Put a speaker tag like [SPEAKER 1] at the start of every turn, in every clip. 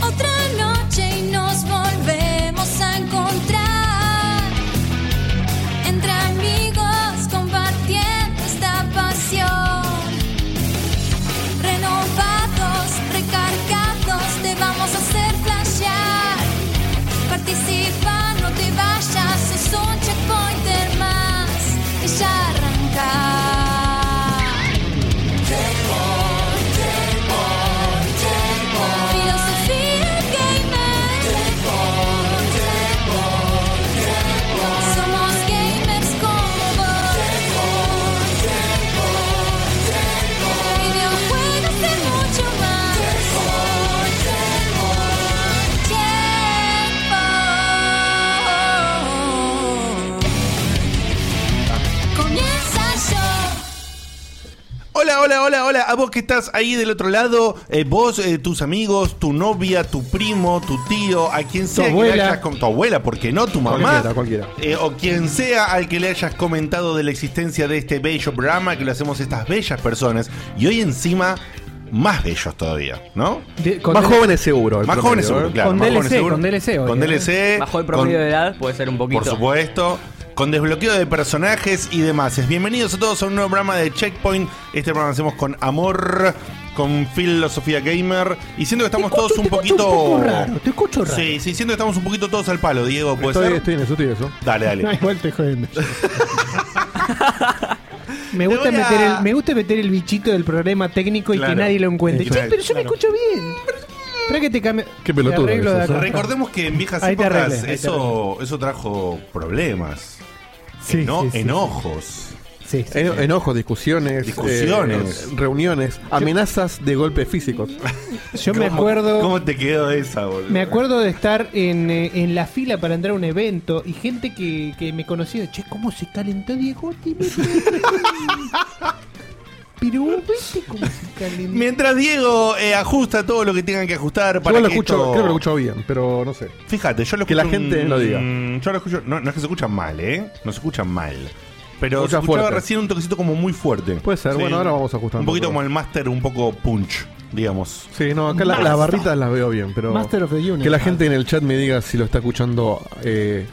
[SPEAKER 1] Otra noche y nos volvemos a encontrar entre amigos combatiendo esta pasión. Renovados, recargados, te vamos a hacer flashear. Participa, no te vayas, es un checkpointer más que ya arrancar. Filosofía gamer. Somos gamers como vos. Videojuegos y mucho más. Checkpoint. Comienza yo.
[SPEAKER 2] Hola, hola, hola, hola. A vos que estás ahí del otro lado, eh, vos, eh, tus amigos, tu novia, tu primo, tu tío, a quien sea que le
[SPEAKER 3] abuela.
[SPEAKER 2] hayas con tu abuela, porque no tu mamá.
[SPEAKER 3] Cualquiera, cualquiera.
[SPEAKER 2] Eh, o quien sea al que le hayas comentado de la existencia de este bello programa que lo hacemos estas bellas personas. Y hoy encima, más bellos todavía, ¿no?
[SPEAKER 4] De- con
[SPEAKER 3] Más
[SPEAKER 4] del-
[SPEAKER 3] jóvenes seguro. el
[SPEAKER 2] Más
[SPEAKER 3] promedio,
[SPEAKER 2] jóvenes seguro,
[SPEAKER 3] ¿eh?
[SPEAKER 2] claro.
[SPEAKER 4] con
[SPEAKER 2] más
[SPEAKER 4] DLC,
[SPEAKER 2] jóvenes seguro.
[SPEAKER 4] con DLC,
[SPEAKER 2] Con
[SPEAKER 4] obvio.
[SPEAKER 2] DLC.
[SPEAKER 5] Bajo el promedio
[SPEAKER 2] con-
[SPEAKER 5] de edad puede ser un poquito.
[SPEAKER 2] por supuesto. Con desbloqueo de personajes y demás. Bienvenidos a todos a un nuevo programa de Checkpoint. Este programa lo hacemos con amor, con filosofía gamer. Y siento que estamos todos un poquito.
[SPEAKER 6] te escucho raro.
[SPEAKER 2] sí, sí, siento que estamos un poquito todos al palo, Diego. ¿puede
[SPEAKER 3] Estoy,
[SPEAKER 2] ser?
[SPEAKER 3] estoy en eso, estoy en eso.
[SPEAKER 2] Dale,
[SPEAKER 6] No,
[SPEAKER 2] dale.
[SPEAKER 6] igual estoy jodiendo. Me gusta,
[SPEAKER 2] voy a-
[SPEAKER 6] meter el, me gusta meter el bichito del problema técnico y
[SPEAKER 2] Claro.
[SPEAKER 6] que nadie lo encuentre.
[SPEAKER 2] Sí,
[SPEAKER 6] Che,
[SPEAKER 2] claro.
[SPEAKER 6] pero yo me escucho bien. Espera que te cambie.
[SPEAKER 3] Qué pelotudo
[SPEAKER 6] te arreglo
[SPEAKER 3] que
[SPEAKER 6] de
[SPEAKER 3] sos, ¿eh?
[SPEAKER 6] acá.
[SPEAKER 2] Recordemos que en viejas
[SPEAKER 6] Ahí te
[SPEAKER 2] épocas
[SPEAKER 6] arreglé, ahí te
[SPEAKER 2] eso, eso trajo problemas.
[SPEAKER 6] Sí,
[SPEAKER 2] Eno-
[SPEAKER 6] sí, sí,
[SPEAKER 2] enojos.
[SPEAKER 6] Sí, sí.
[SPEAKER 3] En- enojos, discusiones,
[SPEAKER 2] Discusiones.
[SPEAKER 3] eh, reuniones, amenazas de golpes físicos.
[SPEAKER 6] Yo me
[SPEAKER 2] ¿Cómo-
[SPEAKER 6] acuerdo.
[SPEAKER 2] ¿Cómo te quedó esa, boludo?
[SPEAKER 6] Me acuerdo de estar en, eh, en la fila para entrar a un evento y gente que, que me conocía, che, ¿cómo se calentó Diego? Pero vos viste cómo se calentó.
[SPEAKER 2] Mientras Diego eh, ajusta todo lo que tengan que ajustar para
[SPEAKER 3] Yo lo
[SPEAKER 2] que
[SPEAKER 3] escucho,
[SPEAKER 2] esto-
[SPEAKER 3] creo que lo escucho bien, pero no sé.
[SPEAKER 2] Fíjate, yo lo
[SPEAKER 3] Que la
[SPEAKER 2] escucho
[SPEAKER 3] gente lo diga.
[SPEAKER 2] mm, Yo lo escucho. No, no es que se escucha mal, ¿eh? No se escucha mal. Pero
[SPEAKER 3] Escucha
[SPEAKER 2] se escuchaba
[SPEAKER 3] fuerte.
[SPEAKER 2] recién un toquecito como muy fuerte.
[SPEAKER 3] Puede ser, bueno, ahora vamos ajustando.
[SPEAKER 2] Un poquito
[SPEAKER 3] Pero-
[SPEAKER 2] como el máster, un poco punch, digamos.
[SPEAKER 3] Sí, no, acá la- las barritas las veo bien, pero
[SPEAKER 6] Master of the Universe.
[SPEAKER 3] que la gente en el chat me diga si lo está escuchando eh,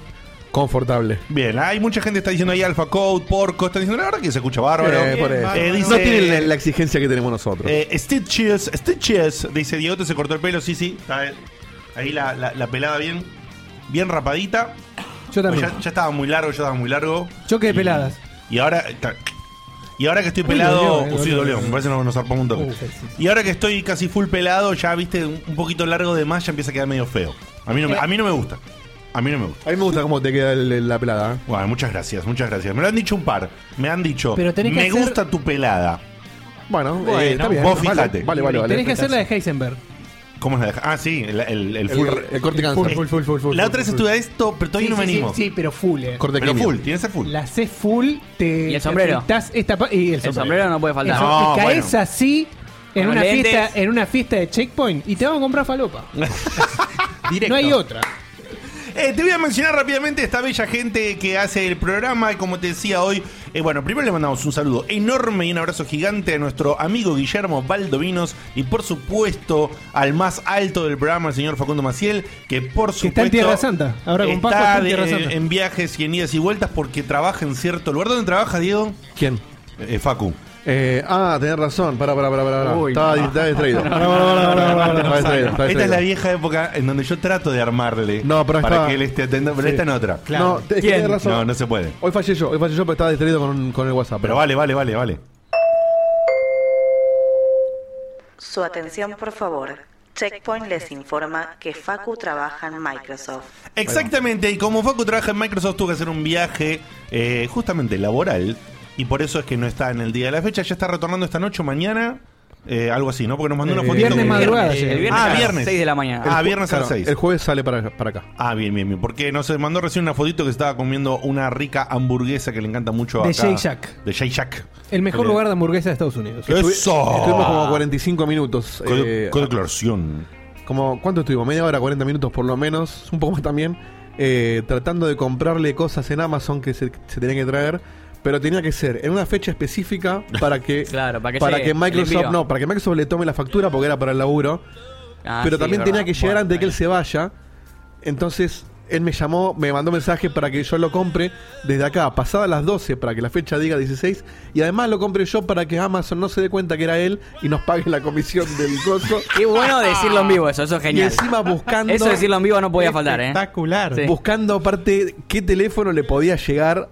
[SPEAKER 3] confortable.
[SPEAKER 2] Bien, hay mucha gente que está diciendo ahí Alpha Code, Porco, está diciendo la verdad que se escucha bárbaro.
[SPEAKER 3] Eh, por eso.
[SPEAKER 2] Eh, dice-
[SPEAKER 3] no tienen la, la exigencia que tenemos nosotros.
[SPEAKER 2] Eh, Stitches, Stitches, dice Diego, te se cortó el pelo, sí, sí. está ahí la, la- la pelada bien, bien rapadita. Pues
[SPEAKER 6] Yo también.
[SPEAKER 2] Ya, ya estaba muy largo, yo estaba muy largo.
[SPEAKER 6] Choque de
[SPEAKER 2] Y-
[SPEAKER 6] peladas.
[SPEAKER 2] Y ahora. ta- Y ahora que estoy
[SPEAKER 6] dolió,
[SPEAKER 2] pelado.
[SPEAKER 6] eh,
[SPEAKER 2] uh, sí,
[SPEAKER 6] dolió.
[SPEAKER 2] dolió, me parece que nos zarpamos un toque.
[SPEAKER 6] Uh, sí, sí,
[SPEAKER 2] Y ahora que estoy casi full pelado, ya viste, un un poquito largo de más, ya empieza a quedar medio feo. A mí no me, a mí no me gusta. A mí no me gusta.
[SPEAKER 3] A mí me gusta cómo te queda el- el- la pelada. ¿eh?
[SPEAKER 2] Bueno, muchas gracias, muchas gracias. Me lo han dicho un par. Me han dicho,
[SPEAKER 6] Pero tenés que
[SPEAKER 2] me
[SPEAKER 6] hacer-
[SPEAKER 2] gusta tu pelada.
[SPEAKER 3] Bueno, eh,
[SPEAKER 5] Bueno,
[SPEAKER 3] está bien.
[SPEAKER 2] vos
[SPEAKER 3] Vale,
[SPEAKER 2] fijate.
[SPEAKER 3] Vale, vale, vale.
[SPEAKER 6] Tenés que hacer la de Heisenberg.
[SPEAKER 2] ¿Cómo la deja? Ah, sí, el, el-
[SPEAKER 3] El,
[SPEAKER 2] el full.
[SPEAKER 3] el corte
[SPEAKER 6] Full,
[SPEAKER 3] cáncer.
[SPEAKER 6] full, full, full, full,
[SPEAKER 2] la otra vez
[SPEAKER 6] full,
[SPEAKER 2] estuve a esto, pero todavía
[SPEAKER 6] Sí,
[SPEAKER 2] no me
[SPEAKER 6] sí,
[SPEAKER 2] animo.
[SPEAKER 6] Sí, sí, pero full, eh.
[SPEAKER 3] Corte
[SPEAKER 2] Pero
[SPEAKER 3] quimio.
[SPEAKER 2] full, tiene que ser full.
[SPEAKER 6] La haces full, te.
[SPEAKER 5] ¿Y el
[SPEAKER 6] te
[SPEAKER 5] sombrero?
[SPEAKER 6] afeitás esta pa- y el sombrero.
[SPEAKER 5] El sombrero no puede faltar.
[SPEAKER 6] Eso,
[SPEAKER 2] No,
[SPEAKER 6] y caes
[SPEAKER 2] bueno.
[SPEAKER 6] así en
[SPEAKER 5] Con
[SPEAKER 6] una,
[SPEAKER 5] los lentes.
[SPEAKER 6] fiesta, en una fiesta de checkpoint y te van a comprar falopa. No hay otra.
[SPEAKER 2] Eh, te voy a mencionar rápidamente esta bella gente que hace el programa. Y como te decía hoy, eh, bueno, primero le mandamos un saludo enorme y un abrazo gigante a nuestro amigo Guillermo Valdovinos y por supuesto al más alto del programa, el señor Facundo Maciel, que por supuesto.
[SPEAKER 6] Que está en Tierra Santa. Ahora con Paco
[SPEAKER 2] está
[SPEAKER 6] está en
[SPEAKER 2] de-
[SPEAKER 6] Tierra Santa.
[SPEAKER 2] en viajes y en idas y vueltas porque trabaja en cierto lugar. ¿Dónde trabaja, Diego?
[SPEAKER 3] ¿Quién?
[SPEAKER 2] Eh, Facu.
[SPEAKER 3] Eh, ah, tenés razón. Pará, pará, pará. pará, pará.
[SPEAKER 5] Uy,
[SPEAKER 3] Estaba,
[SPEAKER 5] no.
[SPEAKER 3] estaba distraído. Estaba distraído, estaba
[SPEAKER 2] Esta es la
[SPEAKER 3] distraído.
[SPEAKER 2] vieja época en donde yo trato de armarle
[SPEAKER 3] No, pero
[SPEAKER 2] para
[SPEAKER 3] estaba-
[SPEAKER 2] que él esté atendiendo, pero
[SPEAKER 3] Sí.
[SPEAKER 2] esta en otra.
[SPEAKER 3] No, te- es que
[SPEAKER 5] ¿Quién?
[SPEAKER 3] tenés razón.
[SPEAKER 2] No, no se puede.
[SPEAKER 3] Hoy fallé yo, hoy fallé yo, pero estaba distraído con, con el WhatsApp.
[SPEAKER 2] Pero vale, vale, vale, vale.
[SPEAKER 7] Su atención, por favor. Checkpoint les informa que Facu trabaja en Microsoft.
[SPEAKER 2] Exactamente, y como Facu trabaja en Microsoft, tuvo que hacer un viaje eh, justamente laboral. Y por eso es que no está en el día de la fecha. Ya está retornando esta noche o mañana. Eh, algo así, ¿no? Porque nos mandó una
[SPEAKER 6] Eh,
[SPEAKER 2] fotito.
[SPEAKER 6] viernes
[SPEAKER 2] que-
[SPEAKER 6] madrugada,
[SPEAKER 4] Eh,
[SPEAKER 6] sí.
[SPEAKER 4] el viernes
[SPEAKER 2] Ah,
[SPEAKER 4] a las
[SPEAKER 2] viernes.
[SPEAKER 4] 6 de la mañana.
[SPEAKER 2] Ah, viernes a las
[SPEAKER 3] Claro,
[SPEAKER 2] 6.
[SPEAKER 3] El jueves sale para, para acá.
[SPEAKER 2] Ah, bien, bien, bien. Porque nos mandó recién una fotito que estaba comiendo una rica hamburguesa que le encanta mucho
[SPEAKER 6] De
[SPEAKER 2] acá.
[SPEAKER 6] Shake Shack.
[SPEAKER 2] De Shake Shack.
[SPEAKER 6] El mejor
[SPEAKER 2] Bien.
[SPEAKER 6] lugar de hamburguesa de Estados Unidos.
[SPEAKER 2] Eso.
[SPEAKER 3] Estuvimos como 45 minutos.
[SPEAKER 2] Qué de-
[SPEAKER 3] eh,
[SPEAKER 2] qué declaración.
[SPEAKER 3] como, ¿Cuánto estuvimos? Media hora, 40 minutos por lo menos. Un poco más también. eh, tratando de comprarle cosas en Amazon que se, se tenía que traer. Pero tenía que ser en una fecha específica para que,
[SPEAKER 4] Claro, para que llegue el
[SPEAKER 3] Microsoft
[SPEAKER 4] envío.
[SPEAKER 3] no, para que Microsoft le tome la factura porque era para el laburo.
[SPEAKER 4] Ah,
[SPEAKER 3] pero
[SPEAKER 4] sí,
[SPEAKER 3] también
[SPEAKER 4] es
[SPEAKER 3] tenía
[SPEAKER 4] verdad.
[SPEAKER 3] que llegar
[SPEAKER 4] Bueno,
[SPEAKER 3] antes de que él
[SPEAKER 4] bueno.
[SPEAKER 3] se vaya. Entonces, él me llamó, me mandó mensaje para que yo lo compre desde acá, pasada las 12, para que la fecha diga 16. Y además lo compré yo para que Amazon no se dé cuenta que era él y nos pague la comisión del coso.
[SPEAKER 4] Qué bueno decirlo en vivo, eso, eso es
[SPEAKER 3] y
[SPEAKER 4] genial.
[SPEAKER 3] encima buscando,
[SPEAKER 4] Eso decirlo en vivo no podía faltar, ¿eh?
[SPEAKER 6] Espectacular.
[SPEAKER 4] Sí.
[SPEAKER 3] buscando aparte qué teléfono le podía llegar,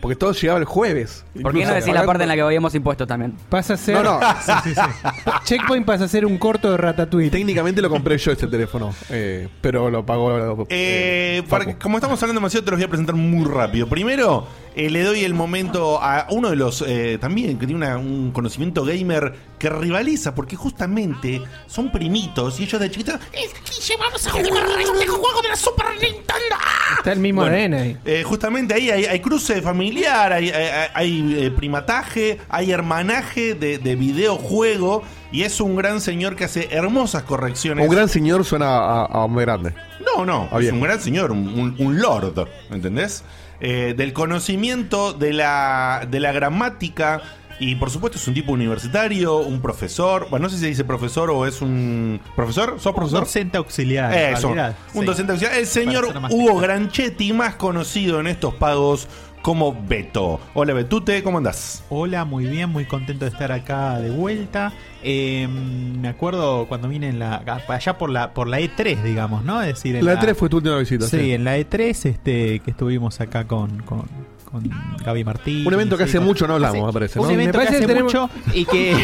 [SPEAKER 3] porque todo llegaba el jueves.
[SPEAKER 4] ¿Por qué
[SPEAKER 3] Incluso
[SPEAKER 4] no decir la
[SPEAKER 3] pagando-
[SPEAKER 4] parte en la que habíamos impuestos también?
[SPEAKER 6] Pasa a ser.
[SPEAKER 3] No, no.
[SPEAKER 6] Sí, sí, sí. Checkpoint pasa a ser un corto de Ratatouille.
[SPEAKER 3] Técnicamente lo compré yo este teléfono, eh, pero lo pagó.
[SPEAKER 2] Eh, para que-
[SPEAKER 3] Facu.
[SPEAKER 2] como estamos hablando demasiado, te los voy a presentar muy rápido. Primero, eh, le doy el momento a uno de los eh, también que tiene una- un conocimiento gamer que rivaliza, porque justamente son primitos y ellos de chiquita.
[SPEAKER 5] Es que llevamos a jugar a este juego de la Super Nintendo. ¡Ah!
[SPEAKER 6] Está el mismo
[SPEAKER 2] Bueno,
[SPEAKER 6] ADN ahí.
[SPEAKER 2] eh, justamente ahí hay, hay cruce familiar, hay, hay- hay, eh, primataje, hay hermanaje de, de videojuego y es un gran señor que hace hermosas correcciones.
[SPEAKER 3] Un gran señor suena a, a hombre grande.
[SPEAKER 2] No, no,
[SPEAKER 3] Ah,
[SPEAKER 2] es
[SPEAKER 3] bien.
[SPEAKER 2] un gran señor, un, un- un lord, ¿entendés? Eh, del conocimiento de la, de la gramática y por supuesto es un tipo universitario, un profesor, bueno, no sé si se dice profesor o es un... ¿Profesor? ¿Sos profesor?
[SPEAKER 8] Docente auxiliar. en
[SPEAKER 2] Eso,
[SPEAKER 8] realidad.
[SPEAKER 2] un
[SPEAKER 8] Sí.
[SPEAKER 2] docente auxiliar. El señor
[SPEAKER 8] Para ser más
[SPEAKER 2] Hugo
[SPEAKER 8] directo.
[SPEAKER 2] Granchetti, más conocido en estos pagos como Beto. Hola Betute, ¿cómo andás?
[SPEAKER 8] Hola, muy bien, muy contento de estar acá de vuelta. Eh, me acuerdo cuando vine en la, allá por la, por la E3, digamos, ¿no? Es decir, en
[SPEAKER 3] La 3 fue tu última visita.
[SPEAKER 8] Sí, en la E3 este, que estuvimos acá con, con, con Gaby Martín.
[SPEAKER 3] Un evento que hace
[SPEAKER 8] con-
[SPEAKER 3] mucho no hablamos,
[SPEAKER 8] Hace-
[SPEAKER 3] me parece, ¿no?
[SPEAKER 8] Un
[SPEAKER 6] Me
[SPEAKER 8] evento
[SPEAKER 6] parece
[SPEAKER 8] que hace
[SPEAKER 6] que tenemos-
[SPEAKER 8] mucho y que...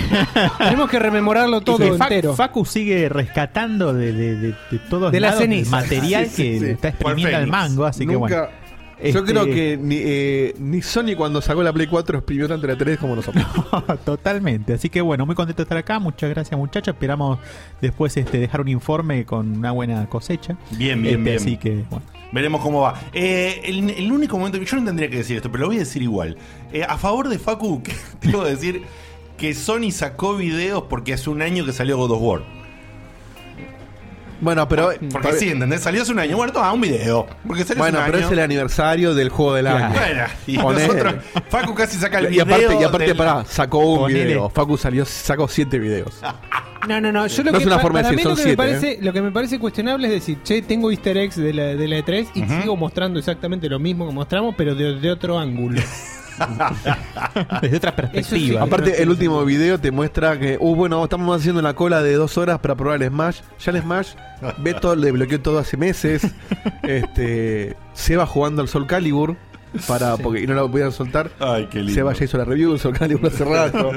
[SPEAKER 6] Tenemos que rememorarlo todo
[SPEAKER 8] y que Fac-
[SPEAKER 6] entero.
[SPEAKER 8] Facu sigue rescatando de, de, de, de todos
[SPEAKER 6] De las
[SPEAKER 8] lados el
[SPEAKER 6] cenizas.
[SPEAKER 8] material
[SPEAKER 3] Sí, sí,
[SPEAKER 8] que
[SPEAKER 3] sí.
[SPEAKER 8] está
[SPEAKER 2] Por
[SPEAKER 8] exprimiendo al
[SPEAKER 2] Fénix.
[SPEAKER 8] mango, así que bueno.
[SPEAKER 3] Nunca- Yo
[SPEAKER 8] Este-
[SPEAKER 3] creo que ni, eh, ni Sony cuando sacó la Play 4 exprimió tanto la 3 como nosotros.
[SPEAKER 8] Totalmente. Así que bueno, muy contento de estar acá. Muchas gracias, muchachos. Esperamos después este, dejar un informe con una buena cosecha.
[SPEAKER 2] Bien, bien,
[SPEAKER 8] Este,
[SPEAKER 2] bien.
[SPEAKER 8] Así que bueno.
[SPEAKER 2] Veremos cómo va. Eh, el, el único momento que yo no tendría que decir esto, pero lo voy a decir igual. Eh, a favor de Facu, que tengo que decir que Sony sacó videos porque hace un año que salió God of War.
[SPEAKER 3] bueno, pero. eh,
[SPEAKER 2] Porque sí, ¿entendés? Salió hace un año. Bueno, toma, un video. Porque salió
[SPEAKER 3] bueno,
[SPEAKER 2] hace un
[SPEAKER 3] pero
[SPEAKER 2] año.
[SPEAKER 3] es el aniversario del juego del año.
[SPEAKER 2] Bueno, y
[SPEAKER 3] Ponele.
[SPEAKER 2] nosotros, Facu casi saca el
[SPEAKER 3] Y
[SPEAKER 2] video.
[SPEAKER 3] aparte, y aparte
[SPEAKER 2] del-
[SPEAKER 3] pará, sacó un
[SPEAKER 8] Ponele.
[SPEAKER 3] video. Facu salió, sacó 7 videos.
[SPEAKER 6] No, no, no. Yo lo
[SPEAKER 3] No
[SPEAKER 6] que
[SPEAKER 3] es una
[SPEAKER 6] pa-
[SPEAKER 3] forma de
[SPEAKER 6] para
[SPEAKER 3] decir,
[SPEAKER 6] mí
[SPEAKER 3] son
[SPEAKER 6] lo que,
[SPEAKER 3] siete, ¿eh?
[SPEAKER 6] me parece, lo que me parece cuestionable es decir, che, tengo easter eggs de la, de la E3 y sigo mostrando exactamente lo mismo que mostramos, pero de, de otro ángulo.
[SPEAKER 8] Desde otra perspectiva.
[SPEAKER 6] Eso sí.
[SPEAKER 3] Aparte, el último video te muestra que, uh, bueno, estamos haciendo una cola de dos horas para probar el Smash. Ya el Smash, Beto le bloqueó todo hace meses. este Seba jugando al Sol Calibur para, porque, y no lo podían soltar.
[SPEAKER 2] Ay, qué lindo.
[SPEAKER 3] Seba ya hizo la review del Sol Calibur hace rato.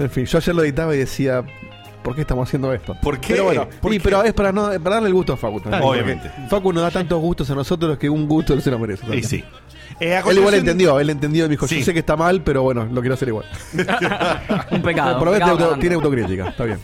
[SPEAKER 3] en fin, yo ayer lo editaba y decía, ¿por qué estamos haciendo esto?
[SPEAKER 2] ¿Por qué?
[SPEAKER 3] Pero bueno,
[SPEAKER 2] ¿Por
[SPEAKER 3] y,
[SPEAKER 2] qué?
[SPEAKER 3] pero es para, no, para darle el gusto a Facu también, porque
[SPEAKER 2] Obviamente.
[SPEAKER 3] Facu nos da tantos gustos a nosotros que un gusto no se lo merece.
[SPEAKER 2] Y sí. Eh,
[SPEAKER 3] Él
[SPEAKER 2] a
[SPEAKER 3] igual
[SPEAKER 2] continuación-
[SPEAKER 3] entendió, él entendió y me dijo,
[SPEAKER 2] Sí.
[SPEAKER 3] yo sé que está mal, pero bueno, lo quiero hacer igual.
[SPEAKER 4] Un pecado.
[SPEAKER 3] Pero
[SPEAKER 4] un
[SPEAKER 3] ves,
[SPEAKER 4] pecado
[SPEAKER 3] auto-
[SPEAKER 4] bastante.
[SPEAKER 3] tiene autocrítica, está bien.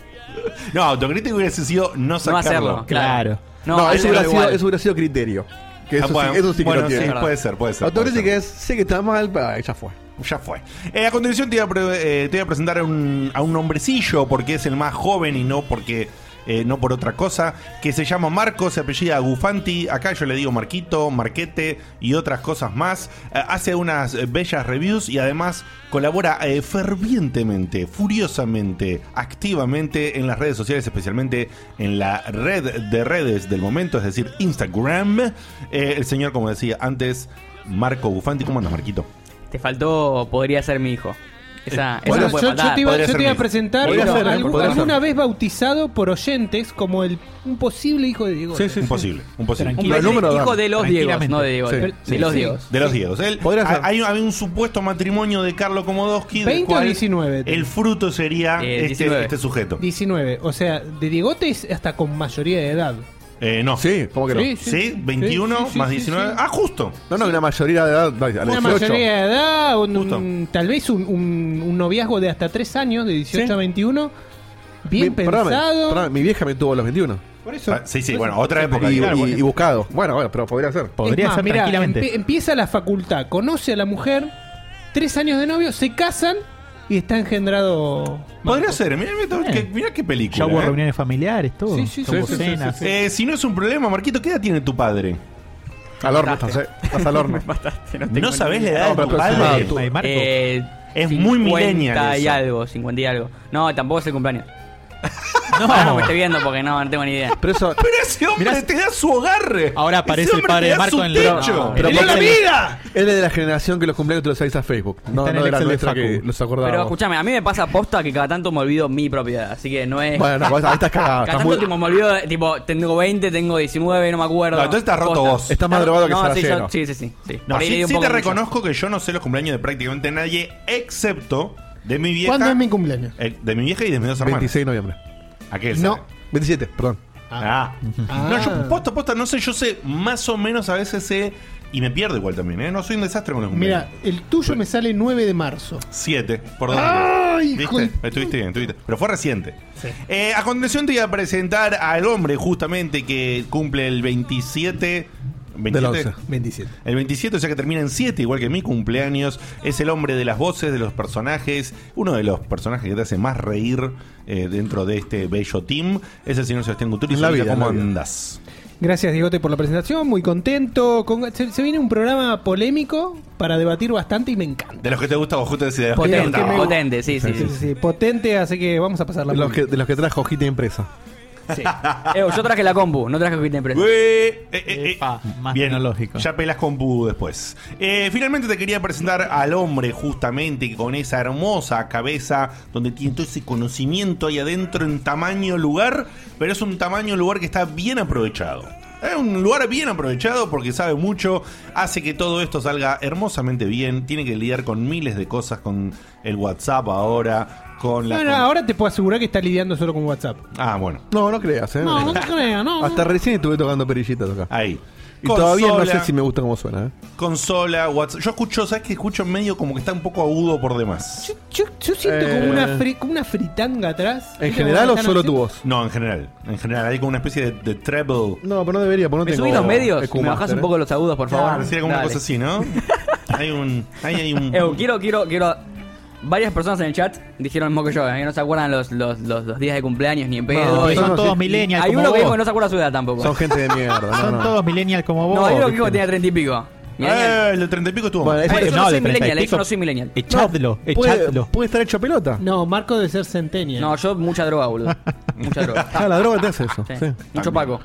[SPEAKER 2] No, autocrítico hubiese sido no
[SPEAKER 4] No
[SPEAKER 2] sacarlo.
[SPEAKER 4] hacerlo. Claro.
[SPEAKER 8] Claro.
[SPEAKER 4] No,
[SPEAKER 3] No, eso,
[SPEAKER 4] hacerlo
[SPEAKER 3] hubiera sido,
[SPEAKER 4] igual.
[SPEAKER 3] eso hubiera sido criterio. Que eso,
[SPEAKER 2] Ah, bueno,
[SPEAKER 3] sí, eso sí que
[SPEAKER 2] bueno,
[SPEAKER 3] lo
[SPEAKER 2] sí,
[SPEAKER 3] tiene.
[SPEAKER 2] puede ser, puede ser. puede
[SPEAKER 3] Autocrítica
[SPEAKER 2] ser.
[SPEAKER 3] es, sé que está mal, pero ah, ya fue.
[SPEAKER 2] Ya fue. Eh, a continuación te voy a, pre- eh, te voy a presentar a un, a un hombrecillo porque es el más joven y no porque eh, no por otra cosa, que se llama Marco, se apellida Gufanti, acá yo le digo Marquito, Marquete y otras cosas más. Eh, hace unas eh, bellas reviews y además colabora eh, fervientemente, furiosamente, activamente en las redes sociales, especialmente en la red de redes del momento, es decir, Instagram. Eh, el señor, como decía antes, Marco Gufanti, ¿cómo andas, Marquito?
[SPEAKER 4] Te faltó, podría ser mi hijo. Esa, esa
[SPEAKER 2] bueno,
[SPEAKER 4] no puede
[SPEAKER 6] yo, yo
[SPEAKER 4] faltar.
[SPEAKER 6] te iba,
[SPEAKER 2] podría
[SPEAKER 6] yo
[SPEAKER 2] ser
[SPEAKER 6] te iba a
[SPEAKER 2] mío.
[SPEAKER 6] presentar
[SPEAKER 3] Podría
[SPEAKER 6] pero
[SPEAKER 3] ser, ¿eh?
[SPEAKER 6] algún-
[SPEAKER 3] Podría ser.
[SPEAKER 6] alguna vez bautizado por oyentes como el un posible hijo de Diego.
[SPEAKER 2] imposible, imposible.
[SPEAKER 4] Un
[SPEAKER 8] Los
[SPEAKER 4] beso-
[SPEAKER 3] números
[SPEAKER 4] hijo
[SPEAKER 3] dan.
[SPEAKER 4] de los Diegos,
[SPEAKER 8] Tranquilamente.
[SPEAKER 4] no de Diego.
[SPEAKER 3] Sí,
[SPEAKER 4] de
[SPEAKER 3] sí,
[SPEAKER 4] los
[SPEAKER 6] sí.
[SPEAKER 4] Diegos.
[SPEAKER 2] De los Diegos. Él-
[SPEAKER 3] Podría ser.
[SPEAKER 2] hay, hay un supuesto matrimonio de Carlo Komodowski. del
[SPEAKER 6] 20 o
[SPEAKER 2] cual
[SPEAKER 6] 19.
[SPEAKER 2] El fruto sería
[SPEAKER 4] Eh,
[SPEAKER 2] este,
[SPEAKER 4] 19.
[SPEAKER 2] este sujeto.
[SPEAKER 6] 19. O sea, de Diegote es hasta con mayoría de edad.
[SPEAKER 2] Eh, no. Sí,
[SPEAKER 3] Sí, ¿cómo que no?
[SPEAKER 2] ¿21
[SPEAKER 6] Sí, sí, sí,
[SPEAKER 2] más
[SPEAKER 6] sí,
[SPEAKER 2] 19?
[SPEAKER 6] sí.
[SPEAKER 2] Ah, justo.
[SPEAKER 3] No, no, una mayoría de edad, dale, a los
[SPEAKER 6] Una
[SPEAKER 3] 18.
[SPEAKER 6] mayoría de edad, un-
[SPEAKER 2] Justo.
[SPEAKER 6] un- tal vez un, un- un noviazgo de hasta 3 años, de 18
[SPEAKER 3] Sí.
[SPEAKER 6] a 21, Bien
[SPEAKER 3] perdóname,
[SPEAKER 6] pensado.
[SPEAKER 3] perdóname, mi vieja me tuvo a los 21.
[SPEAKER 6] Por eso.
[SPEAKER 2] Ah, sí, sí, bueno, otra época.
[SPEAKER 3] Y,
[SPEAKER 2] claro,
[SPEAKER 3] y-
[SPEAKER 2] bueno.
[SPEAKER 3] y buscado. Bueno, bueno, pero podría ser.
[SPEAKER 6] Es
[SPEAKER 8] Podría
[SPEAKER 6] más,
[SPEAKER 8] ser
[SPEAKER 6] mirá,
[SPEAKER 8] tranquilamente.
[SPEAKER 6] empie- empieza la facultad, conoce a la mujer, tres años de novio, se casan y está engendrado.
[SPEAKER 2] Podría ser, mirá, mirá,
[SPEAKER 8] Bien.
[SPEAKER 2] qué, mirá qué película.
[SPEAKER 8] Ya hubo
[SPEAKER 2] eh.
[SPEAKER 8] reuniones familiares, todo.
[SPEAKER 6] Sí, sí, sí,
[SPEAKER 8] Hubo
[SPEAKER 6] sí, sí,
[SPEAKER 8] cenas.
[SPEAKER 6] sí,
[SPEAKER 2] Eh, si no es un problema, Marquito, ¿qué edad tiene tu padre?
[SPEAKER 3] Al horno, estás, eh, estás al horno.
[SPEAKER 4] Bastante, no tengo
[SPEAKER 2] No sabés la
[SPEAKER 4] ni-
[SPEAKER 2] edad
[SPEAKER 3] No,
[SPEAKER 2] de tu
[SPEAKER 3] pero
[SPEAKER 2] padre.
[SPEAKER 3] aproximado.
[SPEAKER 8] Eh, Marco,
[SPEAKER 4] Eh,
[SPEAKER 2] Es muy
[SPEAKER 4] 50
[SPEAKER 2] millennial
[SPEAKER 4] y
[SPEAKER 2] eso.
[SPEAKER 4] algo, 50 y algo. No, tampoco es el cumpleaños.
[SPEAKER 8] No.
[SPEAKER 4] Ah, no me estoy viendo porque no, no tengo ni idea.
[SPEAKER 3] Pero eso.
[SPEAKER 2] Pero ese hombre
[SPEAKER 8] Mirá-
[SPEAKER 2] te da su hogar.
[SPEAKER 8] Ahora aparece
[SPEAKER 2] Ese
[SPEAKER 8] el
[SPEAKER 2] hombre
[SPEAKER 8] padre
[SPEAKER 2] te
[SPEAKER 8] de
[SPEAKER 2] da
[SPEAKER 8] Marco
[SPEAKER 2] su
[SPEAKER 8] en el-
[SPEAKER 2] techo.
[SPEAKER 4] No, pero
[SPEAKER 2] ¡Le dio la
[SPEAKER 3] aparte-
[SPEAKER 2] vida!
[SPEAKER 3] Él es de la generación que los cumpleaños te los avisas a Facebook. No,
[SPEAKER 8] Está en
[SPEAKER 3] no
[SPEAKER 8] el
[SPEAKER 3] era
[SPEAKER 8] Excel de
[SPEAKER 3] nuestra
[SPEAKER 8] Facu.
[SPEAKER 3] que los acordábamos.
[SPEAKER 4] Pero escúchame, a mí me pasa posta que cada tanto me olvido mi propiedad, así que no es.
[SPEAKER 3] Bueno, no, ahí estás cagado.
[SPEAKER 4] cada
[SPEAKER 3] Estás,
[SPEAKER 4] tanto
[SPEAKER 3] muy,
[SPEAKER 4] tipo, me olvido, de- tipo, tengo 20, tengo 19, no me acuerdo.
[SPEAKER 2] No, entonces estás roto
[SPEAKER 4] Posta.
[SPEAKER 2] vos.
[SPEAKER 3] estás más
[SPEAKER 4] Está-
[SPEAKER 3] drogado que
[SPEAKER 4] no, sí, yo-
[SPEAKER 3] Saraceno.
[SPEAKER 4] sí, sí, sí, sí.
[SPEAKER 2] No,
[SPEAKER 4] Por ahí le di
[SPEAKER 2] sí,
[SPEAKER 4] un
[SPEAKER 2] sí
[SPEAKER 4] poco
[SPEAKER 2] te
[SPEAKER 4] mucho.
[SPEAKER 2] reconozco que yo no sé los cumpleaños de prácticamente nadie, excepto de mi vieja.
[SPEAKER 6] ¿Cuándo es mi cumpleaños?
[SPEAKER 2] eh, de mi vieja y de mis dos hermanos.
[SPEAKER 3] 26 de noviembre.
[SPEAKER 2] Aquel.
[SPEAKER 6] No.
[SPEAKER 2] sabe.
[SPEAKER 3] 27, perdón.
[SPEAKER 2] Ah. No, yo posta, posta, no sé, yo sé más o menos a veces sé. Y me pierdo igual también, ¿eh? No soy un desastre con los cumpleaños.
[SPEAKER 6] Mira, el tuyo me sale 9 de marzo.
[SPEAKER 2] Siete, por dónde.
[SPEAKER 6] Ay,
[SPEAKER 2] ¿Viste?
[SPEAKER 6] con-
[SPEAKER 2] Estuviste bien, estuviste. Pero fue reciente. Eh, a continuación te voy a presentar al hombre justamente que cumple el 27. 27
[SPEAKER 3] Del 11.
[SPEAKER 6] 27.
[SPEAKER 2] El 27, o sea que termina en 7, igual que mi cumpleaños. Es el hombre de las voces, de los personajes. Uno de los personajes que te hace más reír eh, dentro de este bello team es el señor Sebastián Guturi.
[SPEAKER 3] En la vida, en la
[SPEAKER 2] ¿Cómo
[SPEAKER 3] vida.
[SPEAKER 2] andás?
[SPEAKER 6] Gracias, Diegote, por la presentación. Muy contento. Con- se, se viene un programa polémico para debatir bastante y me encanta.
[SPEAKER 2] De los que te gusta, vos justo decís de los que te
[SPEAKER 4] Potente,
[SPEAKER 2] gusta.
[SPEAKER 4] potente, sí, sí. sí.
[SPEAKER 6] Sí, sí, potente, así que vamos a pasarla
[SPEAKER 3] De los,
[SPEAKER 6] muy
[SPEAKER 3] que,
[SPEAKER 6] bien.
[SPEAKER 3] de los que trajo hojita impresa.
[SPEAKER 4] Eh, yo traje la compu, no traje Quinta Empresa.
[SPEAKER 2] Güey, eh, eh,
[SPEAKER 8] Epa,
[SPEAKER 2] eh.
[SPEAKER 8] más
[SPEAKER 2] Bien,
[SPEAKER 8] tecnológico.
[SPEAKER 2] Ya pelas con Bu después. Eh, finalmente te quería presentar al hombre, justamente, que con esa hermosa cabeza, donde tiene todo ese conocimiento ahí adentro en tamaño lugar, pero es un tamaño lugar que está bien aprovechado. Es un lugar bien aprovechado porque sabe mucho, hace que todo esto salga hermosamente bien, tiene que lidiar con miles de cosas, con el WhatsApp ahora, con la...
[SPEAKER 6] No, no, ahora te puedo asegurar que está lidiando solo con WhatsApp.
[SPEAKER 2] Ah, bueno,
[SPEAKER 3] No, no creas, ¿eh?
[SPEAKER 6] No, no te creas, no.
[SPEAKER 3] Hasta recién estuve tocando perillitas acá.
[SPEAKER 2] ahí.
[SPEAKER 3] Y todavía no sé
[SPEAKER 2] Consola.
[SPEAKER 3] si me gusta cómo suena, ¿eh?
[SPEAKER 2] consola, WhatsApp. Yo escucho, ¿sabes que Escucho medio como que está un poco agudo por demás.
[SPEAKER 6] Yo, yo- yo siento
[SPEAKER 3] Eh.
[SPEAKER 6] como, una fri- como una fritanga atrás.
[SPEAKER 3] ¿En general o solo tu
[SPEAKER 6] tuvo?
[SPEAKER 3] voz?
[SPEAKER 2] No, en general. En general, hay como una especie de, de treble.
[SPEAKER 3] No, pero no debería, porque no
[SPEAKER 4] Me
[SPEAKER 3] tengo
[SPEAKER 4] subí los medios
[SPEAKER 3] EQ
[SPEAKER 4] y me
[SPEAKER 3] Master,
[SPEAKER 4] bajás un
[SPEAKER 3] ¿eh?
[SPEAKER 4] poco los agudos, por favor.
[SPEAKER 2] Pareciera como una
[SPEAKER 4] Dale.
[SPEAKER 2] cosa así, ¿no? hay un. Ahí hay un.
[SPEAKER 4] Eu, quiero, quiero, quiero. Varias personas en el chat dijeron lo mismo que yo, eh, que no se acuerdan los, los, los, los días de cumpleaños ni en pedo.
[SPEAKER 3] No,
[SPEAKER 4] Y-
[SPEAKER 3] no,
[SPEAKER 8] son
[SPEAKER 3] no,
[SPEAKER 8] todos
[SPEAKER 3] sí.
[SPEAKER 8] millennials
[SPEAKER 4] hay
[SPEAKER 8] como
[SPEAKER 4] uno que dijo que no
[SPEAKER 8] vos.
[SPEAKER 4] se acuerda su edad tampoco.
[SPEAKER 3] Son gente de mierda. no,
[SPEAKER 8] Son
[SPEAKER 3] no.
[SPEAKER 8] todos millennials como vos.
[SPEAKER 4] no, hay uno que dijo que
[SPEAKER 8] ¿viste?
[SPEAKER 4] tenía treinta y pico. Y
[SPEAKER 2] Eh, el de treinta y pico estuvo.
[SPEAKER 3] Bueno,
[SPEAKER 2] mal.
[SPEAKER 3] es-
[SPEAKER 4] Bueno, yo
[SPEAKER 8] no,
[SPEAKER 4] no
[SPEAKER 8] de
[SPEAKER 4] soy
[SPEAKER 8] 30 y
[SPEAKER 4] millennial, eh,
[SPEAKER 8] pico.
[SPEAKER 4] yo no soy millennial.
[SPEAKER 8] Echadlo,
[SPEAKER 3] ¿Puede,
[SPEAKER 8] echadlo.
[SPEAKER 3] puede estar hecho pelota?
[SPEAKER 6] No, Marco debe ser centenia.
[SPEAKER 4] No, yo mucha droga, boludo. Mucha droga.
[SPEAKER 3] Ah, la droga te hace eso.
[SPEAKER 4] Sí.
[SPEAKER 3] sí.
[SPEAKER 4] Mucho paco.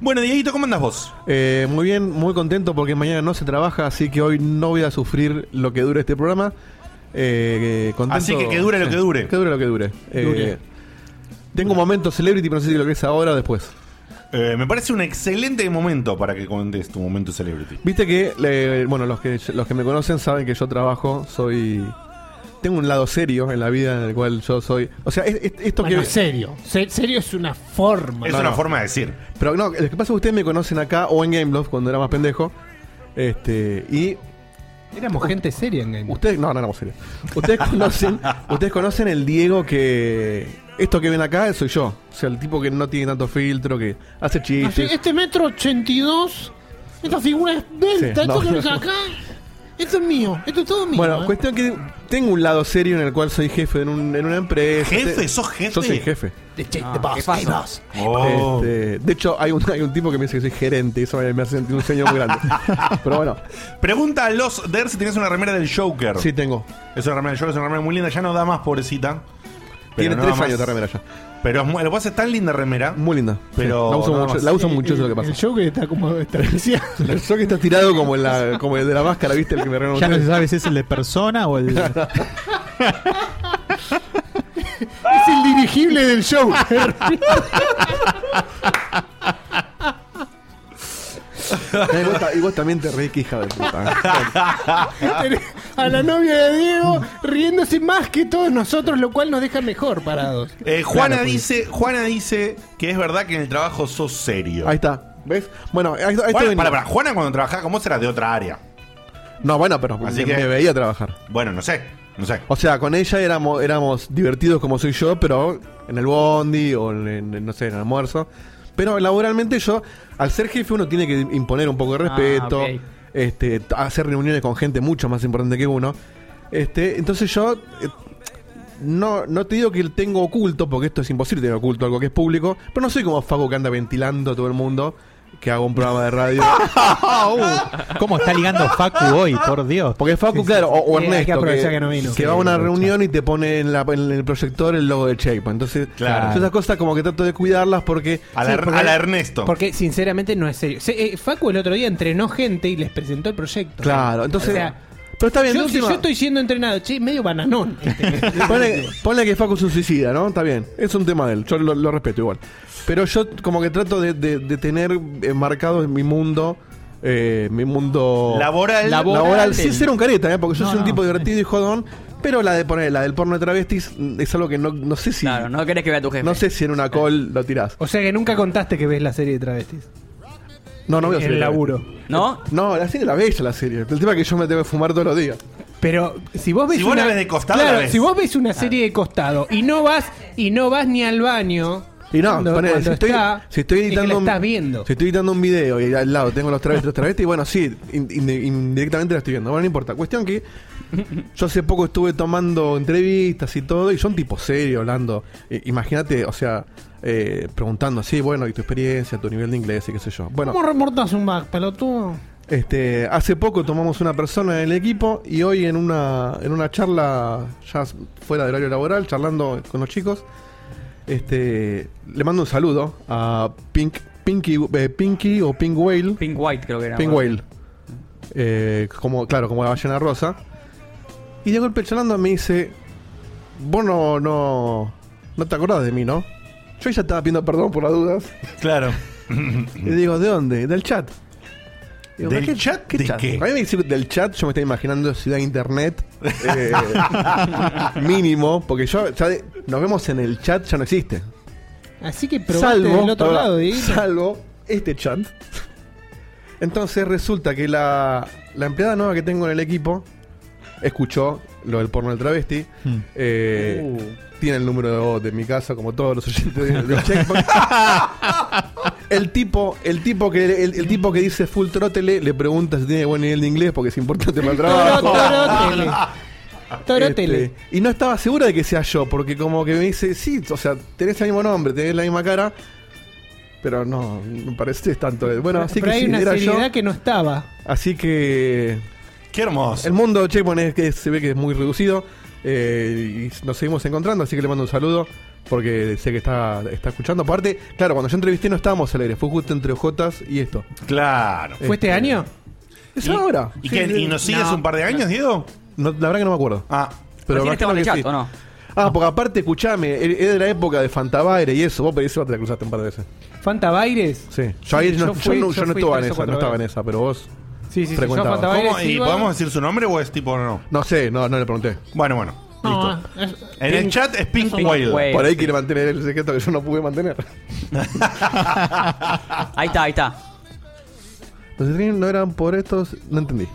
[SPEAKER 2] Bueno, Dieguito, ¿cómo andas vos?
[SPEAKER 3] Eh, muy bien, muy contento porque mañana no se trabaja, así que hoy no voy a sufrir lo que dure este programa. Eh, eh, contento-
[SPEAKER 2] Así que que dure lo que dure.
[SPEAKER 3] Que dure lo que dure. Eh,
[SPEAKER 6] Dure.
[SPEAKER 3] Tengo un momento celebrity, pero no sé si lo que es ahora o después.
[SPEAKER 2] Eh, me parece un excelente momento para que comentes tu momento celebrity.
[SPEAKER 3] Viste que, eh, bueno, los que, los que me conocen saben que yo trabajo, soy... Tengo un lado serio en la vida en el cual yo soy... O sea, es- es- esto
[SPEAKER 6] Bueno,
[SPEAKER 3] que...
[SPEAKER 6] serio. Se- serio es una forma.
[SPEAKER 2] Es
[SPEAKER 3] No,
[SPEAKER 2] una
[SPEAKER 3] no.
[SPEAKER 2] forma de decir.
[SPEAKER 3] Pero no, lo que pasa es que ustedes me conocen acá o en Gameloft cuando era más pendejo. Este, y
[SPEAKER 6] Éramos gente seria en Game.
[SPEAKER 3] Ustedes, no, no, no, serio. Ustedes conocen, ustedes conocen el Diego que. Esto que ven acá soy yo. O sea, el tipo que no tiene tanto filtro, que
[SPEAKER 6] Ah,
[SPEAKER 3] hace
[SPEAKER 9] Así,
[SPEAKER 3] chistes.
[SPEAKER 9] este metro 82, esta figura es
[SPEAKER 3] Sí,
[SPEAKER 9] venta,
[SPEAKER 3] no.
[SPEAKER 9] esto que ves acá, esto es mío, esto es todo mío.
[SPEAKER 3] Bueno,
[SPEAKER 9] ¿eh?
[SPEAKER 3] cuestión que tengo un lado serio en el cual soy jefe en, un- en una empresa.
[SPEAKER 2] ¿Jefe?
[SPEAKER 3] Este-
[SPEAKER 2] ¿Sos jefe?
[SPEAKER 3] Yo soy jefe.
[SPEAKER 9] The check,
[SPEAKER 4] Ah,
[SPEAKER 9] the boss,
[SPEAKER 4] ¿qué pasó?
[SPEAKER 9] hey, boss.
[SPEAKER 2] Oh.
[SPEAKER 3] Este, de hecho, hay un, hay un tipo que me dice que soy gerente y eso me, me hace sentir un sueño muy grande. Pero bueno,
[SPEAKER 2] Pregunta a los Der si tenés una remera del Joker.
[SPEAKER 3] sí tengo.
[SPEAKER 2] Es una remera del Joker, es una remera muy linda. Ya no da más, pobrecita. Pero
[SPEAKER 3] Tiene
[SPEAKER 2] no da
[SPEAKER 3] tres
[SPEAKER 2] más.
[SPEAKER 3] años esta remera ya.
[SPEAKER 2] Pero es muy- lo que pasa es tan linda remera.
[SPEAKER 3] Muy linda.
[SPEAKER 2] Pero
[SPEAKER 3] Sí, la uso
[SPEAKER 2] nada
[SPEAKER 3] mucho,
[SPEAKER 2] más.
[SPEAKER 3] la uso mucho, eso es lo que
[SPEAKER 6] El
[SPEAKER 3] pasa.
[SPEAKER 6] show que está como establecido.
[SPEAKER 3] El show que está tirado como, en la, como el de la máscara, ¿viste? El que me regaló
[SPEAKER 8] Ya no se
[SPEAKER 3] ustedes.
[SPEAKER 8] sabe si es el de persona o el.
[SPEAKER 6] es el dirigible del show.
[SPEAKER 3] Y vos, ta- y vos también te reís, que hija de puta. ¿eh?
[SPEAKER 6] a la novia de Diego riéndose más que todos nosotros, lo cual nos deja mejor parados.
[SPEAKER 2] Eh, Juana
[SPEAKER 3] Claro, pues.
[SPEAKER 2] dice, Juana dice que es verdad que en el trabajo sos serio.
[SPEAKER 3] Ahí está. ¿Ves? Bueno, ahí, ahí
[SPEAKER 2] Juana,
[SPEAKER 3] estoy
[SPEAKER 2] pará, pará, Juana cuando trabajaba como vos era de otra área.
[SPEAKER 3] No, bueno, pero me,
[SPEAKER 2] Así que-
[SPEAKER 3] me veía trabajar.
[SPEAKER 2] Bueno, no sé, no sé.
[SPEAKER 3] O sea, con ella éramos, éramos divertidos como soy yo, pero en el bondi o en, en- no sé, en el almuerzo. Pero laboralmente yo, al ser jefe uno tiene que imponer un poco de
[SPEAKER 4] Ah,
[SPEAKER 3] respeto,
[SPEAKER 4] ok.
[SPEAKER 3] este, t- hacer reuniones con gente mucho más importante que uno. Este, entonces yo eh, no, no te digo que tengo oculto, porque esto es imposible tener oculto algo que es público, pero no soy como Fago que anda ventilando a todo el mundo que hago un programa de radio.
[SPEAKER 8] ¿Cómo está ligando Facu hoy? Por Dios.
[SPEAKER 3] Porque Facu, claro, o, o
[SPEAKER 6] Sí, Eh, hay
[SPEAKER 3] Ernesto, que,
[SPEAKER 6] que aprovechar que no vino.
[SPEAKER 3] que va a una reunión y te pone en, la- en el proyector el logo de Checkpoint. Entonces,
[SPEAKER 2] Claro.
[SPEAKER 3] yo esas cosas como que trato de cuidarlas porque...
[SPEAKER 2] A la,
[SPEAKER 6] Sí, porque-
[SPEAKER 2] a la Ernesto.
[SPEAKER 6] Porque sinceramente no es serio. Se- eh, Facu el otro día entrenó gente y les presentó el proyecto.
[SPEAKER 3] Claro, entonces...
[SPEAKER 6] O sea,
[SPEAKER 3] pero está bien,
[SPEAKER 6] yo,
[SPEAKER 3] de
[SPEAKER 6] si
[SPEAKER 3] última-
[SPEAKER 6] yo estoy siendo entrenado, che, medio bananón. este.
[SPEAKER 3] Ponle, ponle que Facu es un suicida, ¿no? Está bien. Es un tema de él. Yo lo, lo respeto igual. Pero yo como que trato de, de- de tener eh, marcado en mi mundo... eh, mi mundo...
[SPEAKER 2] Laboral.
[SPEAKER 3] Laboral. sin ser un careta, ¿eh? Porque yo
[SPEAKER 8] No,
[SPEAKER 3] soy un
[SPEAKER 8] no,
[SPEAKER 3] tipo
[SPEAKER 8] sí.
[SPEAKER 3] divertido y jodón. Pero la de poner la del porno de travestis mm, es algo que no, no sé si...
[SPEAKER 4] Claro, no querés que vea a tu jefe.
[SPEAKER 3] No sé si en una call lo tirás.
[SPEAKER 6] o sea que nunca contaste que ves la serie de travestis.
[SPEAKER 3] No, no veo
[SPEAKER 6] el
[SPEAKER 3] serie.
[SPEAKER 6] laburo.
[SPEAKER 4] ¿No?
[SPEAKER 3] No, la serie la veis la serie. El tema es que yo me tengo que fumar todos los días.
[SPEAKER 6] Pero si vos ves
[SPEAKER 2] Si vos
[SPEAKER 6] una
[SPEAKER 2] la ves de costado,
[SPEAKER 6] Claro,
[SPEAKER 2] la ves.
[SPEAKER 6] si vos ves
[SPEAKER 3] Ah.
[SPEAKER 6] una serie de costado y no vas y no vas ni al baño
[SPEAKER 3] Y no,
[SPEAKER 6] cuando-
[SPEAKER 3] ponele,
[SPEAKER 6] cuando
[SPEAKER 3] si, estoy,
[SPEAKER 6] está,
[SPEAKER 3] si estoy
[SPEAKER 6] es que
[SPEAKER 3] editando.
[SPEAKER 6] la
[SPEAKER 3] un-
[SPEAKER 6] estás viendo.
[SPEAKER 3] Si estoy editando un video y al lado tengo los travestis, los travestis, bueno, sí, in- in- indirectamente la estoy viendo. Bueno, no importa. Cuestión que yo hace poco estuve tomando entrevistas y todo, y son tipo serio hablando. Eh, Imagínate, o sea, eh, preguntando así, bueno, y tu experiencia, tu nivel de inglés y qué sé yo. Bueno,
[SPEAKER 9] ¿Cómo reportás un back, pelotudo?
[SPEAKER 3] Este, hace poco tomamos una persona en el equipo y hoy en una, en una charla, ya s- fuera del horario laboral, charlando con los chicos, este, le mando un saludo a Pink, Pinky, eh, Pinky o Pink Whale.
[SPEAKER 4] Pink White creo que era.
[SPEAKER 3] Pink Whale. Eh, como, claro, como la ballena rosa. Y de golpe charlando me dice, vos no, no, no te acordás de mí, ¿no? Yo ya estaba pidiendo perdón por las dudas.
[SPEAKER 2] Claro.
[SPEAKER 3] Y digo, ¿de dónde? Del chat.
[SPEAKER 2] ¿Del
[SPEAKER 3] ¿qué-
[SPEAKER 2] chat?
[SPEAKER 3] ¿Qué
[SPEAKER 2] ¿De
[SPEAKER 3] chat?
[SPEAKER 2] qué?
[SPEAKER 3] A mí me dice del chat, yo me estoy imaginando ciudad de internet. eh, mínimo, porque yo, ya de- nos vemos en el chat, ya no existe.
[SPEAKER 6] Así que probaste
[SPEAKER 3] Salvo,
[SPEAKER 6] del otro
[SPEAKER 3] pará,
[SPEAKER 6] lado, Dieguito.
[SPEAKER 3] salvo este chat. Entonces resulta que la, la empleada nueva que tengo en el equipo escuchó lo del porno del travesti.
[SPEAKER 8] Hmm.
[SPEAKER 3] eh, Tiene el número de voz de mi casa, como todos los oyentes de, de Checkpoint. el, tipo, el, tipo que, el, el tipo que dice full trótele le pregunta si tiene buen nivel de inglés porque es importante para el trabajo.
[SPEAKER 6] Torotele. Torotele.
[SPEAKER 3] Este, y no estaba segura de que sea yo, porque como que me dice, sí, o sea, tenés el mismo nombre, tenés la misma cara, pero no, me pareces tanto. Bueno, así que
[SPEAKER 6] Pero hay
[SPEAKER 3] sí,
[SPEAKER 6] una
[SPEAKER 3] era yo.
[SPEAKER 6] seriedad que no estaba.
[SPEAKER 3] Así que
[SPEAKER 2] Qué hermoso.
[SPEAKER 3] el mundo de Checkpoint es que se ve que es muy reducido eh, y nos seguimos encontrando, así que le mando un saludo porque sé que está, está escuchando. Aparte, claro, cuando yo entrevisté no estábamos al aire, fue justo entre Ojotas y esto.
[SPEAKER 2] Claro.
[SPEAKER 3] Eh,
[SPEAKER 6] ¿Fue este año?
[SPEAKER 3] Es
[SPEAKER 2] ¿Y-
[SPEAKER 3] ahora.
[SPEAKER 2] ¿Y,
[SPEAKER 3] Sí,
[SPEAKER 2] qué-
[SPEAKER 3] sí.
[SPEAKER 2] y nos sigues un par de años, Diego?
[SPEAKER 3] No, la verdad que no me acuerdo.
[SPEAKER 2] Ah.
[SPEAKER 3] Pero
[SPEAKER 4] Recién estamos en el
[SPEAKER 3] imagino que
[SPEAKER 4] chat,
[SPEAKER 3] sí.
[SPEAKER 4] ¿o no?
[SPEAKER 3] Ah, porque aparte, escuchame, es es de la época de Fantabaire y eso. Vos por eso te la cruzaste un par de veces.
[SPEAKER 6] ¿Fanta Baires?
[SPEAKER 3] Sí. Yo, ahí
[SPEAKER 6] Sí,
[SPEAKER 3] no, yo
[SPEAKER 6] yo fui-
[SPEAKER 3] no-
[SPEAKER 6] yo
[SPEAKER 3] yo no
[SPEAKER 6] fui
[SPEAKER 3] estaba en
[SPEAKER 6] tres
[SPEAKER 3] esa,
[SPEAKER 6] o cuatro
[SPEAKER 3] no estaba en
[SPEAKER 6] veces.
[SPEAKER 3] esa, pero vos.
[SPEAKER 6] Sí, sí, sí. Yo a
[SPEAKER 3] Frecuentaba.
[SPEAKER 6] Fanta
[SPEAKER 2] ¿Cómo?
[SPEAKER 6] Baires
[SPEAKER 2] ¿Y
[SPEAKER 6] iba.
[SPEAKER 2] podemos decir su nombre o es tipo no?
[SPEAKER 3] No sé, no, no le pregunté.
[SPEAKER 2] Bueno, bueno.
[SPEAKER 9] No,
[SPEAKER 2] Listo.
[SPEAKER 9] es-
[SPEAKER 2] En el chat es Pink,
[SPEAKER 4] Pink
[SPEAKER 2] Whale.
[SPEAKER 4] Whale. Eh,
[SPEAKER 3] Por ahí
[SPEAKER 4] sí.
[SPEAKER 3] quiere mantener el secreto que yo no pude mantener.
[SPEAKER 4] Ahí está, ahí está.
[SPEAKER 3] Los streams no eran por estos, no entendí.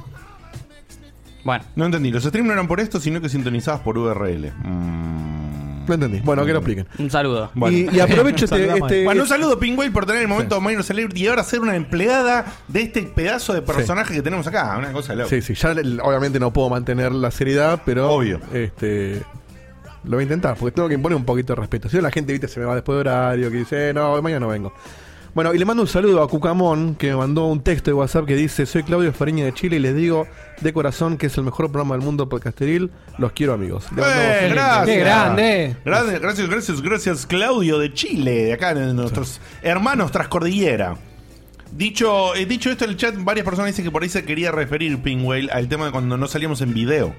[SPEAKER 4] Bueno.
[SPEAKER 2] No entendí. Los streams no eran por esto, sino que sintonizabas por URL. Mm.
[SPEAKER 3] No entendí. Bueno, que lo expliquen.
[SPEAKER 4] Un saludo.
[SPEAKER 2] Bueno.
[SPEAKER 3] Y, y aprovecho este.
[SPEAKER 8] Saludamos
[SPEAKER 3] este-
[SPEAKER 2] Bueno, un saludo, Pingüey, por tener el momento Minor Celebrity y ahora ser una empleada de este pedazo de personaje que tenemos acá. Una cosa loca.
[SPEAKER 3] Sí, sí, ya le- obviamente no puedo mantener la seriedad, pero.
[SPEAKER 2] Obvio.
[SPEAKER 3] Este. Lo voy a intentar, porque tengo que imponer un poquito de respeto. Si no, la gente, viste, se me va después de horario, que dice, "Eh, no, mañana no vengo. Bueno, y le mando un saludo a Cucamón, que me mandó un texto de WhatsApp que dice, soy Claudio Fariña de Chile y les digo de corazón que es el mejor programa del mundo podcasteril. Los quiero, amigos. Le mando un
[SPEAKER 2] Eh,
[SPEAKER 3] saludo.
[SPEAKER 2] gracias.
[SPEAKER 6] Qué grande.
[SPEAKER 2] Grande, Gracias, gracias, gracias, Claudio de Chile, de acá de nuestros hermanos tras cordillera. Dicho, eh, dicho esto, en el chat varias personas dicen que por ahí se quería referir Pingwell al tema de cuando no salíamos en video.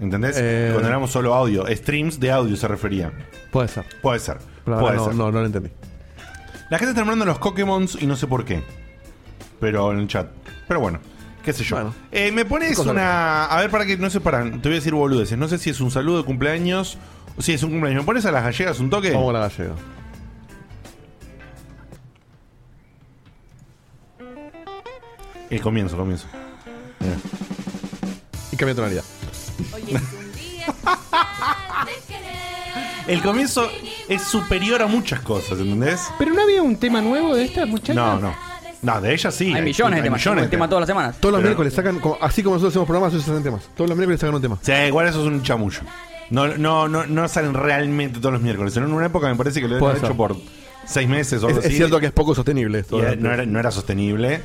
[SPEAKER 2] ¿Entendés?
[SPEAKER 3] Eh.
[SPEAKER 2] Cuando éramos solo audio. Streams de audio se refería.
[SPEAKER 3] Puede ser.
[SPEAKER 2] Puede ser.
[SPEAKER 3] Pero
[SPEAKER 2] puede
[SPEAKER 3] no,
[SPEAKER 2] ser.
[SPEAKER 3] no, no lo entendí.
[SPEAKER 2] La gente está nombrando los Pokémons y no sé por qué. Pero en el chat. Pero bueno, qué sé yo.
[SPEAKER 3] Bueno.
[SPEAKER 2] Eh, me pones
[SPEAKER 3] Cosa
[SPEAKER 2] una. A ver, para que no se paran. Te voy a decir boludeces. No sé si es un saludo de cumpleaños. O si es un cumpleaños. ¿Me pones a las gallegas un toque?
[SPEAKER 3] Vamos a la gallega.
[SPEAKER 2] El comienzo, comienzo. Mira.
[SPEAKER 3] cambia tonalidad.
[SPEAKER 2] El comienzo es superior a muchas cosas, ¿entendés?
[SPEAKER 6] Pero no había un tema nuevo de estas muchachas.
[SPEAKER 2] No, no. No, de ella sí.
[SPEAKER 4] Hay millones de temas.
[SPEAKER 2] millones de
[SPEAKER 4] tenemos temas todas las semanas.
[SPEAKER 3] Todos los
[SPEAKER 2] Pero-
[SPEAKER 3] miércoles sacan, como- así como nosotros hacemos programas, ellos hacen temas. Todos los miércoles sacan un tema.
[SPEAKER 2] Sí, igual eso es un chamullo. No, no, no, no salen realmente todos los miércoles. En una época me parece que lo
[SPEAKER 3] Puede
[SPEAKER 2] habían
[SPEAKER 3] ser.
[SPEAKER 2] hecho por seis meses o
[SPEAKER 3] Es,
[SPEAKER 2] algo
[SPEAKER 3] es
[SPEAKER 2] así.
[SPEAKER 3] cierto que es poco sostenible esto.
[SPEAKER 2] Y era- no, era, no era sostenible.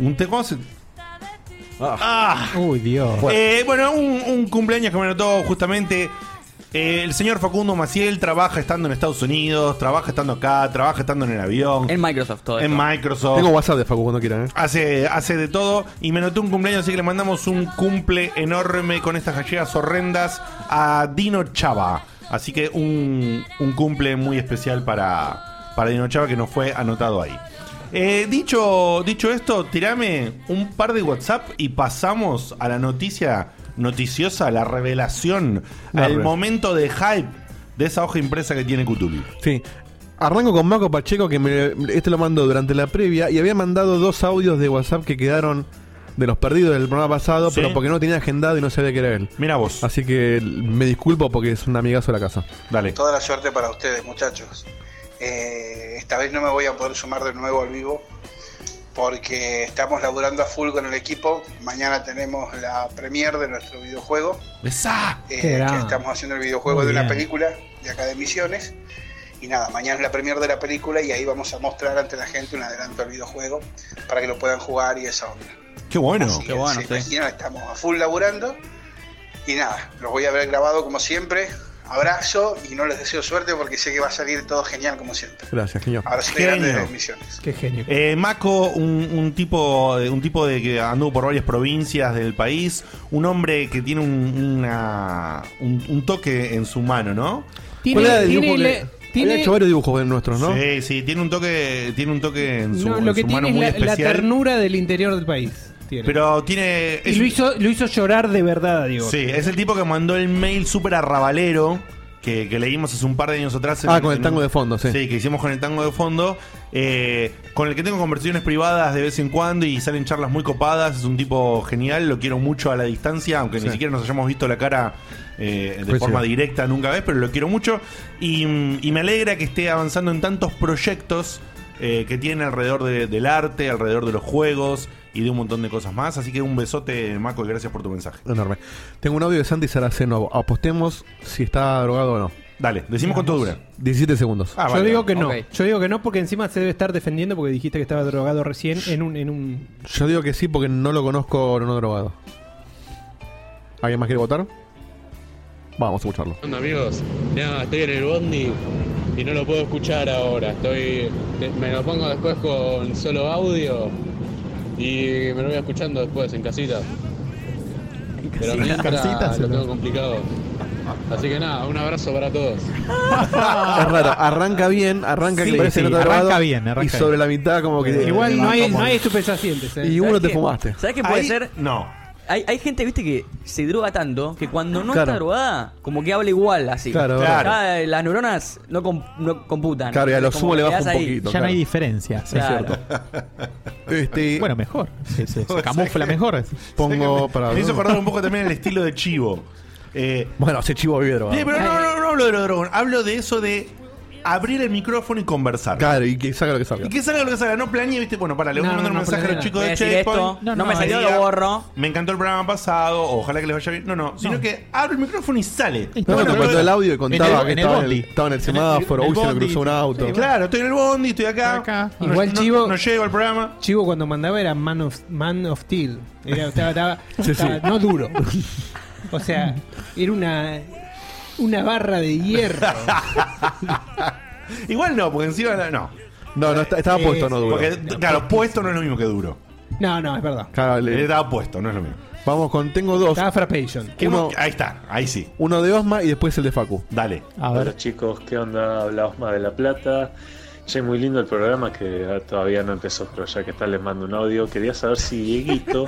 [SPEAKER 2] Un te ¿cómo se- Ah.
[SPEAKER 8] Uy, Dios.
[SPEAKER 2] Eh, bueno, un, un cumpleaños que me notó justamente. eh, el señor Facundo Maciel trabaja estando en Estados Unidos, trabaja estando acá, trabaja estando en el avión,
[SPEAKER 4] En Microsoft todo
[SPEAKER 2] en
[SPEAKER 4] esto.
[SPEAKER 2] Microsoft.
[SPEAKER 3] Tengo WhatsApp de Facu cuando quieran. ¿eh?
[SPEAKER 2] Hace, hace de todo y me noté un cumpleaños, así que le mandamos un cumple enorme con estas gallegas horrendas a Dino Chava. Así que un, un cumple muy especial para, para Dino Chava que nos fue anotado ahí. Eh, dicho, dicho esto, tirame un par de WhatsApp y pasamos a la noticia noticiosa, la revelación,
[SPEAKER 3] La
[SPEAKER 2] al
[SPEAKER 3] revelación.
[SPEAKER 2] momento de hype de esa hoja impresa que tiene Cthulhu.
[SPEAKER 3] Sí. Arranco con Marco Pacheco, que me- este lo mandó durante la previa y había mandado dos audios de WhatsApp que quedaron de los perdidos del programa pasado,
[SPEAKER 2] Sí.
[SPEAKER 3] pero porque no tenía agendado y no sabía que era él.
[SPEAKER 2] Mira vos,
[SPEAKER 3] Así que l- me disculpo porque es un amigazo de la casa.
[SPEAKER 2] dale.
[SPEAKER 10] Toda la suerte para ustedes, muchachos. Eh, esta vez no me voy a poder sumar de nuevo al vivo porque estamos laburando a full con el equipo. Mañana tenemos la premier de nuestro videojuego.
[SPEAKER 2] Besá.
[SPEAKER 10] eh,
[SPEAKER 6] Qué
[SPEAKER 10] que
[SPEAKER 6] grande.
[SPEAKER 10] estamos haciendo el videojuego
[SPEAKER 8] Muy
[SPEAKER 10] de una
[SPEAKER 8] bien.
[SPEAKER 10] película de acá de Misiones. Y nada, mañana es la premier de la película y ahí vamos a mostrar ante la gente un adelanto al videojuego para que lo puedan jugar y esa onda.
[SPEAKER 2] Qué bueno.
[SPEAKER 10] Así
[SPEAKER 4] qué
[SPEAKER 10] que
[SPEAKER 4] bueno,
[SPEAKER 10] se
[SPEAKER 4] sí.
[SPEAKER 10] imaginan, estamos a full laburando. Y nada, los voy a haber grabado como siempre. Abrazo y no les deseo suerte porque sé que va a salir todo genial como siempre.
[SPEAKER 3] Gracias, genio.
[SPEAKER 10] Abrazo
[SPEAKER 2] Genio.
[SPEAKER 10] grande de misiones.
[SPEAKER 6] Qué genio.
[SPEAKER 2] Eh, Maco, un, un tipo un tipo de que anduvo por varias provincias del país, un hombre que tiene un, una- un, un toque en su mano, ¿no?
[SPEAKER 6] Tiene,
[SPEAKER 3] ¿Cuál era el
[SPEAKER 6] tiene,
[SPEAKER 3] dibujo
[SPEAKER 6] le-
[SPEAKER 3] que-
[SPEAKER 6] tiene-
[SPEAKER 3] Había hecho varios dibujos nuestros, ¿no?
[SPEAKER 2] Sí, sí, tiene un toque, tiene un toque en su,
[SPEAKER 6] no,
[SPEAKER 2] en
[SPEAKER 6] lo que
[SPEAKER 2] su mano
[SPEAKER 6] tiene es
[SPEAKER 2] muy
[SPEAKER 6] la, la
[SPEAKER 2] especial.
[SPEAKER 6] ternura del interior del país. tiene.
[SPEAKER 2] Pero tiene.
[SPEAKER 6] y
[SPEAKER 2] es-
[SPEAKER 6] lo hizo, lo hizo llorar de verdad, digo.
[SPEAKER 2] Sí, es el tipo que mandó el mail súper arrabalero que, que leímos hace un par de años atrás.
[SPEAKER 3] Ah, con el tango de fondo, sí.
[SPEAKER 2] Sí, que hicimos con el tango de fondo. eh, con el que tengo conversaciones privadas de vez en cuando y salen charlas muy copadas. Es un tipo genial, lo quiero mucho a la distancia, aunque ni
[SPEAKER 3] Sí.
[SPEAKER 2] siquiera nos hayamos visto la cara eh, de
[SPEAKER 3] Coincido.
[SPEAKER 2] forma directa nunca ves, pero lo quiero mucho. Y, mm, y me alegra que esté avanzando en tantos proyectos eh, que tiene alrededor de- del arte, alrededor de los juegos y de un montón de cosas más. Así que un besote, Maco, y gracias por tu mensaje.
[SPEAKER 3] Enorme. Tengo un audio de Santi Saraceno. Apostemos si está drogado o no.
[SPEAKER 2] Dale, decimos cuánto dura.
[SPEAKER 3] 17 segundos.
[SPEAKER 2] Ah,
[SPEAKER 6] Yo
[SPEAKER 2] vale.
[SPEAKER 6] digo que no.
[SPEAKER 4] Ok.
[SPEAKER 6] Yo digo que no porque encima se debe estar defendiendo porque dijiste que estaba drogado recién en un... En un...
[SPEAKER 3] Yo digo que sí porque no lo conozco no drogado. ¿Alguien más quiere votar? Vamos a escucharlo.
[SPEAKER 9] Bueno, amigos, nada, estoy en el bondi y no lo puedo escuchar ahora. Estoy, eh, me lo pongo después con solo audio y me lo voy escuchando después en casita. Pero
[SPEAKER 4] casita.
[SPEAKER 9] mientras
[SPEAKER 8] Casita se
[SPEAKER 9] lo
[SPEAKER 8] lo-
[SPEAKER 9] tengo complicado. Así que nada, un abrazo para todos.
[SPEAKER 3] Es raro, arranca bien, arranca
[SPEAKER 8] Sí,
[SPEAKER 3] que parece
[SPEAKER 8] sí,
[SPEAKER 3] no está
[SPEAKER 8] arranca
[SPEAKER 3] drogado,
[SPEAKER 8] bien, arranca
[SPEAKER 3] Y sobre la mitad como que...
[SPEAKER 6] Igual no hay, no
[SPEAKER 3] Vamos.
[SPEAKER 6] hay estupefacientes. eh.
[SPEAKER 3] Y uno
[SPEAKER 4] ¿Sabes
[SPEAKER 3] te
[SPEAKER 4] qué?
[SPEAKER 3] fumaste.
[SPEAKER 4] ¿Sabes qué puede
[SPEAKER 2] Ahí-
[SPEAKER 4] ser?
[SPEAKER 2] No.
[SPEAKER 4] Hay, hay gente, viste, que se droga tanto que cuando no
[SPEAKER 3] Claro.
[SPEAKER 4] está drogada, como que habla igual así.
[SPEAKER 3] Claro,
[SPEAKER 2] Claro.
[SPEAKER 4] Ya, eh, las neuronas no, com- no computan.
[SPEAKER 3] Claro, y a lo
[SPEAKER 4] Como
[SPEAKER 3] sumo le
[SPEAKER 4] que
[SPEAKER 3] baja
[SPEAKER 4] quedás
[SPEAKER 3] un
[SPEAKER 4] ahí.
[SPEAKER 3] poquito.
[SPEAKER 8] Ya no hay
[SPEAKER 3] claro.
[SPEAKER 8] diferencia. sí.
[SPEAKER 4] Claro.
[SPEAKER 3] Este,
[SPEAKER 8] Bueno, mejor. Se, se- se camufla mejor.
[SPEAKER 3] pongo para...
[SPEAKER 2] Me hizo acordar un poco también el estilo de Chivo. Eh,
[SPEAKER 3] Bueno, ese chivo vive drogado.
[SPEAKER 2] sí, pero no, no, no hablo de lo drogón, hablo de eso de abrir el micrófono y conversar.
[SPEAKER 3] Claro, y que salga lo que salga.
[SPEAKER 2] Y que salga lo que salga, no planeé, viste, bueno, para, le voy a
[SPEAKER 6] No,
[SPEAKER 2] mandar
[SPEAKER 6] no,
[SPEAKER 2] un
[SPEAKER 6] no,
[SPEAKER 2] mensaje a los
[SPEAKER 6] planea.
[SPEAKER 2] chicos
[SPEAKER 4] Voy a
[SPEAKER 2] de
[SPEAKER 4] decir esto,
[SPEAKER 2] Checkpoint.
[SPEAKER 4] no,
[SPEAKER 8] No,
[SPEAKER 4] me
[SPEAKER 8] no,
[SPEAKER 4] salió,
[SPEAKER 2] diga,
[SPEAKER 4] lo borro.
[SPEAKER 2] Me encantó el programa pasado, ojalá que les vaya bien. No, no, sino que abre el micrófono y sale.
[SPEAKER 3] No,
[SPEAKER 2] Bueno,
[SPEAKER 3] te
[SPEAKER 2] pero-
[SPEAKER 3] cortó el audio y
[SPEAKER 8] en
[SPEAKER 3] contaba
[SPEAKER 8] el-
[SPEAKER 3] que
[SPEAKER 8] en el
[SPEAKER 3] estaba en, el,
[SPEAKER 8] bondi.
[SPEAKER 3] estaba en el semáforo,
[SPEAKER 8] en el
[SPEAKER 3] uy, se lo
[SPEAKER 8] bondi.
[SPEAKER 3] cruzó un auto.
[SPEAKER 2] Claro, estoy en el bondi, estoy acá.
[SPEAKER 8] Estoy acá.
[SPEAKER 2] No-
[SPEAKER 6] Igual
[SPEAKER 2] no-
[SPEAKER 6] Chivo-
[SPEAKER 2] No llego al programa.
[SPEAKER 6] Chivo cuando mandaba era Man of, Man of Steel. Era, estaba, estaba- estaba no duro. O sea, era una, una barra de hierro.
[SPEAKER 2] Igual no, porque encima no. no.
[SPEAKER 3] No, no, está- estaba
[SPEAKER 6] Sí,
[SPEAKER 3] puesto,
[SPEAKER 6] sí.
[SPEAKER 3] no duro.
[SPEAKER 2] Porque, claro, puesto no es lo mismo que duro.
[SPEAKER 6] No, no, es verdad.
[SPEAKER 3] Claro, le-
[SPEAKER 2] Le Estaba puesto, no es lo mismo.
[SPEAKER 3] vamos con, tengo dos.
[SPEAKER 6] Estaba Frappation.
[SPEAKER 2] ¿Qué
[SPEAKER 3] Uno-
[SPEAKER 2] mo- Ahí está, ahí sí.
[SPEAKER 3] Uno de Osma y después el de Facu.
[SPEAKER 2] Dale.
[SPEAKER 8] A ver.
[SPEAKER 9] chicos, ¿qué onda? Habla Osma de La Plata. Che, muy lindo el programa que ah, todavía no empezó, pero ya que está les mando un audio. Quería saber si Dieguito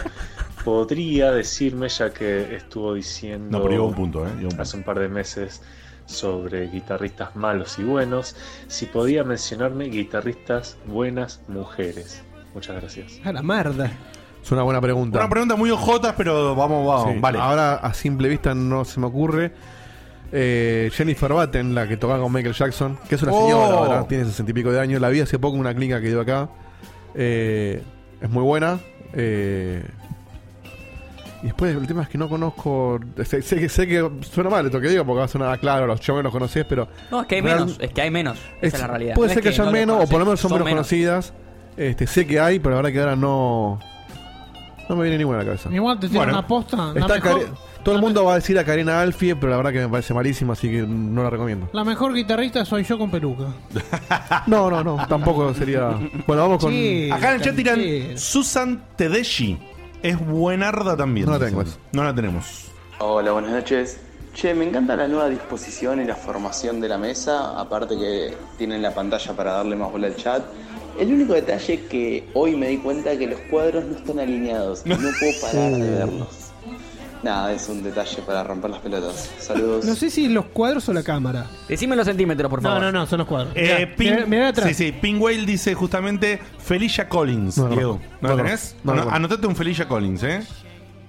[SPEAKER 9] podría decirme, ya que estuvo diciendo
[SPEAKER 2] No, pero llevo un punto, ¿eh? Llevo un punto.
[SPEAKER 9] hace un par de meses sobre guitarristas malos y buenos, si podía mencionarme guitarristas buenas mujeres. Muchas gracias.
[SPEAKER 6] A la marda.
[SPEAKER 3] Es una buena pregunta.
[SPEAKER 2] Una pregunta muy ojotas, pero vamos, vamos.
[SPEAKER 3] Sí,
[SPEAKER 2] Vale.
[SPEAKER 3] Ahora a simple vista no se me ocurre. Eh, Jennifer Batten, la que tocaba con Michael Jackson, que es una
[SPEAKER 2] Oh.
[SPEAKER 3] señora ahora, tiene sesenta y pico de años. La vi hace poco en una clínica que dio acá. Eh, es muy buena. eh, y después el tema es que no conozco. Sé, sé que, sé que suena mal esto que digo, porque va a sonar claro, los chavos los conocés, pero.
[SPEAKER 4] No, es que hay
[SPEAKER 3] real-
[SPEAKER 4] menos. Es que hay menos.
[SPEAKER 3] es-
[SPEAKER 4] Esa es la realidad.
[SPEAKER 3] Puede
[SPEAKER 4] No
[SPEAKER 3] ser
[SPEAKER 4] es
[SPEAKER 3] que, hayan
[SPEAKER 4] no los
[SPEAKER 3] menos, o por lo menos son,
[SPEAKER 4] conoces,
[SPEAKER 3] menos, conocidas. Este, sé que hay, pero la verdad que ahora no. No me viene ninguna a la cabeza.
[SPEAKER 6] Igual te tiran una posta, la
[SPEAKER 3] está
[SPEAKER 6] mejor-
[SPEAKER 3] Care- Todo el mundo va a decir a Karina Alfie, pero la verdad que me parece malísima, así que no la recomiendo.
[SPEAKER 6] La mejor guitarrista soy yo con peluca.
[SPEAKER 3] No, no, no, tampoco sería. Bueno, vamos con.
[SPEAKER 6] Sí,
[SPEAKER 2] Acá en el chat tiran Susan Tedeschi. Es buenarda también. No la tengo. No la tenemos.
[SPEAKER 11] Hola, buenas noches. Che, me encanta la nueva disposición y la formación de la mesa, aparte que tienen la pantalla para darle más bola al chat. El único detalle que hoy me di cuenta es que los cuadros no están alineados y no puedo parar de verlos. Nada, es un detalle para romper las pelotas. Saludos.
[SPEAKER 6] No sé si los cuadros o la cámara.
[SPEAKER 4] Decime los centímetros, por
[SPEAKER 6] No, no, no, son los cuadros.
[SPEAKER 2] Eh,
[SPEAKER 6] Mirá,
[SPEAKER 2] Pink-
[SPEAKER 6] mirá, mirá atrás.
[SPEAKER 2] Sí, sí. Pink Whale dice justamente Felicia Collins,
[SPEAKER 3] No, no,
[SPEAKER 2] Diego.
[SPEAKER 3] no,
[SPEAKER 2] ¿No, la
[SPEAKER 3] no,
[SPEAKER 2] tenés?
[SPEAKER 3] no, no,
[SPEAKER 2] Ano-
[SPEAKER 3] no.
[SPEAKER 2] Anotate un Felicia Collins, ¿eh?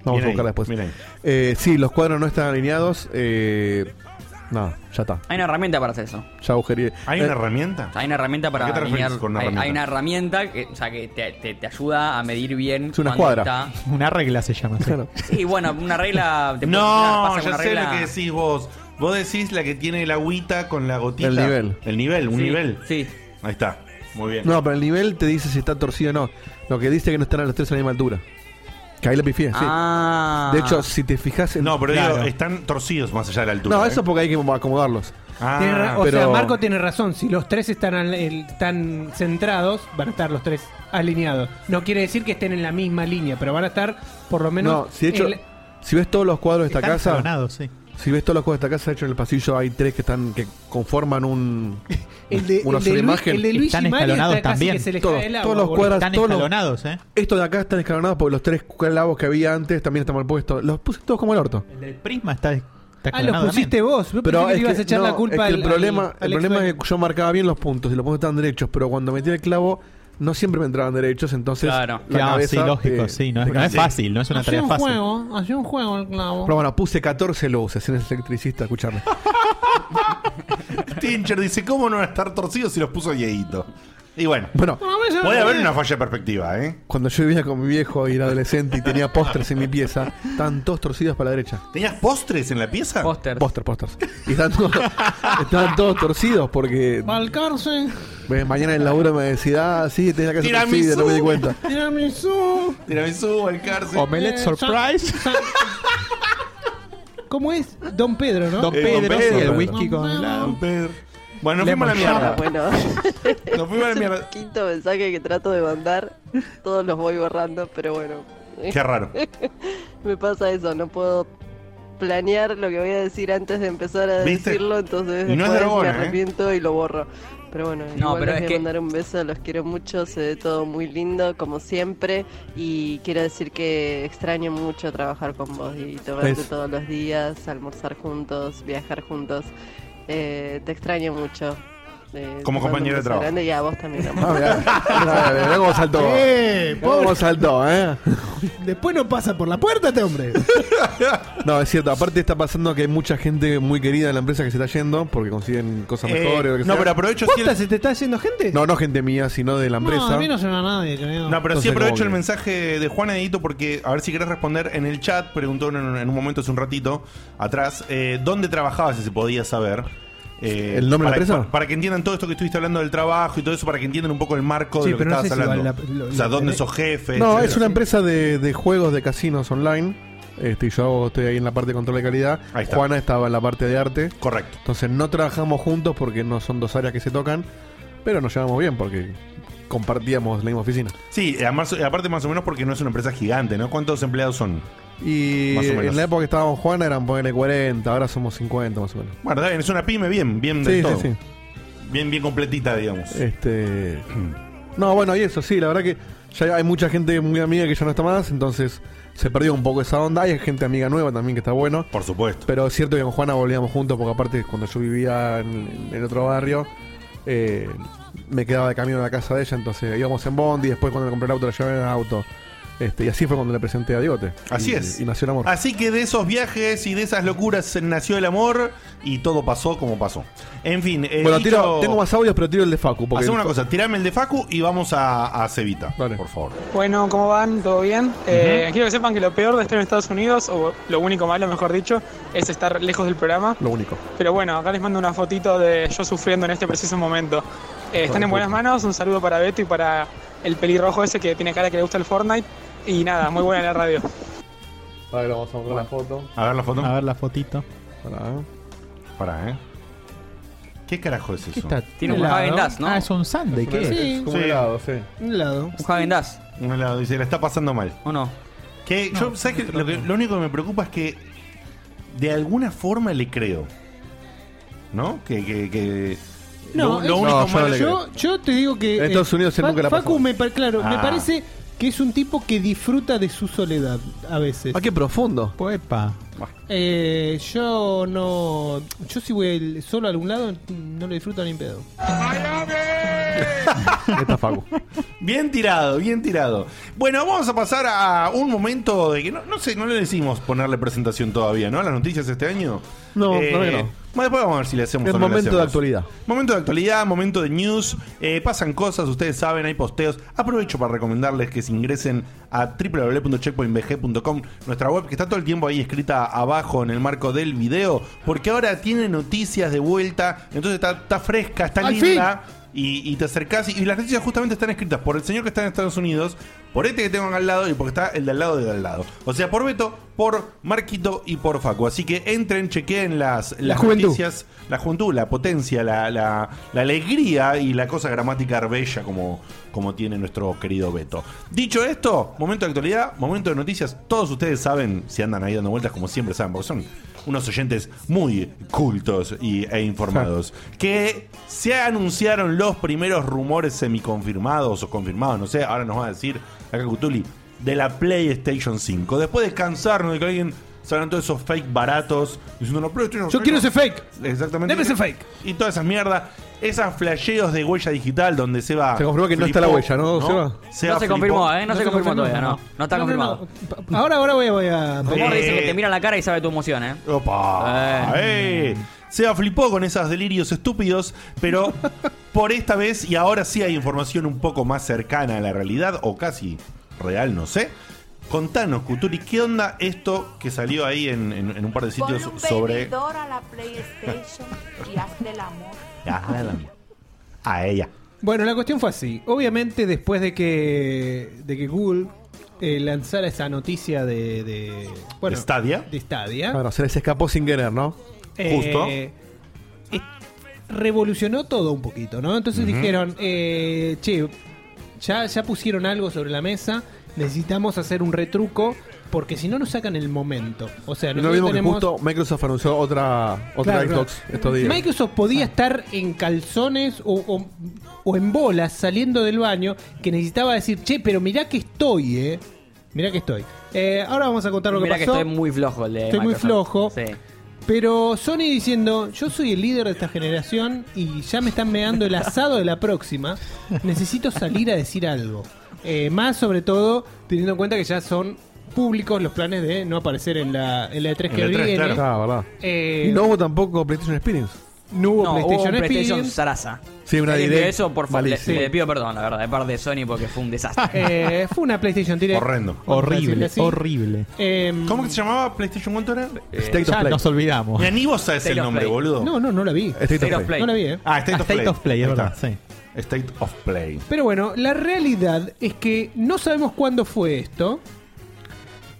[SPEAKER 3] Vamos
[SPEAKER 2] Bien
[SPEAKER 3] a
[SPEAKER 2] ahí,
[SPEAKER 3] buscarla después.
[SPEAKER 2] bien ahí.
[SPEAKER 3] Eh, sí, los cuadros no están alineados. Eh, nada, ya está.
[SPEAKER 4] Hay una herramienta para hacer eso.
[SPEAKER 3] Ya agujereé.
[SPEAKER 2] ¿Hay
[SPEAKER 3] Eh,
[SPEAKER 2] una herramienta?
[SPEAKER 4] Hay una herramienta para
[SPEAKER 2] ¿A qué te referís
[SPEAKER 4] alinear-
[SPEAKER 2] con una
[SPEAKER 4] hay,
[SPEAKER 2] herramienta?
[SPEAKER 4] hay una herramienta que, o sea, que te, te- te ayuda a medir bien.
[SPEAKER 8] Es una
[SPEAKER 4] cuándo
[SPEAKER 8] escuadra.
[SPEAKER 4] está-
[SPEAKER 8] Una regla se llama. sí.
[SPEAKER 4] Sí, bueno, una regla. te puede funcionar,
[SPEAKER 2] No,
[SPEAKER 4] pasa
[SPEAKER 2] ya
[SPEAKER 4] una
[SPEAKER 2] sé
[SPEAKER 4] regla-
[SPEAKER 2] lo que decís vos. Vos decís la que tiene el agüita con la gotita.
[SPEAKER 3] El nivel.
[SPEAKER 2] El nivel, un
[SPEAKER 3] Sí,
[SPEAKER 2] nivel.
[SPEAKER 4] Sí.
[SPEAKER 2] Ahí está. Muy bien.
[SPEAKER 3] No, pero el nivel te dice si está torcido o no. Lo que dice que no están a los tres a la misma altura. Que ahí la pifié, sí.
[SPEAKER 4] Ah.
[SPEAKER 3] De hecho, si te fijas en.
[SPEAKER 2] No, pero digo,
[SPEAKER 3] Claro.
[SPEAKER 2] están torcidos más allá de la altura.
[SPEAKER 3] No,
[SPEAKER 2] ¿eh? Ah.
[SPEAKER 3] eso porque hay que acomodarlos.
[SPEAKER 6] Tiene ra- o
[SPEAKER 3] Pero-
[SPEAKER 6] sea, Marco tiene razón. Si los tres están, al- el- están centrados, van a estar los tres alineados. No quiere decir que estén en la misma línea, pero van a estar por lo menos.
[SPEAKER 3] No, si de hecho,
[SPEAKER 6] el-
[SPEAKER 3] si ves todos los cuadros de esta
[SPEAKER 6] Están
[SPEAKER 3] casa.
[SPEAKER 6] escalonados, sí.
[SPEAKER 3] Si ves todos los cuadros de esta casa, de hecho en el pasillo hay tres que están que conforman un
[SPEAKER 6] El de-
[SPEAKER 3] una
[SPEAKER 6] el de Lu-
[SPEAKER 3] sobreimagen.
[SPEAKER 6] el de Luigi Están Mario escalonados está casi también. que se les cae
[SPEAKER 3] todos,
[SPEAKER 6] el agua,
[SPEAKER 3] todos los
[SPEAKER 6] boludo.
[SPEAKER 3] cuadros
[SPEAKER 6] Están
[SPEAKER 3] todos los-
[SPEAKER 6] escalonados, ¿eh?
[SPEAKER 3] Estos de acá están escalonados porque los tres clavos que había antes también están mal puestos. Los puse todos como el orto.
[SPEAKER 8] El prisma está. está
[SPEAKER 6] Ah, los
[SPEAKER 8] escalonado
[SPEAKER 6] pusiste
[SPEAKER 8] también.
[SPEAKER 6] vos. Yo pensé que le ibas a echar
[SPEAKER 3] no,
[SPEAKER 6] la culpa
[SPEAKER 3] es que el
[SPEAKER 6] al-
[SPEAKER 3] problema,
[SPEAKER 6] al-
[SPEAKER 3] el
[SPEAKER 6] al
[SPEAKER 3] problema es
[SPEAKER 6] ex-
[SPEAKER 3] que yo marcaba bien los puntos y los puntos estaban derechos, pero cuando metí el clavo no siempre me entraban derechos, entonces
[SPEAKER 8] Claro.
[SPEAKER 3] la
[SPEAKER 8] Claro,
[SPEAKER 3] cabeza eh,
[SPEAKER 8] sí, lógico,
[SPEAKER 3] te-
[SPEAKER 8] sí, no es-
[SPEAKER 3] te
[SPEAKER 8] no es
[SPEAKER 3] cansé.
[SPEAKER 8] fácil, no es una
[SPEAKER 6] Hacía un juego, hacía un juego el clavo.
[SPEAKER 3] Pero bueno, puse 14 luces en el electricista, escuchame.
[SPEAKER 2] Tincher dice, ¿cómo no van a estar torcidos si los puso Dieguito? Y bueno,
[SPEAKER 3] bueno
[SPEAKER 2] puede haber una falla de perspectiva, ¿eh?
[SPEAKER 3] Cuando yo vivía con mi viejo y era adolescente y tenía postres en mi pieza, estaban todos torcidos para la derecha.
[SPEAKER 2] ¿Tenías postres en la pieza?
[SPEAKER 4] Pósters.
[SPEAKER 3] Póster, pósters. Y estaban todos, estaban todos torcidos porque
[SPEAKER 6] Balcarce,
[SPEAKER 3] eh, mañana en el laburo me decía, ah, sí, tenés la casa
[SPEAKER 6] Tiramisú.
[SPEAKER 3] torcida, no me di cuenta.
[SPEAKER 6] tiramisú.
[SPEAKER 2] Tiramisú, al cárcel.
[SPEAKER 6] Eh, San- San- ¿Cómo es? Don Pedro, ¿no?
[SPEAKER 2] Don Eh, Pedro, Don Pedro. sí, el whisky
[SPEAKER 6] Don
[SPEAKER 2] con
[SPEAKER 6] Pedro.
[SPEAKER 2] helado. Bueno, nos fuimos a la mierda.
[SPEAKER 12] Bueno,
[SPEAKER 2] Nos fuimos a la
[SPEAKER 12] es el
[SPEAKER 2] mierda.
[SPEAKER 12] quinto mensaje que trato de mandar. Todos los voy borrando, pero bueno.
[SPEAKER 2] Qué raro.
[SPEAKER 12] Me pasa eso, no puedo planear lo que voy a decir antes de empezar a
[SPEAKER 4] ¿Viste?
[SPEAKER 12] decirlo, entonces
[SPEAKER 4] Y no es
[SPEAKER 12] después
[SPEAKER 4] dragona,
[SPEAKER 12] me
[SPEAKER 4] ¿eh?
[SPEAKER 12] arrepiento y lo borro. Pero bueno,
[SPEAKER 4] No,
[SPEAKER 12] igual
[SPEAKER 4] pero
[SPEAKER 12] les
[SPEAKER 4] es
[SPEAKER 12] voy
[SPEAKER 4] que-
[SPEAKER 12] a mandar un beso, los quiero mucho, se ve todo muy lindo, como siempre, y quiero decir que extraño mucho trabajar con vos y tomarte
[SPEAKER 3] Es-
[SPEAKER 12] todos los días, almorzar juntos, viajar juntos. Eh, te extraño mucho. Eh,
[SPEAKER 3] Como
[SPEAKER 12] te mando un
[SPEAKER 3] compañero de
[SPEAKER 12] beso
[SPEAKER 3] trabajo.
[SPEAKER 12] grande y a vos también. amor.
[SPEAKER 3] Ah, mirá, mirá, mirá cómo saltó.
[SPEAKER 6] Eh,
[SPEAKER 3] Mirá cómo
[SPEAKER 6] pobre.
[SPEAKER 3] saltó, eh.
[SPEAKER 6] Después no pasa por la puerta este hombre.
[SPEAKER 3] No, es cierto. Aparte está pasando que hay mucha gente muy querida en la empresa que se está yendo porque consiguen cosas
[SPEAKER 6] Eh,
[SPEAKER 3] mejores. o lo que
[SPEAKER 6] no,
[SPEAKER 3] sea.
[SPEAKER 6] pero aprovecho si
[SPEAKER 3] ¿Posta
[SPEAKER 6] el-
[SPEAKER 3] se
[SPEAKER 6] te está yendo gente?
[SPEAKER 3] No, no gente mía, sino de la empresa.
[SPEAKER 6] No, a mí no se va nadie, creo.
[SPEAKER 2] No, pero sí
[SPEAKER 3] Entonces,
[SPEAKER 2] aprovecho
[SPEAKER 3] como
[SPEAKER 2] el
[SPEAKER 3] que-
[SPEAKER 2] mensaje de Juan Edito porque a ver si querés responder en el chat. Preguntó en, en un momento, hace un ratito atrás, eh, ¿dónde trabajabas si se podía saber? Eh,
[SPEAKER 3] ¿El nombre de la
[SPEAKER 2] para,
[SPEAKER 3] empresa?
[SPEAKER 2] Para, para que entiendan todo esto que estuviste hablando del trabajo y todo eso, para que entiendan un poco el marco
[SPEAKER 3] Sí,
[SPEAKER 2] de lo que
[SPEAKER 3] pero no
[SPEAKER 2] estabas
[SPEAKER 3] sé si
[SPEAKER 2] hablando.
[SPEAKER 3] vale la- lo-
[SPEAKER 2] o sea,
[SPEAKER 3] lo-
[SPEAKER 2] ¿dónde sos jefe?
[SPEAKER 3] No,
[SPEAKER 2] etcétera.
[SPEAKER 3] es una empresa de, de juegos de casinos online. Este, y yo hago- estoy ahí en la parte de control de calidad.
[SPEAKER 2] está.
[SPEAKER 3] Juana estaba en la parte de arte.
[SPEAKER 2] Correcto.
[SPEAKER 3] Entonces no trabajamos juntos porque no son dos áreas que se tocan, pero nos llevamos bien porque compartíamos la misma oficina.
[SPEAKER 2] Sí, además- aparte más o menos porque no es una empresa gigante, ¿no? ¿Cuántos empleados son?
[SPEAKER 3] Y
[SPEAKER 2] eh, Más o menos.
[SPEAKER 3] en la época que estábamos Juana eran ponerle 40, ahora somos 50 más o menos.
[SPEAKER 2] Bueno, está bien, es una pyme bien, bien de
[SPEAKER 3] Sí, sí,
[SPEAKER 2] todo.
[SPEAKER 3] sí.
[SPEAKER 2] Bien, bien completita, digamos.
[SPEAKER 3] Este. No, bueno, y eso, sí, la verdad que ya hay mucha gente muy amiga que ya no está más, entonces se perdió un poco esa onda. Hay gente amiga nueva también que está bueno.
[SPEAKER 2] Por supuesto.
[SPEAKER 3] Pero es cierto que con Juana volvíamos juntos, porque aparte cuando yo vivía en, en el otro barrio, eh, me quedaba de camino a la casa de ella, entonces íbamos en Bondi, después cuando me compré el auto la llevaba en el auto. Este, y así fue cuando le presenté a Diegote.
[SPEAKER 2] Así
[SPEAKER 3] Y-
[SPEAKER 2] es. Ah,
[SPEAKER 3] Y nació el amor.
[SPEAKER 2] Así que de esos viajes y de esas locuras se nació el amor y todo pasó como pasó. En fin, eh,
[SPEAKER 3] bueno,
[SPEAKER 2] dicho-
[SPEAKER 3] tiro, tengo más audios, pero tiro el de Facu. porque-
[SPEAKER 2] Hacemos una cosa, tirame el de Facu y vamos a, a Cevita, por favor.
[SPEAKER 13] Bueno, ¿cómo van? ¿Todo bien? Eh, Quiero que sepan que lo peor de estar en Estados Unidos, o lo único malo, mejor dicho, es estar lejos del programa.
[SPEAKER 3] Lo único.
[SPEAKER 13] Pero bueno, acá les mando una fotito de yo sufriendo en este preciso momento. Eh, están en buenas manos, un saludo para Beto y para el pelirrojo ese que tiene cara que le gusta el Fortnite. Y nada, Ah, muy buena la radio.
[SPEAKER 3] Ahora vamos a poner la foto.
[SPEAKER 2] A ver la foto.
[SPEAKER 8] A ver la fotito.
[SPEAKER 3] Pará.
[SPEAKER 2] Pará, ¿eh? ¿Qué carajo es eso?
[SPEAKER 8] está?
[SPEAKER 4] Tiene un Hagen Dazs, ¿no?
[SPEAKER 8] Ah, es un sundae, ¿qué es?
[SPEAKER 3] sí.
[SPEAKER 6] Un helado.
[SPEAKER 4] Un Hagen Dazs.
[SPEAKER 2] Un helado, y se la está pasando mal.
[SPEAKER 4] ¿O no?
[SPEAKER 2] Que yo, ¿sabes qué? Lo, que- lo único que me preocupa es que de alguna forma le creo. ¿No? Que. que, que lo,
[SPEAKER 6] No,
[SPEAKER 2] lo
[SPEAKER 6] es-
[SPEAKER 2] único
[SPEAKER 6] no, yo
[SPEAKER 2] malo-
[SPEAKER 6] no le creo. Yo te digo que. eh,
[SPEAKER 2] En Estados Unidos él
[SPEAKER 6] Fa-
[SPEAKER 2] nunca la
[SPEAKER 6] Facu,
[SPEAKER 2] pasó.
[SPEAKER 6] me, par- claro, me
[SPEAKER 2] Ah.
[SPEAKER 6] parece que es un tipo que disfruta de su soledad a veces. Pues,
[SPEAKER 3] Ah, qué profundo.
[SPEAKER 8] Puepa.
[SPEAKER 6] Eh, yo no. Yo si voy el- solo a algún lado, no lo disfruto ni en pedo.
[SPEAKER 2] Bien tirado, bien tirado. Bueno, vamos a pasar a un momento de que no, no sé, no le decimos ponerle presentación todavía, ¿no? A las noticias este año.
[SPEAKER 3] No, todavía no.
[SPEAKER 2] bueno, después vamos a ver si le hacemos
[SPEAKER 3] Es
[SPEAKER 2] o no le
[SPEAKER 3] momento de
[SPEAKER 2] hacemos.
[SPEAKER 3] actualidad.
[SPEAKER 2] Momento de actualidad, momento de news. eh, pasan cosas, ustedes saben, hay posteos. Aprovecho para recomendarles que se ingresen a www.checkpointbg.com, nuestra web que está todo el tiempo ahí escrita abajo en el marco del video, porque ahora tiene noticias de vuelta. Entonces está, está fresca, está
[SPEAKER 6] ¡Al
[SPEAKER 2] linda. Y, y te acercás y, y las noticias justamente están escritas por el señor que está en Estados Unidos, por este que tengo acá al lado y porque está el de al lado de al lado. O sea, por Beto, por Marquito y por Facu. Así que entren, chequeen las, las
[SPEAKER 6] juventud.
[SPEAKER 2] noticias, la juventud, la potencia, la, la- la alegría y la cosa gramática bella como, como tiene nuestro querido Beto. Dicho esto, momento de actualidad, momento de noticias. Todos ustedes saben, si andan ahí dando vueltas, como siempre saben, porque son unos oyentes muy cultos y, e informados, que se anunciaron los primeros rumores semiconfirmados o confirmados, no sé, ahora nos va a decir acá Cutuli, de la PlayStation 5. Después de cansarnos de que alguien salgan todos esos fake baratos diciendo, no, pero esto no-
[SPEAKER 6] Yo quiero ese fake.
[SPEAKER 2] Exactamente.
[SPEAKER 6] Debe ser fake.
[SPEAKER 2] Y toda esa mierda. Esas flasheos de huella digital donde se va.
[SPEAKER 3] Se confirmó que no está la huella, ¿no, Seba?
[SPEAKER 4] No se confirmó, ¿eh? No, se confirmó, todavía, no. No está confirmado.
[SPEAKER 6] Ahora, ahora voy, a- voy a. Eh,
[SPEAKER 4] Rumor dice que te mira la cara y sabe tu emoción, ¿eh?
[SPEAKER 2] Opa. Eh. Seba flipó con esos delirios estúpidos, pero por esta vez y ahora sí hay información un poco más cercana a la realidad o casi real, no sé. Contanos, Kuturi, ¿qué onda esto que salió ahí en, en- en un par de sitios
[SPEAKER 14] Ponle un
[SPEAKER 2] sobre...
[SPEAKER 14] venidor a la PlayStation y hazle el amor.
[SPEAKER 2] Ah, la mía. A ella.
[SPEAKER 6] Bueno, la cuestión fue así. Obviamente, después de que, de que Google eh, lanzara esa noticia de. de bueno,
[SPEAKER 3] ¿De Stadia?
[SPEAKER 6] De Stadia.
[SPEAKER 3] Claro, se les escapó sin querer, ¿no?
[SPEAKER 6] eh, eh, revolucionó todo un poquito, ¿no? Entonces
[SPEAKER 3] Ujú.
[SPEAKER 6] dijeron, eh, che, ya, ya pusieron algo sobre la mesa, necesitamos hacer un retruco, porque si no nos sacan el momento. O sea,
[SPEAKER 3] Y lo
[SPEAKER 6] nosotros
[SPEAKER 3] mismo
[SPEAKER 6] tenemos-
[SPEAKER 3] que justo Microsoft anunció otra, otra
[SPEAKER 6] Claro,
[SPEAKER 3] Xbox
[SPEAKER 6] claro.
[SPEAKER 3] estos días. Ah.
[SPEAKER 6] Microsoft podía estar en calzones o, o- o en bolas saliendo del baño que necesitaba decir, che, pero mirá que estoy, eh. Mirá que estoy. Eh, ahora vamos a contar lo
[SPEAKER 4] Mira
[SPEAKER 6] que
[SPEAKER 4] que
[SPEAKER 6] pasó.
[SPEAKER 4] estoy muy flojo el de
[SPEAKER 6] Estoy muy
[SPEAKER 4] Microsoft.
[SPEAKER 6] flojo.
[SPEAKER 4] Sí.
[SPEAKER 6] Pero Sony diciendo, yo soy el líder de esta generación y ya me están meando el asado de la próxima, necesito salir a decir algo. Eh, más sobre todo teniendo en cuenta que ya son públicos los planes de no aparecer en la, en la E3 que
[SPEAKER 3] El E3,
[SPEAKER 6] viene.
[SPEAKER 3] claro. Ah, verdad.
[SPEAKER 6] Eh,
[SPEAKER 3] y no hubo tampoco PlayStation Experience.
[SPEAKER 6] No hubo
[SPEAKER 4] No, hubo
[SPEAKER 6] PlayStation
[SPEAKER 4] un PlayStation
[SPEAKER 6] Experience.
[SPEAKER 4] Sarasa.
[SPEAKER 3] Sí, una
[SPEAKER 4] Alguien
[SPEAKER 3] direct
[SPEAKER 4] vio Eh, eso, por favor, le,
[SPEAKER 3] malísima.
[SPEAKER 4] le pido perdón, la verdad, de parte de Sony porque fue un desastre.
[SPEAKER 6] Eh, fue una PlayStation Direct. Eh,
[SPEAKER 2] Horrendo.
[SPEAKER 6] Vamos a decirle así.
[SPEAKER 8] horrible.
[SPEAKER 2] ¿Cómo que se llamaba PlayStation? ¿Cuánto era?
[SPEAKER 8] State of Em, eh, ya Play. nos olvidamos.
[SPEAKER 2] Y ni vos sabes
[SPEAKER 8] State
[SPEAKER 2] el
[SPEAKER 8] of
[SPEAKER 2] nombre,
[SPEAKER 8] Play.
[SPEAKER 2] boludo.
[SPEAKER 6] No, no, no la vi.
[SPEAKER 2] State,
[SPEAKER 8] State
[SPEAKER 2] of, Play.
[SPEAKER 8] of Play.
[SPEAKER 6] No la vi, eh.
[SPEAKER 2] Ah, State,
[SPEAKER 8] Ah,
[SPEAKER 2] of,
[SPEAKER 8] State
[SPEAKER 2] Play.
[SPEAKER 8] of Play, es
[SPEAKER 2] Ahí
[SPEAKER 8] verdad,
[SPEAKER 2] está. State of Play.
[SPEAKER 6] Pero bueno, la realidad es que no sabemos cuándo fue esto,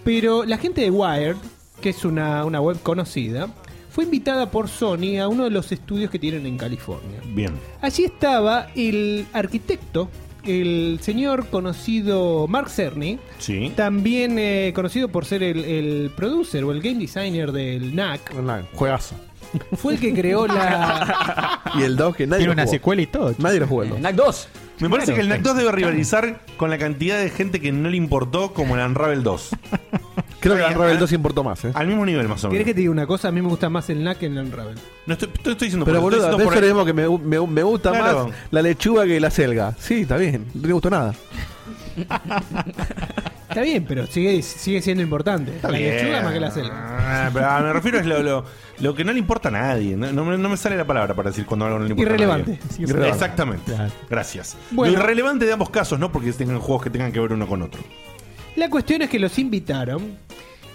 [SPEAKER 6] pero la gente de Wired, que es una, una web conocida, fue invitada por Sony a uno de los estudios que tienen en California.
[SPEAKER 2] Bien.
[SPEAKER 6] Allí estaba el arquitecto, el señor conocido Mark Cerny,
[SPEAKER 2] Sí.
[SPEAKER 6] también eh, conocido por ser el, el producer o el game designer del NAC.
[SPEAKER 3] Juegazo.
[SPEAKER 6] Fue el que creó la...
[SPEAKER 3] Y el 2 que nadie
[SPEAKER 6] Tiene
[SPEAKER 3] lo
[SPEAKER 6] una
[SPEAKER 3] jugó.
[SPEAKER 6] secuela
[SPEAKER 8] y todo.
[SPEAKER 3] Nadie lo jugó.
[SPEAKER 4] NAC 2.
[SPEAKER 2] Me parece que el NAC 2 debe rivalizar con la cantidad de gente que no le importó como el Unravel 2.
[SPEAKER 3] Creo que el Unravel 2 importó más, ¿eh?
[SPEAKER 2] Al mismo nivel, más o menos.
[SPEAKER 6] ¿Querés que te diga una cosa? A mí me gusta más el NAC que el Unravel.
[SPEAKER 2] No estoy, estoy- estoy diciendo
[SPEAKER 3] Pero
[SPEAKER 2] por-
[SPEAKER 3] boludo,
[SPEAKER 2] estoy
[SPEAKER 3] de
[SPEAKER 2] diciendo
[SPEAKER 3] eso
[SPEAKER 2] por-
[SPEAKER 3] le digo que me, me- me gusta
[SPEAKER 2] Claro.
[SPEAKER 3] más la lechuga que la selga. Sí, está bien. No me gustó nada.
[SPEAKER 6] Está bien, pero sigue, sigue siendo importante. la
[SPEAKER 2] bien.
[SPEAKER 6] lechuga más que la selva.
[SPEAKER 2] Ah, pero ah, me refiero es lo, lo, lo que no le importa a nadie. No, no me- no me sale la palabra para decir cuando algo no le importa
[SPEAKER 6] Irrelevante.
[SPEAKER 2] a nadie.
[SPEAKER 6] Sí, irrelevante.
[SPEAKER 2] Exactamente. Gracias.
[SPEAKER 6] Bueno.
[SPEAKER 2] Lo irrelevante de ambos casos, no porque tengan juegos que tengan que ver uno con otro.
[SPEAKER 6] La cuestión es que los invitaron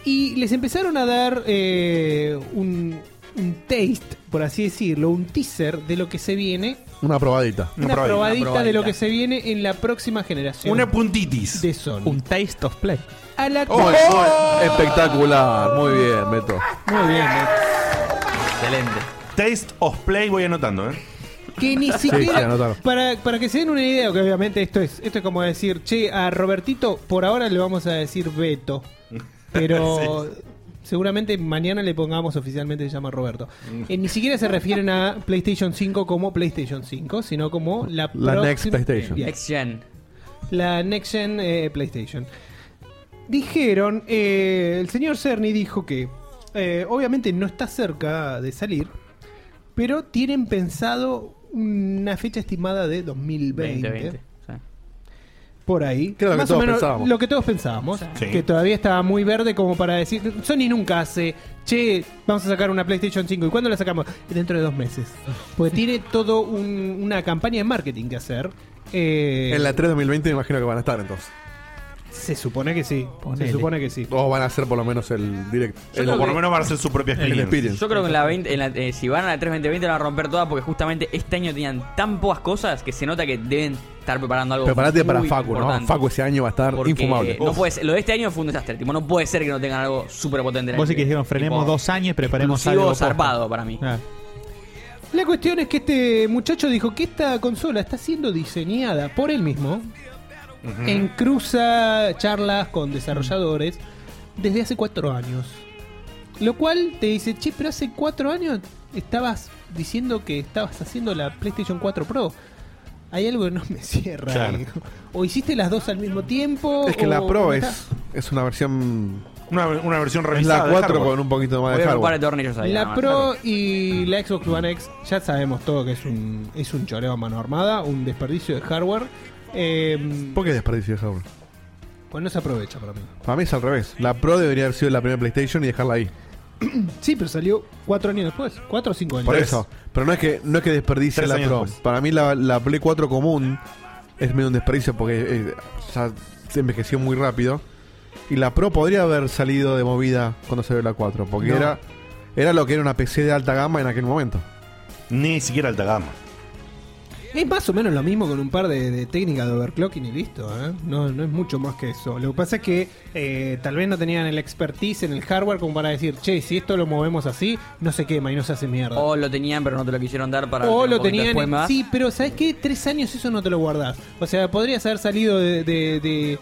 [SPEAKER 6] y les empezaron a dar eh, un, un taste, por así decirlo, un teaser de lo que se viene.
[SPEAKER 3] Una probadita.
[SPEAKER 6] Una, probadita, de lo que se viene en la próxima generación.
[SPEAKER 3] Una
[SPEAKER 2] puntitis.
[SPEAKER 6] De Sony. Un
[SPEAKER 8] taste of play.
[SPEAKER 6] A la
[SPEAKER 3] Muy- muy espectacular. Muy bien, Beto.
[SPEAKER 6] Muy bien, eh.
[SPEAKER 2] Excelente. Taste of Play, voy anotando, ¿eh?
[SPEAKER 6] Que ni
[SPEAKER 2] Sí, sí,
[SPEAKER 6] siquiera.
[SPEAKER 2] anotaron.
[SPEAKER 6] para, para que se den una idea, que obviamente esto es, esto es como decir, che, a Robertito por ahora le vamos a decir Beto. Pero seguramente mañana le pongamos oficialmente se llama Roberto. Eh, ni siquiera se refieren a PlayStation 5 como PlayStation 5, sino como la,
[SPEAKER 3] La
[SPEAKER 6] próxima-
[SPEAKER 3] Next PlayStation.
[SPEAKER 6] Bien.
[SPEAKER 4] Next Gen.
[SPEAKER 6] La Next Gen eh, PlayStation. Dijeron, eh, el señor Cerny dijo que eh, obviamente no está cerca de salir, pero tienen pensado una fecha estimada de 2020.
[SPEAKER 4] 2020. sí.
[SPEAKER 6] Por ahí.
[SPEAKER 4] Creo que
[SPEAKER 6] Más o
[SPEAKER 4] todos
[SPEAKER 6] menos
[SPEAKER 4] pensábamos.
[SPEAKER 6] Lo que todos pensábamos.
[SPEAKER 4] Sí.
[SPEAKER 6] Que todavía estaba muy verde como para decir. Sony nunca hace. Che, vamos a sacar una PlayStation 5. ¿Y cuándo la sacamos? Dentro de dos meses. Porque tiene todo un- una campaña de marketing que hacer. Eh,
[SPEAKER 3] En la 3 2020 me imagino que van a estar entonces.
[SPEAKER 6] Se supone que sí.
[SPEAKER 3] Ponele.
[SPEAKER 6] Se supone que sí.
[SPEAKER 3] O van a hacer por lo menos el directo.
[SPEAKER 4] Yo creo que-
[SPEAKER 3] El
[SPEAKER 4] Yo creo que en la 20, en la- eh, si van a la 3-20-20 la van a romper toda porque justamente este año tenían tan pocas cosas que se nota que deben estar preparando algo.
[SPEAKER 3] Preparate para
[SPEAKER 4] muy
[SPEAKER 3] Facu, ¿no?
[SPEAKER 4] importante.
[SPEAKER 3] Facu ese año va a estar
[SPEAKER 4] Porque
[SPEAKER 3] infumable.
[SPEAKER 4] No puede ser- lo de este año fue un desastre. Tipo, no puede ser que no tengan algo súper potente.
[SPEAKER 8] Vos sí que dijeron, frenemos dos años y preparemos algo. posta.
[SPEAKER 4] zarpado para mí.
[SPEAKER 6] La cuestión es que este muchacho dijo que esta consola está siendo diseñada por él mismo en cruza charlas con desarrolladores desde hace cuatro años. Lo cual te dice, che, pero hace cuatro años estabas diciendo que estabas haciendo la PlayStation 4 Pro. Hay algo que no me cierra.
[SPEAKER 3] Claro.
[SPEAKER 6] ahí. O hiciste las dos al mismo tiempo.
[SPEAKER 3] Es que la
[SPEAKER 6] o-
[SPEAKER 3] Pro
[SPEAKER 6] ¿cómo
[SPEAKER 3] es,
[SPEAKER 6] está?
[SPEAKER 3] es una versión.
[SPEAKER 2] Una, versión
[SPEAKER 3] Es
[SPEAKER 2] revisada
[SPEAKER 3] la
[SPEAKER 2] de
[SPEAKER 3] 4
[SPEAKER 2] hardware.
[SPEAKER 3] con un poquito más de hardware.
[SPEAKER 2] Voy a ver un par de tornillos
[SPEAKER 6] La Pro y la Xbox One X ya sabemos todo que es un, es un choreo a mano armada, un desperdicio de hardware. Eh,
[SPEAKER 3] ¿Por qué desperdicio de hardware?
[SPEAKER 6] pues no se aprovecha para mí.
[SPEAKER 3] Para mí es al revés. La Pro debería haber sido la primera PlayStation y dejarla ahí.
[SPEAKER 6] Sí, pero salió cuatro años después. Cuatro o cinco años.
[SPEAKER 3] Por eso. Pero no es que, no es que desperdicie
[SPEAKER 6] Tres
[SPEAKER 3] la
[SPEAKER 6] años
[SPEAKER 3] Pro.
[SPEAKER 6] después.
[SPEAKER 3] Para mí la, la Play 4 común es medio un desperdicio porque eh, ya se envejeció muy rápido. Y la Pro podría haber salido de movida cuando salió la 4. Porque
[SPEAKER 2] No.
[SPEAKER 3] era, era lo que era una PC de alta gama en aquel momento.
[SPEAKER 2] Ni siquiera alta gama.
[SPEAKER 6] Es más o menos lo mismo con un par de, de técnicas de overclocking y listo. ¿eh? No, no es mucho más que eso. Lo que pasa es que eh, tal vez no tenían el expertise en el hardware como para decir, che, si esto lo movemos así, no se quema y no se hace mierda.
[SPEAKER 4] O lo tenían, pero no te lo quisieron dar para.
[SPEAKER 6] O
[SPEAKER 4] un
[SPEAKER 6] lo
[SPEAKER 4] poquito
[SPEAKER 6] tenían.
[SPEAKER 4] después
[SPEAKER 6] en-
[SPEAKER 4] más.
[SPEAKER 6] Sí, pero ¿sabes qué? Tres años eso no te lo guardás. O sea, podrías haber salido de, de, de-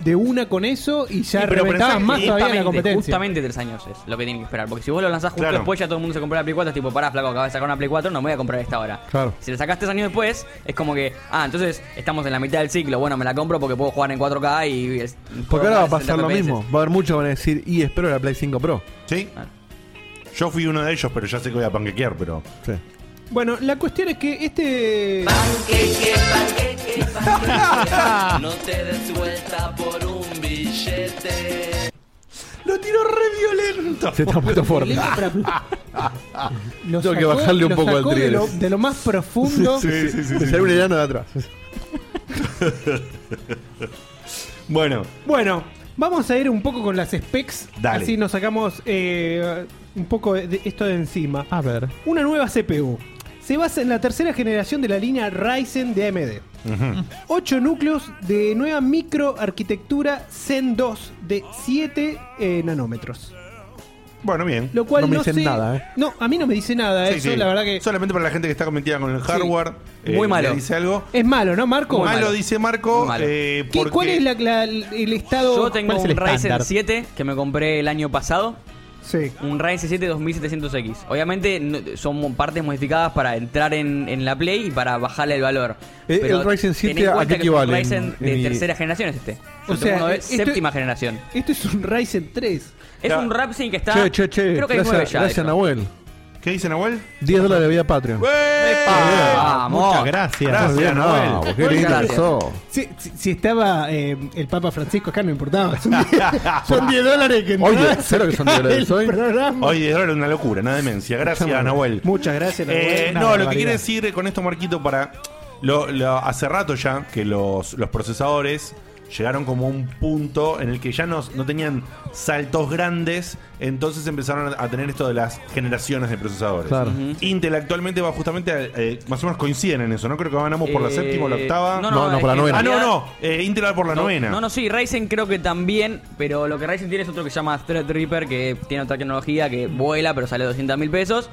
[SPEAKER 6] de una con eso y ya
[SPEAKER 4] Sí, pero
[SPEAKER 6] reventabas
[SPEAKER 4] pensá
[SPEAKER 6] más todavía
[SPEAKER 4] que
[SPEAKER 6] la
[SPEAKER 4] justamente-
[SPEAKER 6] competencia.
[SPEAKER 4] Justamente tres años es lo que tienen que esperar. Porque si vos lo lanzás justo
[SPEAKER 6] Claro.
[SPEAKER 4] después, ya todo el mundo se compró la Play 4. Es tipo, pará, flaco, acabas de sacar una Play 4, no me voy a comprar esta ahora.
[SPEAKER 3] Claro.
[SPEAKER 4] Si la sacás tres años después, es como que, ah, entonces estamos en la mitad del ciclo. Bueno, me la compro porque puedo jugar en 4K y. es- puedo
[SPEAKER 3] Porque ahora va a
[SPEAKER 4] jugar
[SPEAKER 3] pasar
[SPEAKER 4] 60
[SPEAKER 3] lo
[SPEAKER 4] FPS.
[SPEAKER 3] mismo. Va a haber muchos que van a decir, y espero la Play 5 Pro.
[SPEAKER 2] ¿Sí? Yo fui uno de ellos, pero ya sé que voy a panquequear, pero.
[SPEAKER 6] Bueno, la cuestión es que este.
[SPEAKER 15] No te des vuelta por un billete.
[SPEAKER 6] Lo tiró re violento.
[SPEAKER 3] Se está puesto fuerte.
[SPEAKER 6] Lo
[SPEAKER 3] Tengo que
[SPEAKER 6] sacó-
[SPEAKER 3] bajarle un
[SPEAKER 6] lo
[SPEAKER 3] poco el
[SPEAKER 6] sacó de
[SPEAKER 3] trigger.
[SPEAKER 6] lo, de lo más profundo.
[SPEAKER 3] Sí, sí, sí, sí, sí. Sale un enano de atrás.
[SPEAKER 2] bueno.
[SPEAKER 6] Bueno, vamos a ir un poco con las specs.
[SPEAKER 2] Dale.
[SPEAKER 6] Así nos sacamos eh, un poco de- de esto de encima.
[SPEAKER 8] A ver.
[SPEAKER 6] Una nueva CPU. Se basa en la tercera generación de la línea Ryzen de AMD. Ocho núcleos de nueva microarquitectura Zen 2 de 7 eh, nanómetros.
[SPEAKER 2] Bueno, bien.
[SPEAKER 6] Lo cual no,
[SPEAKER 2] me
[SPEAKER 6] sé-
[SPEAKER 3] ¿eh?
[SPEAKER 6] No, a mí no me dice nada
[SPEAKER 2] Sí,
[SPEAKER 6] eso,
[SPEAKER 2] sí.
[SPEAKER 6] la verdad que
[SPEAKER 2] Solamente para la gente que está cometida con el hardware. eh,
[SPEAKER 6] Muy
[SPEAKER 2] le
[SPEAKER 6] malo.
[SPEAKER 2] Dice algo.
[SPEAKER 6] es malo, ¿no, Marco?
[SPEAKER 2] Malo, dice Marco.
[SPEAKER 4] malo.
[SPEAKER 2] eh,
[SPEAKER 6] ¿Qué-
[SPEAKER 2] porque-
[SPEAKER 6] ¿Cuál es la- la- el estado?
[SPEAKER 4] Yo tengo
[SPEAKER 6] cuál es
[SPEAKER 4] un
[SPEAKER 6] el
[SPEAKER 4] Ryzen
[SPEAKER 6] estándar?
[SPEAKER 4] 7 que me compré el año pasado.
[SPEAKER 6] Sí.
[SPEAKER 4] Un Ryzen 7 2700X. Obviamente no- son mo- partes modificadas para entrar en, en la Play y para bajarle el valor.
[SPEAKER 3] Eh,
[SPEAKER 4] Pero
[SPEAKER 3] el Ryzen
[SPEAKER 4] ten
[SPEAKER 3] 7
[SPEAKER 4] en
[SPEAKER 3] ¿a
[SPEAKER 4] cuenta
[SPEAKER 3] qué
[SPEAKER 4] que es un
[SPEAKER 3] equivale
[SPEAKER 4] Ryzen
[SPEAKER 3] en-
[SPEAKER 4] de
[SPEAKER 3] en-
[SPEAKER 4] tercera generación es este.
[SPEAKER 6] O sea,
[SPEAKER 4] O sea,
[SPEAKER 3] eh,
[SPEAKER 4] uno de
[SPEAKER 6] esto-
[SPEAKER 4] séptima generación.
[SPEAKER 6] Esto es un Ryzen 3.
[SPEAKER 4] Es un Ryzen que está.
[SPEAKER 3] Che, che, che.
[SPEAKER 4] Creo que es
[SPEAKER 3] gracias,
[SPEAKER 4] nueve ya. de
[SPEAKER 3] gracias
[SPEAKER 4] hecho.
[SPEAKER 3] Nahuel.
[SPEAKER 2] ¿Qué dice Nahuel?
[SPEAKER 3] 10 dólares vía Patreon.
[SPEAKER 2] ¡Vamos!
[SPEAKER 3] Muchas gracias. Gracias, Bien, Nahuel. Nahuel. Qué lindo Gracias. que sos.
[SPEAKER 6] Si, si- si estaba eh, el Papa Francisco acá, no importaba. Son 10 son 10 dólares que
[SPEAKER 2] Oye,
[SPEAKER 6] entraban
[SPEAKER 2] ¿sabes lo que son 10 dólares
[SPEAKER 6] al
[SPEAKER 2] hoy?
[SPEAKER 6] programa.
[SPEAKER 2] Oye, de verdad, una locura, una demencia. Gracias,
[SPEAKER 6] Muchas
[SPEAKER 2] Nahuel.
[SPEAKER 6] Muchas gracias, Nahuel.
[SPEAKER 2] Eh, no,
[SPEAKER 6] Una
[SPEAKER 2] lo
[SPEAKER 6] barbaridad.
[SPEAKER 2] que quiere decir con esto, Marquito, para. Lo, lo- hace rato ya que los, los procesadores llegaron como a un punto en el que ya no, no tenían saltos grandes, entonces empezaron a tener esto de las generaciones de procesadores.
[SPEAKER 3] Claro.
[SPEAKER 2] Ujú. Intel actualmente va justamente, a- eh, más o menos coinciden en eso, ¿no? Creo que ganamos por la
[SPEAKER 4] Eh,
[SPEAKER 2] séptima o la octava.
[SPEAKER 4] no, no, No, no, por la es que en
[SPEAKER 2] Ah, no,
[SPEAKER 4] realidad-
[SPEAKER 2] no, eh, Intel va por la
[SPEAKER 4] no,
[SPEAKER 2] novena.
[SPEAKER 4] No, no, sí, Ryzen creo que también, pero lo que Ryzen tiene es otro que se llama Threadripper, que tiene otra tecnología que vuela, pero sale 200 mil pesos.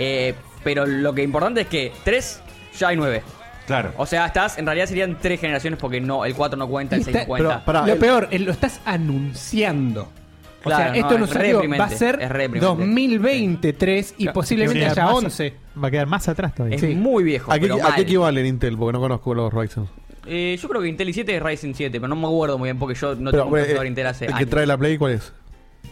[SPEAKER 4] Eh, pero lo que importante es que 3, ya hay 9.
[SPEAKER 2] Claro.
[SPEAKER 4] O sea, estás, en realidad serían 3 generaciones porque no, el 4 no cuenta, el 6
[SPEAKER 6] Está-
[SPEAKER 4] cuenta.
[SPEAKER 6] pero, lo peor, eh, lo estás anunciando. O
[SPEAKER 4] Claro,
[SPEAKER 6] sea, esto
[SPEAKER 4] no,
[SPEAKER 6] no,
[SPEAKER 4] es
[SPEAKER 6] salió, va a
[SPEAKER 4] reprimente, es
[SPEAKER 6] ser
[SPEAKER 4] reprimente.
[SPEAKER 6] 2023 y posiblemente haya 11.
[SPEAKER 8] Va a quedar más atrás todavía.
[SPEAKER 4] Es muy viejo,
[SPEAKER 6] Ah,
[SPEAKER 3] ¿A qué,
[SPEAKER 4] pero
[SPEAKER 3] a
[SPEAKER 4] mal.
[SPEAKER 3] qué equivalen Intel? Porque no conozco los Ryzen.
[SPEAKER 4] Eh, yo creo que Intel i7 es Ryzen 7, pero no me acuerdo muy bien porque yo
[SPEAKER 3] Pero,
[SPEAKER 4] no tengo un
[SPEAKER 3] bueno,
[SPEAKER 4] procesador
[SPEAKER 3] eh,
[SPEAKER 4] Intel hace
[SPEAKER 3] ¿El que
[SPEAKER 4] años.
[SPEAKER 3] trae la Play cuál es?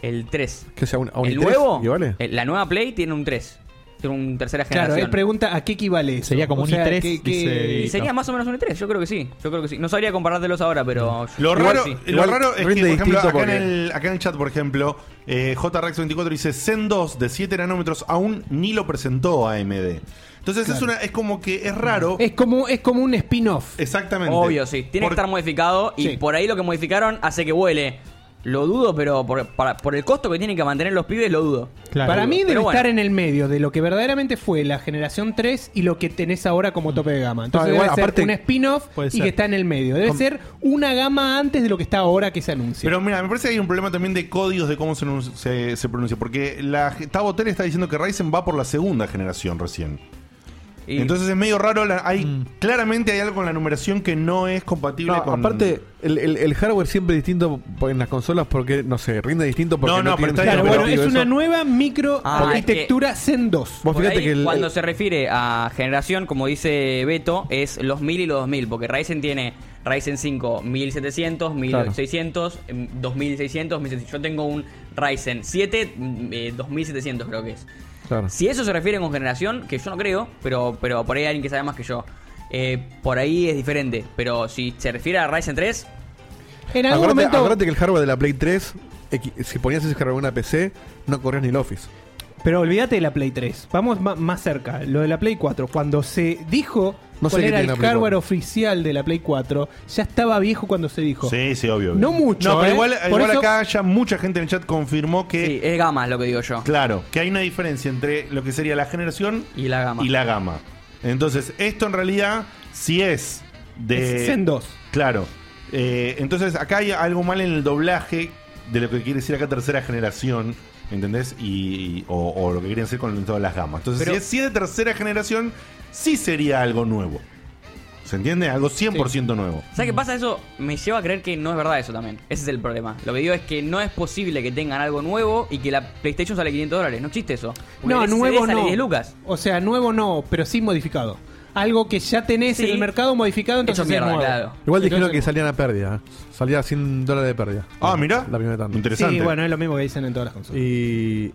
[SPEAKER 4] El 3.
[SPEAKER 3] Que sea un, a un
[SPEAKER 4] ¿El
[SPEAKER 3] i3
[SPEAKER 4] nuevo?
[SPEAKER 3] equivale.
[SPEAKER 4] Eh, La nueva Play tiene un 3. Tiene un tercera
[SPEAKER 6] Claro, él
[SPEAKER 4] generación.
[SPEAKER 6] pregunta a qué equivale eso.
[SPEAKER 4] Sería
[SPEAKER 6] O sea, ¿qué- qué-
[SPEAKER 4] Y sería más o menos un E3, yo creo que sí. Yo creo que sí. No sabría comparártelos ahora, pero.
[SPEAKER 2] Lo
[SPEAKER 4] igual
[SPEAKER 2] raro,
[SPEAKER 4] sí.
[SPEAKER 2] lo raro es que, por ejemplo, acá, en el, acá en el chat, por ejemplo, eh, JRX24 dice Zen 2 de 7 nanómetros aún ni lo presentó AMD. Entonces es,
[SPEAKER 6] Claro.
[SPEAKER 2] una, es como que es raro.
[SPEAKER 6] Es como, es como un spin-off.
[SPEAKER 2] Exactamente.
[SPEAKER 4] Obvio, sí. Tiene
[SPEAKER 2] Por-
[SPEAKER 4] que estar modificado y
[SPEAKER 6] Sí.
[SPEAKER 4] por ahí lo que modificaron hace que huele. Lo dudo, pero por, para- por el costo que tienen que mantener los pibes, lo dudo.
[SPEAKER 6] Para mí
[SPEAKER 4] Pero
[SPEAKER 6] debe
[SPEAKER 4] bueno.
[SPEAKER 6] estar en el medio de lo que verdaderamente fue la generación 3 y lo que tenés ahora como tope de gama. Entonces
[SPEAKER 3] Ah, igual,
[SPEAKER 6] debe ser
[SPEAKER 3] aparte-
[SPEAKER 6] un spin-off
[SPEAKER 3] puede
[SPEAKER 6] y
[SPEAKER 3] ser.
[SPEAKER 6] que está en el medio. Debe
[SPEAKER 3] Com-
[SPEAKER 6] ser una gama antes de lo que está ahora que se anuncia.
[SPEAKER 2] Pero mira, me parece que hay un problema también de códigos de cómo se, anun- se- se pronuncia. Porque la G- Tavo Tel está diciendo que Ryzen va por la segunda generación recién. Entonces es medio raro. la- hay
[SPEAKER 4] Mm.
[SPEAKER 2] Claramente hay algo con la numeración que no es compatible
[SPEAKER 3] No,
[SPEAKER 2] con.
[SPEAKER 3] aparte, el, el- el hardware siempre es distinto en las consolas porque, no sé, rinde distinto porque
[SPEAKER 2] No,
[SPEAKER 3] tiene
[SPEAKER 2] no, pero está
[SPEAKER 3] un
[SPEAKER 2] bien,
[SPEAKER 3] sistema
[SPEAKER 2] pero-
[SPEAKER 3] operativo,
[SPEAKER 6] es una
[SPEAKER 3] eso.
[SPEAKER 6] nueva micro
[SPEAKER 4] Ah,
[SPEAKER 6] arquitectura Zen 2.
[SPEAKER 3] Vos
[SPEAKER 4] Por
[SPEAKER 3] fíjate
[SPEAKER 4] ahí,
[SPEAKER 3] que el-
[SPEAKER 4] cuando
[SPEAKER 3] el-
[SPEAKER 4] se refiere a generación, como dice Beto, es los 1000 y los 2000, porque Ryzen tiene Ryzen 5 1700, 1600, em, 2600, 1700. Yo tengo un Ryzen 7 mm, eh, 2700 creo que es. Si eso se refiere con generación, que yo no creo, pero, pero por ahí hay alguien que sabe más que yo. eh, por ahí es diferente, pero si se refiere a Ryzen 3,
[SPEAKER 6] En
[SPEAKER 3] Acuérdate,
[SPEAKER 6] algún momento.
[SPEAKER 3] acuérdate que el hardware de la Play 3, equi- si ponías ese hardware en una PC, no corrías ni el Office.
[SPEAKER 6] Pero olvídate de la Play 3. Vamos ma- más cerca. Lo de la Play 4. Cuando se dijo
[SPEAKER 3] No sé
[SPEAKER 6] cuál
[SPEAKER 3] qué
[SPEAKER 6] era
[SPEAKER 3] tiene
[SPEAKER 6] el
[SPEAKER 3] la Play
[SPEAKER 6] hardware oficial de la Play 4, ya estaba viejo cuando se dijo.
[SPEAKER 2] Sí, sí, obvio. obvio.
[SPEAKER 6] No mucho,
[SPEAKER 2] No, pero
[SPEAKER 6] ¿eh?
[SPEAKER 2] igual,
[SPEAKER 6] Por
[SPEAKER 2] igual
[SPEAKER 6] eso-
[SPEAKER 2] acá ya mucha gente en el chat confirmó que.
[SPEAKER 4] Sí, es gama lo que digo yo.
[SPEAKER 2] Claro, que hay una diferencia entre lo que sería la generación
[SPEAKER 4] y la gama.
[SPEAKER 2] Y la gama. Entonces, esto en realidad, si es de.
[SPEAKER 6] Es Zen 2.
[SPEAKER 2] Claro. Eh, entonces, acá hay algo mal en el doblaje de lo que quiere decir acá tercera generación. ¿Entendés? Y, y- o, o lo que quieren hacer con todas las gamas. Entonces,
[SPEAKER 6] Pero-
[SPEAKER 2] si, es, si es de tercera generación, sí sería algo nuevo. ¿Se entiende? Algo 100% nuevo.
[SPEAKER 4] ¿Sabes
[SPEAKER 6] Mm.
[SPEAKER 4] qué pasa? Eso me lleva a creer que no es verdad eso también. Ese es el problema. Lo que digo es que no es posible que tengan algo nuevo y que la PlayStation sale 500 dólares. No existe eso. Porque
[SPEAKER 6] No,
[SPEAKER 4] el SSD
[SPEAKER 6] nuevo
[SPEAKER 4] sale
[SPEAKER 6] no.
[SPEAKER 4] 10 lucas.
[SPEAKER 6] O sea, nuevo no, pero sí modificado. Algo que ya tenés
[SPEAKER 4] Sí.
[SPEAKER 6] en el mercado modificado, entonces
[SPEAKER 4] Hecho mierda,
[SPEAKER 6] es nuevo.
[SPEAKER 4] claro.
[SPEAKER 3] Igual dijeron
[SPEAKER 6] Entonces-
[SPEAKER 3] que salían a pérdida. ¿eh? Salía 100 dólares de pérdida.
[SPEAKER 2] Ah, mira.
[SPEAKER 3] La primera tanda.
[SPEAKER 6] Sí, bueno, es lo mismo que dicen en todas las consolas.
[SPEAKER 3] Y.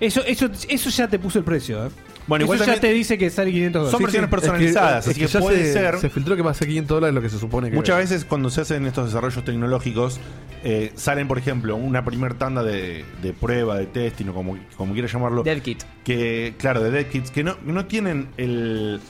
[SPEAKER 6] Eso, eso, eso ya te puso el precio, ¿eh?
[SPEAKER 3] Bueno,
[SPEAKER 6] eso
[SPEAKER 3] igual
[SPEAKER 6] ya
[SPEAKER 3] también-
[SPEAKER 6] te dice que sale 500 dólares.
[SPEAKER 2] Son versiones personalizadas, así que
[SPEAKER 3] ya
[SPEAKER 2] puede
[SPEAKER 3] se,
[SPEAKER 2] ser-
[SPEAKER 3] Se filtró que va a ser 500 dólares lo que se supone que.
[SPEAKER 2] Muchas veces cuando se hacen estos desarrollos tecnológicos, eh, salen, por ejemplo, una primer tanda de, de prueba, de testing o como, como quiera llamarlo.
[SPEAKER 4] DevKit.
[SPEAKER 2] Que, claro, de DevKits, que no, no tienen el,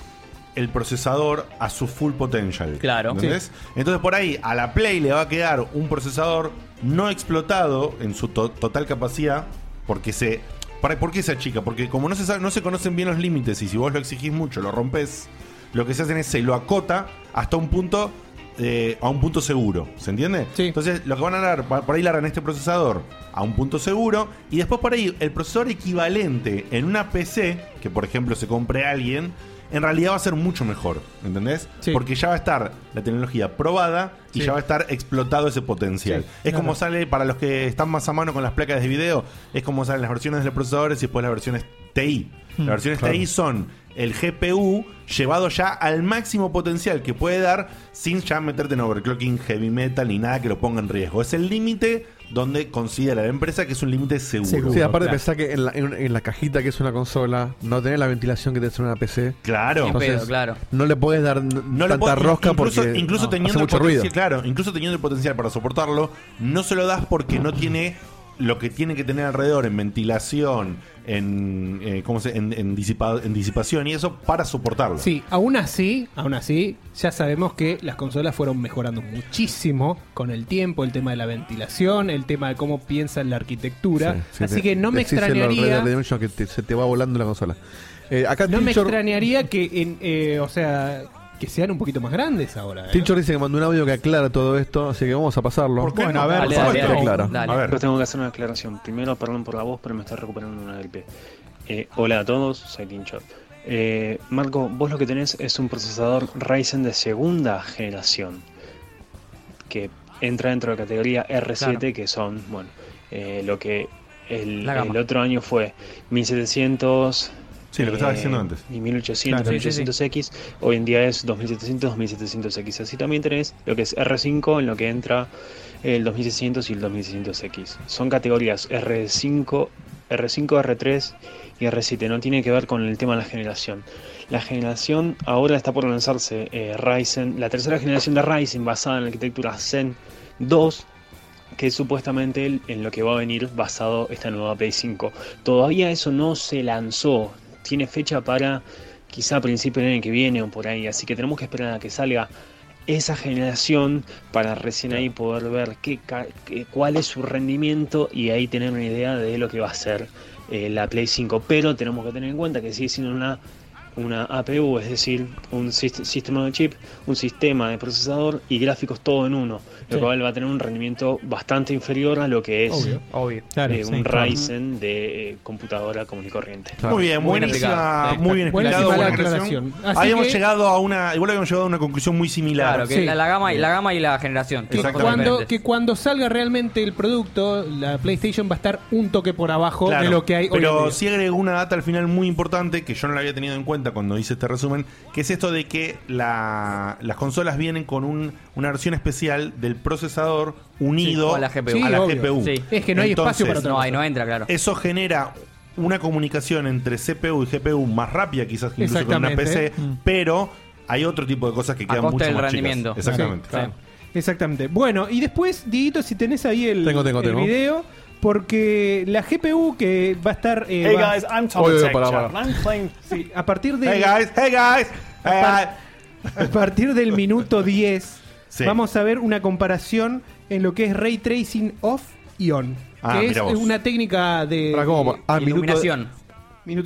[SPEAKER 2] el procesador a su full potential.
[SPEAKER 4] Claro.
[SPEAKER 2] ¿entendés?
[SPEAKER 4] Sí.
[SPEAKER 2] Entonces por ahí a la Play le va a quedar un procesador no explotado en su to- total capacidad porque se... Para, ¿Por qué se achica? Porque como no se, sabe- no se conocen bien los límites y si vos lo exigís mucho, lo rompes, lo que se hacen es se lo acota hasta un punto, eh, a un punto seguro. ¿Se entiende? Entonces lo que van a dar, pa- por ahí largan este procesador a un punto seguro y después por ahí el procesador equivalente en una PC, que por ejemplo se compre alguien, en realidad va a ser mucho mejor, ¿entendés? Porque ya va a estar la tecnología probada y
[SPEAKER 3] Sí.
[SPEAKER 2] ya va a estar explotado ese potencial.
[SPEAKER 3] Sí,
[SPEAKER 2] es
[SPEAKER 3] claro.
[SPEAKER 2] como sale, para los que están más a mano con las placas de video, es como salen las versiones de los procesadores y después las versiones TI.
[SPEAKER 3] Mm,
[SPEAKER 2] las versiones
[SPEAKER 3] claro.
[SPEAKER 2] TI son el GPU llevado ya al máximo potencial que puede dar sin ya meterte en overclocking, heavy metal ni nada que lo ponga en riesgo. Es el límite donde considera la empresa que es un límite seguro.
[SPEAKER 3] sí, aparte pensá que en la, en- en la cajita que es una consola, no tenés la ventilación que tenés en una PC.
[SPEAKER 2] Claro.
[SPEAKER 3] Entonces,
[SPEAKER 2] Ni pedo, claro.
[SPEAKER 3] No le podés dar n-
[SPEAKER 2] no
[SPEAKER 3] tanta
[SPEAKER 2] lo puedo-
[SPEAKER 3] rosca
[SPEAKER 2] incluso,
[SPEAKER 3] porque
[SPEAKER 2] incluso
[SPEAKER 3] no,
[SPEAKER 2] teniendo
[SPEAKER 3] hace mucho
[SPEAKER 2] el potencial,
[SPEAKER 3] ruido.
[SPEAKER 2] claro, incluso teniendo el potencial para soportarlo, no se lo das porque no tiene lo que tiene que tener alrededor en ventilación, en eh, ¿cómo se en, en disipa- en disipación y eso para soportarlo.
[SPEAKER 6] Sí, aún así, aún así, ya sabemos que las consolas fueron mejorando muchísimo con el tiempo, el tema de la ventilación, el tema de cómo piensan la arquitectura.
[SPEAKER 3] Sí,
[SPEAKER 6] así
[SPEAKER 3] te-
[SPEAKER 6] que no me
[SPEAKER 3] decíselo al Red Dead
[SPEAKER 6] extrañaría.
[SPEAKER 3] Redemption que te- se te va volando la consola. Eh, acá
[SPEAKER 6] No me
[SPEAKER 3] Tinchor-
[SPEAKER 6] extrañaría que, en, eh, o sea, que sean un poquito más grandes ahora. ¿eh?
[SPEAKER 3] Tinchor dice que mandó un audio que aclara todo esto, así que vamos a pasarlo.
[SPEAKER 6] Bueno, no? a ver, Dale, por dale, supuesto. dale.
[SPEAKER 3] Aclara.
[SPEAKER 6] Dale.
[SPEAKER 3] A ver.
[SPEAKER 16] Yo tengo que hacer una aclaración. Primero, perdón por la voz, pero me está recuperando una gripe. Eh, hola a todos, soy Tincho. Eh, Marco, vos lo que tenés es un procesador Ryzen de segunda generación que entra dentro de la categoría R7,
[SPEAKER 13] Claro.
[SPEAKER 16] que son, bueno, eh, lo que el,
[SPEAKER 13] La gama.
[SPEAKER 16] el otro año fue eh, 1700.
[SPEAKER 2] Sí, lo que estaba diciendo antes.
[SPEAKER 16] Y 1800,
[SPEAKER 2] Claro. Sí, sí, sí.
[SPEAKER 16] 1800X. Hoy en día es 2700, 2700X. Así también tenés lo que es R5, en lo que entra el 2600 y el 2600X. Son categorías R5, R5, R3 y R7. No tiene que ver con el tema de la generación. La generación ahora está por lanzarse eh, Ryzen, la tercera generación de Ryzen basada en la arquitectura Zen 2 que es supuestamente el- en lo que va a venir basado esta nueva Play 5. Todavía eso no se lanzó, tiene fecha para quizá principio del año que viene o por ahí, así que tenemos que esperar a que salga esa generación para recién ahí poder ver qué, ca- qué- cuál es su rendimiento y ahí tener una idea de lo que va a ser eh, la Play 5. Pero tenemos que tener en cuenta que sigue siendo una, una APU, es decir, un sist- sistema de chip, un sistema de procesador y gráficos todo en uno, lo
[SPEAKER 13] Sí.
[SPEAKER 16] cual va a tener un rendimiento bastante inferior a lo que es
[SPEAKER 13] Obvio,
[SPEAKER 16] obvio.
[SPEAKER 13] Claro, sí,
[SPEAKER 16] un
[SPEAKER 13] claro.
[SPEAKER 16] Ryzen de eh, computadora común y corriente.
[SPEAKER 2] Muy bien, buenísima, muy bien explicado. buena aclaración.
[SPEAKER 4] Así
[SPEAKER 2] Habíamos
[SPEAKER 4] que-
[SPEAKER 2] llegado a una, igual habíamos llegado a una conclusión muy similar.
[SPEAKER 4] Claro, que la, la gama y, la gama y la generación.
[SPEAKER 6] Que cuando, que cuando salga realmente el producto, la PlayStation va a estar un toque por abajo
[SPEAKER 2] Claro,
[SPEAKER 6] de lo que hay hoy en
[SPEAKER 2] Pero
[SPEAKER 6] día.
[SPEAKER 2] sí agregó una data al final muy importante que yo no la había tenido en cuenta cuando hice este resumen, que es esto de que la- las consolas vienen con un- una versión especial del procesador unido
[SPEAKER 4] Sí, o a la GPU.
[SPEAKER 2] a la
[SPEAKER 4] Sí, obvio.
[SPEAKER 2] GPU.
[SPEAKER 4] Sí. Es que no hay espacio para otra No, cosa. ahí no entra, claro.
[SPEAKER 2] Eso genera una comunicación entre CPU y GPU más rápida quizás que incluso con una
[SPEAKER 6] Exactamente.
[SPEAKER 2] PC,
[SPEAKER 6] Mm.
[SPEAKER 2] pero hay otro tipo de cosas que
[SPEAKER 4] A
[SPEAKER 2] quedan
[SPEAKER 4] costa
[SPEAKER 2] mucho
[SPEAKER 4] del
[SPEAKER 2] más chicas.
[SPEAKER 4] rendimiento.
[SPEAKER 2] Exactamente.
[SPEAKER 6] Sí, claro. Exactamente. Bueno, y después, Dieguito, si tenés ahí el,
[SPEAKER 2] Tengo, tengo,
[SPEAKER 6] el
[SPEAKER 2] tengo.
[SPEAKER 6] video, porque la GPU que va a estar. eh,
[SPEAKER 17] Hey
[SPEAKER 6] va-
[SPEAKER 17] guys, I'm Tom Oye, oye, Tech pará, pará. Chat, and I'm playing-
[SPEAKER 6] Sí, a partir de.
[SPEAKER 17] Hey guys,
[SPEAKER 2] hey guys,
[SPEAKER 6] A, par- a partir del minuto 10,
[SPEAKER 17] Sí.
[SPEAKER 6] vamos a ver una comparación en lo que es ray tracing off y on.
[SPEAKER 3] Ah,
[SPEAKER 6] que es
[SPEAKER 3] mira vos.
[SPEAKER 6] una técnica de.
[SPEAKER 3] Pará, ¿cómo? Ah, minuto-
[SPEAKER 6] Minuto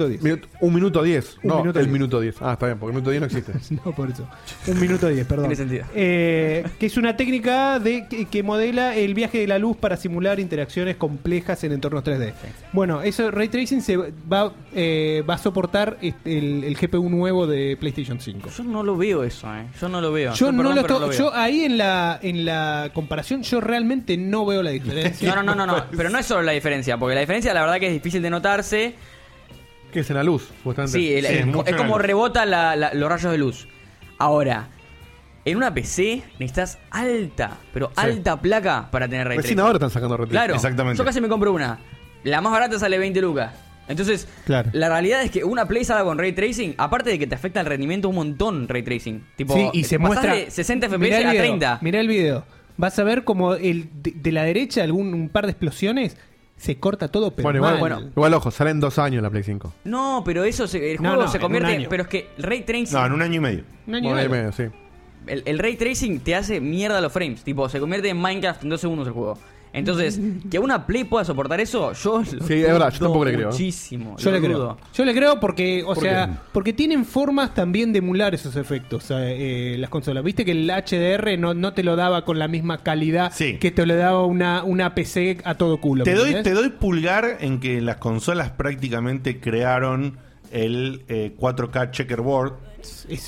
[SPEAKER 6] 10.
[SPEAKER 3] un minuto 10.
[SPEAKER 6] Un
[SPEAKER 3] No,
[SPEAKER 6] minuto
[SPEAKER 3] el
[SPEAKER 6] diez.
[SPEAKER 3] minuto 10. Ah, está bien, porque el minuto 10 no existe.
[SPEAKER 6] no, por eso. Un minuto 10, perdón.
[SPEAKER 3] Tiene sentido.
[SPEAKER 6] Eh, que es una técnica de, que, que modela el viaje de la luz para simular interacciones complejas en entornos 3D. Bueno, eso ray tracing se va, eh, va a soportar este, el, el GPU nuevo de PlayStation 5.
[SPEAKER 4] Yo no lo veo eso, eh. Yo no lo veo.
[SPEAKER 6] Yo no
[SPEAKER 4] perdón,
[SPEAKER 6] lo,
[SPEAKER 4] pero
[SPEAKER 6] to-
[SPEAKER 4] veo.
[SPEAKER 6] yo ahí en la en la comparación yo realmente no veo la diferencia.
[SPEAKER 4] No, no, no, no, no. Pero no es solo la diferencia, porque la diferencia la verdad que es difícil de notarse.
[SPEAKER 3] Que es en la luz, justamente.
[SPEAKER 4] Sí, el- el- es como rebota la- la- los rayos de luz. Ahora, en una PC necesitas alta, pero alta placa para tener ray
[SPEAKER 3] Recién
[SPEAKER 4] tracing.
[SPEAKER 3] ahora están sacando retraso.
[SPEAKER 4] Claro, yo casi me compro una. La más barata sale 20 lucas. Entonces,
[SPEAKER 3] Claro.
[SPEAKER 4] la realidad es que una Play salga con ray tracing, aparte de que te afecta el rendimiento un montón ray tracing. Tipo,
[SPEAKER 6] Sí, y se
[SPEAKER 4] pasás
[SPEAKER 6] muestra
[SPEAKER 4] de 60
[SPEAKER 6] Mirá
[SPEAKER 4] FPS
[SPEAKER 6] el
[SPEAKER 4] a
[SPEAKER 6] video,
[SPEAKER 4] 30.
[SPEAKER 6] Mirá el video. Vas a ver como el de, de la derecha algún un par de explosiones se corta todo pero
[SPEAKER 3] Bueno, igual,
[SPEAKER 6] mal.
[SPEAKER 3] igual, ojo, sale en dos años la Play 5.
[SPEAKER 4] No, pero eso se- el
[SPEAKER 6] No,
[SPEAKER 4] juego
[SPEAKER 6] no, en
[SPEAKER 4] se
[SPEAKER 6] un
[SPEAKER 4] convierte.
[SPEAKER 6] año.
[SPEAKER 4] Pero es que el ray tracing.
[SPEAKER 2] No, en un año y medio.
[SPEAKER 6] Un año y medio.
[SPEAKER 3] sí.
[SPEAKER 4] El, el ray tracing te hace mierda los frames. Tipo, se convierte en Minecraft en dos segundos el juego. Entonces, que una Play pueda soportar eso, yo. Lo
[SPEAKER 3] Sí, es verdad, yo
[SPEAKER 4] dudo
[SPEAKER 3] tampoco le creo.
[SPEAKER 6] ¿eh?
[SPEAKER 4] Muchísimo.
[SPEAKER 6] Yo
[SPEAKER 4] lo
[SPEAKER 6] le
[SPEAKER 4] dudo.
[SPEAKER 6] creo. Yo le creo porque, o
[SPEAKER 4] ¿Por
[SPEAKER 6] sea,
[SPEAKER 4] qué?
[SPEAKER 6] porque tienen formas también de emular esos efectos eh, eh, las consolas. Viste que el HDR no, no te lo daba con la misma calidad que te lo daba una, una PC a todo culo.
[SPEAKER 2] Te
[SPEAKER 6] ¿me
[SPEAKER 2] doy,
[SPEAKER 6] entendés?
[SPEAKER 2] te doy pulgar en que las consolas prácticamente crearon el eh, 4K checkerboard.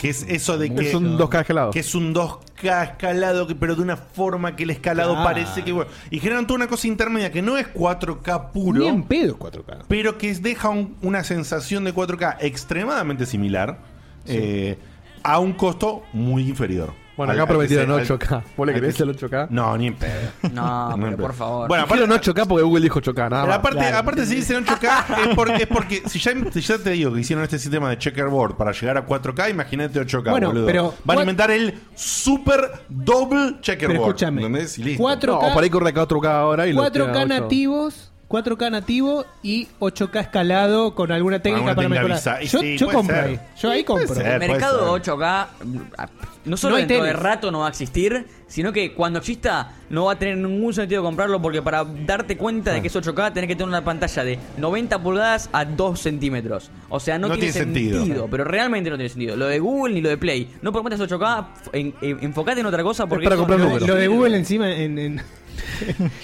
[SPEAKER 2] que es eso de que
[SPEAKER 3] Es un 2K escalado.
[SPEAKER 2] Que es un 2K escalado, que- pero de una forma que el escalado
[SPEAKER 3] Claro.
[SPEAKER 2] parece que. bueno, y generan toda una cosa intermedia que no es 4K puro.
[SPEAKER 6] Ni en pedo 4K.
[SPEAKER 2] Pero que deja un- una sensación de 4K extremadamente similar eh, a un costo muy inferior.
[SPEAKER 3] Bueno,
[SPEAKER 2] Al-
[SPEAKER 3] acá
[SPEAKER 2] al que
[SPEAKER 3] prometieron
[SPEAKER 2] se- al-
[SPEAKER 3] 8K. ¿Vos le
[SPEAKER 2] al que
[SPEAKER 3] querés
[SPEAKER 2] se-
[SPEAKER 3] el 8K?
[SPEAKER 2] No, ni en pedo.
[SPEAKER 4] No,
[SPEAKER 2] pero
[SPEAKER 4] por
[SPEAKER 3] Bueno,
[SPEAKER 4] favor.
[SPEAKER 2] Bueno,
[SPEAKER 3] aparte
[SPEAKER 2] aparte-
[SPEAKER 3] no 8K porque Google dijo 8K, nada
[SPEAKER 2] Pero
[SPEAKER 3] más.
[SPEAKER 2] aparte, aparte si dicen 8K es porque, es porque si, ya, si ya te digo que hicieron este sistema de checkerboard para llegar a 4K, imagínate 8K,
[SPEAKER 6] Bueno,
[SPEAKER 2] boludo.
[SPEAKER 6] pero-
[SPEAKER 2] Va a alimentar el super double checkerboard.
[SPEAKER 6] Pero escúchame,
[SPEAKER 2] ¿entendés? Y listo.
[SPEAKER 6] 4K No, o por ahí
[SPEAKER 3] corre 4K ahora
[SPEAKER 6] 4K nativos. 4K nativo y 8K escalado con alguna técnica
[SPEAKER 2] Alguna
[SPEAKER 6] para
[SPEAKER 2] técnica
[SPEAKER 6] mejorar.
[SPEAKER 2] avisa- y
[SPEAKER 6] Yo,
[SPEAKER 2] sí,
[SPEAKER 6] yo
[SPEAKER 2] puede
[SPEAKER 6] compro
[SPEAKER 2] ser.
[SPEAKER 6] ahí. Yo ahí compro.
[SPEAKER 4] el mercado 8K ah, no solo
[SPEAKER 6] No hay
[SPEAKER 4] dentro de
[SPEAKER 6] teles.
[SPEAKER 4] rato no va a existir, sino que cuando exista no va a tener ningún sentido comprarlo porque para darte
[SPEAKER 2] Ah.
[SPEAKER 4] cuenta de que es 8K tenés que tener una pantalla de 90 pulgadas a 2 centímetros. O sea, no,
[SPEAKER 2] No
[SPEAKER 4] tiene,
[SPEAKER 2] tiene
[SPEAKER 4] sentido,
[SPEAKER 2] sentido.
[SPEAKER 4] pero realmente no tiene sentido. Lo de Google ni lo de Play. No prometas 8K, en- en- enfocate en otra cosa porque... eso no
[SPEAKER 6] lo,
[SPEAKER 4] tiene
[SPEAKER 6] lo de
[SPEAKER 4] sentido.
[SPEAKER 6] Google encima en. en-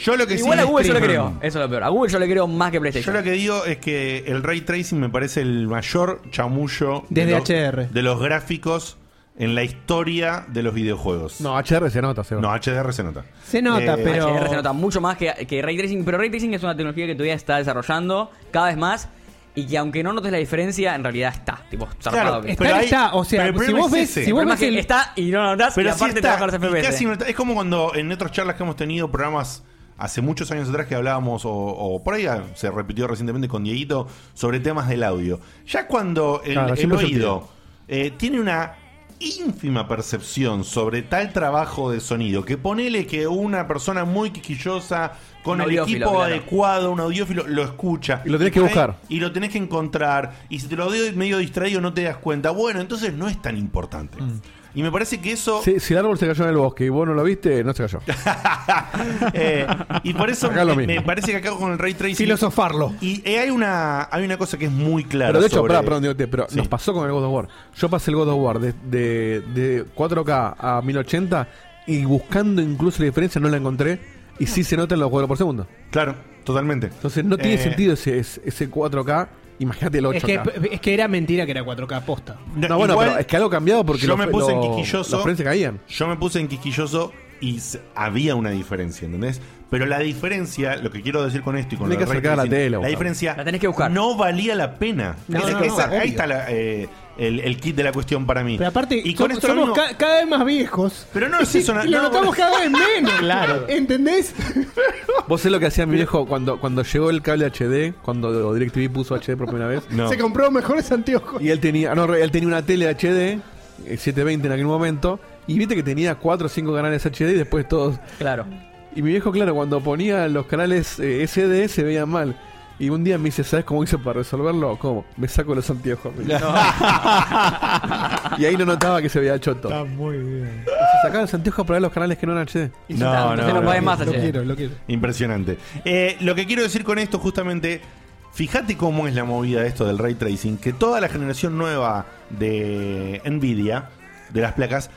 [SPEAKER 2] Yo lo que sí
[SPEAKER 4] Igual a
[SPEAKER 2] es
[SPEAKER 4] Google yo le
[SPEAKER 2] streamer.
[SPEAKER 4] creo. Eso es lo peor. A Google yo le creo más que
[SPEAKER 2] Yo
[SPEAKER 4] PlayStation.
[SPEAKER 2] lo que digo es que el ray tracing me parece el mayor chamullo
[SPEAKER 6] Desde
[SPEAKER 2] de,
[SPEAKER 6] HR.
[SPEAKER 2] de los gráficos en la historia de los videojuegos.
[SPEAKER 3] No, HR se nota, Seba.
[SPEAKER 2] No, HDR se nota. Eh,
[SPEAKER 4] HDR se nota mucho más que, que Ray Tracing, pero Ray Tracing es una tecnología que todavía está desarrollando cada vez más y que aunque no notes la diferencia, en realidad está. Tipo, zarpado.
[SPEAKER 6] está, está, o sea, si vos ves, si vos ves el-
[SPEAKER 4] está y no lo notás,
[SPEAKER 2] Pero
[SPEAKER 4] y
[SPEAKER 2] sí
[SPEAKER 4] aparte te
[SPEAKER 2] está,
[SPEAKER 4] baja los
[SPEAKER 2] y
[SPEAKER 4] FPS.
[SPEAKER 2] casi no está. Es como cuando en otras charlas que hemos tenido, programas hace muchos años atrás que hablábamos, o, o por ahí ah, se repitió recientemente con Dieguito, sobre temas del audio. Ya cuando el,
[SPEAKER 3] Claro,
[SPEAKER 2] el
[SPEAKER 3] siempre se
[SPEAKER 2] oído eh, tiene una ínfima percepción sobre tal trabajo de sonido, que ponele que una persona muy quisquillosa, con
[SPEAKER 3] Un
[SPEAKER 2] el
[SPEAKER 3] audiófilo,
[SPEAKER 2] equipo
[SPEAKER 3] claro.
[SPEAKER 2] adecuado, un audiófilo, lo escucha.
[SPEAKER 3] Y lo tenés que
[SPEAKER 2] por ahí-
[SPEAKER 3] buscar.
[SPEAKER 2] Y lo tenés que encontrar. Y si te lo doy medio distraído no te das cuenta. Bueno, entonces no es tan importante. Y me parece que eso
[SPEAKER 3] Si, si el árbol se cayó en el bosque y vos no lo viste, no se cayó.
[SPEAKER 2] Eh, y por eso
[SPEAKER 3] Acá lo
[SPEAKER 2] me,
[SPEAKER 3] mismo.
[SPEAKER 2] me parece que acá con el ray tracing.
[SPEAKER 3] Filosofarlo.
[SPEAKER 2] Y eh, hay una hay una cosa que es muy clara.
[SPEAKER 3] pero de hecho,
[SPEAKER 2] sobre-
[SPEAKER 3] pará, perdón, digote, pero
[SPEAKER 2] Sí.
[SPEAKER 3] nos pasó con el God of War. Yo pasé el God of War de, de, de 4K a 1080 y buscando incluso la diferencia no la encontré y sí se notan los cuadros por segundo.
[SPEAKER 2] Claro, totalmente.
[SPEAKER 3] Entonces no tiene
[SPEAKER 6] Eh,
[SPEAKER 3] sentido ese, ese- ese 4K, imagínate el 8K.
[SPEAKER 6] Es que, es que era mentira que era 4K posta.
[SPEAKER 3] No, bueno,
[SPEAKER 2] Igual,
[SPEAKER 3] pero es que algo cambiado porque
[SPEAKER 2] yo
[SPEAKER 3] los-
[SPEAKER 2] me puse
[SPEAKER 3] los-
[SPEAKER 2] en quisquilloso.
[SPEAKER 3] los frames se caían.
[SPEAKER 2] Yo me puse en quisquilloso y s- había una diferencia, ¿entendés? Pero la diferencia, lo que quiero decir con esto y con
[SPEAKER 3] Tenés
[SPEAKER 2] lo del
[SPEAKER 3] que
[SPEAKER 2] ray
[SPEAKER 3] acercar la
[SPEAKER 2] tracing,
[SPEAKER 3] tele,
[SPEAKER 2] La
[SPEAKER 3] buscar.
[SPEAKER 2] diferencia no valía la pena.
[SPEAKER 6] No,
[SPEAKER 2] Esa-
[SPEAKER 6] no, no,
[SPEAKER 2] esa-
[SPEAKER 6] obvio.
[SPEAKER 2] ahí está la, eh, el, el kit de la cuestión para mí.
[SPEAKER 6] Pero aparte,
[SPEAKER 2] y con
[SPEAKER 6] som-
[SPEAKER 2] esto lo
[SPEAKER 6] somos
[SPEAKER 2] mismo-
[SPEAKER 6] ca- cada vez más viejos.
[SPEAKER 2] Pero no es eso, no-
[SPEAKER 6] Y lo
[SPEAKER 2] no,
[SPEAKER 6] notamos
[SPEAKER 2] bueno.
[SPEAKER 6] cada vez menos.
[SPEAKER 2] Claro.
[SPEAKER 6] ¿Entendés?
[SPEAKER 3] ¿Vos sabés lo que hacía mi viejo cuando, cuando llegó el cable HD? Cuando DirecTV puso HD por primera vez.
[SPEAKER 6] Se compró mejores anteojos.
[SPEAKER 3] Y él tenía, ah, no, él tenía una tele HD, eh, 720 en aquel momento, y viste que tenía 4 o 5 canales HD y después todos.
[SPEAKER 4] Claro.
[SPEAKER 3] Y mi viejo, claro, cuando ponía los canales eh, SD se veían mal. Y un día me dice, ¿sabes cómo hice para resolverlo? ¿Cómo? Me saco los anteojos. me dice. y ahí no notaba que se veía choto.
[SPEAKER 8] Está muy bien.
[SPEAKER 3] Se sacaban los anteojos para ver los canales que no eran HD.
[SPEAKER 2] No, no, no, no.
[SPEAKER 6] lo quiero, lo quiero.
[SPEAKER 2] Impresionante. Eh, lo que quiero decir con esto, justamente, fíjate cómo es la movida de esto del ray tracing, que toda la generación nueva de Nvidia, de las placas,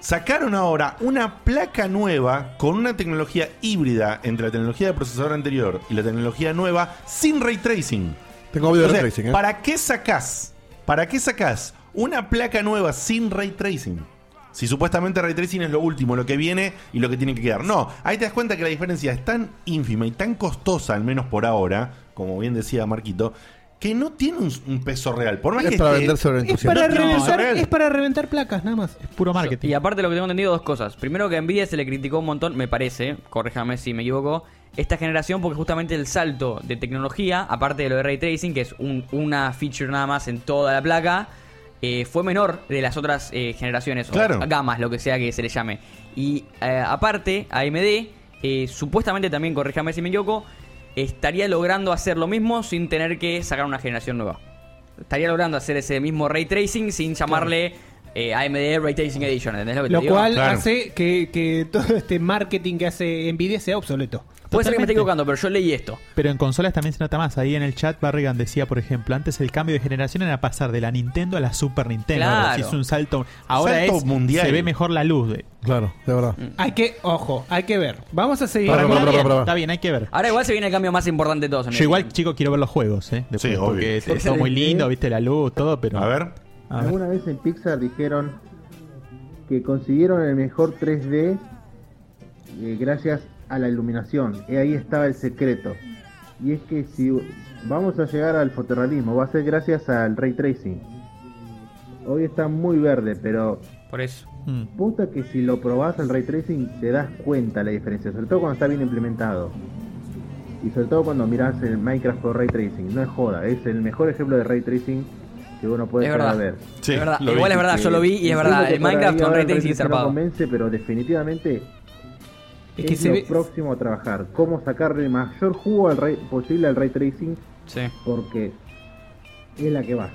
[SPEAKER 2] sacaron ahora una placa nueva con una tecnología híbrida entre la tecnología de procesador anterior y la tecnología nueva sin ray tracing.
[SPEAKER 3] Tengo video de
[SPEAKER 2] O sea,
[SPEAKER 3] ray tracing, ¿eh?
[SPEAKER 2] ¿Para qué sacás? ¿Para qué sacás una placa nueva sin ray tracing? Si supuestamente ray tracing es lo último, lo que viene y lo que tiene que quedar. No, ahí te das cuenta que la diferencia es tan ínfima y tan costosa, al menos por ahora, como bien decía Marquito, que no tiene un, un peso real. Por más
[SPEAKER 3] Es
[SPEAKER 2] que
[SPEAKER 3] para
[SPEAKER 2] esté-
[SPEAKER 3] vender sobre
[SPEAKER 6] Es para,
[SPEAKER 2] No tiene un peso
[SPEAKER 6] reventar,
[SPEAKER 2] real.
[SPEAKER 6] es para reventar placas, nada más.
[SPEAKER 8] Puro marketing.
[SPEAKER 4] Y aparte lo que tengo entendido, dos cosas. Primero que a Nvidia se le criticó un montón, me parece, corríjame si me equivoco, esta generación porque justamente el salto de tecnología, aparte de lo de ray tracing, que es un- una feature nada más en toda la placa, eh, fue menor de las otras eh, generaciones
[SPEAKER 2] Claro.
[SPEAKER 4] o gamas, lo que sea que se le llame. Y eh, aparte, AMD, eh, supuestamente también, corríjame si me equivoco, estaría logrando hacer lo mismo sin tener que sacar una generación nueva. Estaría logrando hacer ese mismo ray tracing sin llamarle eh, AMD Ray Tracing Edition, ¿entendés lo que
[SPEAKER 6] Lo
[SPEAKER 4] te digo?
[SPEAKER 6] cual hace que, que todo este marketing que hace Nvidia sea obsoleto.
[SPEAKER 4] Puede ser que me
[SPEAKER 8] Totalmente.
[SPEAKER 4] esté equivocando, pero yo leí esto.
[SPEAKER 8] Pero en consolas también se nota más. Ahí en el chat Barrigan decía, por ejemplo, antes el cambio de generación era pasar de la Nintendo a la Super Nintendo.
[SPEAKER 6] Claro.
[SPEAKER 8] Si es un salto. Ahora
[SPEAKER 6] Salto
[SPEAKER 8] es,
[SPEAKER 6] mundial.
[SPEAKER 8] se ve mejor la luz. de- Mm.
[SPEAKER 3] Claro, de verdad.
[SPEAKER 6] Hay que, ojo, hay que ver. Vamos a seguir.
[SPEAKER 8] Pará,
[SPEAKER 6] con-
[SPEAKER 8] pará, pará, pará, pará. Está bien, hay que ver.
[SPEAKER 4] Ahora igual se viene el cambio más importante de todos. en
[SPEAKER 8] Yo
[SPEAKER 4] el-
[SPEAKER 8] igual, chico, quiero ver los juegos, ¿eh? Después,
[SPEAKER 2] Sí, obvio.
[SPEAKER 8] Porque es, es
[SPEAKER 4] Sí.
[SPEAKER 8] todo muy lindo, viste la luz, todo, pero. A
[SPEAKER 2] ver.
[SPEAKER 18] Alguna vez en Pixar dijeron que consiguieron el mejor 3D eh, gracias a la iluminación. Y ahí estaba el secreto. Y es que si vamos a llegar al fotorrealismo, va a ser gracias al ray tracing. Hoy está muy verde, pero
[SPEAKER 4] Por eso.
[SPEAKER 18] Puta que si lo probás al ray tracing te das cuenta la diferencia, sobre todo cuando está bien implementado. Y sobre todo cuando mirás el Minecraft por ray tracing, no es joda, es el mejor ejemplo de ray tracing que uno puede
[SPEAKER 4] Es
[SPEAKER 18] llegar a
[SPEAKER 4] verdad.
[SPEAKER 18] ver.
[SPEAKER 4] Sí, Es verdad, lo igual vi. es verdad, yo lo vi y es
[SPEAKER 18] Entiendo
[SPEAKER 4] verdad,
[SPEAKER 18] que
[SPEAKER 4] el
[SPEAKER 18] por ahí
[SPEAKER 4] Minecraft con
[SPEAKER 18] ahora
[SPEAKER 4] ray
[SPEAKER 18] el
[SPEAKER 4] tracing zarpado.
[SPEAKER 18] No convence, pero definitivamente es,
[SPEAKER 6] que se
[SPEAKER 18] lo
[SPEAKER 6] ve-
[SPEAKER 18] próximo a trabajar, cómo sacarle el mayor jugo al ray- posible al ray tracing, porque es la que va.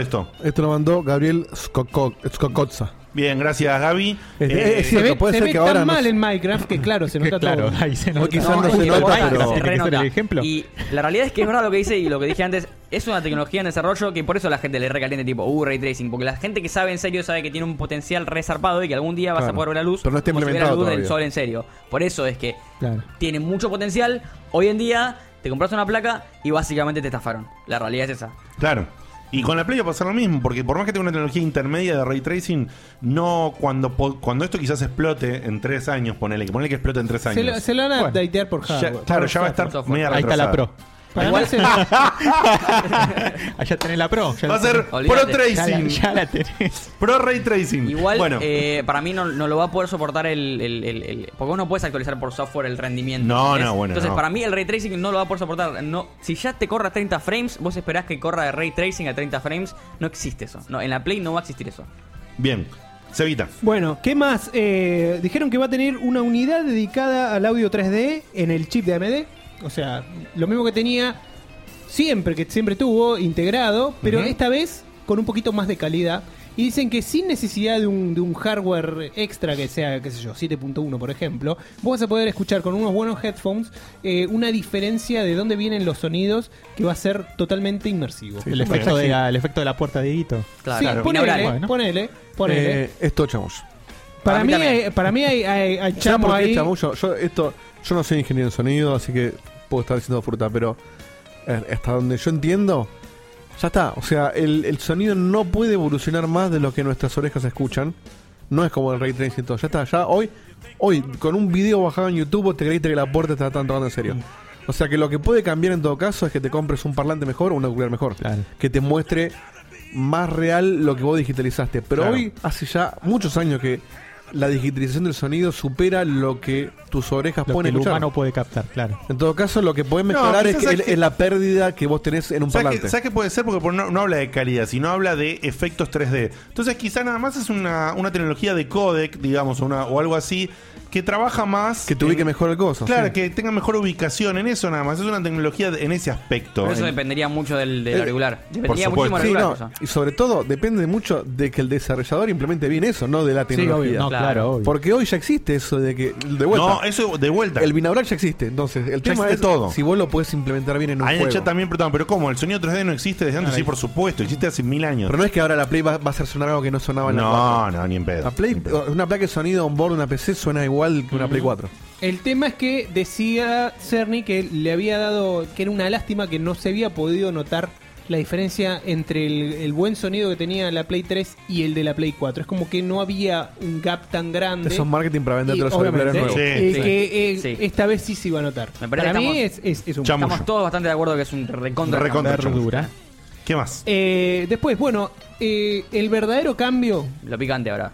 [SPEAKER 2] esto?
[SPEAKER 3] Esto lo mandó Gabriel Scocotza.
[SPEAKER 2] Bien, gracias Gaby.
[SPEAKER 3] Es-
[SPEAKER 2] Eh,
[SPEAKER 3] es cierto,
[SPEAKER 6] se ve,
[SPEAKER 3] puede
[SPEAKER 6] se
[SPEAKER 3] ser
[SPEAKER 6] ve
[SPEAKER 3] que
[SPEAKER 6] tan
[SPEAKER 3] ahora no
[SPEAKER 6] mal
[SPEAKER 3] se-
[SPEAKER 6] en Minecraft que claro, se nota
[SPEAKER 3] claro,
[SPEAKER 6] todo.
[SPEAKER 3] ahí se nota.
[SPEAKER 4] No,
[SPEAKER 6] no
[SPEAKER 4] es
[SPEAKER 6] se
[SPEAKER 4] que
[SPEAKER 6] nota,
[SPEAKER 4] Minecraft
[SPEAKER 6] pero-
[SPEAKER 4] se
[SPEAKER 6] tiene que ser
[SPEAKER 4] renota.
[SPEAKER 6] el ejemplo.
[SPEAKER 4] Y la realidad es que es verdad lo que dice y lo que dije antes. Es una tecnología en desarrollo que por eso la gente le recaliente tipo, uh, ray tracing. Porque la gente que sabe en serio sabe que tiene un potencial resarpado y que algún día vas a
[SPEAKER 3] Claro.
[SPEAKER 4] poder ver la luz.
[SPEAKER 3] Pero no está
[SPEAKER 4] como si
[SPEAKER 3] implementado
[SPEAKER 4] viera la luz del
[SPEAKER 3] todavía.
[SPEAKER 4] sol en serio. Por eso es que
[SPEAKER 3] Claro.
[SPEAKER 4] tiene mucho potencial. Hoy en día te compras una placa y básicamente te estafaron. La realidad es esa.
[SPEAKER 2] Claro. Y con la Play va a pasar lo mismo, porque por más que tenga una tecnología intermedia de ray tracing, no cuando po- cuando esto quizás explote en tres años, ponele, que ponele que explote en tres años.
[SPEAKER 6] Se lo, se lo van a updatear por
[SPEAKER 2] Ya-
[SPEAKER 6] hardware.
[SPEAKER 2] claro,
[SPEAKER 6] por
[SPEAKER 2] ya va a
[SPEAKER 6] software.
[SPEAKER 2] estar media
[SPEAKER 8] Ahí está la
[SPEAKER 2] retrasada.
[SPEAKER 8] Pro.
[SPEAKER 6] Para
[SPEAKER 8] Igual-
[SPEAKER 6] mí se-
[SPEAKER 8] Allá tenés la Pro. ya
[SPEAKER 2] Va a
[SPEAKER 8] la
[SPEAKER 2] ser
[SPEAKER 8] tenés.
[SPEAKER 2] Pro Tracing.
[SPEAKER 8] Ya la, ya la tenés.
[SPEAKER 2] Pro Ray Tracing.
[SPEAKER 4] Igual,
[SPEAKER 2] Bueno.
[SPEAKER 4] eh, para mí no, no lo va a poder soportar el, el- el- el- Porque vos no puedes actualizar por software el rendimiento.
[SPEAKER 2] No,
[SPEAKER 4] ¿entendés?
[SPEAKER 2] no, bueno,
[SPEAKER 4] Entonces,
[SPEAKER 2] no.
[SPEAKER 4] para mí el ray tracing no lo va a poder soportar. No, si ya te corra a 30 frames, vos esperás que corra de ray tracing a 30 frames. No existe eso. No, en la Play no va a existir eso.
[SPEAKER 2] Bien. Cevita.
[SPEAKER 6] Bueno, ¿qué más? Eh, dijeron que va a tener una unidad dedicada al audio 3D en el chip de AMD. O sea, lo mismo que tenía siempre, que siempre tuvo integrado, pero
[SPEAKER 2] Ujú.
[SPEAKER 6] esta vez con un poquito más de calidad. Y dicen que sin necesidad de un, de un hardware extra que sea, qué sé yo, 7.1 por ejemplo, vos vas a poder escuchar con unos buenos headphones eh, una diferencia de dónde vienen los sonidos que va a ser totalmente inmersivo.
[SPEAKER 8] El, efecto de la, el efecto de la puerta de Guito.
[SPEAKER 6] Sí, ponele, ponele, ponele.
[SPEAKER 3] Eh, esto, chamos.
[SPEAKER 6] Para, mí, hay, para mí hay, hay, hay chamo ahí.
[SPEAKER 3] Yo, esto, yo no soy ingeniero en sonido, así que puedo estar diciendo fruta, pero eh, hasta donde yo entiendo, ya está. O sea, el, el sonido no puede evolucionar más de lo que nuestras orejas escuchan. No es como el Ray Tracing y todo. Ya está, ya hoy, hoy con un video bajado en YouTube vos te creíste que la puerta te la estaban tocando en serio. O sea que lo que puede cambiar en todo caso es que te compres un parlante mejor o un auricular mejor. Que te muestre más real lo que vos digitalizaste. Pero
[SPEAKER 2] Claro.
[SPEAKER 3] hoy, hace ya muchos años que la digitalización del sonido supera lo que tus orejas
[SPEAKER 8] Lo que
[SPEAKER 3] pueden
[SPEAKER 8] el
[SPEAKER 3] escuchar.
[SPEAKER 8] humano puede captar, claro.
[SPEAKER 3] En todo caso, lo que podés
[SPEAKER 2] No,
[SPEAKER 3] mejorar es,
[SPEAKER 2] quizás
[SPEAKER 3] el-
[SPEAKER 2] es que-
[SPEAKER 3] es la pérdida que vos tenés en un
[SPEAKER 2] ¿Sabes
[SPEAKER 3] parlante.
[SPEAKER 2] qué, sabes qué puede ser? Porque por- no, no habla de calidad, sino habla de efectos 3D. Entonces, quizá nada más es una, una tecnología de codec, digamos, o una, o algo así, que trabaja más.
[SPEAKER 3] Que te ubique
[SPEAKER 2] en-
[SPEAKER 3] mejor el coso.
[SPEAKER 2] Claro,
[SPEAKER 3] sí.
[SPEAKER 2] que tenga mejor ubicación en eso nada más. Es una tecnología de- en ese aspecto.
[SPEAKER 4] Pero eso
[SPEAKER 2] En-
[SPEAKER 4] dependería mucho del, del
[SPEAKER 2] Eh,
[SPEAKER 4] auricular.
[SPEAKER 2] por
[SPEAKER 4] Dependería
[SPEAKER 2] supuesto.
[SPEAKER 4] muchísimo del
[SPEAKER 3] Sí,
[SPEAKER 4] auricular.
[SPEAKER 3] no,
[SPEAKER 4] cosa.
[SPEAKER 3] y sobre todo depende mucho de que el desarrollador implemente bien eso, no de la
[SPEAKER 2] Sí,
[SPEAKER 3] tecnología.
[SPEAKER 2] obvio, no, claro, obvio.
[SPEAKER 3] Porque hoy ya existe eso de que de vuelta.
[SPEAKER 2] No, eso de vuelta.
[SPEAKER 3] El binaural ya existe, entonces el
[SPEAKER 2] Ya
[SPEAKER 3] tema
[SPEAKER 2] existe
[SPEAKER 3] es
[SPEAKER 2] todo.
[SPEAKER 3] si vos lo puedes implementar bien en un
[SPEAKER 2] Ahí en el
[SPEAKER 3] juego.
[SPEAKER 2] chat también preguntaban, pero ¿cómo? El sonido 3D no existe desde antes,
[SPEAKER 3] Ahí.
[SPEAKER 2] sí, por supuesto, existe hace mil años.
[SPEAKER 3] Pero no es que ahora la Play va, va a hacer sonar algo que no sonaba en la
[SPEAKER 2] No,
[SPEAKER 3] 4.
[SPEAKER 2] no, ni en pedo.
[SPEAKER 3] La Play, una placa de sonido onboard de una PC suena igual que una Play 4.
[SPEAKER 6] El tema es que decía Cerny que le había dado, que era una lástima que no se había podido notar la diferencia entre el, el buen sonido que tenía la Play 3 y el de la Play 4. Es como que no había un gap tan grande.
[SPEAKER 3] Eso es marketing para venderte
[SPEAKER 6] Y,
[SPEAKER 3] los auriculares
[SPEAKER 6] obviamente,
[SPEAKER 3] nuevos.
[SPEAKER 6] eh,
[SPEAKER 3] Sí,
[SPEAKER 6] que,
[SPEAKER 4] sí.
[SPEAKER 6] eh, Esta vez sí se iba a notar.
[SPEAKER 4] Me parece
[SPEAKER 6] para
[SPEAKER 4] que
[SPEAKER 6] mí es,
[SPEAKER 4] estamos-
[SPEAKER 6] es, es un
[SPEAKER 4] Estamos todos bastante de acuerdo que es un recontra.
[SPEAKER 2] Recontra
[SPEAKER 4] cambio.
[SPEAKER 2] dura. ¿Qué más?
[SPEAKER 6] Eh, después, bueno, eh, el verdadero cambio
[SPEAKER 4] Lo picante ahora.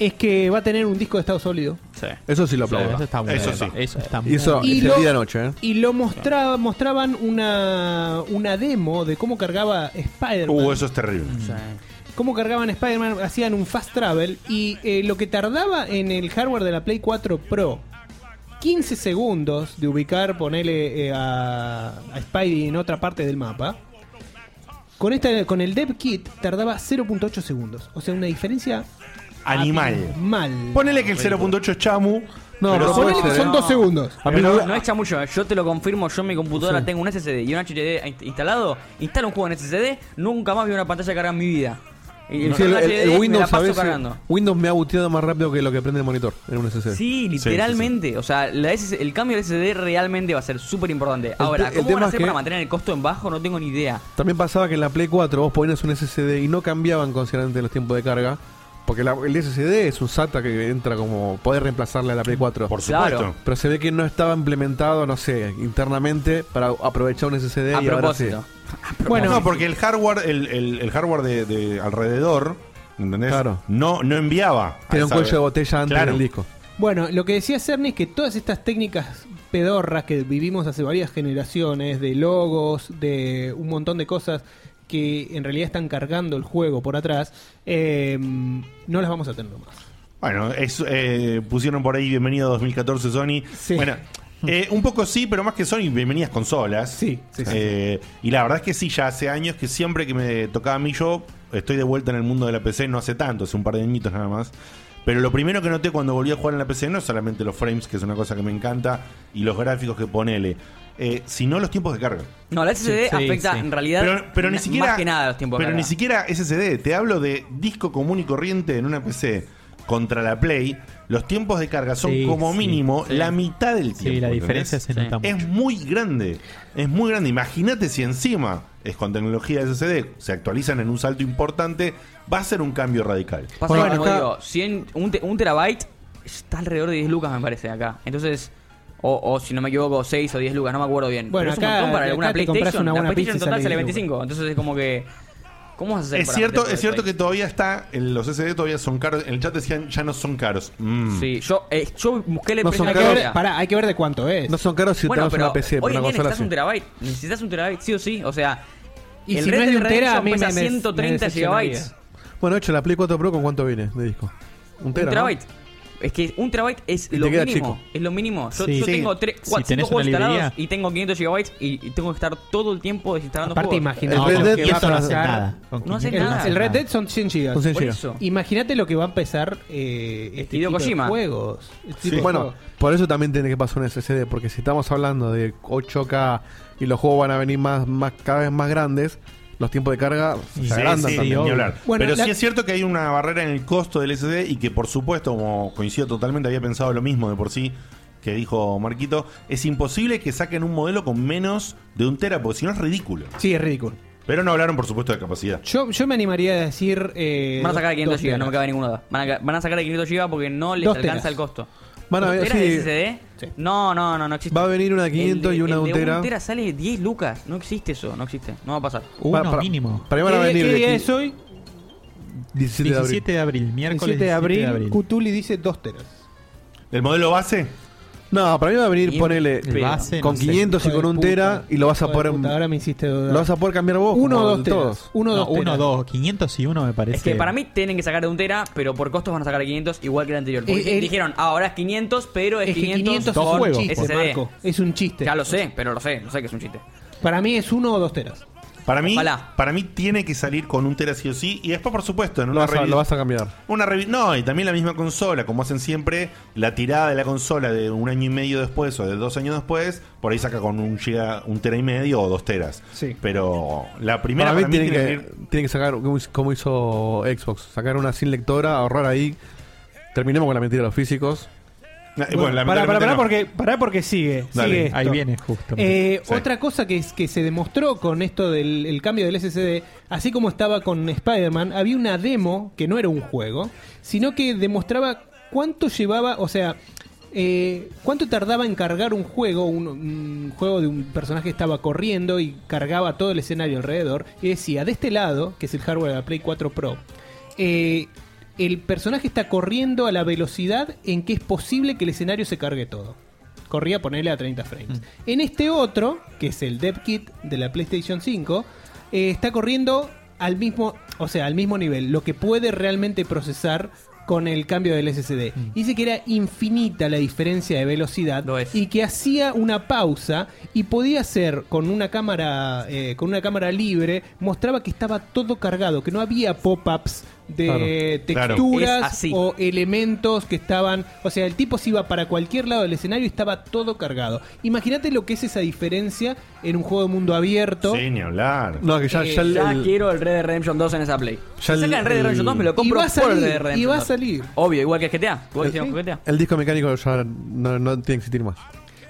[SPEAKER 6] es que va a tener un disco de estado sólido.
[SPEAKER 4] Sí.
[SPEAKER 3] Eso sí lo
[SPEAKER 4] Sí,
[SPEAKER 3] aplaudo.
[SPEAKER 4] eso está muy
[SPEAKER 3] Eso
[SPEAKER 4] bien.
[SPEAKER 3] sí.
[SPEAKER 4] Eso está
[SPEAKER 3] y eso
[SPEAKER 6] muy bien.
[SPEAKER 3] es
[SPEAKER 6] Y
[SPEAKER 3] el
[SPEAKER 6] lo-
[SPEAKER 3] día de noche, ¿eh?
[SPEAKER 6] Y lo mostraba, mostraban una, una demo de cómo cargaba Spider-Man.
[SPEAKER 2] Uh, eso es terrible.
[SPEAKER 6] Cómo cargaban Spider-Man, hacían un fast travel y eh, lo que tardaba en el hardware de la Play 4 Pro 15 segundos de ubicar, ponele eh, a, a Spidey en otra parte del mapa. Con, esta, con el Dev Kit tardaba 0.8 segundos. O sea, una diferencia
[SPEAKER 2] Animal.
[SPEAKER 6] mal.
[SPEAKER 2] Ponele que el 0.8 es chamu. pero
[SPEAKER 6] No, pero
[SPEAKER 2] son-
[SPEAKER 6] ponele que son dos segundos.
[SPEAKER 4] Pero no, no es chamullo, eh. yo te lo confirmo, yo en mi computadora
[SPEAKER 6] Sí.
[SPEAKER 4] tengo un SSD y un HDD in- instalado, instalo un juego en SSD, nunca más vi una pantalla cargada en mi vida. Y
[SPEAKER 3] Sí, el,
[SPEAKER 4] con
[SPEAKER 3] el- el
[SPEAKER 4] HDD me la
[SPEAKER 3] Windows, a
[SPEAKER 4] paso
[SPEAKER 3] veces-
[SPEAKER 4] cargando.
[SPEAKER 3] Windows me ha buteado más rápido que lo que prende el monitor en un SSD.
[SPEAKER 4] Sí, literalmente. O sea, la SS el cambio del SSD realmente va a ser súper importante. Ahora,
[SPEAKER 3] te- el
[SPEAKER 4] ¿cómo van
[SPEAKER 3] tema
[SPEAKER 4] a
[SPEAKER 3] es
[SPEAKER 4] hacer
[SPEAKER 3] que-
[SPEAKER 4] para mantener el costo en bajo? No tengo ni idea.
[SPEAKER 3] También pasaba que en la Play 4 vos ponías un SSD y no cambiaban considerablemente los tiempos de carga. Porque la- el SSD es un SATA que entra como poder reemplazarle a la Play 4. Por
[SPEAKER 4] supuesto. Claro.
[SPEAKER 3] Pero se ve que no estaba implementado, no sé, internamente para aprovechar un SSD
[SPEAKER 2] A
[SPEAKER 3] y ahora sí.
[SPEAKER 2] propósito. Bueno, no, porque el hardware, el, el- el hardware de, de alrededor ¿Entendés? No, no enviaba. a
[SPEAKER 3] Tenía un
[SPEAKER 2] esa
[SPEAKER 3] cuello de
[SPEAKER 2] vez.
[SPEAKER 3] botella antes
[SPEAKER 2] Claro.
[SPEAKER 3] del disco.
[SPEAKER 6] Bueno, lo que decía Cerny es que todas estas técnicas pedorras que vivimos hace varias generaciones, de logos, de un montón de cosas que en realidad están cargando el juego por atrás, eh, no las vamos a tener más.
[SPEAKER 2] Bueno, es, eh, pusieron por ahí bienvenido 2014 Sony. Bueno, eh, un poco sí, pero más que Sony, bienvenidas consolas. Sí,
[SPEAKER 6] sí, sí.
[SPEAKER 2] Y la verdad es que sí, ya hace años que siempre que me tocaba a mí yo, estoy de vuelta en el mundo de la PC, no hace tanto, hace un par de añitos nada más. Pero lo primero que noté cuando volví a jugar en la PC no es solamente los frames, que es una cosa que me encanta, y los gráficos que ponele, eh, sino los tiempos de carga.
[SPEAKER 4] No, la SSD afecta en realidad
[SPEAKER 2] Pero, pero ni
[SPEAKER 4] na-
[SPEAKER 2] siquiera.
[SPEAKER 4] más que nada los tiempos de
[SPEAKER 2] Pero
[SPEAKER 4] carga.
[SPEAKER 2] ni siquiera SSD. Te hablo de disco común y corriente en una PC contra la Play. Los tiempos de carga son
[SPEAKER 8] Sí,
[SPEAKER 2] como
[SPEAKER 8] sí,
[SPEAKER 2] mínimo
[SPEAKER 8] sí.
[SPEAKER 2] la mitad del
[SPEAKER 8] Sí,
[SPEAKER 2] tiempo.
[SPEAKER 8] la diferencia se nota
[SPEAKER 2] Es muy grande. Es muy grande. Imagínate si encima es con tecnología SSD, se actualizan en un salto importante, va a ser un cambio radical.
[SPEAKER 4] Pasa que, como digo, 100 un, te- un terabyte está alrededor de 10 lucas, me parece, acá. Entonces, o, o si no me equivoco, 6 o 10 lucas, no me acuerdo bien.
[SPEAKER 6] Bueno,
[SPEAKER 4] Pero es
[SPEAKER 6] acá-
[SPEAKER 4] un montón para
[SPEAKER 6] acá
[SPEAKER 4] alguna
[SPEAKER 6] te compras
[SPEAKER 4] PlayStation.
[SPEAKER 6] una buena
[SPEAKER 4] la PlayStation
[SPEAKER 6] pizza y sale
[SPEAKER 4] total sale
[SPEAKER 6] 10 lucas.
[SPEAKER 4] 25. Entonces es como que... ¿Cómo vas a hacer
[SPEAKER 2] Es
[SPEAKER 4] para
[SPEAKER 2] cierto,
[SPEAKER 4] meter
[SPEAKER 2] es
[SPEAKER 4] todo
[SPEAKER 2] cierto que todavía está, en los SSD todavía son caros. En el chat decían ya no son caros. Mm.
[SPEAKER 4] Sí, yo, eh, yo busqué
[SPEAKER 6] No son caros. Pará, hay que ver de cuánto es.
[SPEAKER 2] No son caros si
[SPEAKER 4] Bueno,
[SPEAKER 2] tenés
[SPEAKER 4] pero
[SPEAKER 2] una PC,
[SPEAKER 4] hoy en
[SPEAKER 2] una
[SPEAKER 4] día
[SPEAKER 2] consola
[SPEAKER 4] necesitas un
[SPEAKER 2] así.
[SPEAKER 4] terabyte. Necesitas un terabyte, sí o sí. O sea,
[SPEAKER 6] Y
[SPEAKER 4] el
[SPEAKER 6] si
[SPEAKER 4] Red
[SPEAKER 6] no es
[SPEAKER 4] Dead
[SPEAKER 6] de un tera, a
[SPEAKER 4] Redemption
[SPEAKER 6] mí
[SPEAKER 4] pesa
[SPEAKER 6] me- me-
[SPEAKER 4] 130
[SPEAKER 6] me
[SPEAKER 4] gigabytes.
[SPEAKER 3] Bueno, de hecho, la Play 4 Pro, ¿con cuánto viene de disco? Un
[SPEAKER 4] Un
[SPEAKER 3] tera. ¿no?
[SPEAKER 4] terabyte. Es que un terabyte es
[SPEAKER 3] Y
[SPEAKER 4] lo
[SPEAKER 3] te queda
[SPEAKER 4] mínimo.
[SPEAKER 3] chico.
[SPEAKER 4] Es lo mínimo. Yo,
[SPEAKER 3] Sí.
[SPEAKER 4] yo
[SPEAKER 3] Sí.
[SPEAKER 4] tengo 3,
[SPEAKER 3] Si
[SPEAKER 4] 4,
[SPEAKER 3] tenés
[SPEAKER 4] juegos
[SPEAKER 3] una librería.
[SPEAKER 4] instalados y tengo 500 gigabytes y, y tengo que estar todo el tiempo desinstalando
[SPEAKER 6] Aparte,
[SPEAKER 4] juegos.
[SPEAKER 6] imagínate lo que va a pesar-
[SPEAKER 4] No hace
[SPEAKER 6] el,
[SPEAKER 4] nada.
[SPEAKER 6] el Red Dead son 100 gigas.
[SPEAKER 4] Son 100 Por gigas. eso.
[SPEAKER 6] Imagínate lo que va a empezar eh, este
[SPEAKER 4] Hideo
[SPEAKER 6] tipo
[SPEAKER 4] Kojima.
[SPEAKER 6] de juegos. Este
[SPEAKER 3] Sí,
[SPEAKER 6] tipo de
[SPEAKER 3] bueno,
[SPEAKER 6] juegos.
[SPEAKER 3] por eso también tiene que pasar un SSD, porque si estamos hablando de 8K y los juegos van a venir más, más cada vez más grandes, los tiempos de carga
[SPEAKER 2] Sí,
[SPEAKER 3] se agrandan
[SPEAKER 2] sí,
[SPEAKER 3] también.
[SPEAKER 2] ni hablar.
[SPEAKER 3] Bueno,
[SPEAKER 2] Pero
[SPEAKER 3] la-
[SPEAKER 2] sí es cierto que hay una barrera en el costo del SSD y que por supuesto, como coincido totalmente, había pensado lo mismo de por sí que dijo Marquito, es imposible que saquen un modelo con menos de un tera, porque si no es ridículo.
[SPEAKER 6] Sí, es ridículo.
[SPEAKER 2] Pero no hablaron, por supuesto, de capacidad.
[SPEAKER 6] Yo, yo me animaría a decir. eh,
[SPEAKER 4] Van a sacar de 500
[SPEAKER 6] dos
[SPEAKER 4] GB, no me
[SPEAKER 6] teras.
[SPEAKER 4] cabe ninguna duda. Van a, van a sacar de 500 GB porque no les
[SPEAKER 6] Dos
[SPEAKER 4] alcanza
[SPEAKER 6] teras.
[SPEAKER 4] el costo.
[SPEAKER 3] Van a
[SPEAKER 4] ¿Dos
[SPEAKER 3] ver,
[SPEAKER 4] teras
[SPEAKER 3] sí.
[SPEAKER 4] de SSD? No, no, no, no existe.
[SPEAKER 3] Va a venir una de 500
[SPEAKER 4] El
[SPEAKER 3] y una
[SPEAKER 4] el
[SPEAKER 3] de un tera.
[SPEAKER 4] un tera sale 10 lucas. No existe eso, no existe. No va a pasar.
[SPEAKER 3] Uno Para- para- mínimo. para mí van a ¿Qué día- venir qué de día aquí- es
[SPEAKER 6] hoy?
[SPEAKER 3] 17 de abril.
[SPEAKER 8] 17 de abril, miércoles
[SPEAKER 6] 17 de abril,
[SPEAKER 8] 17 de abril.
[SPEAKER 6] Cutuli dice 2 teras.
[SPEAKER 2] ¿El modelo base?
[SPEAKER 3] No, para mí va a venir,
[SPEAKER 6] Y-
[SPEAKER 3] ponele,
[SPEAKER 6] el base,
[SPEAKER 3] con
[SPEAKER 6] no sé.
[SPEAKER 3] 500 y
[SPEAKER 6] Hijo
[SPEAKER 3] con
[SPEAKER 6] de
[SPEAKER 3] un
[SPEAKER 6] puta,
[SPEAKER 3] tera y lo vas a
[SPEAKER 6] hijo de
[SPEAKER 3] poder...
[SPEAKER 6] puta, ahora me hiciste dudar.
[SPEAKER 3] Lo vas a poder cambiar vos.
[SPEAKER 6] Uno o
[SPEAKER 3] como
[SPEAKER 6] dos teras.
[SPEAKER 3] todos.
[SPEAKER 6] Uno,
[SPEAKER 8] No,
[SPEAKER 6] dos teras.
[SPEAKER 8] 1 2, 500 y 1 me parece.
[SPEAKER 4] Es que para mí tienen que sacar de un tera, pero por costos van a sacar de 500 igual que el anterior. Porque
[SPEAKER 6] Eh,
[SPEAKER 4] di-
[SPEAKER 6] eh,
[SPEAKER 4] dijeron, "Ah, ahora es 500, pero es,
[SPEAKER 6] Es que
[SPEAKER 4] 500,
[SPEAKER 6] 500
[SPEAKER 4] con
[SPEAKER 6] es un chiste,
[SPEAKER 4] SSD.
[SPEAKER 6] Marco. Es un chiste.
[SPEAKER 4] Ya lo sé, pero lo sé, lo sé que es un chiste.
[SPEAKER 6] Para mí es 1 o 2 teras.
[SPEAKER 2] Para mí,
[SPEAKER 4] Ojalá.
[SPEAKER 2] para mí tiene que salir con un tera sí o sí. Y después, por supuesto, en
[SPEAKER 3] Lo
[SPEAKER 2] una
[SPEAKER 3] vas, a,
[SPEAKER 2] revi-
[SPEAKER 3] lo vas a cambiar.
[SPEAKER 2] Una revi- no, y también la misma consola, como hacen siempre, la tirada de la consola de un año y medio después o de dos años después, por ahí saca con un giga, un tera y medio o dos teras. Pero la primera
[SPEAKER 3] para mí, tienen,
[SPEAKER 2] tiene
[SPEAKER 3] que, tienen que sacar, como hizo- como hizo Xbox, sacar una sin lectora, ahorrar ahí. Terminemos con la mentira de los físicos.
[SPEAKER 6] Bueno, pará, pará, pará, porque, pará porque sigue.
[SPEAKER 3] Dale,
[SPEAKER 6] sigue
[SPEAKER 3] ahí
[SPEAKER 6] esto.
[SPEAKER 3] viene justo.
[SPEAKER 6] Eh,
[SPEAKER 3] Sí.
[SPEAKER 6] Otra cosa que, es- que se demostró con esto del el cambio del SSD, así como estaba con Spider-Man, había una demo que no era un juego, sino que demostraba cuánto llevaba, o sea, eh, cuánto tardaba en cargar un juego, un, un juego de un personaje que estaba corriendo y cargaba todo el escenario alrededor, y decía, de este lado, que es el hardware de la Play 4 Pro, eh, el personaje está corriendo a la velocidad en que es posible que el escenario se cargue todo. Corría ponerle a 30 frames. En este otro, que es el Dev Kit de la PlayStation 5, eh, está corriendo al mismo, o sea, al mismo nivel, lo que puede realmente procesar con el cambio del SSD. Dice que era infinita la diferencia de velocidad y que hacía una pausa y podía hacer con una cámara eh, con una cámara libre mostraba que estaba todo cargado, que no había pop-ups de
[SPEAKER 4] Claro. Claro.
[SPEAKER 6] texturas
[SPEAKER 4] Es así.
[SPEAKER 6] o elementos que estaban, o sea, el tipo se iba para cualquier lado del escenario y estaba todo cargado. Imagínate lo que es esa diferencia en un juego de mundo abierto.
[SPEAKER 2] Sí, ni hablar.
[SPEAKER 3] No, que ya-
[SPEAKER 6] Eh,
[SPEAKER 3] ya el-
[SPEAKER 4] Ya
[SPEAKER 3] el-
[SPEAKER 4] quiero el Red Dead Redemption 2 en esa Play. Si
[SPEAKER 3] Ya el-
[SPEAKER 4] sacan el Red Dead Redemption 2, me lo
[SPEAKER 3] Y
[SPEAKER 4] compro
[SPEAKER 6] va a
[SPEAKER 4] por el
[SPEAKER 6] salir,
[SPEAKER 4] Red Dead
[SPEAKER 6] y
[SPEAKER 4] Redemption
[SPEAKER 6] va a
[SPEAKER 4] 2.
[SPEAKER 6] salir.
[SPEAKER 4] Obvio, igual que el GTA. Igual que hicieron con GTA.
[SPEAKER 3] El disco mecánico ya no, no tiene que existir más.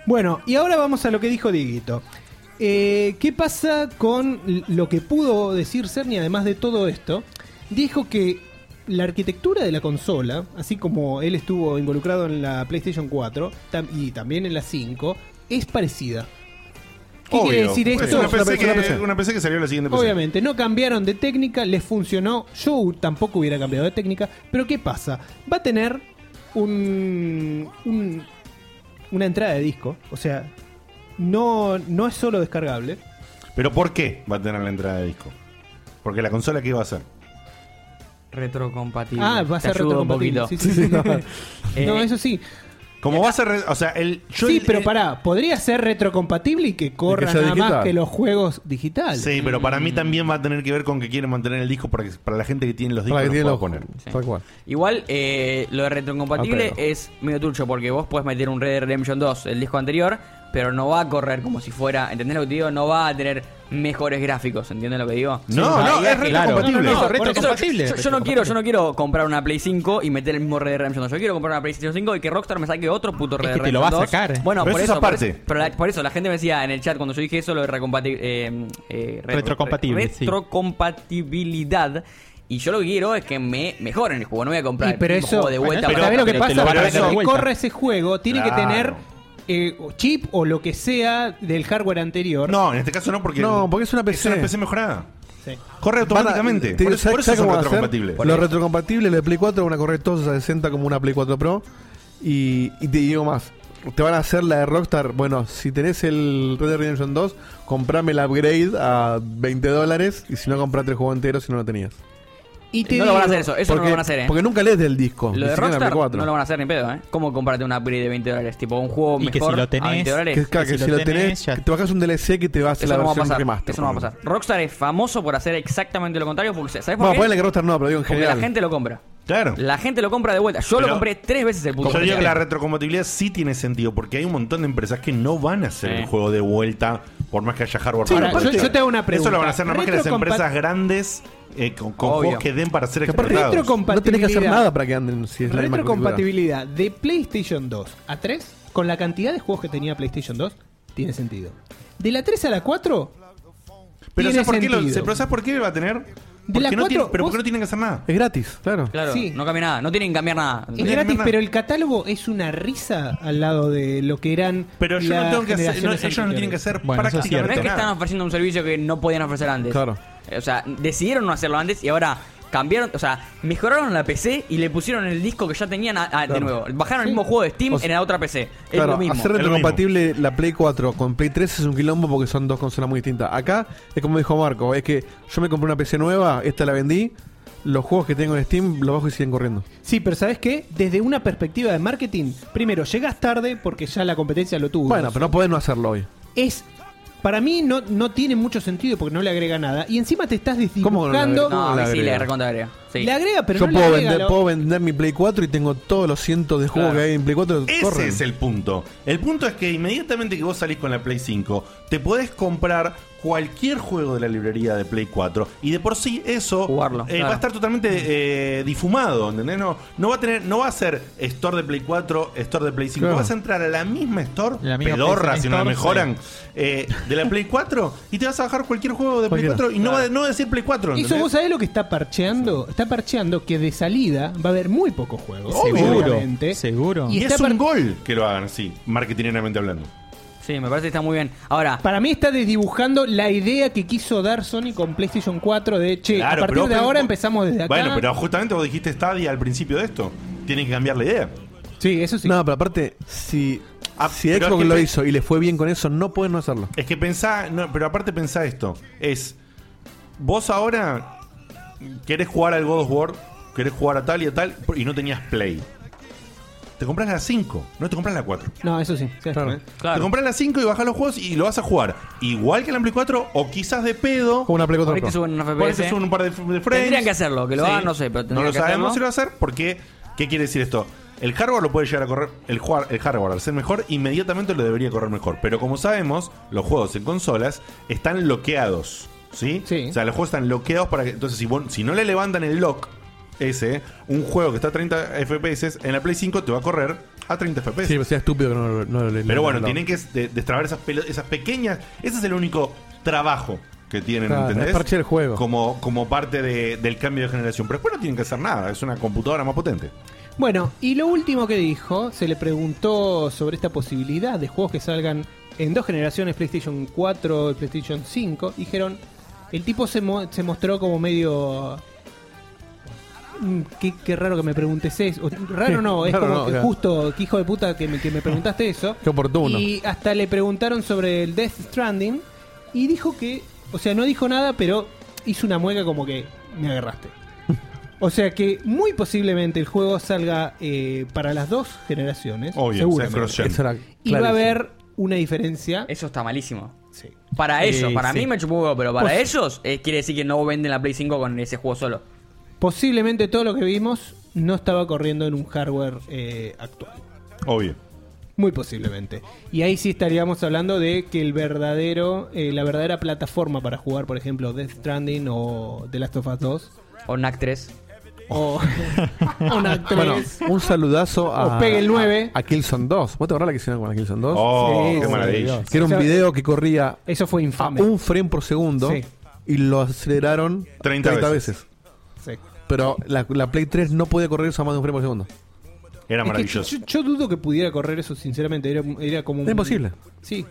[SPEAKER 6] Bueno, y ahora vamos a lo que dijo Dieguito. Eh, ¿Qué pasa con l- lo que pudo decir Cerny además de todo esto? Dijo que la arquitectura de la consola, así como él estuvo involucrado en la PlayStation 4 tam- y también en la 5, es parecida. quiere
[SPEAKER 2] Obvio.
[SPEAKER 6] decir
[SPEAKER 2] Es
[SPEAKER 6] esto?
[SPEAKER 2] una PC que- una PC que salió la siguiente PC.
[SPEAKER 6] Obviamente, no cambiaron de técnica, les funcionó. Yo tampoco hubiera cambiado de técnica. Pero ¿qué pasa? Va a tener un, un- una entrada de disco. O sea, no, no es solo descargable.
[SPEAKER 2] Pero ¿por qué va a tener la entrada de disco? Porque la consola, ¿qué va a hacer?
[SPEAKER 4] Retrocompatible.
[SPEAKER 6] Ah, va a
[SPEAKER 4] Te
[SPEAKER 6] ser
[SPEAKER 4] ayudo un
[SPEAKER 6] retrocompatible.
[SPEAKER 4] poquito.
[SPEAKER 6] Sí, sí, sí. no, eso sí.
[SPEAKER 2] Como va a ser. re- O sea, el. Eh, yo
[SPEAKER 6] sí,
[SPEAKER 2] el-
[SPEAKER 6] pero
[SPEAKER 2] el-
[SPEAKER 6] pará, podría ser retrocompatible y que corra
[SPEAKER 2] sea
[SPEAKER 6] nada
[SPEAKER 2] digital.
[SPEAKER 6] más que los juegos digitales.
[SPEAKER 2] Sí, pero para mí también va a tener que ver con que quieren mantener el disco para, que- para la gente que tiene los discos.
[SPEAKER 3] Para que tiene
[SPEAKER 2] pueda
[SPEAKER 3] los-
[SPEAKER 2] poner.
[SPEAKER 4] Igual, eh, lo de retrocompatible
[SPEAKER 2] Ah,
[SPEAKER 4] es medio trucho porque vos podés meter un Red Dead Redemption 2, el disco anterior, pero no va a correr como si fuera. ¿Entendés lo que te digo? No va a tener mejores gráficos, ¿entiendes lo que digo?
[SPEAKER 2] No,
[SPEAKER 4] Ahí
[SPEAKER 2] no, es retrocompatible.
[SPEAKER 4] Claro.
[SPEAKER 2] No, no,
[SPEAKER 4] Eso- por eso-
[SPEAKER 2] retrocompatible.
[SPEAKER 4] yo- Yo, no quiero, yo no quiero comprar una Play 5 y meter el mismo Red Dead Redemption 2. Yo quiero comprar una PlayStation 5 y que Rockstar me saque otro puto Red Dead
[SPEAKER 8] que te lo
[SPEAKER 4] Redemption
[SPEAKER 8] va a
[SPEAKER 4] 2.
[SPEAKER 8] sacar.
[SPEAKER 4] Bueno,
[SPEAKER 8] Pero
[SPEAKER 4] por
[SPEAKER 8] eso
[SPEAKER 4] eso,
[SPEAKER 8] es
[SPEAKER 4] por
[SPEAKER 8] aparte.
[SPEAKER 4] eso- pero la- por eso la gente me decía en el chat cuando yo dije eso lo de recompati- eh, eh, retro-
[SPEAKER 8] Retrocompatible, sí.
[SPEAKER 4] retrocompatibilidad. Y yo lo que quiero es que me mejoren el juego, no voy a comprar
[SPEAKER 6] Y pero
[SPEAKER 4] el
[SPEAKER 6] eso,
[SPEAKER 4] juego de vuelta.
[SPEAKER 6] pero ¿sabés lo que pasa? Para que corra ese juego, tiene que
[SPEAKER 4] Claro.
[SPEAKER 6] tener eh, chip o lo que sea del hardware anterior.
[SPEAKER 2] No, en este caso no, porque.
[SPEAKER 6] No, porque es una
[SPEAKER 2] Es
[SPEAKER 6] PC.
[SPEAKER 2] una PC mejorada.
[SPEAKER 6] Sí.
[SPEAKER 2] Corre automáticamente.
[SPEAKER 3] Van a- te-
[SPEAKER 2] por eso,
[SPEAKER 3] ¿sabes-
[SPEAKER 2] por eso
[SPEAKER 3] sabes
[SPEAKER 2] son
[SPEAKER 3] cómo va a ser?
[SPEAKER 2] retrocompatibles.
[SPEAKER 3] Los retrocompatibles de Play 4 van a correr todos a 60 como una Play 4 Pro. Y, y te digo más. Te van a hacer la de Rockstar. Bueno, si tenés el Red Dead Redemption 2, comprame el upgrade a 20 dólares. Y si no, comprate el juego entero si no lo tenías.
[SPEAKER 6] Y
[SPEAKER 4] te No lo van a hacer eso, eso no lo van a hacer, ¿eh?
[SPEAKER 3] Porque nunca lees del disco.
[SPEAKER 4] Lo
[SPEAKER 3] ni
[SPEAKER 4] de
[SPEAKER 3] siquiera en la
[SPEAKER 4] Rockstar
[SPEAKER 3] Play 4.
[SPEAKER 4] no lo van a hacer ni pedo, ¿eh? ¿Cómo comprarte una upgrade de 20 dólares? Tipo, un juego
[SPEAKER 3] Y
[SPEAKER 4] mejor
[SPEAKER 3] que si lo tenés-
[SPEAKER 4] a 20 dólares.
[SPEAKER 3] que, claro, que si lo tenés, que te bajas un DLC que te va a hacer
[SPEAKER 4] Eso
[SPEAKER 3] la
[SPEAKER 4] no va a
[SPEAKER 3] versión
[SPEAKER 4] pasar.
[SPEAKER 3] remaster.
[SPEAKER 4] Eso no va a pasar. Rockstar es famoso por hacer exactamente lo contrario. Porque, ¿sabes por
[SPEAKER 3] Bueno,
[SPEAKER 4] qué?
[SPEAKER 3] ponele que Rockstar no, pero digo en
[SPEAKER 4] Porque
[SPEAKER 3] general.
[SPEAKER 4] la gente lo compra.
[SPEAKER 2] Claro.
[SPEAKER 4] La gente lo compra de vuelta. Yo lo
[SPEAKER 2] Pero-
[SPEAKER 4] compré tres veces el puto.
[SPEAKER 2] Yo digo
[SPEAKER 4] juego.
[SPEAKER 2] que la retrocompatibilidad sí tiene sentido, porque hay un montón de empresas que no van a hacer
[SPEAKER 4] Sí.
[SPEAKER 2] el juego de vuelta, por más que haya hardware.
[SPEAKER 6] Sí,
[SPEAKER 2] para
[SPEAKER 6] aparte-
[SPEAKER 2] vuelta.
[SPEAKER 6] yo- yo te hago una pregunta.
[SPEAKER 2] Eso lo van a hacer nada más que las
[SPEAKER 6] Retrocompa-
[SPEAKER 2] empresas grandes eh, con, con
[SPEAKER 6] Obvio.
[SPEAKER 2] juegos que den para ser
[SPEAKER 3] Que aparte
[SPEAKER 2] explotados.
[SPEAKER 3] no tenés que hacer nada para que anden. Si es la misma
[SPEAKER 6] Retrocompatibilidad de PlayStation 2 a 3 con la cantidad de juegos que tenía PlayStation 2 tiene sentido. De la 3 a la 4
[SPEAKER 2] Pero
[SPEAKER 6] tiene
[SPEAKER 2] ¿sabes por, qué lo-
[SPEAKER 6] sentido.
[SPEAKER 2] pero ¿sabes por qué va a tener?
[SPEAKER 6] de la
[SPEAKER 2] Porque no
[SPEAKER 6] 4
[SPEAKER 2] tiene- pero
[SPEAKER 6] vos-
[SPEAKER 2] ¿por qué no tienen que hacer nada?
[SPEAKER 3] Es gratis, claro.
[SPEAKER 4] Claro,
[SPEAKER 6] Sí.
[SPEAKER 4] no cambia nada. No tienen que cambiar nada.
[SPEAKER 6] es gratis, pero el catálogo es una risa al lado de lo que eran.
[SPEAKER 4] Pero yo no
[SPEAKER 6] las
[SPEAKER 4] tengo que hacer- no,
[SPEAKER 6] generaciones
[SPEAKER 4] ellos no tienen que
[SPEAKER 6] anteriores.
[SPEAKER 4] hacer No es que están ofreciendo un servicio que no podían ofrecer antes.
[SPEAKER 6] Claro.
[SPEAKER 4] Eh, O sea, decidieron no hacerlo antes y ahora cambiaron, o sea, mejoraron la PC y le pusieron el disco que ya tenían a- a- de nuevo. Bajaron el mismo juego de Steam
[SPEAKER 3] O sea,
[SPEAKER 4] en la otra PC. Es
[SPEAKER 3] Claro,
[SPEAKER 4] lo mismo.
[SPEAKER 3] hacer retrocompatible la Play 4 con Play 3 es un quilombo porque son dos consolas muy distintas. Acá es como dijo Marco, es que yo me compré una PC nueva, esta la vendí, los juegos que tengo en Steam los bajo y siguen corriendo.
[SPEAKER 6] Sí, pero ¿sabes qué? Desde una perspectiva de marketing, primero, llegas tarde porque ya la competencia lo tuvo.
[SPEAKER 3] Bueno, pero no podés no hacerlo hoy.
[SPEAKER 6] es para mí no, no tiene mucho sentido porque no le agrega nada y encima te estás
[SPEAKER 3] ¿Cómo no le agrega?
[SPEAKER 6] desdibujando
[SPEAKER 3] No, ¿Cómo le
[SPEAKER 4] sí,
[SPEAKER 3] agrega?
[SPEAKER 4] le recontra agrega. Sí.
[SPEAKER 6] Le agrega, pero
[SPEAKER 3] yo
[SPEAKER 6] no le
[SPEAKER 3] puedo,
[SPEAKER 6] agrega
[SPEAKER 3] vender,
[SPEAKER 6] lo-
[SPEAKER 3] puedo vender mi Play 4 y tengo todos los cientos de juegos
[SPEAKER 2] Claro.
[SPEAKER 3] que hay en Play 4 que
[SPEAKER 2] Ese
[SPEAKER 3] corren.
[SPEAKER 2] es el punto. El punto es que inmediatamente que vos salís con la Play 5, te podés comprar cualquier juego de la librería de Play 4 y de por sí eso eh,
[SPEAKER 4] claro.
[SPEAKER 2] va a estar totalmente eh, difumado, ¿entendés? No, no va a tener no va a ser store de Play 4, store de Play 5,
[SPEAKER 3] Claro.
[SPEAKER 2] vas a entrar a la misma store,
[SPEAKER 3] La misma
[SPEAKER 2] pedorra
[SPEAKER 3] PlayStation
[SPEAKER 2] si no la
[SPEAKER 3] Store,
[SPEAKER 2] mejoran, eh, de la Play 4 y te vas a bajar cualquier juego de Play
[SPEAKER 6] Cualquiera.
[SPEAKER 2] 4 y no va a, no va a decir Play 4,
[SPEAKER 6] Eso
[SPEAKER 2] ¿entendés?
[SPEAKER 6] vos sabés lo que está parcheando, está parcheando que de salida va a haber muy pocos juegos.
[SPEAKER 2] Seguro,
[SPEAKER 8] seguro.
[SPEAKER 6] Y
[SPEAKER 2] Y,
[SPEAKER 6] está
[SPEAKER 2] es un
[SPEAKER 6] par-
[SPEAKER 2] gol que lo hagan así, marketingeramente hablando.
[SPEAKER 4] Sí, me parece que está muy bien. Ahora,
[SPEAKER 6] Para mí está desdibujando la idea que quiso dar Sony con PlayStation 4 de che,
[SPEAKER 2] Claro,
[SPEAKER 6] a partir
[SPEAKER 2] pero-
[SPEAKER 6] de ahora empezamos desde acá.
[SPEAKER 2] Bueno, pero justamente vos dijiste Stadia al principio de esto. Tienen que cambiar la idea. Ah,
[SPEAKER 6] Sí, eso sí.
[SPEAKER 3] No, pero aparte, si, Ah, si
[SPEAKER 2] pero
[SPEAKER 3] Xbox
[SPEAKER 2] es que
[SPEAKER 3] lo
[SPEAKER 2] te-
[SPEAKER 3] hizo y le fue bien con eso, no pueden no hacerlo.
[SPEAKER 2] Es que pensá, no, pero aparte pensá esto. Es, vos ahora querés jugar al God of War, querés jugar a tal y a tal, y no tenías Play. Te compras la 5, no te compras la 4.
[SPEAKER 6] No, eso sí. sí, ¿eh?
[SPEAKER 2] Te compras la 5 y bajas los juegos y lo vas a jugar. Igual que la Play 4 o quizás de pedo.
[SPEAKER 3] Como una Play 4
[SPEAKER 4] Por ahí te Pro. suben un FPS.
[SPEAKER 2] Por ahí te suben un par de, de frames.
[SPEAKER 4] Tendrían que hacerlo, que lo hagan, no sé, pero
[SPEAKER 2] No
[SPEAKER 4] tendrían
[SPEAKER 2] lo
[SPEAKER 4] que
[SPEAKER 2] sabemos
[SPEAKER 4] hacerlo.
[SPEAKER 2] si lo va a hacer porque, ¿qué quiere decir esto? El hardware lo puede llegar a correr, el, jugar- el hardware al ser mejor, inmediatamente lo debería correr mejor. Pero como sabemos, los juegos en consolas están bloqueados. ¿Sí? O sea, los juegos están bloqueados para que. Entonces, si, vos- si no le levantan el lock ese, un juego que está a 30 FPS, en la Play 5 te va a correr a 30 FPS.
[SPEAKER 3] Sí, pero sea estúpido que no, lo- no lo- no
[SPEAKER 2] Pero
[SPEAKER 3] lo-
[SPEAKER 2] bueno,
[SPEAKER 3] no lo-
[SPEAKER 2] tienen que de- destrabar esas, pelo- esas pequeñas. Ese es el único trabajo que tienen,
[SPEAKER 3] Claro,
[SPEAKER 2] ¿entendés?
[SPEAKER 3] es parche del juego.
[SPEAKER 2] Como, como parte de- del cambio de generación. Pero después no tienen que hacer nada, es una computadora más potente.
[SPEAKER 6] Bueno, y lo último que dijo, se le preguntó sobre esta posibilidad de juegos que salgan en dos generaciones, PlayStation 4 y PlayStation 5, dijeron, el tipo se, mo- se mostró como medio... Mm, Qué, qué raro que me preguntes eso. O, Raro no, es
[SPEAKER 3] Raro
[SPEAKER 6] como
[SPEAKER 3] no,
[SPEAKER 6] que
[SPEAKER 3] claro.
[SPEAKER 6] justo, qué hijo de puta que me, que me preguntaste eso.
[SPEAKER 3] Qué oportuno.
[SPEAKER 6] Y hasta le preguntaron sobre el Death Stranding y dijo que, o sea, no dijo nada, pero hizo una mueca como que me agarraste. O sea que muy posiblemente el juego salga eh, para las dos generaciones.
[SPEAKER 2] Obvio,
[SPEAKER 6] seguramente.
[SPEAKER 2] sea cross-gen. Eso era
[SPEAKER 6] y va a
[SPEAKER 2] clarísimo.
[SPEAKER 6] haber una diferencia.
[SPEAKER 4] Eso está malísimo. Para
[SPEAKER 6] Eh,
[SPEAKER 4] ellos, para
[SPEAKER 6] sí.
[SPEAKER 4] mí me chupó huevo, pero para
[SPEAKER 6] Pues-
[SPEAKER 4] ellos eh, quiere decir que no venden la Play 5 con ese juego solo.
[SPEAKER 6] Posiblemente todo lo que vimos no estaba corriendo en un hardware eh, actual.
[SPEAKER 2] Obvio.
[SPEAKER 6] Muy posiblemente. Y ahí sí estaríamos hablando de que el verdadero, eh, la verdadera plataforma para jugar, por ejemplo, Death Stranding o The Last of Us 2.
[SPEAKER 4] O NAC 3.
[SPEAKER 6] O, o NAC 3.
[SPEAKER 3] Bueno, un saludazo a.
[SPEAKER 6] O pegue el nueve.
[SPEAKER 3] A, a Killzone 2. ¿Vos te acordás la que hicieron con la Killzone 2?
[SPEAKER 2] Oh, Sí, qué sí. maravilla.
[SPEAKER 3] Que era un
[SPEAKER 2] O sea,
[SPEAKER 3] video que corría.
[SPEAKER 6] Eso fue infame.
[SPEAKER 3] A un frame por segundo.
[SPEAKER 6] Sí.
[SPEAKER 3] Y lo aceleraron
[SPEAKER 2] 30 veces.
[SPEAKER 6] Sí.
[SPEAKER 3] Pero la, la Play 3 no podía correr eso a más de un frame por segundo.
[SPEAKER 2] Era
[SPEAKER 6] Es que yo, yo dudo que pudiera correr eso, sinceramente. Era, era como. un-
[SPEAKER 3] Era imposible.
[SPEAKER 6] Sí.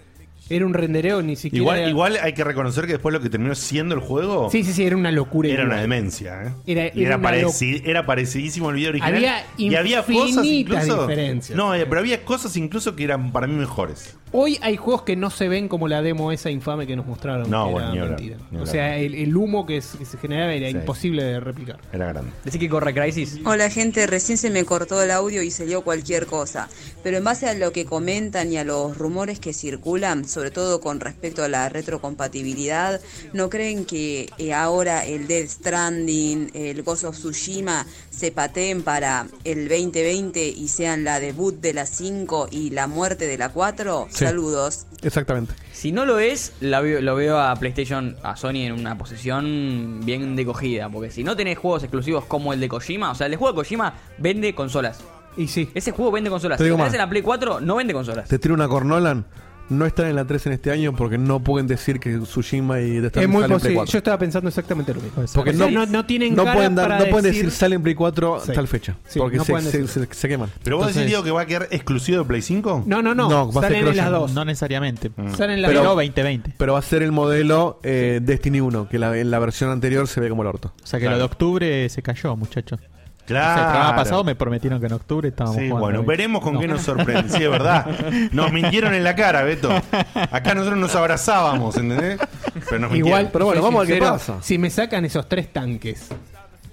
[SPEAKER 6] Era un rendereo, ni siquiera.
[SPEAKER 2] Igual,
[SPEAKER 6] era-
[SPEAKER 2] igual hay que reconocer que después lo que terminó siendo el juego.
[SPEAKER 6] Sí, sí, sí, era una locura.
[SPEAKER 2] Era
[SPEAKER 6] igual.
[SPEAKER 2] una demencia, ¿eh? Y
[SPEAKER 6] Era- era
[SPEAKER 2] era,
[SPEAKER 6] una
[SPEAKER 2] pareci- era parecidísimo al video original.
[SPEAKER 6] Había
[SPEAKER 2] y había cosas
[SPEAKER 6] infinitas
[SPEAKER 2] incluso.
[SPEAKER 6] diferencias.
[SPEAKER 2] No, eh, pero había cosas incluso que eran para mí mejores.
[SPEAKER 6] Hoy hay juegos que no se ven como la demo esa infame que nos mostraron.
[SPEAKER 2] No,
[SPEAKER 6] que
[SPEAKER 2] bueno,
[SPEAKER 6] era
[SPEAKER 2] ni hablar,
[SPEAKER 6] mentira.
[SPEAKER 2] ni
[SPEAKER 6] O
[SPEAKER 2] hablar.
[SPEAKER 6] sea, el, el humo que, se- que se generaba era
[SPEAKER 2] Sí.
[SPEAKER 6] imposible de replicar.
[SPEAKER 2] Era grande.
[SPEAKER 4] Decir que corre Crisis.
[SPEAKER 19] Hola gente, recién se me cortó el audio y salió cualquier cosa, pero en base a lo que comentan y a los rumores que circulan, sobre todo con respecto a la retrocompatibilidad, ¿no creen que eh, ahora el Death Stranding, el Ghost of Tsushima se pateen para el 2020 y sean la debut de la 5 y la muerte de la 4?
[SPEAKER 3] Sí.
[SPEAKER 19] Saludos.
[SPEAKER 3] Exactamente.
[SPEAKER 4] Si no lo es, la veo- lo veo a PlayStation, a Sony en una posición bien de cogida. Porque si no tenés juegos exclusivos como el de Kojima, o sea, el de juego de Kojima vende consolas.
[SPEAKER 6] Y sí.
[SPEAKER 4] Ese juego vende consolas.
[SPEAKER 3] Te
[SPEAKER 4] Si
[SPEAKER 3] digo
[SPEAKER 4] lo tenés
[SPEAKER 3] más.
[SPEAKER 4] en la Play 4, no vende consolas.
[SPEAKER 3] Te tiro una cornolan. No están en la 3 en este año porque no pueden decir que Tsushima y Death
[SPEAKER 6] Es
[SPEAKER 3] Stranding
[SPEAKER 6] muy
[SPEAKER 3] salen Play
[SPEAKER 6] posible.
[SPEAKER 3] 4.
[SPEAKER 6] Yo estaba pensando exactamente lo mismo.
[SPEAKER 3] Porque
[SPEAKER 6] O sea,
[SPEAKER 3] no,
[SPEAKER 6] tienen
[SPEAKER 3] no
[SPEAKER 6] cara
[SPEAKER 3] pueden dar,
[SPEAKER 6] para
[SPEAKER 3] no pueden
[SPEAKER 6] decir-
[SPEAKER 3] decir salen Play 4
[SPEAKER 6] Sí.
[SPEAKER 3] tal fecha.
[SPEAKER 6] Sí,
[SPEAKER 3] porque
[SPEAKER 6] no
[SPEAKER 3] se,
[SPEAKER 6] pueden
[SPEAKER 3] se,
[SPEAKER 6] decir.
[SPEAKER 3] se- se queman.
[SPEAKER 2] Pero vos
[SPEAKER 3] Entonces-
[SPEAKER 2] decís, Diego, que va a quedar exclusivo de Play 5?
[SPEAKER 6] No, no, no.
[SPEAKER 3] va a ser Mm.
[SPEAKER 6] Salen en las
[SPEAKER 3] cross-gen.
[SPEAKER 6] dos.
[SPEAKER 8] No necesariamente.
[SPEAKER 6] Salen las
[SPEAKER 3] Pero-
[SPEAKER 6] dos.
[SPEAKER 8] 2020.
[SPEAKER 3] Pero va a ser el modelo eh, Destiny 1, que la, en la versión anterior se ve como el orto.
[SPEAKER 8] O sea que lo de octubre se cayó, muchachos.
[SPEAKER 2] Claro.
[SPEAKER 8] O sea, el programa pasado me prometieron que en octubre estábamos
[SPEAKER 2] Sí,
[SPEAKER 8] jugando.
[SPEAKER 2] bueno,
[SPEAKER 8] ¿viste?
[SPEAKER 2] veremos con
[SPEAKER 8] No.
[SPEAKER 2] qué nos sorprende. Sí, es verdad. Nos mintieron en la cara, Beto. Acá nosotros nos abrazábamos, ¿entendés? Pero nos mintieron.
[SPEAKER 6] Igual, soy sincero, Si me sacan esos tres tanques.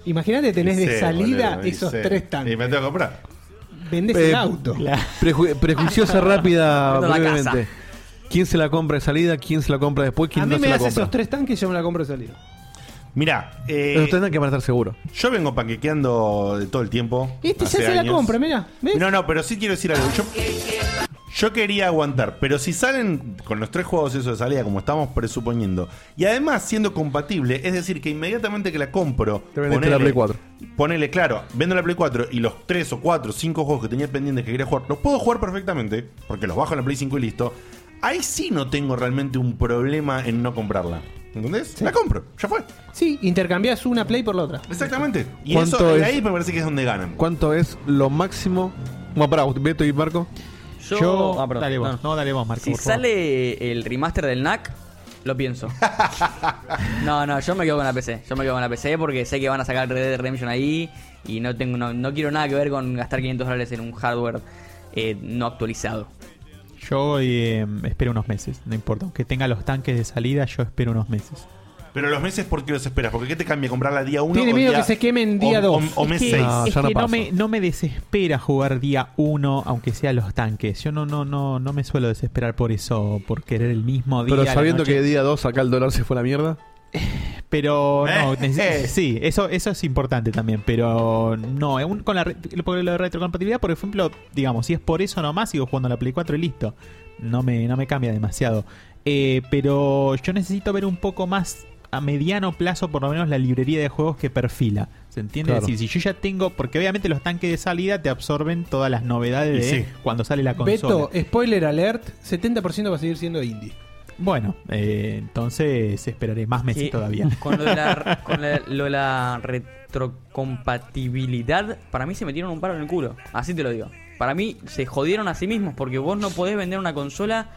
[SPEAKER 6] Imagínate tenés
[SPEAKER 2] Y
[SPEAKER 6] de
[SPEAKER 2] sí,
[SPEAKER 6] salida
[SPEAKER 2] boludo, y
[SPEAKER 6] esos
[SPEAKER 2] sí.
[SPEAKER 6] tres tanques.
[SPEAKER 2] Y me tengo que comprar.
[SPEAKER 6] Vendés
[SPEAKER 3] Eh,
[SPEAKER 6] el auto.
[SPEAKER 3] preju- prejuiciosa rápida,
[SPEAKER 6] Vendo la
[SPEAKER 3] brevemente.
[SPEAKER 6] casa.
[SPEAKER 3] ¿Quién se la compra de salida? ¿Quién se la compra después? ¿Quién
[SPEAKER 6] A mí
[SPEAKER 3] no
[SPEAKER 6] me
[SPEAKER 3] se la
[SPEAKER 6] das
[SPEAKER 3] compra?
[SPEAKER 6] esos tres tanques y yo me la compro de salida.
[SPEAKER 2] Mirá,
[SPEAKER 3] Pero
[SPEAKER 2] eh,
[SPEAKER 3] ustedes tienen que van a estar seguros.
[SPEAKER 2] yo vengo panquequeando de todo el tiempo.
[SPEAKER 6] Este ya
[SPEAKER 2] hace
[SPEAKER 6] se la
[SPEAKER 2] años.
[SPEAKER 6] compra, mira.
[SPEAKER 2] No, no, pero sí quiero decir algo. Yo, yo quería aguantar, pero si salen con los tres juegos eso de salida, como estamos presuponiendo, y además siendo compatible, es decir, que inmediatamente que la compro,
[SPEAKER 3] vendiste la Play 4.
[SPEAKER 2] ponele, claro, vendo la Play 4 y los tres o cuatro, cinco juegos que tenía pendientes que quería jugar, los puedo jugar perfectamente, porque los bajo en la Play 5 y listo. Ahí sí no tengo realmente un problema en no comprarla. ¿Entendés? La compro, ya fue.
[SPEAKER 6] Sí, intercambiás una play por la otra.
[SPEAKER 2] Exactamente. Y
[SPEAKER 3] ¿Cuánto
[SPEAKER 2] eso
[SPEAKER 3] es?
[SPEAKER 2] ahí me parece que es donde ganan.
[SPEAKER 3] ¿Cuánto es lo máximo? Bueno, pará, Beto y Marco.
[SPEAKER 4] Yo. ah, perdón.
[SPEAKER 8] dale vos. No, dale vos, Marco.
[SPEAKER 4] Si
[SPEAKER 8] por favor.
[SPEAKER 4] sale el remaster del NAC, lo pienso. no, no, yo me quedo con la PC. Yo me quedo con la PC porque sé que van a sacar Red Dead Redemption ahí y no tengo no, no quiero nada que ver con gastar 500 dólares en un hardware eh, no actualizado.
[SPEAKER 8] Yo eh, espero unos meses, no importa. Aunque tenga los tanques de salida, yo espero unos meses.
[SPEAKER 2] Pero los meses, ¿por qué los esperas? Porque qué te cambia comprarla día 1
[SPEAKER 8] Tiene
[SPEAKER 2] o
[SPEAKER 8] miedo
[SPEAKER 2] día,
[SPEAKER 8] que se
[SPEAKER 6] quemen
[SPEAKER 2] o- O, o mes 6.
[SPEAKER 8] No, es que no me, no me desespera jugar día 1, aunque sea los tanques. Yo no, no, no, no me suelo desesperar por eso, por querer el mismo día.
[SPEAKER 3] Pero
[SPEAKER 8] la
[SPEAKER 3] sabiendo
[SPEAKER 8] noche.
[SPEAKER 3] que día 2 acá el dólar se fue a la mierda.
[SPEAKER 8] Pero no,
[SPEAKER 3] Eh,
[SPEAKER 8] neces-
[SPEAKER 3] eh.
[SPEAKER 8] sí, eso, eso es importante también. Pero no, eh, un- con la, re- por lo de retrocompatibilidad, por ejemplo, digamos, si es por eso nomás, sigo jugando a la Play 4 y listo. No me, no me cambia demasiado. Eh, pero yo necesito ver un poco más a mediano plazo, por lo menos, la librería de juegos que perfila. ¿Se entiende?
[SPEAKER 3] Claro.
[SPEAKER 8] Es decir, si yo ya tengo. Porque obviamente los tanques de salida te absorben todas las novedades
[SPEAKER 6] Y
[SPEAKER 8] de
[SPEAKER 6] sí.
[SPEAKER 8] cuando sale la consola.
[SPEAKER 6] Beto, spoiler alert, 70% va a seguir siendo indie.
[SPEAKER 8] Bueno, eh, entonces esperaré más meses
[SPEAKER 4] Que
[SPEAKER 8] todavía.
[SPEAKER 4] Con, lo de la, con la- lo de la retrocompatibilidad, para mí se metieron un paro en el culo. Así te lo digo. Para mí se jodieron a sí mismos porque vos no podés vender una consola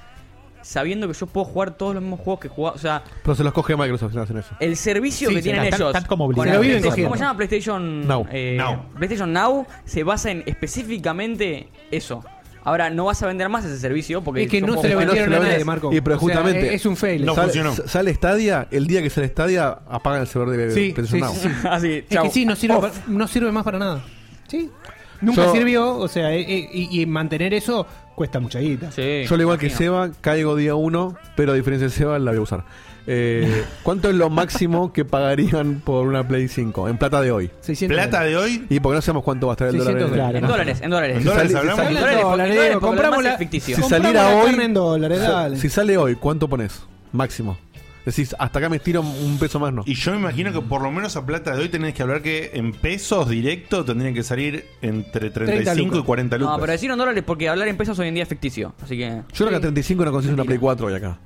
[SPEAKER 4] sabiendo que yo puedo jugar todos los mismos juegos que jugaba. O sea,
[SPEAKER 3] Pero se los coge Microsoft si no hacen eso.
[SPEAKER 4] el servicio
[SPEAKER 3] Sí,
[SPEAKER 4] que
[SPEAKER 3] sí,
[SPEAKER 4] tienen
[SPEAKER 3] están-
[SPEAKER 4] ellos.
[SPEAKER 3] están como
[SPEAKER 4] con la
[SPEAKER 3] obligados. Se lo viven
[SPEAKER 4] PlayStation-
[SPEAKER 3] cogiendo.
[SPEAKER 4] ¿Cómo se llama PlayStation
[SPEAKER 3] Now.
[SPEAKER 4] eh,
[SPEAKER 3] Now.
[SPEAKER 4] PlayStation Now se basa en específicamente eso. Ahora, no vas a vender más ese servicio porque.
[SPEAKER 6] Es que
[SPEAKER 4] yo
[SPEAKER 6] no
[SPEAKER 4] puedo
[SPEAKER 6] se lo
[SPEAKER 4] jugar-
[SPEAKER 6] vendieron a nadie, Marco.
[SPEAKER 3] Y pero
[SPEAKER 6] O sea,
[SPEAKER 3] justamente.
[SPEAKER 6] es un fail. No
[SPEAKER 3] sale,
[SPEAKER 6] funcionó.
[SPEAKER 3] s- Sale Stadia, el día que sale Stadia, apagan el servidor de
[SPEAKER 6] Sí, sí,
[SPEAKER 3] PlayStation Now.
[SPEAKER 6] sí, sí.
[SPEAKER 4] Así,
[SPEAKER 6] es
[SPEAKER 3] chau.
[SPEAKER 6] que sí, no sirve,
[SPEAKER 3] Off.
[SPEAKER 6] pa- no sirve más para nada. Sí. Nunca
[SPEAKER 3] Yo-
[SPEAKER 6] sirvió, o sea, eh, eh, y, y mantener eso cuesta mucha guita.
[SPEAKER 3] Yo, al igual que Seba, caigo día uno, pero a diferencia de Seba, la voy a usar. Eh, ¿Cuánto es lo máximo que pagarían por una Play 5 en plata de hoy?
[SPEAKER 6] 600
[SPEAKER 2] ¿Plata de hoy?
[SPEAKER 3] Y porque no sabemos cuánto va a estar el dólar.
[SPEAKER 6] 600 dólares.
[SPEAKER 4] En dólares, en dólares.
[SPEAKER 3] Si sali- si sali-
[SPEAKER 6] En dólares,
[SPEAKER 4] dólares,
[SPEAKER 6] digo,
[SPEAKER 4] porque lo
[SPEAKER 6] compramos
[SPEAKER 4] demás
[SPEAKER 6] la,
[SPEAKER 4] es ficticio.
[SPEAKER 3] Si
[SPEAKER 6] compramos
[SPEAKER 3] saliera
[SPEAKER 6] la
[SPEAKER 3] hoy.
[SPEAKER 6] carne en dólares,
[SPEAKER 3] si-
[SPEAKER 6] dale.
[SPEAKER 3] Si sale hoy, ¿cuánto pones? Máximo. Decís, hasta acá me estiro un peso más, no.
[SPEAKER 2] Y yo me imagino que por lo menos a plata de hoy tenés que hablar que en pesos directo tendrían que salir entre 35 y 40 lucas.
[SPEAKER 4] No, pero decir en dólares porque hablar en pesos hoy en día es ficticio. Así que.
[SPEAKER 3] Yo creo que a 35 no consigues una Play 4 hoy acá.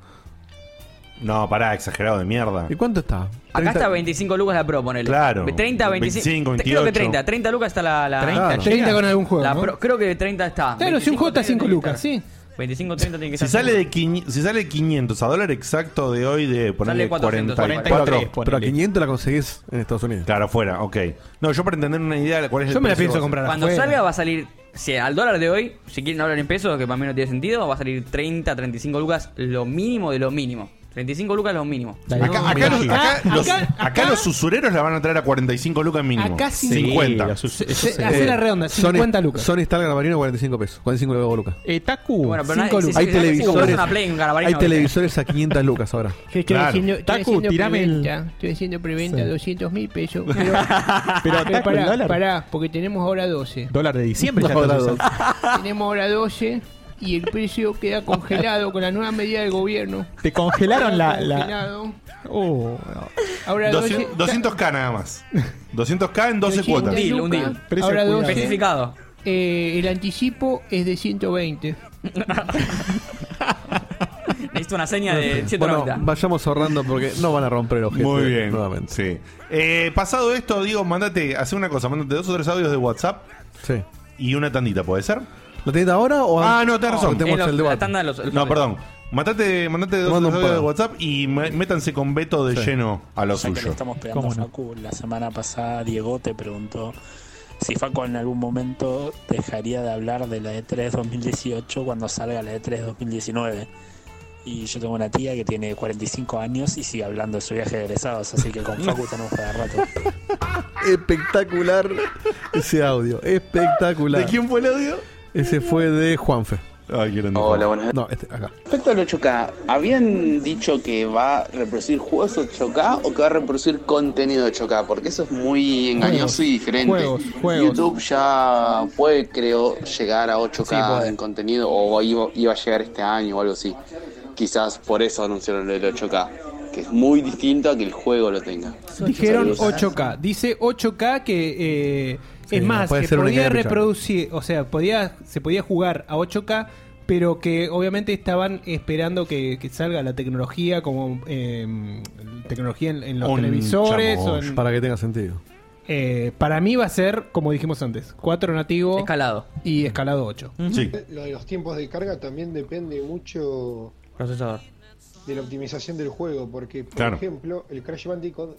[SPEAKER 2] No, pará, exagerado de mierda.
[SPEAKER 3] ¿Y cuánto está? 30
[SPEAKER 4] Acá está 25 lucas la pro, ponele.
[SPEAKER 2] Claro.
[SPEAKER 4] 30, 25.
[SPEAKER 2] 25,
[SPEAKER 4] Creo que
[SPEAKER 2] 28.
[SPEAKER 4] 30. 30 lucas está la. la
[SPEAKER 2] 30 Claro. 30
[SPEAKER 6] con algún juego,
[SPEAKER 4] La
[SPEAKER 6] ¿no?
[SPEAKER 4] Pro- creo que 30 está.
[SPEAKER 6] Claro, si un
[SPEAKER 4] 25,
[SPEAKER 6] juego está
[SPEAKER 4] 30,
[SPEAKER 6] 5 lucas, sí.
[SPEAKER 4] 25, 30 tiene que
[SPEAKER 2] Si
[SPEAKER 4] estar.
[SPEAKER 2] sale, de quiñ- si sale 500 a dólar exacto de hoy, de ponerle
[SPEAKER 4] 400,
[SPEAKER 2] 44.
[SPEAKER 3] Pero a 500 la conseguís en Estados Unidos.
[SPEAKER 2] Claro, afuera, ok. No, yo para entender una idea de cuál es el precio base.
[SPEAKER 4] Cuando salga va a salir. Si al dólar de hoy, si quieren hablar en pesos, que para mí no tiene sentido, va a salir 30, 35 lucas, lo mínimo de lo mínimo. 35 lucas lo mínimo.
[SPEAKER 2] Acá,
[SPEAKER 4] No,
[SPEAKER 2] acá
[SPEAKER 4] me
[SPEAKER 2] los,
[SPEAKER 4] imagino.
[SPEAKER 6] Ah,
[SPEAKER 2] acá los- acá los usureros la van a traer a 45 lucas mínimo.
[SPEAKER 6] Acá sí.
[SPEAKER 2] 50.
[SPEAKER 6] Sí, los usu- Se- eso hace sí. la redonda, 50 lucas.
[SPEAKER 3] Eh, Sony está el Garbarino 45 pesos. 45 lucas.
[SPEAKER 8] Eh, Taku.
[SPEAKER 4] Bueno, pero
[SPEAKER 3] Cinco
[SPEAKER 4] nadie-
[SPEAKER 3] lucas.
[SPEAKER 4] sí, sí,
[SPEAKER 3] Hay
[SPEAKER 4] sí, sí, sí,
[SPEAKER 3] televisores.
[SPEAKER 4] una Play, un Garbarino,
[SPEAKER 3] Hay
[SPEAKER 4] ¿viste?
[SPEAKER 3] televisores a 500 lucas ahora.
[SPEAKER 4] Que- que Claro. diciendo-
[SPEAKER 6] Estoy haciendo
[SPEAKER 8] tirame el-
[SPEAKER 6] preventa, Estoy haciendo preventa
[SPEAKER 8] Sí.
[SPEAKER 6] 200 mil pesos. Pero,
[SPEAKER 8] Pero
[SPEAKER 6] pero
[SPEAKER 8] Taku, el
[SPEAKER 6] pará,
[SPEAKER 8] dólar.
[SPEAKER 6] pará, porque tenemos ahora 12.
[SPEAKER 8] Dólar de diciembre ya está usado.
[SPEAKER 6] tenemos ahora 12 y el precio queda congelado con la nueva medida del gobierno.
[SPEAKER 8] Te congelaron la. la...
[SPEAKER 6] Congelado.
[SPEAKER 8] Oh,
[SPEAKER 6] Ahora
[SPEAKER 2] 200, 200k nada más. 200k en 12 cuotas.
[SPEAKER 6] Ahora 12.
[SPEAKER 4] Especificado.
[SPEAKER 6] Eh, el anticipo es de 120.
[SPEAKER 4] Necesito una seña de 190.
[SPEAKER 3] Bueno, vayamos ahorrando porque no van a romper el objeto.
[SPEAKER 2] Muy bien.
[SPEAKER 3] Nuevamente.
[SPEAKER 2] Sí. Eh, pasado esto, digo, mandate, hace una cosa, mandate dos o tres audios de WhatsApp.
[SPEAKER 3] Sí.
[SPEAKER 2] Y una tandita, ¿puede ser?
[SPEAKER 3] ¿La tendita ahora o
[SPEAKER 2] Ah, no, tenés
[SPEAKER 3] No,
[SPEAKER 2] razón.
[SPEAKER 3] tenemos En los- el debate. la
[SPEAKER 4] tanda de los- los
[SPEAKER 2] no,
[SPEAKER 4] audios.
[SPEAKER 2] perdón. Mandate, mandate dos o
[SPEAKER 3] mando
[SPEAKER 2] tres
[SPEAKER 3] un
[SPEAKER 2] audios de
[SPEAKER 3] par.
[SPEAKER 2] WhatsApp y me- métanse con Beto de
[SPEAKER 3] Sí.
[SPEAKER 2] lleno a lo
[SPEAKER 17] Ya que le
[SPEAKER 2] suyo.
[SPEAKER 17] estamos pegando
[SPEAKER 2] ¿Cómo
[SPEAKER 17] a Facu, la semana pasada Diego te preguntó si Facu en algún momento dejaría de hablar de la E E3 2018 cuando salga la E E3 2019. Y yo tengo una tía que tiene 45 años y sigue hablando de su viaje de egresados, así que con Facu tenemos para rato.
[SPEAKER 3] Espectacular ese audio. Espectacular.
[SPEAKER 17] ¿De quién
[SPEAKER 2] fue el audio?
[SPEAKER 3] Ese fue de Juanfe.
[SPEAKER 11] Hola, buenas
[SPEAKER 3] No, este, acá.
[SPEAKER 11] Respecto al 8K, ¿habían dicho que va a reproducir juegos 8K o que va a reproducir contenido 8K? Porque eso es muy engañoso y diferente.
[SPEAKER 6] juegos, juegos.
[SPEAKER 11] YouTube ya puede, creo, llegar a 8K
[SPEAKER 6] Sí, puede.
[SPEAKER 11] en contenido o iba, iba a llegar este año o algo así. Quizás por eso anunciaron el 8K, que es muy distinto a que el juego lo tenga.
[SPEAKER 6] Dijeron
[SPEAKER 11] Saludos.
[SPEAKER 6] 8K. Dice 8K que eh,
[SPEAKER 11] Sí,
[SPEAKER 6] es más,
[SPEAKER 11] puede
[SPEAKER 6] que
[SPEAKER 11] ser una
[SPEAKER 6] podía
[SPEAKER 11] idea de
[SPEAKER 6] reproducir, o sea, podía se podía jugar a 8K, pero que obviamente estaban esperando que, que salga la tecnología como eh, tecnología en, en los
[SPEAKER 3] Un
[SPEAKER 6] televisores. o
[SPEAKER 3] chamoy.
[SPEAKER 6] en-
[SPEAKER 3] Para que tenga sentido.
[SPEAKER 6] eh, para mí va a ser, como dijimos antes, 4 nativo.
[SPEAKER 4] Escalado.
[SPEAKER 6] Y escalado 8.
[SPEAKER 20] Lo de los tiempos de carga también depende mucho
[SPEAKER 4] Procesador.
[SPEAKER 20] de la optimización del juego, porque por
[SPEAKER 4] Claro.
[SPEAKER 20] ejemplo, el Crash Bandicoot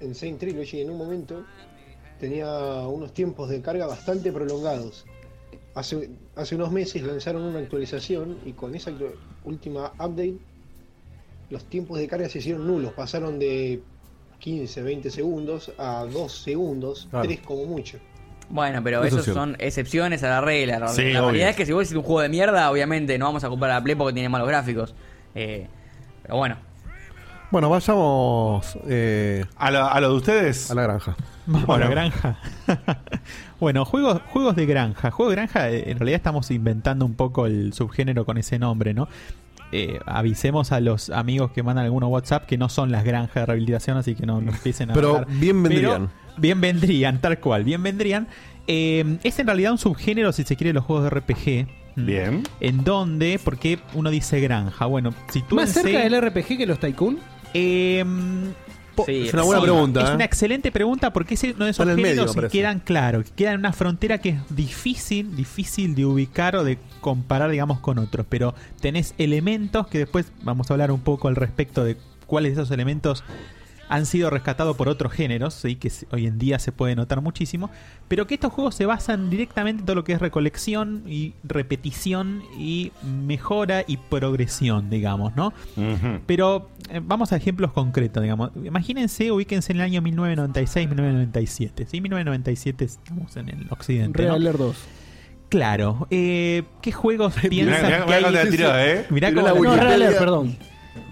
[SPEAKER 20] en Saint Trilogy en un momento tenía unos tiempos de carga bastante prolongados. Hace, hace unos meses lanzaron una actualización y con esa actu- última update los tiempos de carga se hicieron nulos, pasaron de 15, 20 segundos a 2 segundos,
[SPEAKER 4] Claro.
[SPEAKER 20] 3 como mucho.
[SPEAKER 4] Bueno, pero
[SPEAKER 20] Eso
[SPEAKER 4] esos
[SPEAKER 20] es cierto.
[SPEAKER 4] son excepciones a la regla. La,
[SPEAKER 20] Sí,
[SPEAKER 4] la
[SPEAKER 20] obvio.
[SPEAKER 4] realidad es que si vos decís un juego de mierda, obviamente no vamos a comprar la Play porque tiene malos gráficos. Eh, pero bueno.
[SPEAKER 3] Bueno, vayamos. eh,
[SPEAKER 2] ¿A, la, ¿A lo de ustedes?
[SPEAKER 3] A la granja.
[SPEAKER 8] Vamos a la granja. bueno, juegos, juegos de granja. Juegos de granja, eh, en realidad estamos inventando un poco el subgénero con ese nombre, ¿no? Eh, avisemos a los amigos que mandan algunos WhatsApp que no son las granjas de rehabilitación, así que no, no empiecen a.
[SPEAKER 3] Pero
[SPEAKER 8] mandar.
[SPEAKER 3] bien vendrían.
[SPEAKER 8] Pero bien vendrían, tal cual, bien vendrían. Eh, es en realidad un subgénero, si se quiere, de los juegos de RPG.
[SPEAKER 2] Bien.
[SPEAKER 8] ¿En donde? Porque uno dice granja. Bueno, si tú
[SPEAKER 6] ¿Más
[SPEAKER 8] en
[SPEAKER 6] cerca
[SPEAKER 8] serio-
[SPEAKER 6] del RPG que los Tycoon?
[SPEAKER 8] eh,
[SPEAKER 4] Sí,
[SPEAKER 3] es una buena pregunta,
[SPEAKER 8] Es
[SPEAKER 3] ¿eh?
[SPEAKER 8] una excelente pregunta porque es uno de esos
[SPEAKER 3] Está en el
[SPEAKER 8] géneros
[SPEAKER 3] medio, me
[SPEAKER 8] que
[SPEAKER 3] parece.
[SPEAKER 8] quedan claros, que quedan en una frontera que es difícil, difícil de ubicar o de comparar, digamos, con otros. Pero tenés elementos que después vamos a hablar un poco al respecto de cuáles de esos elementos han sido rescatados por otros géneros, ¿sí? que se- hoy en día se puede notar muchísimo, pero que estos juegos se basan directamente en todo lo que es recolección y repetición y mejora y progresión, digamos, ¿no? Pero eh, vamos a ejemplos concretos, digamos. Imagínense, ubíquense en el año 1996-1997. Sí, 1997 estamos en el occidente. ¿no?
[SPEAKER 6] Real Air 2.
[SPEAKER 8] Claro. eh, ¿Qué juegos piensan
[SPEAKER 2] mirá
[SPEAKER 8] que hay?
[SPEAKER 2] cómo te la tiró, ¿eh?
[SPEAKER 8] Mirá
[SPEAKER 2] Tiró
[SPEAKER 8] cómo
[SPEAKER 2] la
[SPEAKER 8] la-
[SPEAKER 2] Wikipedia.
[SPEAKER 8] No, Red Alert,
[SPEAKER 6] perdón.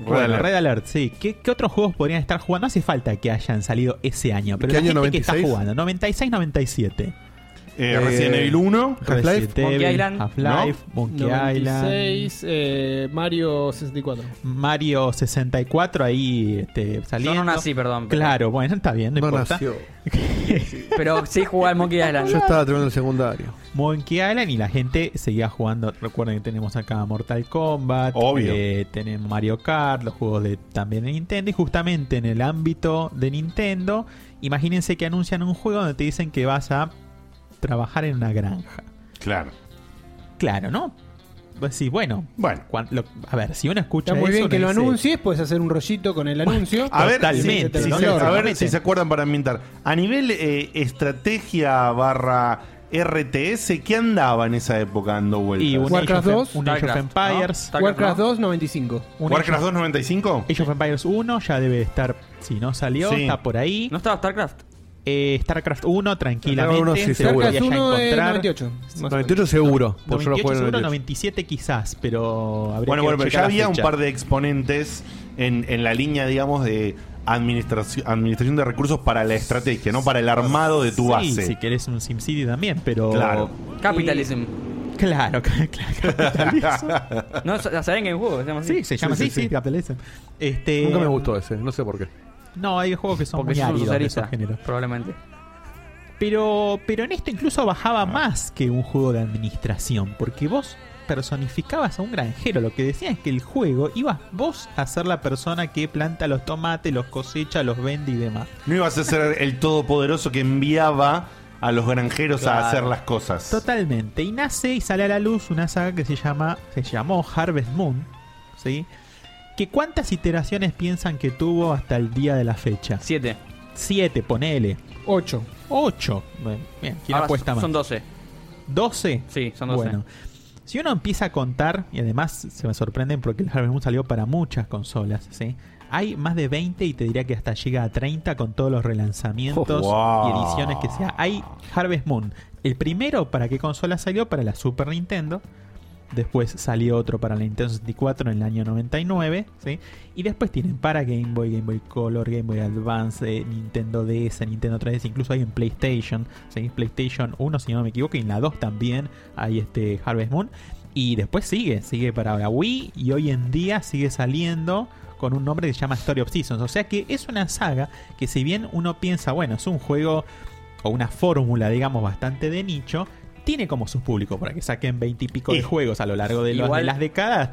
[SPEAKER 8] Bueno,
[SPEAKER 2] Red Alert.
[SPEAKER 8] Red Alert, sí. ¿Qué, qué otros juegos podrían estar jugando? No hace falta que hayan salido ese año, pero
[SPEAKER 3] ¿Qué
[SPEAKER 8] la
[SPEAKER 3] año
[SPEAKER 8] gente que está
[SPEAKER 3] 96?
[SPEAKER 8] jugando. 96, 97.
[SPEAKER 2] Eh, Resident Evil 1,
[SPEAKER 8] Resident
[SPEAKER 2] Half-Life,
[SPEAKER 8] Evil,
[SPEAKER 2] Monkey Island,
[SPEAKER 8] Half-Life, Monkey Island.
[SPEAKER 6] 96, eh, Mario 64.
[SPEAKER 8] Mario 64 ahí este, saliendo.
[SPEAKER 4] nací, perdón, pero-
[SPEAKER 8] Claro, bueno, está bien, no,
[SPEAKER 3] No
[SPEAKER 8] importa.
[SPEAKER 3] nació.
[SPEAKER 4] Pero sí jugaba al Monkey Island.
[SPEAKER 3] Yo estaba terminando el secundario.
[SPEAKER 8] Monkey Island y la gente seguía jugando. Recuerden que tenemos acá Mortal Kombat,
[SPEAKER 3] Obvio.
[SPEAKER 8] eh, tenemos Mario Kart, los juegos de también de Nintendo y justamente en el ámbito de Nintendo, imagínense que anuncian un juego donde te dicen que vas a trabajar en una granja.
[SPEAKER 2] Claro.
[SPEAKER 8] Claro, ¿no? Pues sí, bueno.
[SPEAKER 2] Bueno,
[SPEAKER 8] a ver, si uno escucha
[SPEAKER 6] Está muy
[SPEAKER 8] eso,
[SPEAKER 6] bien
[SPEAKER 8] uno
[SPEAKER 6] que lo
[SPEAKER 8] dice,
[SPEAKER 6] anuncies, puedes hacer un rollito con el anuncio.
[SPEAKER 2] A ver,
[SPEAKER 6] Totalmente,
[SPEAKER 2] si- si,
[SPEAKER 6] ¿no?
[SPEAKER 2] se- a ver
[SPEAKER 6] Totalmente.
[SPEAKER 2] si se acuerdan para ambientar. A nivel eh, estrategia barra RTS, ¿qué andaba en esa época dando vueltas?
[SPEAKER 8] Y un Warcraft Age of- 2, un Age of
[SPEAKER 2] Warcraft,
[SPEAKER 8] Empires,
[SPEAKER 2] ¿no?
[SPEAKER 6] Warcraft 2, 95.
[SPEAKER 8] un
[SPEAKER 2] Warcraft 2
[SPEAKER 8] Age
[SPEAKER 2] 95.
[SPEAKER 8] Age of Empires 1 ya debe estar, si no salió,
[SPEAKER 2] Sí.
[SPEAKER 8] está por ahí.
[SPEAKER 4] ¿No estaba StarCraft?
[SPEAKER 8] Eh, StarCraft 1 tranquilamente.
[SPEAKER 3] Starcraft 1 sí,
[SPEAKER 8] se
[SPEAKER 3] seguro.
[SPEAKER 8] podría ya
[SPEAKER 3] Starcraft 1 es
[SPEAKER 8] encontrar.
[SPEAKER 3] 98, más o 98 menos. seguro, porque yo lo
[SPEAKER 8] 98
[SPEAKER 3] jugué en
[SPEAKER 8] seguro,
[SPEAKER 3] 98.
[SPEAKER 8] 97 quizás, pero habría
[SPEAKER 2] Bueno,
[SPEAKER 8] que
[SPEAKER 2] bueno, pero ya
[SPEAKER 8] checar la
[SPEAKER 2] había un
[SPEAKER 8] fecha.
[SPEAKER 2] par de exponentes en, en la línea, digamos, de administración, administración de recursos para la estrategia, no para el armado de tu
[SPEAKER 8] Sí,
[SPEAKER 2] base.
[SPEAKER 8] si querés un SimCity también, pero...
[SPEAKER 2] Claro.
[SPEAKER 4] Capitalism.
[SPEAKER 8] Claro, claro, capitalism.
[SPEAKER 4] No, sa- saben que hay un juego que se llama así.
[SPEAKER 8] Sí, se llama así, sí, capitalism. Este,
[SPEAKER 3] Nunca me gustó ese, no sé por qué.
[SPEAKER 8] No, hay juegos que son
[SPEAKER 4] Porque
[SPEAKER 8] muy
[SPEAKER 4] sos un
[SPEAKER 8] áridos de
[SPEAKER 4] socialista,
[SPEAKER 8] esos géneros.
[SPEAKER 4] Probablemente.
[SPEAKER 8] Pero, pero en esto incluso bajaba más que un juego de administración, porque vos personificabas a un granjero. Lo que decía es que el juego ibas vos a ser la persona que planta los tomates, los cosecha, los vende y demás.
[SPEAKER 2] No ibas a ser el todopoderoso que enviaba a los granjeros
[SPEAKER 8] Claro.
[SPEAKER 2] a hacer las cosas.
[SPEAKER 8] Totalmente. Y nace y sale a la luz una saga que se llama se llamó Harvest Moon, ¿sí? Que cuántas iteraciones piensan que tuvo hasta el día de la fecha?
[SPEAKER 4] Siete.
[SPEAKER 8] Siete, ponele.
[SPEAKER 6] Ocho.
[SPEAKER 8] Ocho. Bueno, bien, ¿quién
[SPEAKER 4] Ahora
[SPEAKER 8] apuesta más?
[SPEAKER 4] Son 12.
[SPEAKER 8] ¿12?
[SPEAKER 4] Sí, son 12.
[SPEAKER 8] Bueno, si uno empieza a contar, y además se me sorprenden porque el Harvest Moon salió para muchas consolas, ¿sí? Hay más de 20 y te diría que hasta llega a 30 con todos los relanzamientos
[SPEAKER 3] Oh, wow.
[SPEAKER 8] y ediciones que sea. Hay Harvest Moon. El primero, ¿para qué consola salió? Para la Super Nintendo. Después salió otro para la Nintendo 64 en el año 99. ¿sí? Y después tienen para Game Boy, Game Boy Color, Game Boy Advance, eh, Nintendo DS, Nintendo 3DS, incluso hay en PlayStation. ¿sí? PlayStation 1, si no me equivoco, y en la 2 también hay este Harvest Moon. Y después sigue, sigue para la Wii y hoy en día sigue saliendo con un nombre que se llama Story of Seasons. O sea que es una saga que si bien uno piensa, bueno, es un juego o una fórmula, digamos, bastante de nicho, tiene como su público, para que saquen 20 y pico de
[SPEAKER 4] Eh,
[SPEAKER 8] juegos a lo largo de, los-
[SPEAKER 4] igual-
[SPEAKER 8] de las décadas,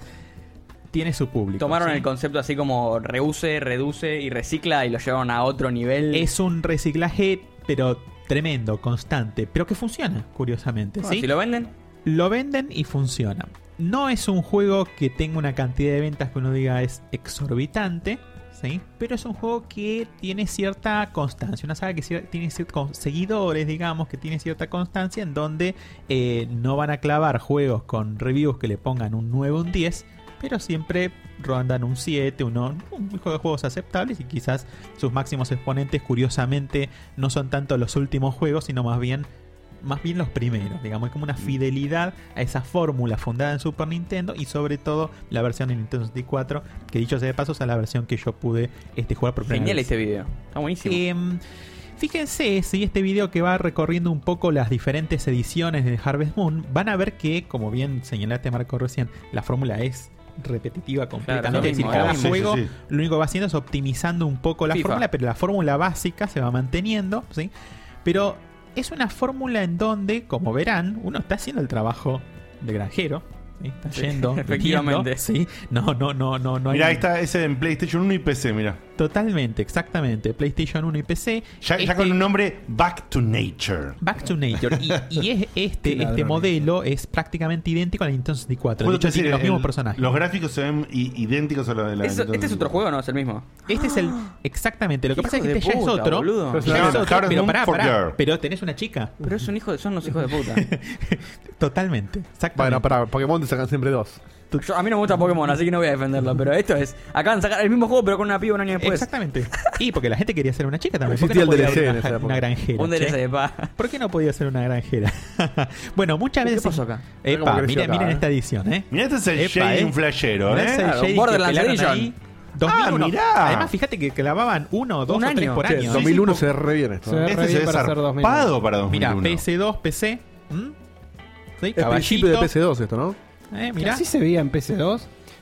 [SPEAKER 8] tiene su público.
[SPEAKER 4] Tomaron
[SPEAKER 8] ¿sí?
[SPEAKER 4] el concepto así como reuse, reduce y recicla y lo llevaron a otro nivel.
[SPEAKER 8] Es un reciclaje, pero tremendo, constante, pero que funciona, curiosamente.
[SPEAKER 4] Ah,
[SPEAKER 8] ¿sí?
[SPEAKER 4] Si lo venden,
[SPEAKER 8] Lo venden y funciona. No es un juego que tenga una cantidad de ventas que uno diga es exorbitante, ¿sí? pero es un juego que tiene cierta constancia, una saga que cier- tiene ciertos seguidores, digamos, que tiene cierta constancia en donde eh, no van a clavar juegos con reviews que le pongan un 9 o un 10, pero siempre rondan un 7, un 8, un juego de juegos aceptables y quizás sus máximos exponentes curiosamente no son tanto los últimos juegos, sino más bien más bien los primeros, digamos, es como una fidelidad a esa fórmula fundada en Super Nintendo y sobre todo la versión en Nintendo 64, que dicho sea de paso, es la versión que yo pude este, jugar por primera
[SPEAKER 4] genial
[SPEAKER 8] vez.
[SPEAKER 4] este video. Está buenísimo.
[SPEAKER 8] Em, fíjense, si este video que va recorriendo un poco las diferentes ediciones de Harvest Moon, van a ver que, como bien señalaste Marco recién, la fórmula es repetitiva completamente. es
[SPEAKER 4] lo
[SPEAKER 8] decir,
[SPEAKER 4] mismo,
[SPEAKER 8] cada
[SPEAKER 4] lo mismo.
[SPEAKER 8] juego
[SPEAKER 4] Sí, sí, sí.
[SPEAKER 8] lo único que va haciendo es optimizando un poco la
[SPEAKER 4] FIFA.
[SPEAKER 8] fórmula, pero la fórmula básica se va manteniendo, ¿sí? Pero es una fórmula en donde, como verán, uno está haciendo el trabajo de granjero. ¿sí? Está
[SPEAKER 4] Sí,
[SPEAKER 8] yendo,
[SPEAKER 4] efectivamente.
[SPEAKER 8] vendiendo, ¿sí? No, no, no, no, no hay-
[SPEAKER 2] Mira, ahí está ese en PlayStation 1 y PC, mira.
[SPEAKER 8] Totalmente, exactamente. PlayStation 1 y PC.
[SPEAKER 2] Ya, ya con un nombre Back to Nature.
[SPEAKER 8] Back to Nature. Y, y es
[SPEAKER 2] Qué
[SPEAKER 8] este, este
[SPEAKER 2] ladrones.
[SPEAKER 8] modelo es prácticamente idéntico al Nintendo 64. De
[SPEAKER 2] Puedo
[SPEAKER 8] hecho,
[SPEAKER 2] decir,
[SPEAKER 8] tiene los
[SPEAKER 2] el-
[SPEAKER 8] mismos personajes.
[SPEAKER 2] Los gráficos se ven i- idénticos a los de la.
[SPEAKER 4] Eso- este es otro juego, ¿no? Es el mismo.
[SPEAKER 8] Este es el. Exactamente. Lo que
[SPEAKER 4] Hijos
[SPEAKER 8] pasa es que
[SPEAKER 4] de
[SPEAKER 8] este ya es
[SPEAKER 4] puta,
[SPEAKER 8] otro.
[SPEAKER 4] boludo.
[SPEAKER 8] Ya es
[SPEAKER 4] Claro,
[SPEAKER 8] otro,
[SPEAKER 4] claro,
[SPEAKER 8] pero
[SPEAKER 4] no
[SPEAKER 8] pará,
[SPEAKER 4] for
[SPEAKER 8] pará,
[SPEAKER 4] girl.
[SPEAKER 8] Pero tenés una chica.
[SPEAKER 4] Pero es un hijo de, son unos hijos de puta.
[SPEAKER 8] Totalmente.
[SPEAKER 3] Bueno, para Pokémon te sacan siempre dos.
[SPEAKER 4] Yo- a mí no me gusta Pokémon, así que no voy a defenderlo. Pero esto es. Acaban de sacar el mismo juego, pero con una piba un año después.
[SPEAKER 8] Exactamente. Y porque la gente quería ser una chica también. ¿Por qué
[SPEAKER 3] Existía
[SPEAKER 8] no
[SPEAKER 3] el
[SPEAKER 8] podía
[SPEAKER 3] DLC
[SPEAKER 8] haber
[SPEAKER 3] en esa
[SPEAKER 8] una,
[SPEAKER 3] época.
[SPEAKER 8] una granjera?
[SPEAKER 4] Un
[SPEAKER 8] che?
[SPEAKER 4] DLC, pa.
[SPEAKER 8] ¿Por qué no podía ser una granjera? bueno, muchas
[SPEAKER 4] ¿Qué
[SPEAKER 8] veces.
[SPEAKER 4] pasó acá?
[SPEAKER 8] Epa,
[SPEAKER 2] Mira cómo creció
[SPEAKER 8] mira,
[SPEAKER 2] acá,
[SPEAKER 8] miren
[SPEAKER 2] eh.
[SPEAKER 8] esta edición, ¿eh?
[SPEAKER 2] Mirá, este es el shading flashero,
[SPEAKER 8] Mirá
[SPEAKER 2] ¿eh?
[SPEAKER 8] ese
[SPEAKER 2] Claro,
[SPEAKER 8] shading
[SPEAKER 2] Borderlands
[SPEAKER 8] que pelaron
[SPEAKER 2] Edition.
[SPEAKER 8] ahí. 2001.
[SPEAKER 2] Ah, mirá.
[SPEAKER 8] Además, fíjate que clavaban uno o dos
[SPEAKER 2] Un
[SPEAKER 8] o tres
[SPEAKER 2] año.
[SPEAKER 8] por
[SPEAKER 2] Sí,
[SPEAKER 8] año. ¿eh?
[SPEAKER 2] 2001
[SPEAKER 8] Sí,
[SPEAKER 2] se ve
[SPEAKER 8] po-
[SPEAKER 2] re bien esto. Se ve Este re se bien ve para ser zarpado 2001. para
[SPEAKER 8] Mirá,
[SPEAKER 2] 2001.
[SPEAKER 8] PS2, PC. ¿m? Sí,
[SPEAKER 3] Es principio de
[SPEAKER 8] caballito.
[SPEAKER 3] PC2 esto, ¿no?
[SPEAKER 8] Eh, mirá.
[SPEAKER 6] Así se veía en PC2.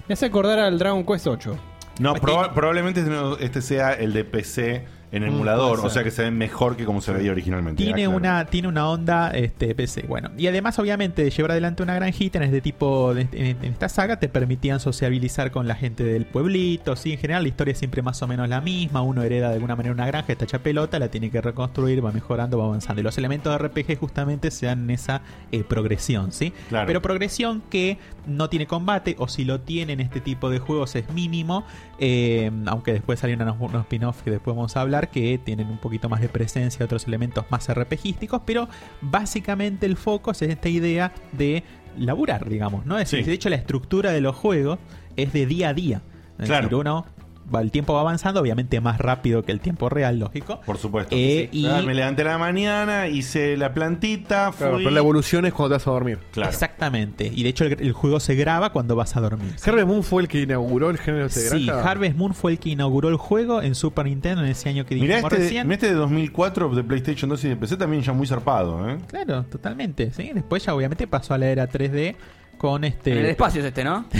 [SPEAKER 6] Me hace acordar al Dragon Quest 8.
[SPEAKER 2] No, proba- probablemente no- este sea el de PC en emulador.
[SPEAKER 8] Mm, puede
[SPEAKER 2] O sea que se ve mejor que como se veía originalmente. Ah,
[SPEAKER 8] Tiene,
[SPEAKER 2] claro.
[SPEAKER 8] una, tiene una onda este, PC. Bueno, y además, obviamente, de llevar adelante una granjita en este tipo, de, en, en esta saga, te permitían sociabilizar con la gente del pueblito. Sí, en general, la historia es siempre más o menos la misma. Uno hereda de alguna manera una granja, está hecha pelota, la tiene que reconstruir, va mejorando, va avanzando. Y los elementos de RPG justamente se dan en esa eh, progresión, ¿sí?
[SPEAKER 2] Claro.
[SPEAKER 8] Pero progresión que no tiene combate, o si lo tiene en este tipo de juegos es mínimo. eh, aunque después salieron unos, unos spin-off que después vamos a hablar, que tienen un poquito más de presencia, otros elementos más RPGísticos. Pero básicamente el foco es esta idea de laburar, digamos, ¿no? Es decir, de hecho, la estructura de los juegos es de día a día. Es
[SPEAKER 2] Claro.
[SPEAKER 8] decir, uno. va- El tiempo va avanzando, obviamente más rápido que el tiempo real, lógico.
[SPEAKER 2] Por supuesto.
[SPEAKER 8] Eh, y-
[SPEAKER 2] Ah, Me levanté a la mañana, hice la plantita. Fui...
[SPEAKER 3] Claro, pero la evolución es cuando te vas a dormir.
[SPEAKER 8] Exactamente. Y de hecho el, el juego se graba cuando vas a dormir.
[SPEAKER 3] Harvest Moon fue el que inauguró el género de
[SPEAKER 8] Sí,
[SPEAKER 3] granja.
[SPEAKER 8] Harvest Moon fue el que inauguró el juego en Super Nintendo en ese año que
[SPEAKER 2] Mirá
[SPEAKER 8] dijimos
[SPEAKER 2] este, de-
[SPEAKER 8] recién.
[SPEAKER 2] mirá este de 2004 de PlayStation 2 y de PC también ya muy zarpado, ¿eh?
[SPEAKER 8] Claro, totalmente. ¿sí? Después ya obviamente pasó a la era 3D con este...
[SPEAKER 4] En el espacio es este, ¿no?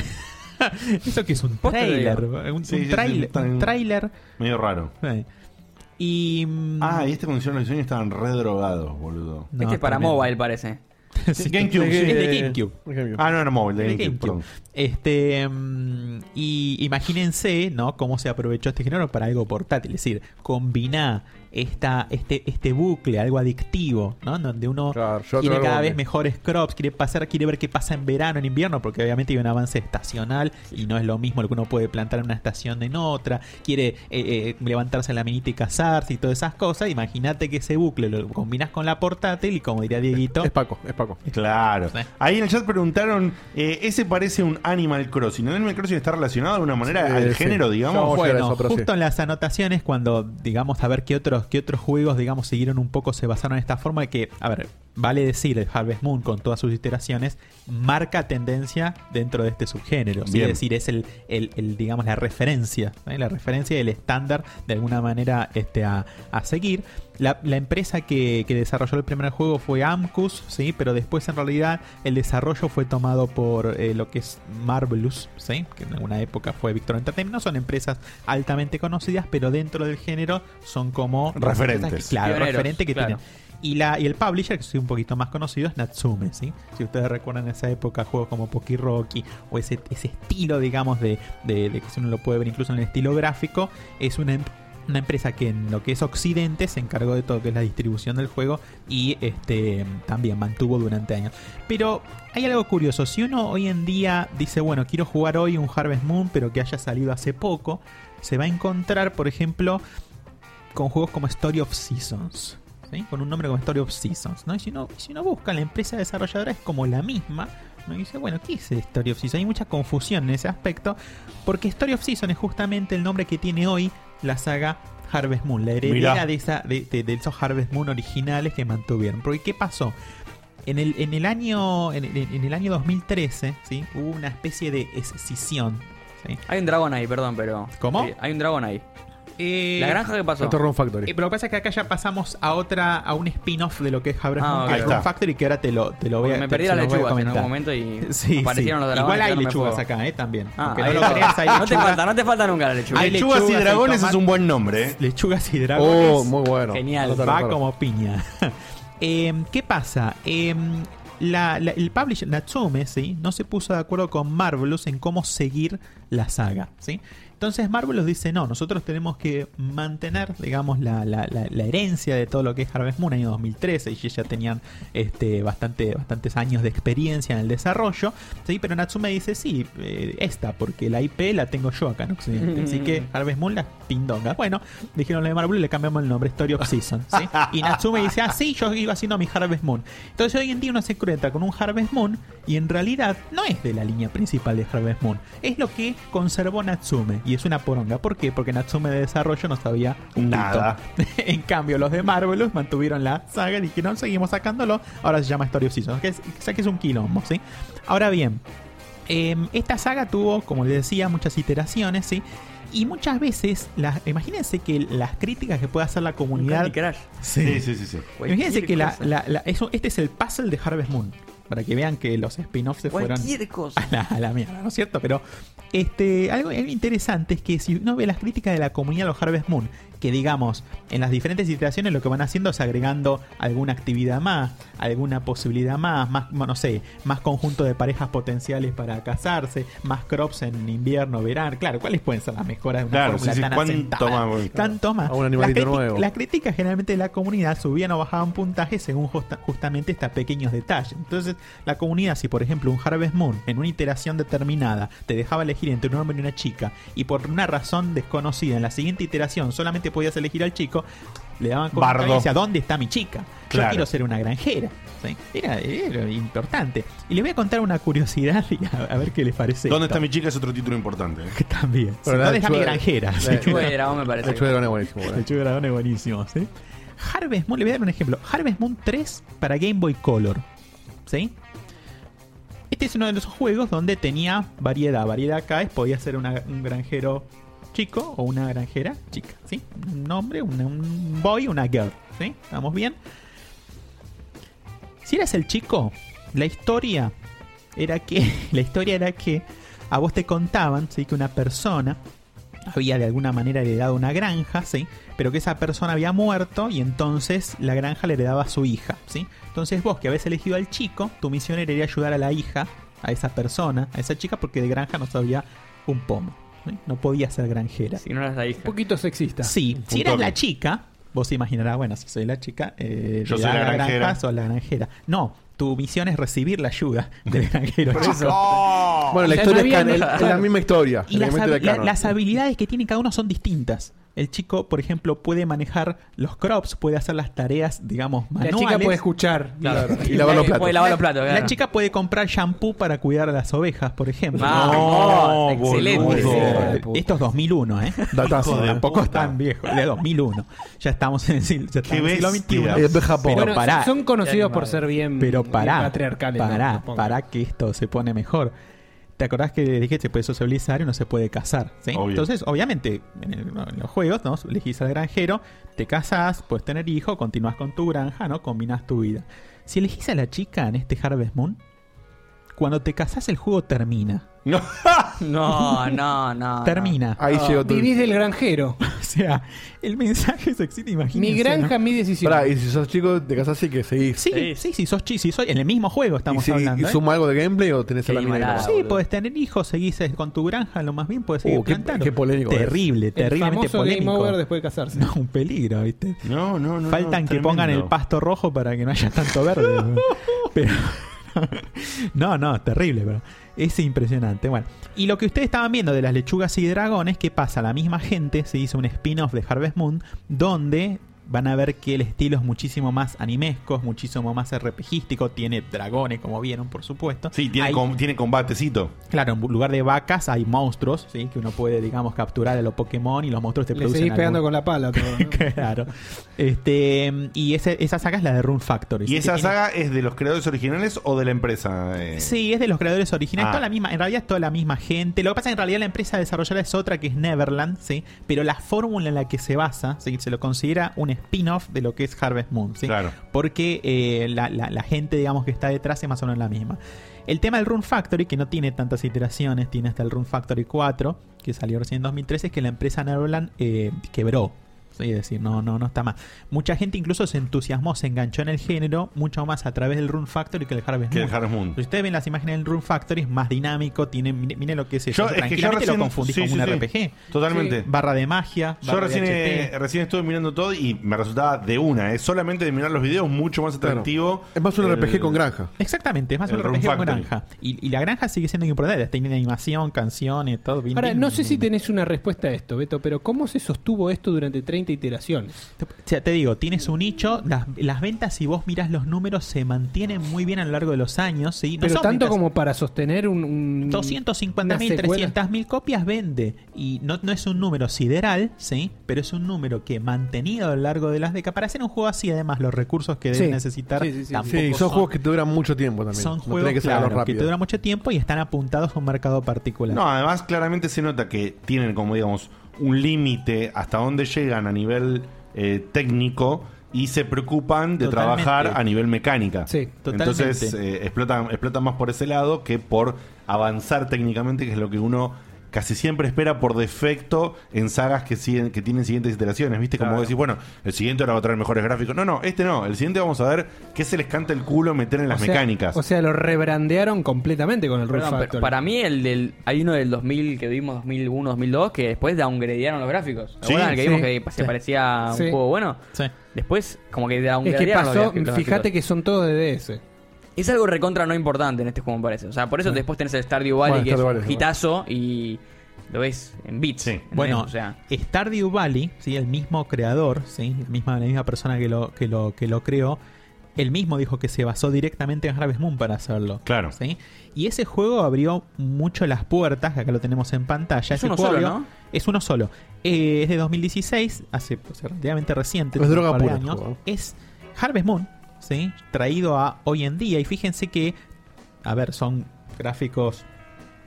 [SPEAKER 8] Eso que es un
[SPEAKER 4] Posta,
[SPEAKER 8] trailer.
[SPEAKER 4] digo.
[SPEAKER 8] eh, Un, un
[SPEAKER 4] Sí, sí, sí,
[SPEAKER 8] trailer.
[SPEAKER 2] tan-
[SPEAKER 8] un trailer.
[SPEAKER 2] Medio raro.
[SPEAKER 8] Eh. Y... mm,
[SPEAKER 2] Ah, y este cuando hicieron los diseños estaban re drogados, boludo.
[SPEAKER 4] este es para mobile, parece.
[SPEAKER 8] Sí,
[SPEAKER 2] GameCube, sí.
[SPEAKER 8] Es de GameCube.
[SPEAKER 2] Ah, no, era móvil, de
[SPEAKER 8] Es
[SPEAKER 2] GameCube, perdón.
[SPEAKER 8] Este, mm, y imagínense, ¿no? Cómo se aprovechó este género para algo portátil. Es decir, combiná esta, este, este bucle, algo adictivo, ¿no? Donde uno
[SPEAKER 3] yo
[SPEAKER 8] quiere
[SPEAKER 3] otro
[SPEAKER 8] cada
[SPEAKER 3] árbol.
[SPEAKER 8] vez mejores crops, quiere pasar, quiere ver qué pasa en verano, en invierno, porque obviamente hay un avance estacional y no es lo mismo lo que uno puede plantar en una estación en otra, quiere eh, eh, levantarse a la minita y casarse y todas esas cosas. Imagínate que ese bucle lo combinas con la portátil y como diría Dieguito. Es
[SPEAKER 3] Paco, es Paco.
[SPEAKER 2] Claro. Ahí en el chat preguntaron, eh, ese parece un Animal Crossing. ¿El Animal Crossing está relacionado de una manera
[SPEAKER 8] Sí,
[SPEAKER 2] al
[SPEAKER 8] sí.
[SPEAKER 2] género, digamos?
[SPEAKER 8] Bueno, justo en las anotaciones, cuando digamos a ver qué otros, qué otros juegos, digamos, siguieron un poco, se basaron en esta forma de que, a ver, vale decir, el Harvest Moon con todas sus iteraciones, marca tendencia dentro de este subgénero. ¿sí?
[SPEAKER 2] Bien.
[SPEAKER 8] Es decir, es el, el- el, digamos, la referencia, ¿eh? la referencia y el estándar de alguna manera este, a, a seguir. La, la empresa que, que desarrolló el primer juego fue Amcus, ¿sí? pero después en realidad el desarrollo fue tomado por eh, lo que es Marvelous, ¿sí? que en alguna época fue Victor Entertainment. No son empresas altamente conocidas, pero dentro del género son como...
[SPEAKER 2] Referentes.
[SPEAKER 8] Claro,
[SPEAKER 2] Pioneros,
[SPEAKER 8] referente que
[SPEAKER 2] claro.
[SPEAKER 8] tienen. Y, la, y el publisher, que soy un poquito más conocido, es Natsume, ¿sí? Si ustedes recuerdan esa época, juegos como Poki Rocky o ese, ese estilo, digamos, de, de- de que si uno lo puede ver incluso en el estilo gráfico, es una, em- una empresa que en lo que es Occidente se encargó de todo lo que es la distribución del juego y este también mantuvo durante años. Pero hay algo curioso, si uno hoy en día dice, bueno, quiero jugar hoy un Harvest Moon, pero que haya salido hace poco, se va a encontrar, por ejemplo, con juegos como Story of Seasons. ¿sí? Con un nombre como Story of Seasons. ¿no? Y si uno, si uno busca, la empresa desarrolladora es como la misma. ¿no? Y dice, bueno, ¿qué es Story of Seasons? Hay mucha confusión en ese aspecto. Porque Story of Seasons es justamente el nombre que tiene hoy la saga Harvest Moon. La
[SPEAKER 2] Mirá.
[SPEAKER 8] heredera de, esa, de, de- de esos Harvest Moon originales que mantuvieron. Porque ¿qué pasó? En el, en el año en el, en el año 2013 ¿sí? hubo una especie de escisión. ¿sí?
[SPEAKER 4] Hay un dragón ahí, perdón, pero.
[SPEAKER 8] ¿Cómo?
[SPEAKER 4] Sí, Hay un dragón ahí.
[SPEAKER 8] Eh,
[SPEAKER 4] ¿La granja qué pasó?
[SPEAKER 8] Eh, pero lo que pasa es que acá ya pasamos a otra, a un spin-off de lo que es Harvest
[SPEAKER 4] Ah,
[SPEAKER 8] Moon,
[SPEAKER 4] ok.
[SPEAKER 8] que es
[SPEAKER 4] Ahí
[SPEAKER 8] Rune
[SPEAKER 4] está.
[SPEAKER 8] Factory, que ahora te lo, te lo voy a
[SPEAKER 4] Me
[SPEAKER 8] te-
[SPEAKER 4] perdí
[SPEAKER 8] se
[SPEAKER 4] las
[SPEAKER 8] los voy a
[SPEAKER 4] lechugas en algún
[SPEAKER 8] comentar.
[SPEAKER 4] momento y
[SPEAKER 8] Sí,
[SPEAKER 4] aparecieron
[SPEAKER 8] sí.
[SPEAKER 4] los dragones
[SPEAKER 8] Igual hay
[SPEAKER 4] que no me
[SPEAKER 8] lechugas
[SPEAKER 4] puedo.
[SPEAKER 8] acá, eh, también.
[SPEAKER 4] Ah,
[SPEAKER 8] Aunque
[SPEAKER 4] ahí
[SPEAKER 8] no lo
[SPEAKER 4] está.
[SPEAKER 8] creas, hay
[SPEAKER 4] No te
[SPEAKER 8] lechugas.
[SPEAKER 4] falta- no te falta nunca la lechuga.
[SPEAKER 8] Hay
[SPEAKER 2] Lechugas y
[SPEAKER 8] hay
[SPEAKER 2] dragones
[SPEAKER 8] tomate-
[SPEAKER 2] es un buen nombre, eh.
[SPEAKER 8] Lechugas y dragones.
[SPEAKER 3] Oh, muy bueno.
[SPEAKER 8] Genial.
[SPEAKER 3] Anotalo,
[SPEAKER 8] Va
[SPEAKER 3] anotalo.
[SPEAKER 8] como piña. Eh, ¿Qué pasa? Eh, la- la- el publisher Natsume ¿sí? no se puso de acuerdo con Marvelous en cómo seguir la saga. ¿sí? Entonces Marvel nos dice, no, nosotros tenemos que mantener, digamos, la, la- la- la herencia de todo lo que es Harvest Moon, año 2013, y ya tenían este, bastante, bastantes años de experiencia en el desarrollo, ¿sí? pero Natsume dice, sí, eh, esta, porque la IP la tengo yo acá en Occidente, así que Harvest Moon la pindonga. Bueno, dijeron lo de Marvel y le cambiamos el nombre, Story of Season, ¿sí? Y Natsume dice, ah, sí, yo iba haciendo mi Harvest Moon. Entonces hoy en día uno se cruenta con un Harvest Moon y en realidad no es de la línea principal de Harvest Moon, es lo que conservó Natsume y es una poronga. ¿Por qué? Porque Natsume de desarrollo no sabía un pito.
[SPEAKER 2] Nada.
[SPEAKER 8] en cambio, los de Marvelous mantuvieron la saga y dijeron, seguimos sacándolo, ahora se llama Story of Seasons, que es, o sea, que es un quilombo, ¿sí? Ahora bien, eh, esta saga tuvo, como les decía, muchas iteraciones, ¿sí? Y muchas veces, las, imagínense que las críticas que puede hacer la comunidad...
[SPEAKER 2] Sí, sí, sí. sí.
[SPEAKER 8] Imagínense que la-
[SPEAKER 2] cosa.
[SPEAKER 8] la- la- eso- este es el puzzle de Harvest Moon. Para que vean que los spin-offs se fueron
[SPEAKER 4] Cualquier cosa.
[SPEAKER 8] a la, a la mierda, ¿no es cierto? Pero este, algo, algo interesante es que si uno ve las críticas de la comunidad de los Harvest Moon, que digamos, en las diferentes iteraciones lo que van haciendo es agregando alguna actividad más, alguna posibilidad más, más, bueno, no sé, más conjunto de parejas potenciales para casarse, más crops en invierno, verano, claro, ¿cuáles pueden ser las mejoras de una
[SPEAKER 2] Claro, sí,
[SPEAKER 8] fórmula
[SPEAKER 2] sí,
[SPEAKER 8] tan
[SPEAKER 2] cuánto
[SPEAKER 8] asentada?
[SPEAKER 2] más, boludo.
[SPEAKER 8] Tanto más.
[SPEAKER 3] A un animalito
[SPEAKER 8] Las criti-
[SPEAKER 3] nuevo.
[SPEAKER 8] las críticas generalmente de la comunidad subían o bajaban puntajes según justa- justamente estos pequeños detalles. Entonces, la comunidad, si por ejemplo un Harvest Moon en una iteración determinada te dejaba elegir entre un hombre y una chica, y por una razón desconocida en la siguiente iteración solamente podías elegir al chico, le daban con
[SPEAKER 2] Bardo.
[SPEAKER 8] y decía, ¿dónde está mi chica? Yo
[SPEAKER 2] Claro.
[SPEAKER 8] quiero ser una granjera. ¿sí? Era, era importante. Y les voy a contar una curiosidad y a, a ver qué les parece.
[SPEAKER 2] ¿Dónde
[SPEAKER 8] esto.
[SPEAKER 2] está mi chica? Es otro título importante.
[SPEAKER 8] Que también.
[SPEAKER 2] Pero la
[SPEAKER 8] ¿Dónde está mi
[SPEAKER 2] lechuga-
[SPEAKER 8] granjera?
[SPEAKER 2] la
[SPEAKER 8] Sí.
[SPEAKER 2] lechuga de dragón me parece.
[SPEAKER 8] La lechuga de dragón es buenísimo. La lechuga de dragón es buenísimo, ¿sí? Harvest Moon, le voy a dar un ejemplo. Harvest Moon 3 para Game Boy Color. ¿Sí? Este es uno de los juegos donde tenía variedad. Variedad acá es, podía ser una- un granjero chico o una granjera chica, ¿sí? Un hombre, un, un boy, una girl, ¿sí? ¿Estamos bien? Si eras el chico, la historia era que la historia era que a vos te contaban, ¿sí? que una persona había de alguna manera heredado una granja, ¿sí? Pero que esa persona había muerto y entonces la granja le heredaba a su hija, ¿sí? Entonces vos que habés elegido al chico, tu misión era ir a ayudar a la hija, a esa persona, a esa chica, porque de granja no sabía un pomo, ¿sí? No podía ser granjera.
[SPEAKER 4] Si no eras la hija. Un
[SPEAKER 6] poquito sexista.
[SPEAKER 8] Sí, si eras
[SPEAKER 4] toque.
[SPEAKER 8] la chica, vos imaginarás, bueno, si soy la chica, eh,
[SPEAKER 2] Yo
[SPEAKER 8] le
[SPEAKER 2] soy
[SPEAKER 8] da
[SPEAKER 2] la granjera.
[SPEAKER 8] granja, sos la granjera. No, tu misión es recibir la ayuda del granjero.
[SPEAKER 3] Por eso. Bueno, la historia es can- es la misma historia,
[SPEAKER 8] Y las,
[SPEAKER 3] realmente
[SPEAKER 8] hab-
[SPEAKER 3] la
[SPEAKER 8] la-
[SPEAKER 3] canon.
[SPEAKER 8] las habilidades que tiene cada uno son distintas. El chico, por ejemplo, puede manejar los crops, puede hacer las tareas, digamos,
[SPEAKER 6] La
[SPEAKER 8] manuales.
[SPEAKER 6] chica puede escuchar. Claro. Y lavar los platos. Puede lavar los platos,
[SPEAKER 8] La-
[SPEAKER 6] claro.
[SPEAKER 8] La chica puede comprar shampoo para cuidar a las ovejas, por ejemplo.
[SPEAKER 2] Vamos, No, excelente. boludo.
[SPEAKER 8] Excelente. Esto es 2001, ¿eh?
[SPEAKER 3] Datazo.
[SPEAKER 8] Hijo de Tampoco es tan viejo. De 2001. Ya estamos en el siglo, ya estamos en el siglo
[SPEAKER 6] bestia.
[SPEAKER 8] 21.
[SPEAKER 6] Es de Japón. Bueno, son conocidos por
[SPEAKER 8] Animal.
[SPEAKER 6] ser bien-
[SPEAKER 8] Pero
[SPEAKER 6] bien
[SPEAKER 8] pará,
[SPEAKER 6] patriarcales, ¿no?
[SPEAKER 8] Pará,
[SPEAKER 6] Supongo.
[SPEAKER 8] pará que esto se pone mejor. ¿Te acordás que le dije que se puede sociabilizar y no se puede casar? ¿sí?
[SPEAKER 2] Obvio.
[SPEAKER 8] Entonces, obviamente, en, el- en los juegos, ¿no? Elegís al granjero, te casás, puedes tener hijo, continúas con tu granja, ¿no? Combinás tu vida. Si elegís a la chica en este Harvest Moon, cuando te casás el juego termina. No,
[SPEAKER 4] No, no,
[SPEAKER 3] Ah,
[SPEAKER 4] no.
[SPEAKER 8] Termina.
[SPEAKER 4] Ahí llegó tu-
[SPEAKER 6] Ah, Vivís del granjero.
[SPEAKER 8] o sea, el mensaje sexista, imagínense.
[SPEAKER 6] Mi granja,
[SPEAKER 8] ¿no?
[SPEAKER 6] mi decisión.
[SPEAKER 3] Pará, y si sos chico, te casás y que seguís.
[SPEAKER 8] Sí, sí, sí, sos chi- si soy en el mismo juego estamos
[SPEAKER 3] ¿Y, si-
[SPEAKER 8] hablando.
[SPEAKER 3] ¿Y
[SPEAKER 8] ¿eh?
[SPEAKER 3] suma algo de gameplay o tenés a la mina ahí nomás?
[SPEAKER 8] Sí, podés tener hijos, seguís eh, con tu granja, lo más bien podés seguir
[SPEAKER 3] Uh, qué-
[SPEAKER 8] plantando.
[SPEAKER 3] qué polémico es.
[SPEAKER 8] Terrible,
[SPEAKER 3] El
[SPEAKER 8] terriblemente
[SPEAKER 6] famoso game
[SPEAKER 8] polémico.
[SPEAKER 6] over después de casarse.
[SPEAKER 8] No, un peligro, ¿viste?
[SPEAKER 2] No, no, no.
[SPEAKER 8] Faltan
[SPEAKER 2] no,
[SPEAKER 8] que pongan el
[SPEAKER 2] tremendo.
[SPEAKER 8] pasto rojo para que no haya tanto verde. pero no, no, es terrible, pero es impresionante. Bueno, y lo que ustedes estaban viendo de las lechugas y dragones, ¿qué pasa? La misma gente se hizo un spin-off de Harvest Moon donde van a ver que el estilo es muchísimo más animesco, es muchísimo más RPGístico, tiene dragones, como vieron, por supuesto.
[SPEAKER 2] Sí, tiene,
[SPEAKER 8] Hay-
[SPEAKER 2] com- tiene combatecito.
[SPEAKER 8] Claro, en lugar de vacas hay monstruos, ¿sí? Que uno puede, digamos, capturar a los Pokémon y los monstruos te
[SPEAKER 6] Le
[SPEAKER 8] producen
[SPEAKER 6] seguís pegando
[SPEAKER 8] algún-
[SPEAKER 6] con la pala. pero-
[SPEAKER 8] claro. Este, y ese- esa saga es la de Rune Factory.
[SPEAKER 2] ¿Y
[SPEAKER 8] que
[SPEAKER 2] esa
[SPEAKER 8] tiene-
[SPEAKER 2] saga es de los creadores originales o de la empresa? eh?
[SPEAKER 8] Sí, es de los creadores originales.
[SPEAKER 2] Ah.
[SPEAKER 8] Toda la misma, en realidad es toda la misma gente. Lo que pasa es que en realidad la empresa desarrollada es otra que es Neverland, ¿sí? Pero la fórmula en la que se basa, ¿sí? se lo considera un spin-off de lo que es Harvest Moon, ¿sí? Porque eh, la, la- la gente, digamos, que está detrás es más o menos la misma. El tema del Rune Factory, que no tiene tantas iteraciones, tiene hasta el Rune Factory 4, que salió recién en 2013, es que la empresa Neverland eh, quebró. Sí, es decir, no, no, no está más. Mucha gente incluso se entusiasmó, se enganchó en el género mucho más a través del Rune Factory que el Harvest
[SPEAKER 2] Que
[SPEAKER 8] Moon.
[SPEAKER 2] el Harvest Moon.
[SPEAKER 8] Si ustedes ven las imágenes del Rune Factory, es más dinámico, tiene, mire, mire lo que es eso.
[SPEAKER 2] Yo- es que yo
[SPEAKER 8] Tranquilamente
[SPEAKER 2] recién-
[SPEAKER 8] lo confundí
[SPEAKER 2] sí,
[SPEAKER 8] con
[SPEAKER 2] sí,
[SPEAKER 8] un
[SPEAKER 2] sí.
[SPEAKER 8] RPG.
[SPEAKER 2] Totalmente. Sí.
[SPEAKER 8] Barra de magia,
[SPEAKER 2] Yo
[SPEAKER 8] barra de
[SPEAKER 2] recién, eh,
[SPEAKER 8] HP.
[SPEAKER 2] recién estuve mirando todo y me resultaba de una. Es solamente de mirar los videos mucho más atractivo.
[SPEAKER 8] Es más un RPG con
[SPEAKER 3] granja.
[SPEAKER 8] Exactamente, es más
[SPEAKER 2] El
[SPEAKER 8] un
[SPEAKER 2] Rune
[SPEAKER 8] RPG con
[SPEAKER 2] Factory.
[SPEAKER 8] granja. Y, y la granja sigue siendo importante. Tiene animación, canciones, todo. bien-
[SPEAKER 6] Ahora,
[SPEAKER 8] bien-
[SPEAKER 6] no sé si tenés una respuesta a esto, Beto, pero ¿cómo se sostuvo esto durante 30 iteraciones?
[SPEAKER 8] O sea, te digo, tienes un nicho, las, las ventas, si vos mirás los números, se mantienen muy bien a lo largo de los años. ¿sí? No
[SPEAKER 6] pero
[SPEAKER 8] son
[SPEAKER 6] tanto
[SPEAKER 8] ventas-
[SPEAKER 6] como para sostener un... un
[SPEAKER 8] 250.000,
[SPEAKER 6] una secuela.
[SPEAKER 8] 300.000 copias vende. Y no, no es un número sideral, ¿sí? Pero es un número que mantenido a lo largo de las décadas. Para hacer un juego así, además, los recursos que deben
[SPEAKER 3] Sí.
[SPEAKER 8] necesitar
[SPEAKER 3] Sí, sí, sí,
[SPEAKER 8] tampoco
[SPEAKER 3] sí, son, juegos que te duran mucho tiempo también.
[SPEAKER 8] son
[SPEAKER 3] No
[SPEAKER 8] juegos,
[SPEAKER 3] tenés que sacarlos
[SPEAKER 8] claro, que
[SPEAKER 3] rápido.
[SPEAKER 8] te duran mucho tiempo y están apuntados a un mercado particular.
[SPEAKER 2] No, además claramente se nota que tienen como digamos un límite hasta dónde llegan a nivel eh, técnico y se preocupan de
[SPEAKER 8] Totalmente.
[SPEAKER 2] trabajar a nivel mecánica.
[SPEAKER 8] Sí, totalmente.
[SPEAKER 2] Entonces eh, explotan, explotan más por ese lado que por avanzar técnicamente, que es lo que uno casi siempre espera por defecto en sagas que siguen, que tienen siguientes iteraciones, ¿viste? Como decís, bueno, el siguiente ahora va a traer mejores gráficos. No, no, este no. El siguiente vamos a ver qué se les canta el culo meter en las
[SPEAKER 6] O sea-
[SPEAKER 2] mecánicas.
[SPEAKER 6] O sea, lo rebrandearon completamente con el Rune
[SPEAKER 4] Perdón, pero
[SPEAKER 6] Factory.
[SPEAKER 4] para mí el del hay uno del 2000 que vimos 2001 2002 que después downgradearon los gráficos ¿Te
[SPEAKER 6] Sí,
[SPEAKER 4] acuerdan? el que vimos
[SPEAKER 6] sí,
[SPEAKER 4] que pa- se
[SPEAKER 6] sí.
[SPEAKER 4] parecía a un
[SPEAKER 6] Sí.
[SPEAKER 4] juego bueno
[SPEAKER 8] sí.
[SPEAKER 4] después como que
[SPEAKER 6] es que
[SPEAKER 4] downgradearon
[SPEAKER 6] pasó,
[SPEAKER 4] los gráficos- los
[SPEAKER 6] fíjate
[SPEAKER 4] gráficos.
[SPEAKER 6] que son todos de DS.
[SPEAKER 4] es algo recontra no importante en este juego me parece o sea por eso
[SPEAKER 6] Sí.
[SPEAKER 4] después tenés el Stardew Valley
[SPEAKER 8] Bueno,
[SPEAKER 4] que es
[SPEAKER 8] Stardew
[SPEAKER 4] un
[SPEAKER 8] Valley,
[SPEAKER 4] hitazo y lo ves en bits ¿entendés?
[SPEAKER 8] Bueno,
[SPEAKER 4] o sea
[SPEAKER 8] Stardew Valley, ¿sí? el mismo creador, ¿sí? la, misma, la misma persona que lo, que lo, que lo creó, él mismo dijo que se basó directamente en Harvest Moon para hacerlo. Claro. Y ese juego abrió mucho las puertas, que acá lo tenemos en pantalla.
[SPEAKER 4] Es
[SPEAKER 8] Ese
[SPEAKER 4] uno
[SPEAKER 8] juego
[SPEAKER 4] solo,
[SPEAKER 8] abrió-
[SPEAKER 4] ¿no?
[SPEAKER 8] Es uno solo. Eh, es de 2016, hace pues, relativamente reciente.
[SPEAKER 3] Es
[SPEAKER 8] tiene un
[SPEAKER 3] droga
[SPEAKER 8] par de
[SPEAKER 3] pura
[SPEAKER 8] años.
[SPEAKER 3] este juego.
[SPEAKER 8] Es Harvest Moon, ¿sí? traído a hoy en día. Y fíjense que, a ver, son gráficos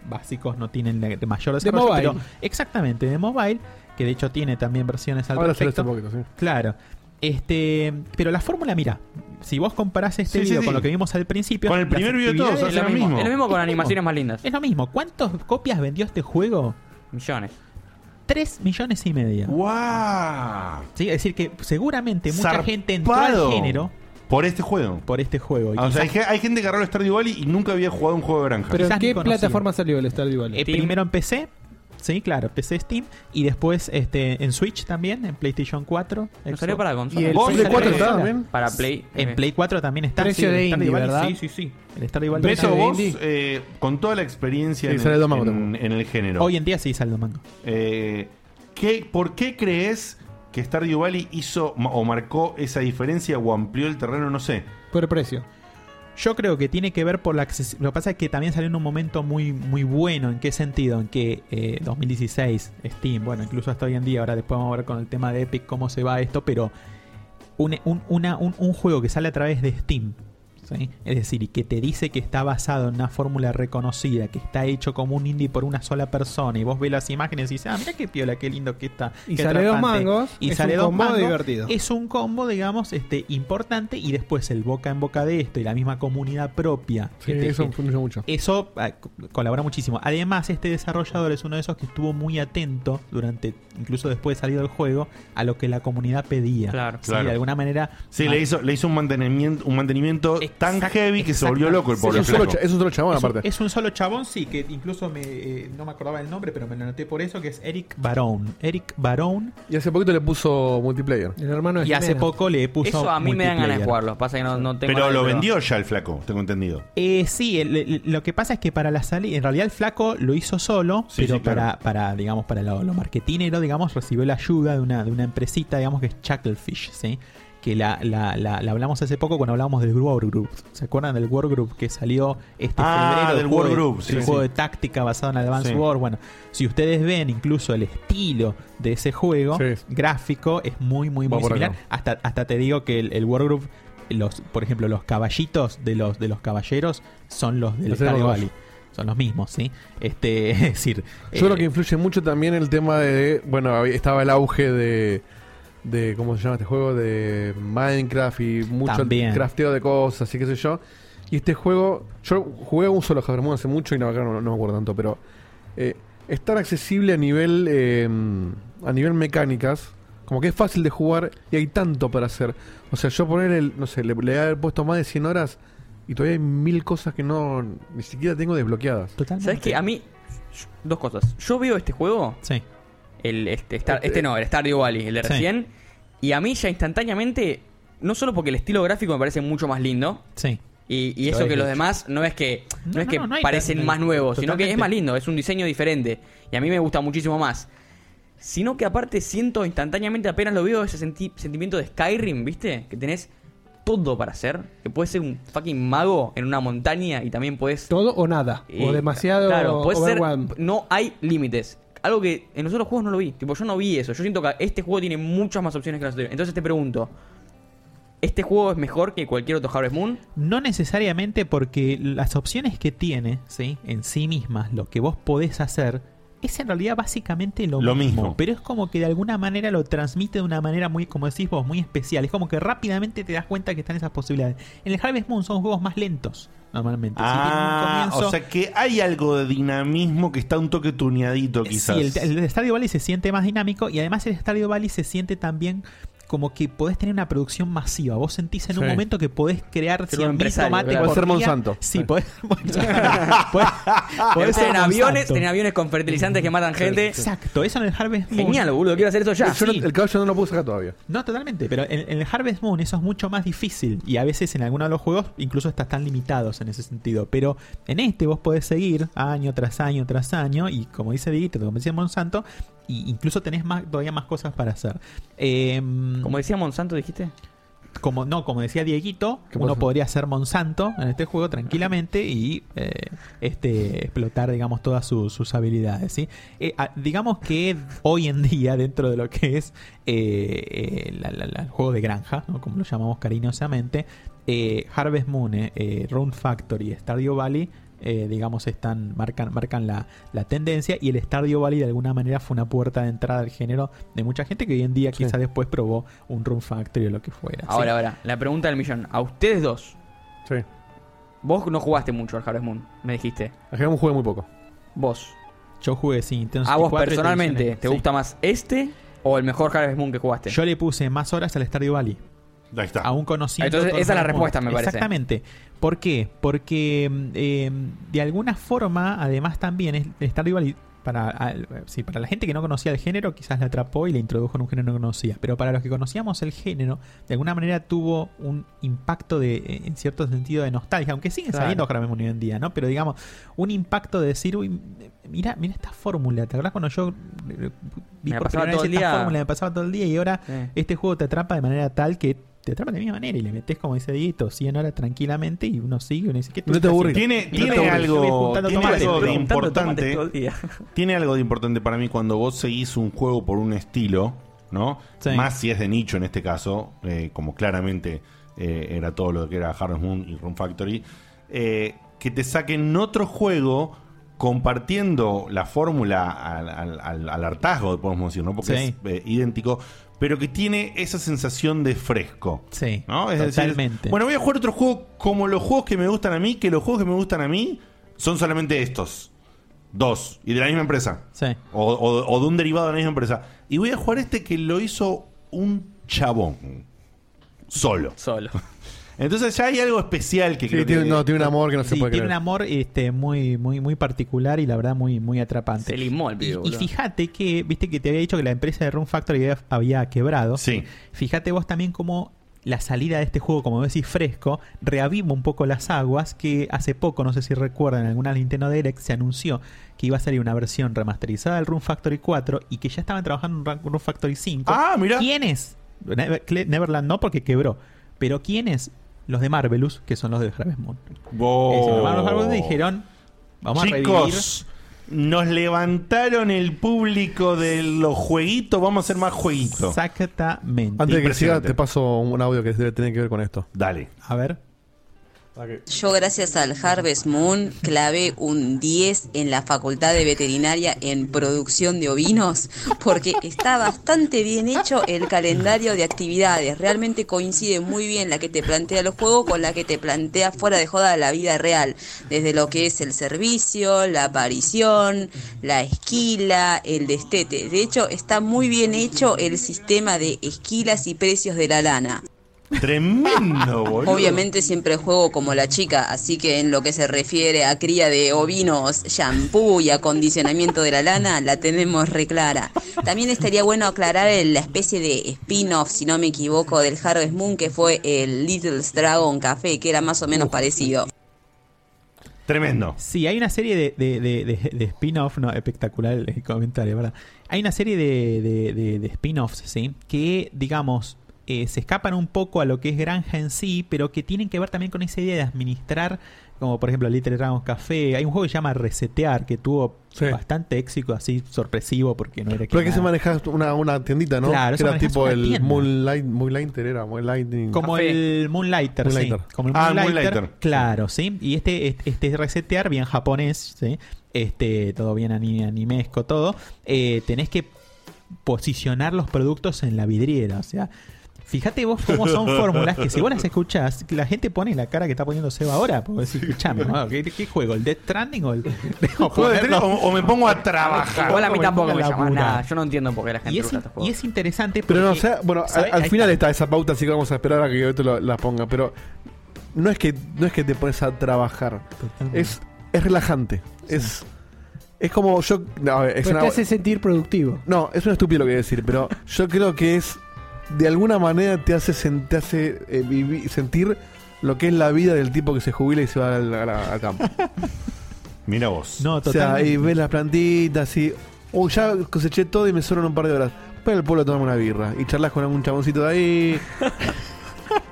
[SPEAKER 8] básicos, no tienen la- mayor desarrollo,
[SPEAKER 3] mobile.
[SPEAKER 8] pero Exactamente, de mobile, que de hecho tiene también versiones al
[SPEAKER 3] Ahora se lo
[SPEAKER 8] respecto.
[SPEAKER 3] hace poquito, sí.
[SPEAKER 8] Claro. Este, pero la fórmula, mira, si vos comparás este
[SPEAKER 4] Sí, sí,
[SPEAKER 8] video
[SPEAKER 4] sí.
[SPEAKER 8] con lo que vimos al principio,
[SPEAKER 4] Con el
[SPEAKER 8] las
[SPEAKER 4] primer video de todos,
[SPEAKER 8] actividades-
[SPEAKER 4] es lo mismo. Es lo mismo con animaciones más lindas.
[SPEAKER 8] Es lo mismo. ¿Cuántas copias vendió este juego?
[SPEAKER 4] millones
[SPEAKER 8] 3 millones y media.
[SPEAKER 2] ¡Wow!
[SPEAKER 8] Sí, es decir que seguramente mucha
[SPEAKER 2] Zarpado.
[SPEAKER 8] gente entró al género
[SPEAKER 2] por este juego.
[SPEAKER 8] por este juego. Y
[SPEAKER 2] Ah, o sea, hay,
[SPEAKER 8] quizás-
[SPEAKER 2] ge- hay gente que agarró el Stardew Valley y nunca había jugado un juego de granja.
[SPEAKER 8] Pero, Quizás ¿qué ni conocido. plataforma
[SPEAKER 6] salió el Stardew Valley?
[SPEAKER 8] Eh, primero en PC. Sí, claro, PC Steam. Y después este, en Switch también, en PlayStation 4. Xbox.
[SPEAKER 4] salió para consola. ¿Y el
[SPEAKER 8] Xbox
[SPEAKER 4] Play
[SPEAKER 8] salió
[SPEAKER 4] 4 está
[SPEAKER 8] consola.
[SPEAKER 4] también? Para Play. eh.
[SPEAKER 8] En Play 4 también está.
[SPEAKER 4] Precio
[SPEAKER 8] sí, el
[SPEAKER 4] de
[SPEAKER 8] Stardew
[SPEAKER 4] indie,
[SPEAKER 8] Valley,
[SPEAKER 4] ¿verdad?
[SPEAKER 8] Sí, sí, sí. El Stardew Valley
[SPEAKER 2] Beso
[SPEAKER 8] está-
[SPEAKER 2] vos, eh, con toda la experiencia
[SPEAKER 8] Sí,
[SPEAKER 2] en,
[SPEAKER 8] sale
[SPEAKER 2] el,
[SPEAKER 8] Domango
[SPEAKER 2] en- en el género.
[SPEAKER 8] Hoy en día sí sale Domango.
[SPEAKER 2] Eh, ¿qué- ¿Por qué crees que Stardew Valley hizo ma- o marcó esa diferencia o amplió el terreno? No sé.
[SPEAKER 6] Por precio.
[SPEAKER 8] Yo creo que tiene que ver por la acces- Lo que pasa es que también salió en un momento muy, muy bueno. ¿En qué sentido? En que eh, 2016, Steam, bueno, incluso hasta hoy en día, ahora después vamos a ver con el tema de Epic cómo se va esto, pero un, un- una- un- un juego que sale a través de Steam, ¿sí? es decir, y que te dice que está basado en una fórmula reconocida, que está hecho como un indie por una sola persona, y vos ves las imágenes y dices, ah, mira qué piola, qué lindo que está.
[SPEAKER 6] Y
[SPEAKER 8] qué
[SPEAKER 6] sale dos
[SPEAKER 8] atrapante".
[SPEAKER 6] mangos,
[SPEAKER 8] y
[SPEAKER 6] es
[SPEAKER 8] sale
[SPEAKER 6] un
[SPEAKER 8] dos
[SPEAKER 6] combo
[SPEAKER 8] mangos,
[SPEAKER 6] divertido.
[SPEAKER 8] es un combo, digamos, este, importante y después el boca en boca de esto y la misma comunidad propia.
[SPEAKER 3] Sí,
[SPEAKER 8] que te-
[SPEAKER 3] eso
[SPEAKER 8] que-
[SPEAKER 3] influye mucho.
[SPEAKER 8] Eso ah, co- colabora muchísimo. Además, este desarrollador es uno de esos que estuvo muy atento durante, incluso después de salir del juego, a lo que la comunidad pedía.
[SPEAKER 2] Claro.
[SPEAKER 8] Sí,
[SPEAKER 2] Claro.
[SPEAKER 8] De alguna manera. ah,
[SPEAKER 2] Sí, le hizo, le hizo un mantenimiento, un mantenimiento tan heavy que se volvió loco el pobre flaco.
[SPEAKER 8] Es un- Es un solo chabón, sí, que incluso me, eh, no me acordaba el nombre, pero me lo anoté por eso, que es Eric Barón. Eric Barón.
[SPEAKER 3] Y hace poquito le puso multiplayer.
[SPEAKER 6] El hermano
[SPEAKER 8] de Y hace Jimena. poco le puso
[SPEAKER 4] eso a mí me dan ganas de
[SPEAKER 8] multiplayer.
[SPEAKER 4] jugarlo pasa que no, no tengo
[SPEAKER 2] Pero
[SPEAKER 4] ganas,
[SPEAKER 2] lo vendió ya el flaco, tengo entendido.
[SPEAKER 8] Eh, sí, el- el- lo que pasa es que para la salida, en realidad el flaco lo hizo solo,
[SPEAKER 2] Sí,
[SPEAKER 8] pero
[SPEAKER 2] sí, claro.
[SPEAKER 8] para, para, digamos, para lo, lo marketinero, digamos, recibió la ayuda de una, de una empresita, digamos, que es Chucklefish, ¿sí? Que la, la, la, la hablamos hace poco cuando hablábamos del Wargroup. ¿Se acuerdan del Wargroup que salió este
[SPEAKER 2] Ah,
[SPEAKER 8] febrero?
[SPEAKER 2] del
[SPEAKER 8] El juego de-
[SPEAKER 2] Wargroup, sí,
[SPEAKER 8] el
[SPEAKER 2] sí.
[SPEAKER 8] juego de táctica basado en Advance
[SPEAKER 2] Sí.
[SPEAKER 8] War. Bueno, si ustedes ven incluso el estilo de ese juego gráfico, es muy, muy,
[SPEAKER 3] Va
[SPEAKER 8] muy
[SPEAKER 3] por
[SPEAKER 8] similar.
[SPEAKER 3] acá.
[SPEAKER 8] Hasta, hasta te digo que el, el Wargroup, los, por ejemplo, los caballitos de los, de los caballeros son los del
[SPEAKER 3] Los tenemos
[SPEAKER 8] Stardew
[SPEAKER 3] dos.
[SPEAKER 8] Valley. Son los mismos, ¿sí? Este, es decir, eh,
[SPEAKER 3] Yo creo que influye mucho también el tema de. Bueno, hab- estaba el auge de. de ¿Cómo se llama este juego? De Minecraft y mucho
[SPEAKER 8] También.
[SPEAKER 3] crafteo de cosas y qué sé yo. Y este juego. Yo jugué un solo Harvest Moon hace mucho y no, acá no, no me acuerdo tanto, pero. eh, es tan accesible a nivel. eh, a nivel mecánicas. Como que es fácil de jugar y hay tanto para hacer. O sea, yo poner el, no sé, le, le he puesto más de 100 horas y todavía hay mil cosas que no, ni siquiera tengo desbloqueadas.
[SPEAKER 4] ¿Sabes qué? A mí, yo- dos cosas. Yo veo este juego.
[SPEAKER 8] Sí.
[SPEAKER 4] El, este, Star- este no, el Stardew Valley, el de
[SPEAKER 8] Sí.
[SPEAKER 4] recién. Y a mí ya instantáneamente, no solo porque el estilo gráfico me parece mucho más lindo.
[SPEAKER 8] Sí.
[SPEAKER 4] Y, y
[SPEAKER 8] Lo
[SPEAKER 4] eso
[SPEAKER 8] es,
[SPEAKER 4] que los
[SPEAKER 8] de hecho.
[SPEAKER 4] demás no es que no,
[SPEAKER 8] No,
[SPEAKER 4] es que
[SPEAKER 8] no, no hay
[SPEAKER 4] parecen
[SPEAKER 8] tanto.
[SPEAKER 4] más nuevos, sino que es
[SPEAKER 8] Totalmente.
[SPEAKER 4] más lindo, es un diseño diferente. Y a mí me gusta muchísimo más. Sino que aparte siento instantáneamente, apenas lo veo, ese senti- sentimiento de Skyrim, ¿viste? Que tenés todo para hacer. Que puedes ser un fucking mago en una montaña y también puedes...
[SPEAKER 6] Todo o nada. o demasiado
[SPEAKER 4] Claro, puedes ser...
[SPEAKER 6] overwhelmed.
[SPEAKER 4] No hay límites. Algo que en los otros juegos no lo vi. Tipo, yo no vi eso. Yo siento que este juego tiene muchas más opciones que los anteriores. Entonces te pregunto... ¿Este juego es mejor que cualquier otro Harvest Moon?
[SPEAKER 8] eh, No necesariamente porque las opciones que tiene, ¿sí? En sí mismas, lo que vos podés hacer, es en realidad básicamente lo,
[SPEAKER 2] Lo
[SPEAKER 8] mismo,
[SPEAKER 2] mismo.
[SPEAKER 8] Pero es como que de alguna manera lo transmite de una manera muy, como decís vos, muy especial. Es como que rápidamente te das cuenta que están esas posibilidades. En el Harvest Moon son juegos más lentos, normalmente. Si tienen
[SPEAKER 2] Ah,
[SPEAKER 8] un comienzo-
[SPEAKER 2] o sea que hay algo de dinamismo que está un toque tuneadito quizás.
[SPEAKER 8] Eh, Sí, el, el de Stardew Valley se siente más dinámico y además el Stardew Valley se siente también como que podés tener una producción masiva. Vos sentís en un
[SPEAKER 3] Sí.
[SPEAKER 8] momento que podés crear
[SPEAKER 3] Ser un
[SPEAKER 8] 100.000
[SPEAKER 3] empresario,
[SPEAKER 8] tomates
[SPEAKER 3] claro. Podés
[SPEAKER 8] por
[SPEAKER 3] ser
[SPEAKER 8] día.
[SPEAKER 3] Monsanto.
[SPEAKER 8] Sí,
[SPEAKER 3] Sí.
[SPEAKER 8] podés,
[SPEAKER 4] Tienen
[SPEAKER 8] podés ser
[SPEAKER 4] aviones,
[SPEAKER 8] Monsanto.
[SPEAKER 4] tienen aviones con fertilizantes que matan gente.
[SPEAKER 8] Exacto, eso en el Harvest Moon.
[SPEAKER 4] Genial, boludo, quiero hacer eso ya.
[SPEAKER 8] Yo no- Sí.
[SPEAKER 3] El caballo no lo puedo sacar todavía.
[SPEAKER 8] No, totalmente, pero en, en el Harvest Moon eso es mucho más difícil y a veces en algunos de los juegos incluso estás tan limitados en ese sentido, pero en este vos podés seguir año tras año tras año y como dice Dieguito, como decía Monsanto, y incluso tenés más, todavía más cosas para hacer. Em,
[SPEAKER 4] como decía Monsanto, dijiste.
[SPEAKER 8] Como, no, como decía Dieguito,
[SPEAKER 4] ¿Qué
[SPEAKER 8] uno
[SPEAKER 4] pasa?
[SPEAKER 8] podría ser Monsanto en este juego tranquilamente y eh, este, explotar, digamos, todas sus- sus habilidades. ¿sí? Eh, a- digamos que hoy en día, dentro de lo que es eh, eh, la- la- la- el juego de granja, ¿no? como lo llamamos cariñosamente, eh, Harvest Moon, eh, eh, Round Factory, Stardew Valley, eh, digamos, están, marcan, marcan la, la tendencia y el Stardew Valley de alguna manera fue una puerta de entrada al género de mucha gente que hoy en día quizá después probó un Round Factory o lo que fuera. ¿sí?
[SPEAKER 4] Ahora, ahora, la pregunta del millón. A ustedes dos.
[SPEAKER 3] Sí.
[SPEAKER 4] Vos no jugaste mucho al Harvest Moon, me dijiste.
[SPEAKER 3] Al Harvest Moon jugué muy poco.
[SPEAKER 4] Vos.
[SPEAKER 8] Yo jugué, sí, Nintendo
[SPEAKER 4] a
[SPEAKER 8] 64
[SPEAKER 4] vos
[SPEAKER 8] y
[SPEAKER 4] personalmente,
[SPEAKER 8] televisiones.
[SPEAKER 4] ¿te
[SPEAKER 8] Sí.
[SPEAKER 4] gusta más este o el mejor Harvest Moon que jugaste?
[SPEAKER 8] Yo le puse más horas al Stardew Valley.
[SPEAKER 2] Ahí está.
[SPEAKER 8] Aún conociendo.
[SPEAKER 4] Entonces,
[SPEAKER 8] todo el
[SPEAKER 4] esa es la
[SPEAKER 8] Harvest Moon.
[SPEAKER 4] respuesta, me parece.
[SPEAKER 8] Exactamente. ¿Por qué? Porque eh, de alguna forma, además también, es- el Stardew Valley, para, al- sí, para la gente que no conocía el género, quizás la atrapó y la introdujo en un género que no conocía. Pero para los que conocíamos el género, de alguna manera tuvo un impacto de, eh, en cierto sentido de nostalgia, aunque siguen
[SPEAKER 4] Claro.
[SPEAKER 8] saliendo Harvest Moon hoy en día, ¿no? Pero digamos, un impacto de decir, uy, mira, mira esta fórmula. ¿Te acuerdas cuando yo eh, vi
[SPEAKER 4] Me
[SPEAKER 8] por
[SPEAKER 4] pasaba
[SPEAKER 8] primera
[SPEAKER 4] todo
[SPEAKER 8] vez
[SPEAKER 4] el
[SPEAKER 8] esta
[SPEAKER 4] día.
[SPEAKER 8] fórmula, me pasaba todo el día y ahora
[SPEAKER 4] Sí.
[SPEAKER 8] este juego te atrapa de manera tal que te atrapa de la misma manera y le metes, como dice Dieguito, 100 horas tranquilamente y uno sigue y uno dice que
[SPEAKER 2] Tiene, tiene algo, tiene algo de importante. Tiene algo de importante para mí cuando vos seguís un juego por un estilo, ¿no?
[SPEAKER 8] Sí.
[SPEAKER 2] Más si es de nicho en este caso, eh, como claramente eh, era todo lo que era Harvest Moon y Run Factory, eh, que te saquen otro juego compartiendo la fórmula al, al- al- al hartazgo, podemos decir, ¿no? Porque
[SPEAKER 8] Sí.
[SPEAKER 2] es eh, idéntico, pero que tiene esa sensación de fresco.
[SPEAKER 8] Sí,
[SPEAKER 2] ¿no? Es decir,
[SPEAKER 8] totalmente.
[SPEAKER 2] bueno, voy a jugar otro juego como los juegos que me gustan a mí, que los juegos que me gustan a mí son solamente estos. Dos. Y de la misma empresa.
[SPEAKER 8] Sí.
[SPEAKER 2] O, o- o de un derivado de la misma empresa. Y voy a jugar este que lo hizo un chabón. Solo.
[SPEAKER 4] Solo.
[SPEAKER 2] Entonces ya hay algo especial que
[SPEAKER 3] Sí, tiene, no, tiene un amor que no se
[SPEAKER 8] Sí,
[SPEAKER 3] puede
[SPEAKER 8] tiene un
[SPEAKER 3] creer.
[SPEAKER 8] amor este, muy, muy, muy particular y la verdad muy, muy atrapante.
[SPEAKER 4] Se limó el pibe,
[SPEAKER 8] Y
[SPEAKER 4] boludo.
[SPEAKER 8] fíjate que, viste que te había dicho que la empresa de Run Factory había, había quebrado.
[SPEAKER 2] Sí.
[SPEAKER 8] Fíjate vos también cómo la salida de este juego, como decís, fresco, reaviva un poco las aguas que hace poco, no sé si recuerdan, en alguna Nintendo Direct se anunció que iba a salir una versión remasterizada del Run Factory 4 y que ya estaban trabajando en Run- Run Factory 5.
[SPEAKER 2] Ah, mira.
[SPEAKER 8] ¿Quiénes? Never- Cle- Neverland no porque quebró, pero ¿quiénes? Los de Marvelous, que son los de Harvest Moon. Eso, los hermanos Marvel dijeron, vamos a revivir.
[SPEAKER 2] Chicos, nos levantaron el público de los jueguitos. Vamos a hacer más jueguitos.
[SPEAKER 8] Exactamente.
[SPEAKER 3] Antes de que siga,
[SPEAKER 2] Impresionante.
[SPEAKER 3] te paso un audio que debe tener que ver con esto.
[SPEAKER 2] Dale.
[SPEAKER 8] A ver.
[SPEAKER 19] Yo gracias al Harvest Moon clavé un 10 en la Facultad de Veterinaria en producción de ovinos porque está bastante bien hecho el calendario de actividades. Realmente coincide muy bien la que te plantea los juegos con la que te plantea fuera de joda la vida real. Desde lo que es el servicio, la aparición, la esquila, el destete. De hecho, está muy bien hecho el sistema de esquilas y precios de la lana.
[SPEAKER 2] Tremendo, boludo.
[SPEAKER 19] Obviamente siempre juego como la chica, así que en lo que se refiere a cría de ovinos, shampoo y acondicionamiento de la lana, la tenemos reclara. También estaría bueno aclarar el- la especie de spin-off, si no me equivoco, del Harvest Moon, que fue el Little Dragon Café, que era más o menos parecido.
[SPEAKER 2] Tremendo.
[SPEAKER 8] Sí, hay una serie de, de- de- de- de spin-off, no, espectacular el comentario, ¿verdad? Hay una serie de, de- de- de spin-offs, ¿sí? Que, digamos, eh, se escapan un poco a lo que es granja en sí, pero que tienen que ver también con esa idea de administrar, como por ejemplo Little Dragons Café. Hay un juego que se llama Resetear, que tuvo bastante éxito así sorpresivo, porque no era
[SPEAKER 3] Pero que se
[SPEAKER 8] nada.
[SPEAKER 3] maneja una, una tiendita, ¿no?
[SPEAKER 8] Ah. Claro,
[SPEAKER 3] que
[SPEAKER 8] se
[SPEAKER 3] era
[SPEAKER 8] maneja
[SPEAKER 3] tipo
[SPEAKER 8] una
[SPEAKER 3] el
[SPEAKER 8] tienda.
[SPEAKER 3] Moonlight, Moonlighter era, Moonlighting.
[SPEAKER 8] Como el Moonlighter, sí.
[SPEAKER 3] Moonlighter.
[SPEAKER 8] Como el
[SPEAKER 3] Ah, el
[SPEAKER 8] Moonlighter.
[SPEAKER 3] Moonlighter.
[SPEAKER 8] Claro, sí. Y este, este, este resetear, bien japonés, ¿sí? Este, todo bien ani- animesco, todo. Eh, tenés que posicionar los productos en la vidriera. O sea, fíjate vos cómo son fórmulas que si vos las escuchás, la gente pone la cara que está poniendo Seba ahora. Porque decís, escuchame, ¿no? Ah, ¿Qué, qué juego? ¿El Death Stranding o el.? o ponerlo-
[SPEAKER 2] o, o me pongo a trabajar.
[SPEAKER 4] Igual a mí
[SPEAKER 8] Me
[SPEAKER 4] tampoco
[SPEAKER 8] pongo
[SPEAKER 4] me
[SPEAKER 8] a
[SPEAKER 4] llamas
[SPEAKER 8] laburar.
[SPEAKER 4] nada. Yo no entiendo por qué la gente
[SPEAKER 8] Y es,
[SPEAKER 4] usa estos
[SPEAKER 8] y
[SPEAKER 4] juegos.
[SPEAKER 8] es interesante porque,
[SPEAKER 3] Pero no, o sea, bueno, al-
[SPEAKER 8] ¿sabés?
[SPEAKER 3] al,
[SPEAKER 8] Hay-
[SPEAKER 3] final está esa pauta, así que vamos a esperar a que Beto lo- la ponga. Pero no es que no es que te pones a trabajar. Es, es relajante. Es es como yo. no, a ver, es
[SPEAKER 6] Pues
[SPEAKER 3] una-
[SPEAKER 6] te hace sentir productivo.
[SPEAKER 3] No, es un estúpido lo que voy a decir, pero yo creo que es. De alguna manera te hace, sen- te hace eh, vivi- sentir lo que es la vida del tipo que se jubila y se va al, al- al campo.
[SPEAKER 2] Mira vos.
[SPEAKER 8] No,
[SPEAKER 3] O sea,
[SPEAKER 8] totalmente.
[SPEAKER 3] y ves las plantitas y. Uy, ya coseché todo y me sobran un par de horas. Voy al pueblo a tomarme una birra. Y charlas con algún chaboncito de ahí.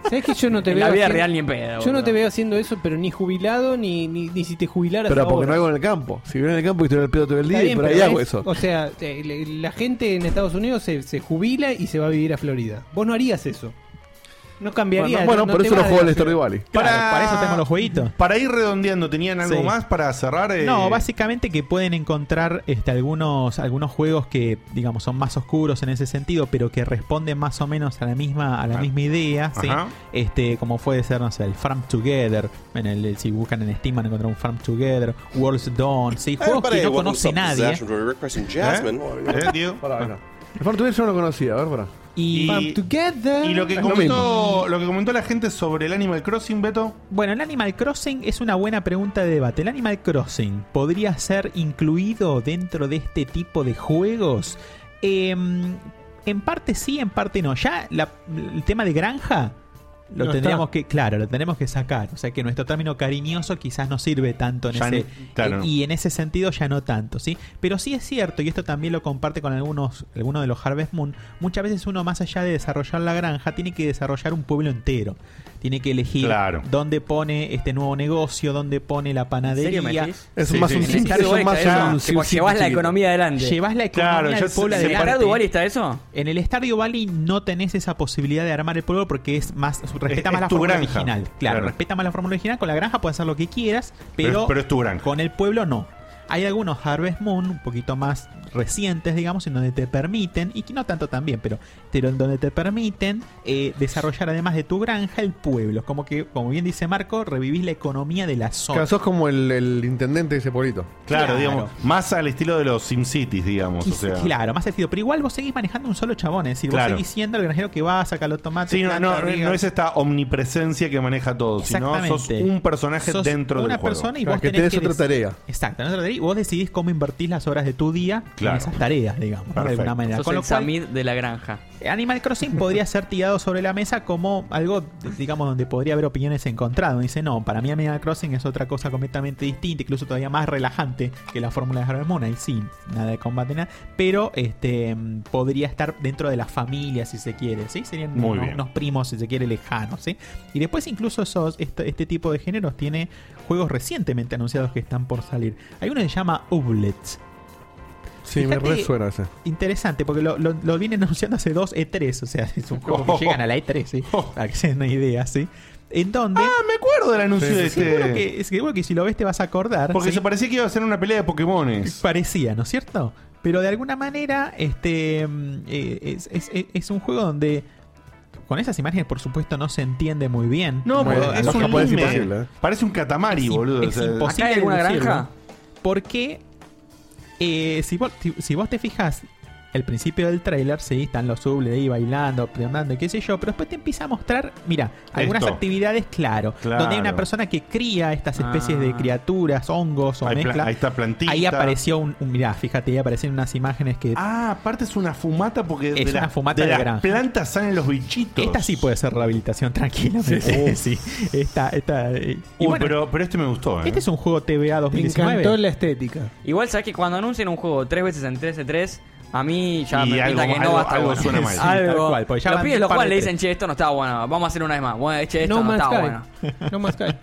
[SPEAKER 6] ¿Sabes que yo no te
[SPEAKER 3] En
[SPEAKER 6] veo?
[SPEAKER 3] la vida
[SPEAKER 6] haciendo-
[SPEAKER 3] real ni en pedo,
[SPEAKER 6] Yo no
[SPEAKER 3] boludo.
[SPEAKER 6] te veo haciendo eso, pero ni jubilado, ni, ni, ni si te jubilaras.
[SPEAKER 3] Pero porque
[SPEAKER 6] ahora.
[SPEAKER 3] no hago en el campo. Si vivo en el campo y estoy en el pedo todo el día,
[SPEAKER 6] Está bien,
[SPEAKER 3] y por ahí
[SPEAKER 6] pero
[SPEAKER 3] hago
[SPEAKER 6] es-
[SPEAKER 3] eso.
[SPEAKER 6] O sea, eh, le- la gente en Estados Unidos se, se jubila y se va a vivir a Florida. Vos no harías eso. No cambiaría.
[SPEAKER 3] Bueno, bueno, por eso los juegos del Stardew Valley.
[SPEAKER 8] Claro, para eso tenemos los jueguitos.
[SPEAKER 2] Para ir redondeando, ¿tenían algo
[SPEAKER 8] Sí.
[SPEAKER 2] más para cerrar? eh?
[SPEAKER 8] No, básicamente que pueden encontrar este, algunos, algunos juegos que, digamos, son más oscuros en ese sentido, pero que responden más o menos a la misma, a la misma idea, ¿sí?
[SPEAKER 2] Ajá.
[SPEAKER 8] Este, como puede ser, no sé, el Farm Together. En el, si buscan en Steam van a encontrar un Farm Together, World's Dawn, sí, juegos que no conoce nadie.
[SPEAKER 2] ¿Eh? Diego?
[SPEAKER 3] El Farm Together yo no lo conocía, a ver, pará.
[SPEAKER 8] Y,
[SPEAKER 2] y lo que comentó, lo que comentó la gente sobre el Animal Crossing, Beto.
[SPEAKER 8] Bueno, el Animal Crossing es una buena pregunta de debate. ¿El Animal Crossing podría ser incluido dentro de este tipo de juegos? Em, en parte sí, en parte no. Ya la- el tema de granja lo
[SPEAKER 6] No
[SPEAKER 8] tendríamos que, claro, lo tenemos que sacar. O sea que nuestro término cariñoso quizás no sirve tanto en
[SPEAKER 2] Ya
[SPEAKER 8] ese.
[SPEAKER 2] ni- claro.
[SPEAKER 8] y en ese sentido ya no tanto, ¿sí? Pero sí es cierto, y esto también lo comparte con algunos, algunos de los Harvest Moon, muchas veces uno más allá de desarrollar la granja, tiene que desarrollar un pueblo entero. Tiene que elegir
[SPEAKER 2] Claro.
[SPEAKER 8] dónde pone este nuevo negocio, dónde pone la
[SPEAKER 4] serio me
[SPEAKER 8] panadería.
[SPEAKER 4] decís? Es más un
[SPEAKER 8] En el
[SPEAKER 4] simple-
[SPEAKER 8] Stardew
[SPEAKER 4] eso
[SPEAKER 8] Valley
[SPEAKER 4] es
[SPEAKER 8] está
[SPEAKER 4] más
[SPEAKER 8] eso.
[SPEAKER 4] un simple- Llevás la economía adelante.
[SPEAKER 8] Llevás la economía
[SPEAKER 4] Claro,
[SPEAKER 8] del
[SPEAKER 4] yo sé-
[SPEAKER 8] pueblo
[SPEAKER 4] ¿En
[SPEAKER 8] adelante.
[SPEAKER 4] Stardew Valley está eso?
[SPEAKER 8] En el Stardew Valley no tenés esa posibilidad de armar el pueblo porque es más respeta
[SPEAKER 2] Es-
[SPEAKER 8] más
[SPEAKER 2] es
[SPEAKER 8] la
[SPEAKER 2] tu
[SPEAKER 8] fórmula
[SPEAKER 2] granja.
[SPEAKER 8] original. Claro,
[SPEAKER 2] Claro.
[SPEAKER 8] respeta más la fórmula original. Con la granja puedes hacer lo que quieras,
[SPEAKER 2] Pero,
[SPEAKER 8] pero,
[SPEAKER 2] es- pero es tu granja.
[SPEAKER 8] con el pueblo no. Hay algunos Harvest Moon un poquito más recientes, digamos, en donde te permiten, y que no tanto también, pero, pero en donde te permiten eh, desarrollar además de tu granja el pueblo. Como que, como bien dice Marco, revivís la economía de la zona.
[SPEAKER 3] Claro, sos como el, el intendente de ese pueblito.
[SPEAKER 2] Claro, digamos,
[SPEAKER 6] Ah,
[SPEAKER 2] más al estilo de los SimCities, digamos. O
[SPEAKER 8] Quiz-
[SPEAKER 2] sea.
[SPEAKER 8] Claro, más sentido. Pero igual vos seguís manejando un solo chabón, es decir,
[SPEAKER 2] Claro.
[SPEAKER 8] vos seguís siendo el granjero que va, saca los tomates.
[SPEAKER 2] Sí, no,
[SPEAKER 8] planta,
[SPEAKER 2] no,
[SPEAKER 8] riega.
[SPEAKER 2] no es esta omnipresencia que maneja todo, sino sos
[SPEAKER 8] Exactamente.
[SPEAKER 2] un personaje
[SPEAKER 8] Sos
[SPEAKER 2] dentro del
[SPEAKER 8] una
[SPEAKER 2] juego.
[SPEAKER 8] persona y vos
[SPEAKER 3] que
[SPEAKER 8] tenés
[SPEAKER 3] tenés otra
[SPEAKER 8] dec-
[SPEAKER 3] tarea.
[SPEAKER 8] Exacto, tenés otra tarea y vos decidís cómo invertís las horas de tu día
[SPEAKER 2] Claro.
[SPEAKER 8] en esas tareas, digamos, ¿no? de
[SPEAKER 4] Perfecto.
[SPEAKER 8] alguna manera.
[SPEAKER 4] Sos
[SPEAKER 8] Con lo
[SPEAKER 4] el
[SPEAKER 8] cual,
[SPEAKER 4] Samid de la granja.
[SPEAKER 8] Animal Crossing podría ser tirado sobre la mesa como algo, digamos, donde podría haber opiniones encontradas. Dice, no, para mí Animal Crossing es otra cosa completamente distinta, incluso todavía más relajante que la fórmula de Harvest Moon. Ahí sí, nada de combate, nada. Pero este mm, podría estar dentro de la familia, si se quiere, ¿sí? Serían
[SPEAKER 2] Muy
[SPEAKER 8] unos,
[SPEAKER 2] bien.
[SPEAKER 8] unos primos, si se quiere, lejanos, ¿sí? Y después incluso esos, este, este tipo de géneros tiene juegos recientemente anunciados que están por salir. Hay uno que se llama Oblets
[SPEAKER 3] Sí, me
[SPEAKER 8] Fíjate,
[SPEAKER 3] resuena ese.
[SPEAKER 8] Interesante, porque lo, lo- lo vienen anunciando hace dos E3, o sea, es un juego que llegan a la E3, ¿sí? Para que se den una idea, ¿sí? En donde. Ah,
[SPEAKER 2] me acuerdo del anuncio de este.
[SPEAKER 8] Seguro que, seguro que si lo ves te vas a acordar.
[SPEAKER 2] Porque
[SPEAKER 8] ¿sí?
[SPEAKER 2] se parecía que iba a ser una pelea de Pokémones.
[SPEAKER 8] Parecía, ¿no es cierto? Pero de alguna manera, este mm, eh, es, es- es- es un juego donde con esas imágenes, por supuesto, no se entiende muy bien.
[SPEAKER 2] No,
[SPEAKER 8] Como-
[SPEAKER 2] porque es
[SPEAKER 8] como
[SPEAKER 2] un
[SPEAKER 8] japonés
[SPEAKER 2] lime.
[SPEAKER 8] imposible, ¿eh?
[SPEAKER 2] Parece un catamari,
[SPEAKER 8] Es im-
[SPEAKER 2] boludo.
[SPEAKER 8] Es
[SPEAKER 2] o sea.
[SPEAKER 8] imposible deducirlo, Porque eh, si, vos, si- si vos te fijas, el principio del tráiler, sí, están los subs ahí bailando, preguntando y qué sé yo, pero después te empieza a mostrar, mira, algunas
[SPEAKER 2] Esto.
[SPEAKER 8] actividades, claro,
[SPEAKER 2] Claro.
[SPEAKER 8] donde hay una persona que cría estas especies
[SPEAKER 2] Ah.
[SPEAKER 8] de criaturas, hongos o
[SPEAKER 2] Hay pla-
[SPEAKER 8] mezcla.
[SPEAKER 2] ahí está plantita.
[SPEAKER 8] Ahí apareció un, un- mirá, fíjate, ahí aparecieron unas imágenes que
[SPEAKER 2] Ah, aparte es una fumata porque
[SPEAKER 8] es
[SPEAKER 2] de
[SPEAKER 8] una
[SPEAKER 2] las-
[SPEAKER 8] fumata
[SPEAKER 2] de
[SPEAKER 8] de,
[SPEAKER 2] las
[SPEAKER 8] granja.
[SPEAKER 2] plantas salen los bichitos.
[SPEAKER 8] Esta sí puede ser rehabilitación tranquilamente. Sí, Esta, esta, eh, y
[SPEAKER 2] Uy,
[SPEAKER 8] bueno,
[SPEAKER 2] pero, pero este me gustó, ¿eh?
[SPEAKER 8] este es un juego TBA 2019.
[SPEAKER 6] encantó la estética.
[SPEAKER 4] Igual sabes que cuando anuncian un juego tres veces en 3 de 3 a mí ya
[SPEAKER 2] Y
[SPEAKER 4] me
[SPEAKER 2] algo-
[SPEAKER 4] pinta que no
[SPEAKER 2] algo-
[SPEAKER 4] va a estar
[SPEAKER 2] algo
[SPEAKER 4] bueno.
[SPEAKER 2] suena mal.
[SPEAKER 4] Sí,
[SPEAKER 2] Algo-
[SPEAKER 4] tal cual, porque ya
[SPEAKER 8] Los
[SPEAKER 4] van
[SPEAKER 8] pibes
[SPEAKER 4] un
[SPEAKER 8] los
[SPEAKER 4] par
[SPEAKER 8] cuales
[SPEAKER 4] de
[SPEAKER 8] le
[SPEAKER 4] tres.
[SPEAKER 8] dicen,
[SPEAKER 4] che, esto no está bueno, vamos a hacer una vez más. Bueno, che, esto
[SPEAKER 6] No
[SPEAKER 4] no,
[SPEAKER 6] Man's
[SPEAKER 4] está
[SPEAKER 6] Sky.
[SPEAKER 4] bueno.
[SPEAKER 6] No más cae.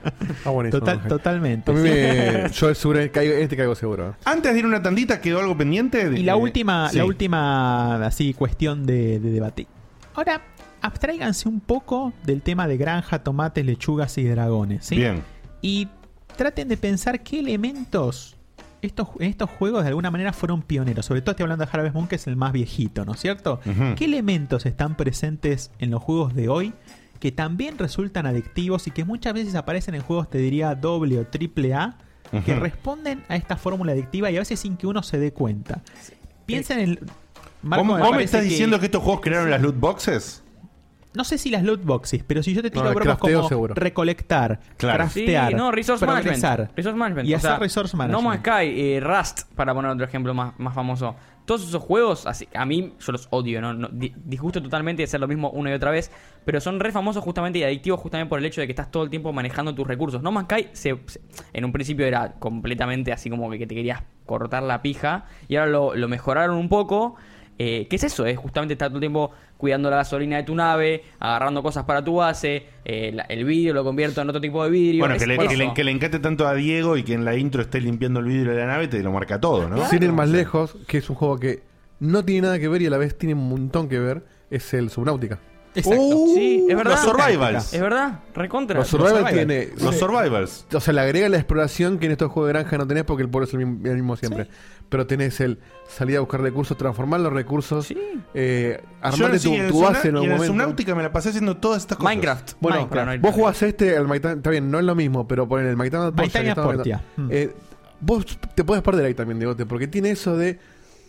[SPEAKER 3] Ah, buenísimo.
[SPEAKER 8] Total- totalmente.
[SPEAKER 3] A mí me- yo seguro, caigo- este caigo seguro.
[SPEAKER 2] Antes de ir a una tandita, ¿quedó algo pendiente?
[SPEAKER 8] Y la
[SPEAKER 2] Eh,
[SPEAKER 8] última,
[SPEAKER 2] sí.
[SPEAKER 8] la última así cuestión de, de debate. Ahora, abstráiganse un poco del tema de granja, tomates, lechugas y dragones. ¿sí?
[SPEAKER 2] Bien.
[SPEAKER 8] Y traten de pensar qué elementos estos, en estos juegos de alguna manera fueron pioneros. Sobre todo estoy hablando de Harvest Moon, que es el más viejito, ¿no es cierto?
[SPEAKER 2] Ujú.
[SPEAKER 8] ¿Qué elementos están presentes en los juegos de hoy que también resultan adictivos y que muchas veces aparecen en juegos, te diría, doble o triple A, que
[SPEAKER 2] Ujú.
[SPEAKER 8] responden a esta fórmula adictiva y a veces sin que uno se dé cuenta? Piensen en... el- Marco,
[SPEAKER 2] ¿Vos,
[SPEAKER 8] me
[SPEAKER 2] vos me
[SPEAKER 8] parece
[SPEAKER 2] estás diciendo que estos juegos crearon las loot boxes?
[SPEAKER 8] No sé si las loot boxes, pero si yo te tiro
[SPEAKER 2] No, el
[SPEAKER 8] bromas
[SPEAKER 2] crafteo
[SPEAKER 8] como
[SPEAKER 2] seguro.
[SPEAKER 8] recolectar,
[SPEAKER 2] Claro.
[SPEAKER 8] craftear,
[SPEAKER 4] Sí, no, Resource Management.
[SPEAKER 8] progresar
[SPEAKER 4] Resource Management.
[SPEAKER 8] Y
[SPEAKER 4] O
[SPEAKER 8] hacer
[SPEAKER 4] sea,
[SPEAKER 8] Resource Management.
[SPEAKER 4] No Man's Sky, eh, Rust, para poner otro ejemplo más, más famoso. Todos esos juegos, así, a mí yo los odio, ¿no? No, di- disgusto totalmente de hacer lo mismo una y otra vez, pero son re famosos justamente y adictivos justamente por el hecho de que estás todo el tiempo manejando tus recursos. No Man's Sky se- se- en un principio era completamente así como que, que te querías cortar la pija y ahora lo, lo mejoraron un poco. Eh, ¿Qué es eso? Es justamente estar todo el tiempo cuidando la gasolina de tu nave, agarrando cosas para tu base, eh, la- el vidrio lo convierto en otro tipo de vidrio.
[SPEAKER 2] Bueno,
[SPEAKER 4] Es
[SPEAKER 2] que le,
[SPEAKER 4] eso.
[SPEAKER 2] que le- que le encante tanto a Diego y que en la intro esté limpiando el vidrio de la nave, te lo marca todo, ¿no?
[SPEAKER 3] Sin ir más lejos, que es un juego que no tiene nada que ver y a la vez tiene un montón que ver, es el Subnautica.
[SPEAKER 4] Exacto. sí, es verdad.
[SPEAKER 2] Uh, Los survivals.
[SPEAKER 4] Es verdad, recontra.
[SPEAKER 3] Los Survivals tiene.
[SPEAKER 2] Los Survivals.
[SPEAKER 3] O sea, le agrega la exploración que en estos juegos de granja no tenés porque el pueblo es el mismo, el mismo siempre. Pero tenés el salir a buscar recursos, transformar los recursos, eh,
[SPEAKER 2] Yo
[SPEAKER 3] armarte
[SPEAKER 2] no sé,
[SPEAKER 3] tu,
[SPEAKER 2] en el
[SPEAKER 3] tu
[SPEAKER 2] Subna-
[SPEAKER 3] base en
[SPEAKER 2] y en
[SPEAKER 3] algún
[SPEAKER 2] el
[SPEAKER 3] momento.
[SPEAKER 2] Subnautica me la pasé haciendo todas estas cosas.
[SPEAKER 3] Minecraft. Bueno,
[SPEAKER 2] Minecraft.
[SPEAKER 3] vos jugás este, al Maitán, está bien, no es lo mismo, pero ponen el Maitán Portia,
[SPEAKER 8] Maitán
[SPEAKER 3] que estamos
[SPEAKER 8] Portia.
[SPEAKER 2] Mm.
[SPEAKER 3] hablando. Eh, vos te puedes perder ahí también, Digote, porque tiene eso de.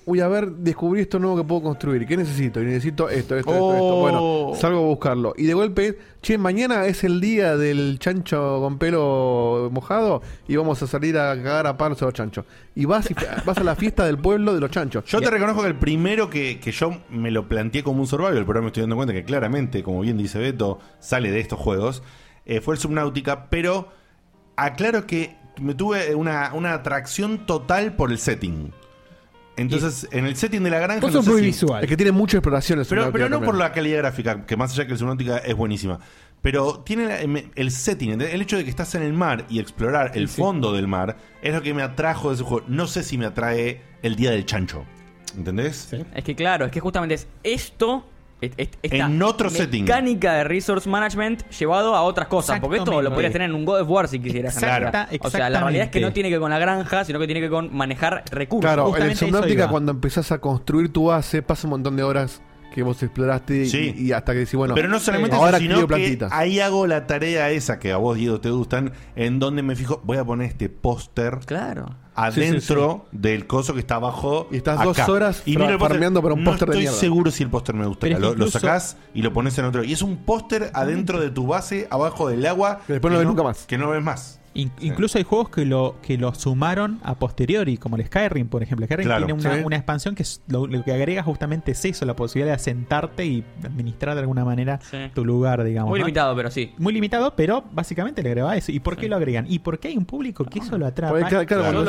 [SPEAKER 3] Uy, a ver, descubrí esto nuevo que puedo construir. ¿Qué necesito? Y necesito esto, esto, esto, esto.
[SPEAKER 2] Oh.
[SPEAKER 3] Bueno, salgo a buscarlo. Y de golpe, che, mañana es el día del chancho con pelo mojado y vamos a salir a cagar a palos a los chanchos. Y vas, y- vas a la fiesta del pueblo de los chanchos.
[SPEAKER 2] Yo
[SPEAKER 3] Y-
[SPEAKER 2] te reconozco que el primero que, que yo me lo planteé como un survival, pero ahora me estoy dando cuenta que claramente, como bien dice Beto, sale de estos juegos, eh, fue el Subnautica, pero aclaro que me tuve una, una atracción total por el setting. Entonces, en el setting de la granja... no sé si-
[SPEAKER 3] Es que tiene mucha exploración el
[SPEAKER 2] Pero,
[SPEAKER 3] Subnautica
[SPEAKER 2] pero no
[SPEAKER 3] también.
[SPEAKER 2] por la calidad gráfica, que más allá que el Subnautica es buenísima. Pero tiene la- em- el setting, ¿entendés? el hecho de que estás en el mar y explorar el fondo del mar es lo que me atrajo de ese juego. No sé si me atrae el día del chancho. ¿Entendés?
[SPEAKER 4] Es que claro, es que justamente es esto. es- es- Esta
[SPEAKER 2] En otro setting.
[SPEAKER 4] mecánica de resource management llevado a otras cosas. Porque esto lo
[SPEAKER 2] Exactamente.
[SPEAKER 4] podrías tener en un God of War si quisieras. en
[SPEAKER 2] Exacta-
[SPEAKER 4] realidad. o sea, la realidad es que
[SPEAKER 3] exactamente.
[SPEAKER 4] no tiene que ver con la granja, sino que tiene que ver con manejar recursos.
[SPEAKER 3] Claro, en el Subnautica cuando empezás a construir tu base pasa un montón de horas que vos exploraste y-
[SPEAKER 2] Sí.
[SPEAKER 3] y, hasta que decís, bueno,
[SPEAKER 2] Pero no solamente
[SPEAKER 3] ahora
[SPEAKER 2] eso, sino
[SPEAKER 3] crío
[SPEAKER 2] que
[SPEAKER 3] plantitas.
[SPEAKER 2] ahí hago la tarea esa que a vos, Diego, te gustan, en donde me fijo, voy a poner este póster
[SPEAKER 4] claro.
[SPEAKER 2] adentro del coso que está abajo. Y
[SPEAKER 3] estás dos horas
[SPEAKER 2] miro el
[SPEAKER 3] fra-
[SPEAKER 2] póster,
[SPEAKER 3] farmeando para un
[SPEAKER 2] no
[SPEAKER 3] póster de
[SPEAKER 2] estoy
[SPEAKER 3] mierda.
[SPEAKER 2] seguro si el póster me gusta.
[SPEAKER 3] Pero
[SPEAKER 2] Lo,
[SPEAKER 3] es que
[SPEAKER 2] lo
[SPEAKER 3] incluso-
[SPEAKER 2] sacás y lo pones en otro. Y es un póster adentro de tu base, abajo del agua. Que
[SPEAKER 3] después no ves nunca
[SPEAKER 2] más. Que no ves más.
[SPEAKER 8] In- incluso hay juegos que lo, que lo sumaron a posteriori, como el Skyrim, por ejemplo. Skyrim
[SPEAKER 2] Claro,
[SPEAKER 8] tiene una,
[SPEAKER 2] sí.
[SPEAKER 8] una expansión que es- lo, lo que agrega justamente es eso, la posibilidad de sentarte y administrar de alguna manera tu lugar, digamos.
[SPEAKER 4] Muy
[SPEAKER 8] ¿no?
[SPEAKER 4] limitado, pero sí.
[SPEAKER 8] Muy limitado, pero básicamente le agregaba eso. ¿Y por qué lo agregan? ¿Y por qué hay un público que eso lo atrapa?
[SPEAKER 4] Ah. yo lo, yo lo-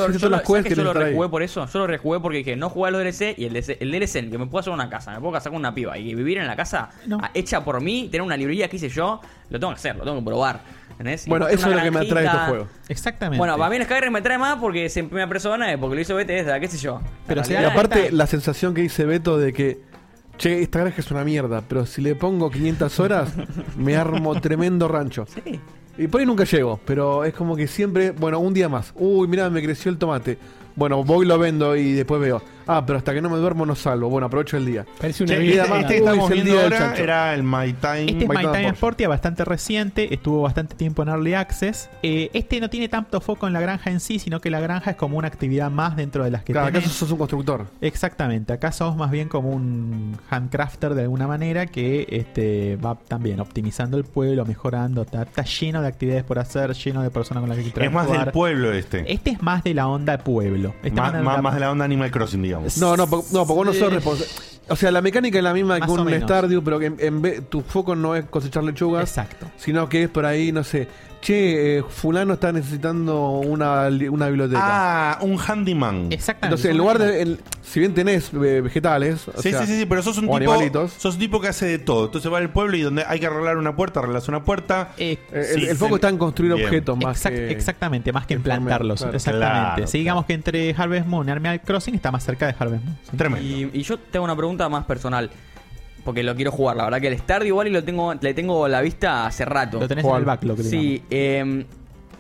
[SPEAKER 4] ¿sabes que yo lo rejugué por eso. Yo lo rejugué porque dije, no jugué a los DLC y el DLC, el DLC en el que me puedo hacer una casa, me puedo casar con una piba y vivir en la casa ah, hecha por mí, tener una librería que hice yo, lo tengo que hacer, lo tengo que probar. ¿entendés? Y
[SPEAKER 3] Bueno,
[SPEAKER 4] puse
[SPEAKER 3] eso
[SPEAKER 4] una
[SPEAKER 3] es lo que me atrae de
[SPEAKER 4] granjita.
[SPEAKER 3] este juego.
[SPEAKER 8] Exactamente.
[SPEAKER 4] Bueno, para mí el Skyrim me trae más porque es en primera persona, eh, porque lo hizo Bethesda, qué sé yo.
[SPEAKER 3] Pero
[SPEAKER 4] En
[SPEAKER 3] sí, y
[SPEAKER 4] realidad
[SPEAKER 3] aparte,
[SPEAKER 4] está-
[SPEAKER 3] la sensación que dice Beto de que, che, esta granja es una mierda, pero si le pongo 500 horas, me armo tremendo rancho. Y por ahí nunca llego, pero es como que siempre, bueno, un día más. Uy, mirá, me creció el tomate. Bueno, voy y lo vendo y después veo. Ah, pero hasta que no me duermo no salvo. Bueno, aprovecho el día.
[SPEAKER 6] Parece
[SPEAKER 2] Che, este- este que estamos viendo ahora era el My Time.
[SPEAKER 8] Este es My Time Sportia, bastante reciente, estuvo bastante tiempo en Early Access. Eh, este no tiene tanto foco en la granja en sí, sino que la granja es como una actividad más dentro de las que
[SPEAKER 3] Claro, acá
[SPEAKER 8] tenés.
[SPEAKER 3] sos un constructor.
[SPEAKER 8] Exactamente, acá sos más bien como un handcrafter de alguna manera que este, va también optimizando el pueblo, mejorando, está, está lleno de actividades por hacer, lleno de personas con las que
[SPEAKER 2] Es más del
[SPEAKER 8] interactuar.
[SPEAKER 2] pueblo este.
[SPEAKER 8] Este es más de la onda pueblo. Esta
[SPEAKER 2] Más,
[SPEAKER 8] onda-
[SPEAKER 2] más- más de la onda Animal Crossing, digamos.
[SPEAKER 3] No, no, po- no, porque vos no sos responsable. O sea, la mecánica es la misma
[SPEAKER 2] Más
[SPEAKER 3] que
[SPEAKER 2] o
[SPEAKER 3] un
[SPEAKER 2] menos.
[SPEAKER 3] Stardew, pero que en, en vez, tu foco no es cosechar lechugas.
[SPEAKER 8] Exacto.
[SPEAKER 3] Sino que es por ahí, no sé. Che, eh, fulano está necesitando una, li- una biblioteca.
[SPEAKER 2] Ah, un handyman.
[SPEAKER 8] Exactamente.
[SPEAKER 3] Entonces, en lugar de. en- si bien tenés eh, vegetales. o
[SPEAKER 2] Sí,
[SPEAKER 3] sea,
[SPEAKER 2] sí, sí, sí, pero sos un
[SPEAKER 3] o
[SPEAKER 2] tipo.
[SPEAKER 3] animalitos,
[SPEAKER 2] Sos un tipo que hace de todo. Entonces va al pueblo y donde hay que arreglar una puerta, arreglas una puerta.
[SPEAKER 3] Eh,
[SPEAKER 2] Eh,
[SPEAKER 3] el- el foco está en construir objetos más
[SPEAKER 8] Exact-
[SPEAKER 3] que-
[SPEAKER 8] exactamente, más que en plantarlos.
[SPEAKER 3] claro.
[SPEAKER 8] exactamente.
[SPEAKER 2] Claro,
[SPEAKER 8] Sí, digamos que entre Harvest Moon y Animal Crossing está más cerca de Harvest Moon.
[SPEAKER 4] Y, y yo tengo una pregunta más personal. Porque lo quiero jugar, la verdad que el Stardew igual y lo tengo, le tengo la vista hace rato.
[SPEAKER 8] Lo tenés en el backlog, le
[SPEAKER 4] Sí, eh,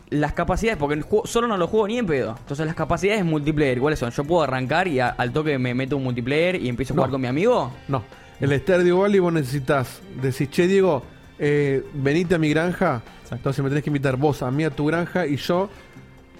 [SPEAKER 4] las capacidades, porque el juego- solo no lo juego ni en pedo. Entonces las capacidades multiplayer, ¿cuáles son? ¿Yo puedo arrancar y a- al toque me meto un multiplayer y empiezo a jugar con mi amigo?
[SPEAKER 3] No. El Stardew Valley vos necesitas. Decís, che, Diego, eh, venite a mi granja. Entonces me tenés que invitar vos a mí a tu granja y yo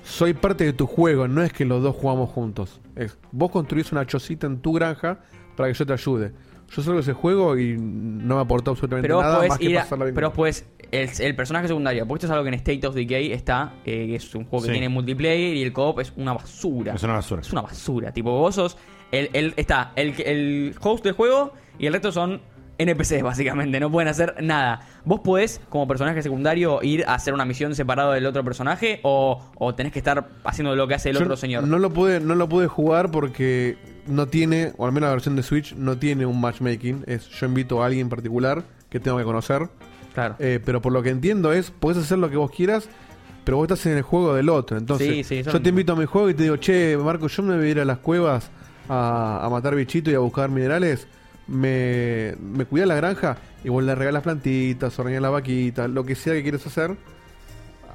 [SPEAKER 3] soy parte de tu juego. No es que los dos jugamos juntos. Es, vos construís una chocita en tu granja para que yo te ayude. Yo salgo de ese juego y no me aportó absolutamente
[SPEAKER 4] Pero vos
[SPEAKER 3] nada más
[SPEAKER 4] podés
[SPEAKER 3] que
[SPEAKER 4] ir a-
[SPEAKER 3] pasarla bien.
[SPEAKER 4] pero vos podés- el, el personaje secundario, porque esto es algo que en State of Decay está, eh, que es un juego
[SPEAKER 2] Sí.
[SPEAKER 4] que tiene multiplayer y el co-op es una basura.
[SPEAKER 2] Es una basura.
[SPEAKER 4] Es una basura. Tipo, vos sos. El, el- está el, que- el host del juego y el resto son NPCs, básicamente. No pueden hacer nada. ¿Vos podés, como personaje secundario, ir a hacer una misión separado del otro personaje? ¿O, o tenés que estar haciendo lo que hace el
[SPEAKER 3] Yo
[SPEAKER 4] otro señor?
[SPEAKER 3] No lo pude, no lo pude jugar porque no tiene, o al menos la versión de Switch no tiene un matchmaking. Es yo invito a alguien en particular que tengo que conocer. Eh,
[SPEAKER 4] Claro.
[SPEAKER 3] pero por lo que entiendo es, podés hacer lo que vos quieras, pero vos estás en el juego del otro. Entonces,
[SPEAKER 4] Sí, sí, eso
[SPEAKER 3] yo
[SPEAKER 4] no-
[SPEAKER 3] te invito a mi juego y te digo, che, Marco, yo me voy a ir a las cuevas a, a matar bichitos y a buscar minerales. Me, me cuida la granja y vos le regalás plantitas, ordeñás la vaquita, lo que sea que quieras hacer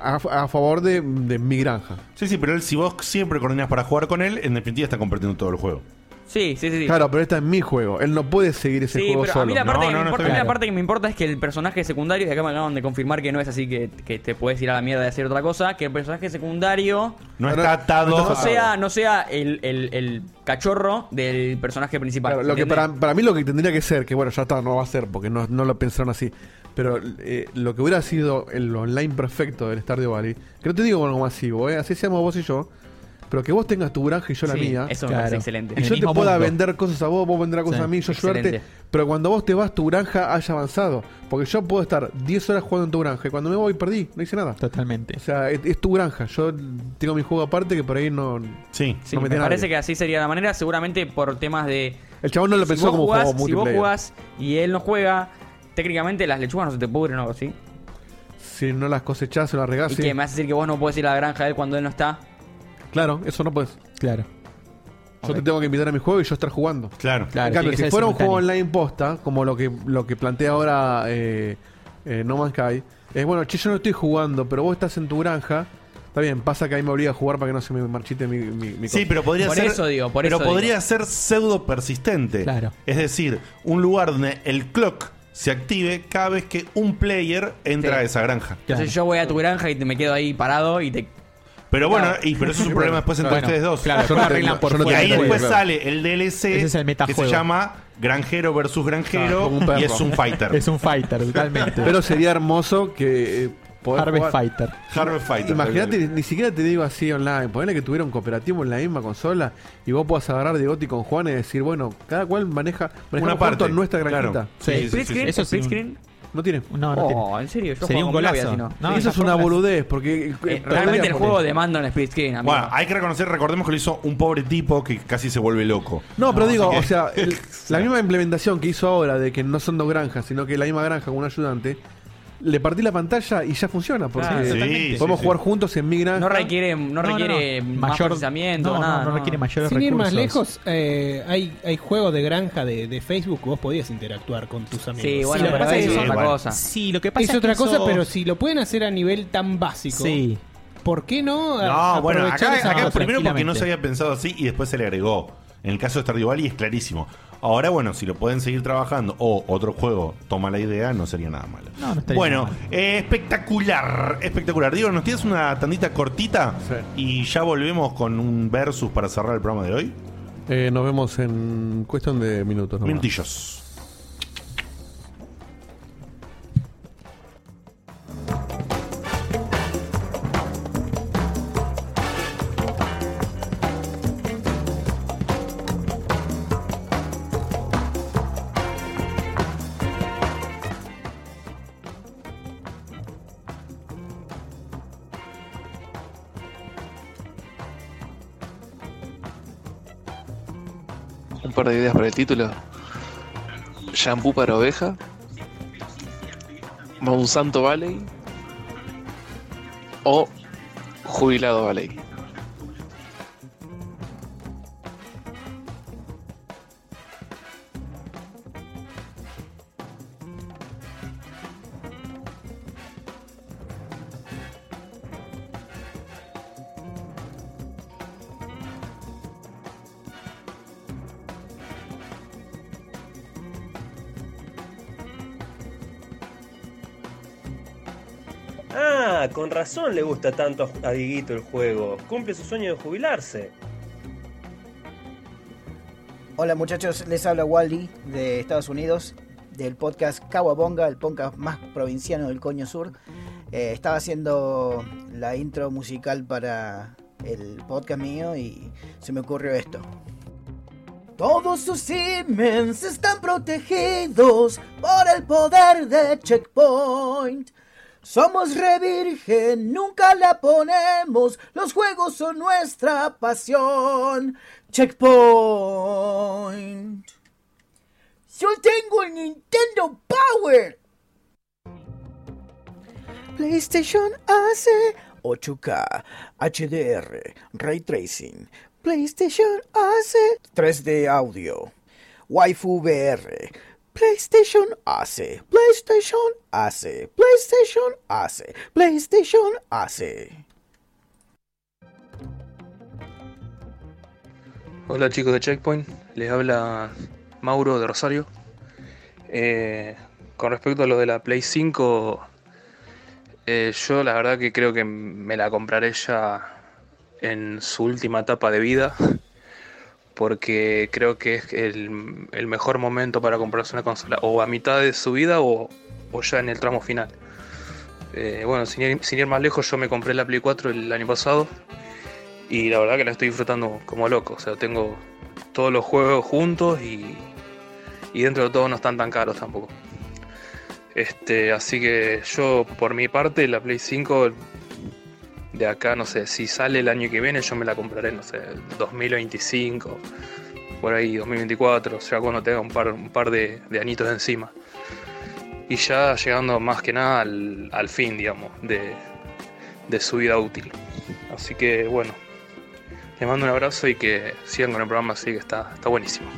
[SPEAKER 3] a, a favor de, de mi granja.
[SPEAKER 2] Sí, sí, pero él, si vos siempre coordinas para jugar con él, en definitiva está compartiendo todo el juego.
[SPEAKER 4] Sí, sí, sí. sí.
[SPEAKER 3] Claro, pero esta es mi juego. Él no puede seguir ese
[SPEAKER 4] Sí,
[SPEAKER 3] juego
[SPEAKER 4] pero
[SPEAKER 3] solo.
[SPEAKER 4] a mí la parte, que, me importa, a mí la
[SPEAKER 3] Claro.
[SPEAKER 4] parte que me importa es que el personaje secundario, y acá me acaban de confirmar que no es así, que, que te puedes ir a la mierda de hacer otra cosa, que el personaje secundario
[SPEAKER 2] No está atado.
[SPEAKER 4] no sea, no sea el, el- el cachorro del personaje principal.
[SPEAKER 3] Claro, lo que
[SPEAKER 4] ¿entendés?
[SPEAKER 3] para, para mí lo que tendría que ser, que bueno, ya está, no va a ser porque no, no lo pensaron así. Pero eh, lo que hubiera sido el online perfecto del Stardew Valley, que no te digo algo masivo, ¿eh? así seamos vos y yo, pero que vos tengas tu granja y yo la
[SPEAKER 4] Sí,
[SPEAKER 3] mía.
[SPEAKER 4] eso me parece excelente.
[SPEAKER 3] Y
[SPEAKER 4] En
[SPEAKER 3] yo
[SPEAKER 4] el
[SPEAKER 3] te
[SPEAKER 4] mismo
[SPEAKER 3] pueda
[SPEAKER 4] mundo.
[SPEAKER 3] vender cosas a vos, vos venderás cosas
[SPEAKER 4] Sí,
[SPEAKER 3] a mí, yo ayudarte.
[SPEAKER 4] excelente.
[SPEAKER 3] Pero cuando vos te vas, tu granja haya avanzado. Porque yo puedo estar 10 horas jugando en tu granja y cuando me voy perdí, no hice nada.
[SPEAKER 8] Totalmente.
[SPEAKER 3] O sea, es, es tu granja. Yo tengo mi juego aparte que por ahí no.
[SPEAKER 2] Sí,
[SPEAKER 4] Sí, me parece que así sería la manera, seguramente por temas de...
[SPEAKER 3] El chabón no lo
[SPEAKER 4] si
[SPEAKER 3] pensó
[SPEAKER 4] vos
[SPEAKER 3] como
[SPEAKER 4] jugás-
[SPEAKER 3] juego
[SPEAKER 4] Si vos
[SPEAKER 3] multiplayer.
[SPEAKER 4] jugás y él no juega, técnicamente las lechugas no se te pudren o ¿sí?
[SPEAKER 3] Si no las cosechás o las regás,
[SPEAKER 4] y
[SPEAKER 3] Ah, sí.
[SPEAKER 4] que me hace decir que vos no podés ir a la granja de él cuando él no está.
[SPEAKER 3] Claro, eso no puedes.
[SPEAKER 8] Claro.
[SPEAKER 3] Yo te tengo que invitar a mi juego y yo estar jugando.
[SPEAKER 2] Claro.
[SPEAKER 3] en cambio,
[SPEAKER 8] tiene que
[SPEAKER 3] si
[SPEAKER 8] ser
[SPEAKER 3] fuera un juego
[SPEAKER 8] simultáneo.
[SPEAKER 3] online posta, como lo que, lo que plantea ahora eh, eh, No Man's Sky, es bueno, che, yo no estoy jugando, pero vos estás en tu granja. Está bien, pasa que ahí me obliga a jugar para que no se me marchite mi, mi, mi
[SPEAKER 2] Sí,
[SPEAKER 3] cosa.
[SPEAKER 2] pero podría ser. pero podría ser pseudo persistente.
[SPEAKER 3] Claro.
[SPEAKER 2] Es decir, un lugar donde el clock se active cada vez que un player entra
[SPEAKER 4] Sí.
[SPEAKER 2] a esa granja.
[SPEAKER 4] Entonces yo voy a tu granja y te, me quedo ahí parado y te...
[SPEAKER 2] Pero bueno,
[SPEAKER 4] Claro.
[SPEAKER 2] y, pero eso es un
[SPEAKER 4] Bueno,
[SPEAKER 2] problema después entre
[SPEAKER 4] claro.
[SPEAKER 2] ustedes dos.
[SPEAKER 4] Claro, después Yo no arreglan entiendo, por yo no
[SPEAKER 2] y
[SPEAKER 4] fuera.
[SPEAKER 2] ahí
[SPEAKER 4] entiendo
[SPEAKER 2] después
[SPEAKER 4] juego.
[SPEAKER 2] sale el DLC
[SPEAKER 8] Ese es el
[SPEAKER 2] que se
[SPEAKER 8] metajuego.
[SPEAKER 2] llama Granjero versus
[SPEAKER 8] Claro,
[SPEAKER 2] Granjero
[SPEAKER 8] como un perro.
[SPEAKER 2] y es un fighter.
[SPEAKER 8] es un fighter, totalmente.
[SPEAKER 3] Pero sería hermoso que. eh, poder
[SPEAKER 8] Harvest
[SPEAKER 3] jugar-
[SPEAKER 8] Fighter.
[SPEAKER 2] Harvest Fighter.
[SPEAKER 3] Imagínate, ni siquiera te digo así online. Ponele que tuviera un cooperativo en la misma consola y vos puedas agarrar de Gotti con Juan y decir, bueno, cada cual maneja manejamos
[SPEAKER 8] parte,
[SPEAKER 3] juntos nuestra granjita.
[SPEAKER 8] claro. Sí, sí, sí, sí, sí. Eso sí, un-
[SPEAKER 3] No tiene.
[SPEAKER 8] No, no Oh, tiene. en serio, yo Sería juego un con mi novia, golazo. si no. No,
[SPEAKER 3] eso
[SPEAKER 8] esas
[SPEAKER 3] es una
[SPEAKER 8] formas-
[SPEAKER 3] boludez, porque.
[SPEAKER 4] Eh, realmente el juego demanda un split screen, amigo.
[SPEAKER 2] Bueno, hay que reconocer, recordemos que lo hizo un pobre tipo que casi se vuelve loco.
[SPEAKER 3] No, pero digo,
[SPEAKER 2] así que-
[SPEAKER 3] o sea, el- la misma implementación que hizo ahora de que no son dos granjas, sino que la misma granja con un ayudante, Le partí la pantalla y ya funciona. Porque
[SPEAKER 4] Claro, exactamente.
[SPEAKER 3] podemos
[SPEAKER 4] Sí, sí.
[SPEAKER 3] jugar juntos en mi granja.
[SPEAKER 4] No requiere, no requiere más procesamiento, nada.
[SPEAKER 6] Sin ir más lejos, eh, hay, hay juegos de granja de, de Facebook que vos podías interactuar con tus amigos.
[SPEAKER 4] Sí, bueno,
[SPEAKER 6] lo que
[SPEAKER 4] pero
[SPEAKER 6] pasa
[SPEAKER 4] eso
[SPEAKER 6] que
[SPEAKER 4] es otra
[SPEAKER 6] bueno,
[SPEAKER 4] cosa.
[SPEAKER 8] Sí, lo que pasa
[SPEAKER 6] es,
[SPEAKER 8] es
[SPEAKER 6] otra
[SPEAKER 8] que
[SPEAKER 6] cosa,
[SPEAKER 8] eso-
[SPEAKER 6] pero si lo pueden hacer a nivel tan básico,
[SPEAKER 8] Sí.
[SPEAKER 6] ¿por qué no? a-
[SPEAKER 2] No, bueno,
[SPEAKER 6] aprovechar
[SPEAKER 2] acá,
[SPEAKER 6] esa
[SPEAKER 2] acá
[SPEAKER 6] cosa?
[SPEAKER 2] primero porque no se había pensado así y después se le agregó. En el caso de Stardew Valley es clarísimo. Ahora, bueno, si lo pueden seguir trabajando o otro juego toma la idea, no sería nada malo. bueno, eh, espectacular, espectacular. Diego, ¿nos tienes una tandita cortita? Y ya volvemos con un versus para cerrar el programa de hoy.
[SPEAKER 3] Eh, nos vemos en cuestión de minutos. nomás.
[SPEAKER 2] Minutillos.
[SPEAKER 21] Un par de ideas para el título. Shampoo para oveja. Monsanto Valley. O Jubilado Valley.
[SPEAKER 22] Ah, con razón le gusta tanto a Ju- a Dieguito el juego. Cumple su sueño de jubilarse.
[SPEAKER 23] Hola muchachos, les habla Waldi de Estados Unidos, del podcast Kawabonga, el podcast más provinciano del coño sur. Eh, estaba haciendo la intro musical para el podcast mío y se me ocurrió esto.
[SPEAKER 24] Todos sus Siemens están protegidos por el poder de Checkpoint. Somos revirgen, nunca la ponemos. Los juegos son nuestra pasión. Checkpoint. Yo tengo el Nintendo Power.
[SPEAKER 23] PlayStation hace
[SPEAKER 24] 8K, HDR, Ray Tracing,
[SPEAKER 23] PlayStation hace
[SPEAKER 24] 3D audio, Waifu VR,
[SPEAKER 23] PlayStation
[SPEAKER 24] hace,
[SPEAKER 23] PlayStation
[SPEAKER 24] hace, PlayStation hace, PlayStation hace.
[SPEAKER 25] Hola chicos de Checkpoint, les habla Mauro de Rosario. Eh, con respecto a lo de la Play 5, eh, yo la verdad que creo que me la compraré ya en su última etapa de vida, porque creo que es el, el mejor momento para comprarse una consola, o a mitad de su vida o, o ya en el tramo final. Eh, bueno, sin ir, sin ir más lejos, yo me compré la Play 4 el año pasado y la verdad que la estoy disfrutando como loco. O sea, tengo todos los juegos juntos y, y dentro de todo no están tan caros tampoco. Este, así que yo por mi parte la Play 5 de acá, no sé, si sale el año que viene yo me la compraré, no sé, 2025, por ahí 2024, o sea, cuando tenga un par, un par de, de anitos encima. Y ya llegando más que nada al, al fin, digamos, de, de su vida útil. Así que bueno, les mando un abrazo y que sigan con el programa así que está, está buenísimo.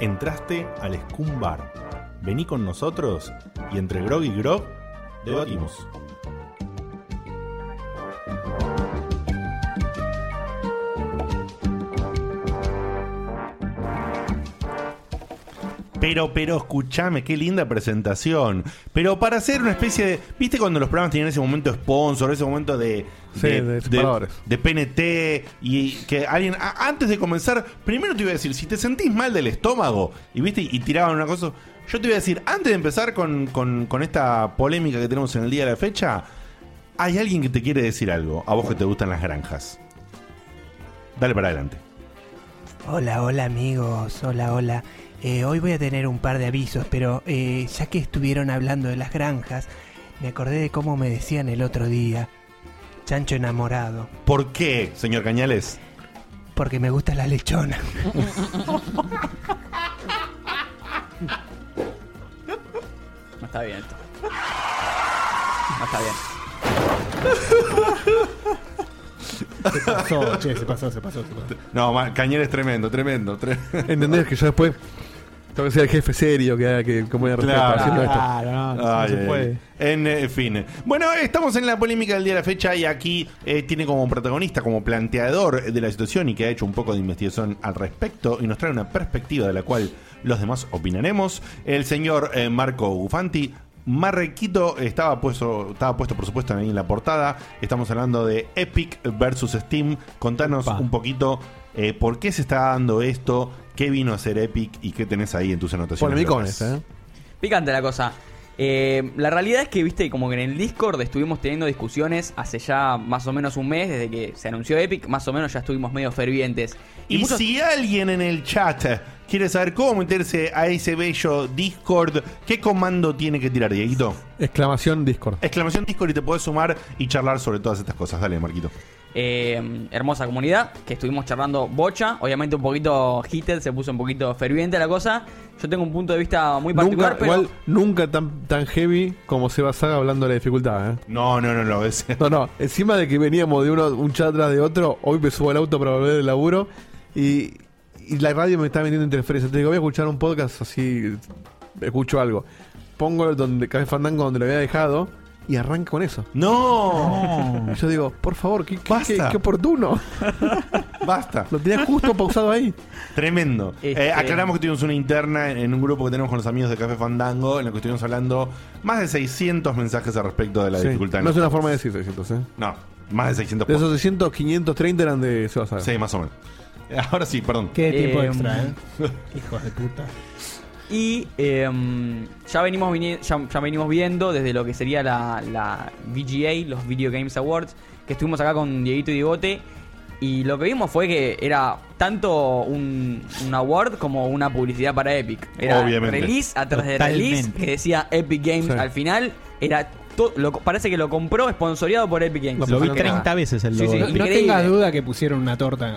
[SPEAKER 2] Entraste al Scum Bar. Vení con nosotros y entre Grog y Grog debatimos. Pero, pero, escúchame, qué linda presentación. Pero para hacer una especie de. ¿Viste cuando los programas tenían ese momento sponsor, ese momento de.
[SPEAKER 3] Sí, de separadores.
[SPEAKER 2] de PNT y que alguien. a- antes de comenzar, primero te iba a decir, si te sentís mal del estómago y viste y tiraban una cosa. Yo te iba a decir, antes de empezar con, con- con esta polémica que tenemos en el día de la fecha, hay alguien que te quiere decir algo, a vos que te gustan las granjas. Dale para adelante.
[SPEAKER 26] Hola, hola amigos, hola, hola. Eh, hoy voy a tener un par de avisos, pero eh, ya que estuvieron hablando de las granjas, me acordé de cómo me decían el otro día. Chancho enamorado.
[SPEAKER 2] ¿Por qué, señor Cañales?
[SPEAKER 26] Porque me gusta la lechona.
[SPEAKER 4] No está bien esto. No está bien.
[SPEAKER 6] Se pasó, che, se pasó, se pasó, se pasó.
[SPEAKER 2] No, ma- Cañales tremendo, tremendo. tre-
[SPEAKER 3] ¿Entendés que yo después tengo que ser el jefe serio que, haga que como era
[SPEAKER 2] Claro,
[SPEAKER 3] haciendo esto?
[SPEAKER 2] claro, no, no se puede. En eh, fin. Bueno, estamos en la polémica del día de la fecha y aquí eh, tiene como protagonista, como planteador de la situación y que ha hecho un poco de investigación al respecto y nos trae una perspectiva de la cual los demás opinaremos, el señor eh, Marco Bufanti. Marrequito estaba puesto, estaba puesto por supuesto ahí en la portada. Estamos hablando de Epic versus Steam. Contanos un poquito eh, por qué se está dando esto, qué vino a ser Epic y qué tenés ahí en tus anotaciones.
[SPEAKER 3] Polemicones,
[SPEAKER 2] Locas.
[SPEAKER 4] Picante la cosa. Eh, la realidad es que, viste, como que en el Discord estuvimos teniendo discusiones hace ya más o menos un mes, desde que se anunció Epic, más o menos ya estuvimos medio fervientes.
[SPEAKER 2] Y
[SPEAKER 4] muchos-
[SPEAKER 2] si alguien en el chat quiere saber cómo meterse a ese bello Discord, ¿qué comando tiene que tirar, Dieguito?
[SPEAKER 3] Exclamación Discord.
[SPEAKER 2] Exclamación Discord y te podés sumar y charlar sobre todas estas cosas. Dale, Marquito.
[SPEAKER 4] Eh, hermosa comunidad, que estuvimos charlando bocha. Obviamente un poquito heated, se puso un poquito ferviente la cosa. Yo tengo un punto de vista muy particular,
[SPEAKER 3] Nunca,
[SPEAKER 4] pero...
[SPEAKER 3] igual, nunca tan, tan heavy como Seba Saga hablando de la dificultad. ¿eh?
[SPEAKER 2] No, no, no, no.
[SPEAKER 3] No, no. Encima de que veníamos de uno, un chat atrás de otro, hoy me subo al auto para volver del laburo y, y la radio me está vendiendo interferencias. Te digo, voy a escuchar un podcast así, escucho algo. Pongo donde Café Fandango donde lo había dejado y arranca con eso.
[SPEAKER 2] ¡No!
[SPEAKER 3] Yo digo, por favor, qué, qué-
[SPEAKER 2] Basta.
[SPEAKER 3] qué- qué oportuno.
[SPEAKER 2] Basta.
[SPEAKER 3] Lo tenía justo pausado ahí.
[SPEAKER 2] Tremendo.
[SPEAKER 3] Este-
[SPEAKER 2] Eh, aclaramos que tuvimos una interna en un grupo que tenemos con los amigos de Café Fandango, en la que estuvimos hablando más de 600 mensajes al respecto de la
[SPEAKER 3] Sí,
[SPEAKER 2] dificultad.
[SPEAKER 3] No es una forma de decir 600, ¿eh?
[SPEAKER 2] No, más de 600
[SPEAKER 3] De esos 600, 530 eran de Seba Saga.
[SPEAKER 2] Sí, más o menos. Ahora sí, perdón.
[SPEAKER 6] Qué tiempo
[SPEAKER 4] Eh,
[SPEAKER 6] extra, eh. Hijos de puta.
[SPEAKER 4] Y em, ya, venimos vini- ya, ya venimos viendo desde lo que sería la, la VGA, los Video Games Awards, que estuvimos acá con Dieguito y Diegote. Y lo que vimos fue que era tanto un, un award como una publicidad para Epic. Era
[SPEAKER 2] Obviamente.
[SPEAKER 4] release atrás de release
[SPEAKER 2] Totalmente.
[SPEAKER 4] que decía Epic Games
[SPEAKER 2] Sí.
[SPEAKER 4] al final. Era to- lo- parece que lo compró esponsoreado por Epic Games.
[SPEAKER 8] Lo vi
[SPEAKER 4] Más que nada.
[SPEAKER 8] 30 veces el
[SPEAKER 4] Sí,
[SPEAKER 8] logo.
[SPEAKER 4] sí,
[SPEAKER 6] No
[SPEAKER 4] increíble.
[SPEAKER 6] tengas duda que pusieron una torta.
[SPEAKER 4] no,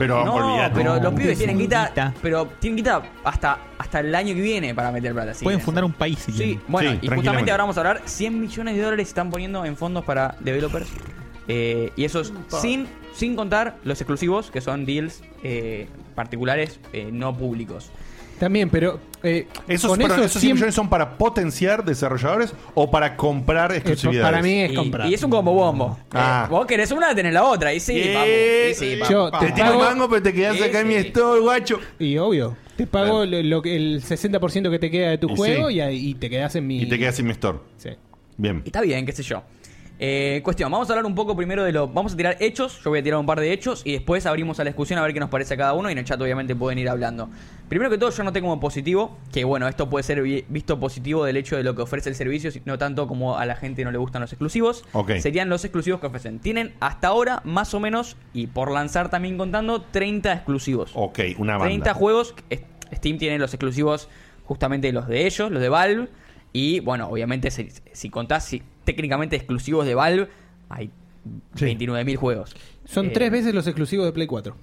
[SPEAKER 4] pero los pibes tienen
[SPEAKER 6] que
[SPEAKER 4] guita, pero tienen guita hasta, hasta el año que viene para meter plata. si
[SPEAKER 8] Pueden
[SPEAKER 4] quieren.
[SPEAKER 8] fundar un país si
[SPEAKER 4] Sí,
[SPEAKER 8] quieren.
[SPEAKER 4] bueno, y justamente ahora vamos a hablar, 100 millones de dólares están poniendo en fondos para developers. Eh, y eso es sin, sin contar los exclusivos, que son deals eh, particulares, eh, no públicos.
[SPEAKER 6] También, pero. eh,
[SPEAKER 2] ¿Esos,
[SPEAKER 6] con
[SPEAKER 2] perdón,
[SPEAKER 6] eso
[SPEAKER 2] esos 100
[SPEAKER 6] siempre-
[SPEAKER 2] millones son para potenciar desarrolladores o para
[SPEAKER 3] Eh,
[SPEAKER 2] comprar exclusividades?
[SPEAKER 4] Y- Y es un combo bombo. Eh,
[SPEAKER 2] Ah.
[SPEAKER 4] vos querés una, tenés la otra. Y sí, vamos. Y sí, vamos.
[SPEAKER 2] te tiro el mango, pero te quedás
[SPEAKER 4] Sí,
[SPEAKER 2] acá en mi
[SPEAKER 4] sí.
[SPEAKER 2] store, guacho.
[SPEAKER 6] Y obvio, te pago lo, lo que- el 60% que te queda de tu
[SPEAKER 2] Y
[SPEAKER 6] juego
[SPEAKER 2] sí.
[SPEAKER 6] y, ahí- y te quedas en mi.
[SPEAKER 2] Y te quedas en mi store.
[SPEAKER 6] Sí.
[SPEAKER 2] Bien.
[SPEAKER 4] Y Está bien, qué sé yo. Eh, cuestión, vamos a hablar un poco primero de lo. Vamos a tirar hechos. Yo voy a tirar un par de hechos y después abrimos a la discusión a ver qué nos parece a cada uno. Y en el chat, obviamente, pueden ir hablando. Primero que todo, yo noté como positivo que, bueno, esto puede ser vi- visto positivo del hecho de lo que ofrece el servicio, si- no tanto como a la gente no le gustan los exclusivos.
[SPEAKER 2] Ok.
[SPEAKER 4] Serían los exclusivos que ofrecen. Tienen hasta ahora, más o menos, y por lanzar también contando, 30 exclusivos.
[SPEAKER 2] Ok, una banda.
[SPEAKER 4] 30 juegos. es- Steam tiene los exclusivos, justamente los de ellos, los de Valve. Y bueno, obviamente, si, si contás si, técnicamente exclusivos de Valve, hay 29.000 juegos.
[SPEAKER 6] Son
[SPEAKER 4] Eh,
[SPEAKER 6] tres veces los exclusivos de Play 4.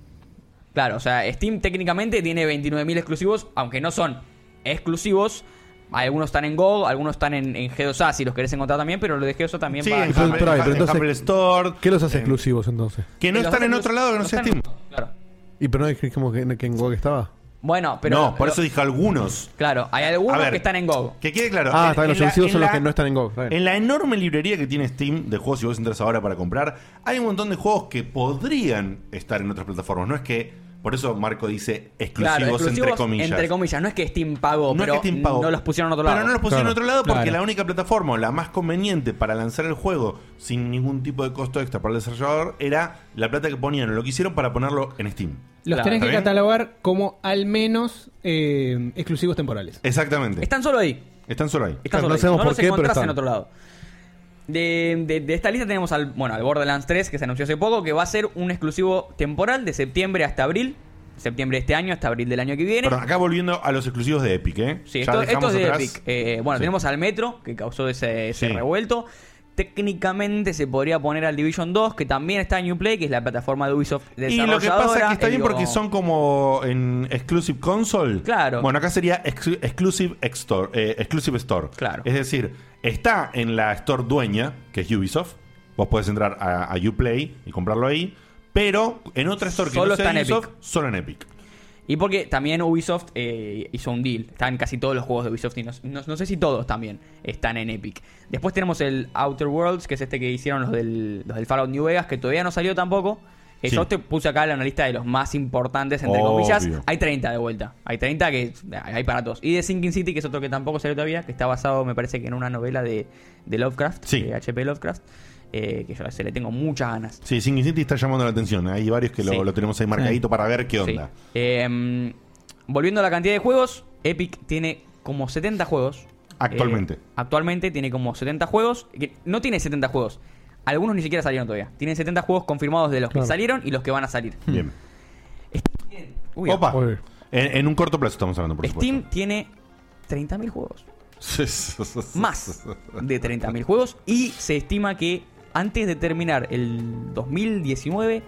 [SPEAKER 4] Claro, o sea, Steam técnicamente tiene 29.000 exclusivos, aunque no son exclusivos. Algunos están en Go, algunos están en, en G2A, si los querés encontrar también, pero los de G2A también
[SPEAKER 2] Sí,
[SPEAKER 4] va-
[SPEAKER 2] en Humble-
[SPEAKER 3] Pero, pero
[SPEAKER 2] en
[SPEAKER 3] entonces-
[SPEAKER 2] Humble Store. eh,
[SPEAKER 3] ¿Qué los hace exclusivos entonces?
[SPEAKER 2] Que no
[SPEAKER 4] Los
[SPEAKER 2] están en
[SPEAKER 4] otros-
[SPEAKER 2] otro lado que no
[SPEAKER 4] no
[SPEAKER 2] sea
[SPEAKER 4] están en-
[SPEAKER 2] Steam.
[SPEAKER 4] Claro.
[SPEAKER 3] Y pero no es que- como que, que en GOG estaba.
[SPEAKER 4] Bueno, pero.
[SPEAKER 2] no, por
[SPEAKER 4] lo-
[SPEAKER 2] eso dije algunos.
[SPEAKER 4] Claro, hay algunos
[SPEAKER 2] A ver,
[SPEAKER 4] que están en Go.
[SPEAKER 2] Que quede claro.
[SPEAKER 3] Ah, está bien, los
[SPEAKER 2] la-
[SPEAKER 3] exclusivos son los
[SPEAKER 2] la-
[SPEAKER 3] que no están en GOG. está bien.
[SPEAKER 2] En la enorme librería que tiene Steam de juegos, si vos entras ahora para comprar, hay un montón de juegos que podrían estar en otras plataformas. No es que, por eso Marco dice exclusivos,
[SPEAKER 4] Claro,
[SPEAKER 2] entre comillas.
[SPEAKER 4] entre comillas. No es que Steam pagó,
[SPEAKER 2] No es
[SPEAKER 4] pero
[SPEAKER 2] que Steam pagó.
[SPEAKER 4] no los pusieron en otro
[SPEAKER 2] Pero
[SPEAKER 4] lado.
[SPEAKER 2] no los pusieron en otro
[SPEAKER 4] Claro.
[SPEAKER 2] lado porque
[SPEAKER 4] Claro.
[SPEAKER 2] la única plataforma, o la más conveniente para lanzar el juego sin ningún tipo de costo extra para el desarrollador, era la plata que ponían, lo que hicieron para ponerlo en Steam.
[SPEAKER 6] Los tenés
[SPEAKER 2] ¿Está
[SPEAKER 6] que
[SPEAKER 2] bien?
[SPEAKER 6] catalogar como al menos eh, exclusivos temporales.
[SPEAKER 2] Exactamente.
[SPEAKER 4] Están solo ahí.
[SPEAKER 2] Están solo ahí.
[SPEAKER 4] Están solo ahí. no los encontrás en otro lado. De, de- de esta lista tenemos al, bueno, al Borderlands 3 que se anunció hace poco, que va a ser un exclusivo temporal de septiembre hasta abril. Septiembre de este año hasta abril del año que viene.
[SPEAKER 2] Perdón, acá volviendo a los exclusivos de Epic, ¿eh?
[SPEAKER 4] Sí,
[SPEAKER 2] Ya
[SPEAKER 4] esto,
[SPEAKER 2] dejamos
[SPEAKER 4] esto es de
[SPEAKER 2] atrás-
[SPEAKER 4] Epic. Eh, bueno,
[SPEAKER 2] Sí.
[SPEAKER 4] tenemos al Metro, que causó ese, ese
[SPEAKER 2] Sí.
[SPEAKER 4] revuelto. Técnicamente se podría poner al Division 2, que también está en Uplay, que es la plataforma de Ubisoft
[SPEAKER 2] Y lo que pasa es
[SPEAKER 4] desarrolladora,
[SPEAKER 2] que está
[SPEAKER 4] eh,
[SPEAKER 2] bien
[SPEAKER 4] digo,
[SPEAKER 2] porque son como en Exclusive Console.
[SPEAKER 4] Claro.
[SPEAKER 2] Bueno, acá sería exclu- exclusive, Store, eh, exclusive Store. Claro. Es decir, está en la Store dueña, que es Ubisoft. Vos podés entrar a, a Uplay y comprarlo ahí. Pero en otra Store que
[SPEAKER 4] Solo
[SPEAKER 2] no sea
[SPEAKER 4] está en
[SPEAKER 2] Ubisoft,
[SPEAKER 4] Epic.
[SPEAKER 2] solo en Epic.
[SPEAKER 4] Y porque también Ubisoft eh, hizo un deal. Están casi todos los juegos de Ubisoft y no, no- no sé si todos también están en Epic. Después tenemos el Outer Worlds, que es este que hicieron los del, los del Fallout New Vegas, que todavía no salió tampoco. Eh,
[SPEAKER 2] Sí.
[SPEAKER 4] Yo te puse acá la lista de los más importantes, entre
[SPEAKER 2] Obvio.
[SPEAKER 4] comillas. Hay 30 de vuelta. Hay 30 que hay para todos. Y The Sinking City, que es otro que tampoco salió todavía, que está basado, me parece que en una novela de, de Lovecraft, de HP Lovecraft, eh, que yo a ese le tengo muchas ganas.
[SPEAKER 2] Sí, Sinking City está llamando la atención. Hay varios que lo,
[SPEAKER 4] Sí.
[SPEAKER 2] lo tenemos ahí marcadito
[SPEAKER 4] Sí.
[SPEAKER 2] para ver qué
[SPEAKER 4] Sí.
[SPEAKER 2] onda.
[SPEAKER 4] Eh, volviendo a la cantidad de juegos, Epic tiene como 70 juegos.
[SPEAKER 2] Actualmente.
[SPEAKER 4] Eh, actualmente tiene como 70 juegos. que No tiene 70 juegos. Algunos ni siquiera salieron todavía. Tienen 70 juegos confirmados de los
[SPEAKER 2] Claro.
[SPEAKER 4] que salieron y los que van a salir.
[SPEAKER 2] Bien.
[SPEAKER 4] Uy,
[SPEAKER 2] Opa. En, en un corto plazo estamos hablando, por
[SPEAKER 4] Steam tiene 30.000 juegos.
[SPEAKER 2] supuesto.
[SPEAKER 4] Más de 30.000 juegos. Y se estima que antes de terminar el 2019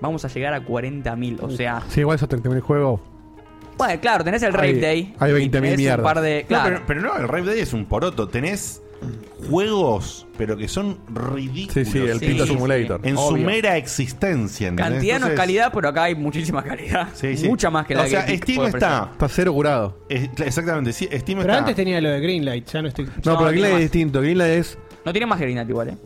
[SPEAKER 4] vamos a llegar a 40.000. O sea,
[SPEAKER 3] Sí, igual esos 30.000 juegos.
[SPEAKER 4] bueno, claro, tenés el Rape
[SPEAKER 3] Hay-
[SPEAKER 4] Day.
[SPEAKER 3] hay
[SPEAKER 4] y
[SPEAKER 3] 20.000
[SPEAKER 4] tenés un
[SPEAKER 3] mierdas.
[SPEAKER 4] par de-
[SPEAKER 2] No,
[SPEAKER 4] claro.
[SPEAKER 2] pero, pero no, el Rave Day es un poroto. Tenés juegos, pero que son ridículos.
[SPEAKER 3] Sí, sí, el Sí, Pinto sí, Simulator.
[SPEAKER 2] En su
[SPEAKER 4] obvio.
[SPEAKER 2] mera existencia. ¿entendés?
[SPEAKER 4] Cantidad no es
[SPEAKER 2] Entonces,
[SPEAKER 4] calidad, pero acá hay muchísima calidad.
[SPEAKER 2] sí, sí.
[SPEAKER 4] Mucha más que la
[SPEAKER 2] O sea,
[SPEAKER 4] que Epic
[SPEAKER 2] Steam
[SPEAKER 4] puede
[SPEAKER 2] está.
[SPEAKER 4] ofrecer.
[SPEAKER 3] Está cero curado.
[SPEAKER 2] es- exactamente, sí, Steam
[SPEAKER 6] Pero
[SPEAKER 2] está.
[SPEAKER 6] antes tenía lo de Greenlight, ya no estoy.
[SPEAKER 3] No, pero el Greenlight es distinto. Greenlight es.
[SPEAKER 4] No tiene más Greenlight igual, ¿eh?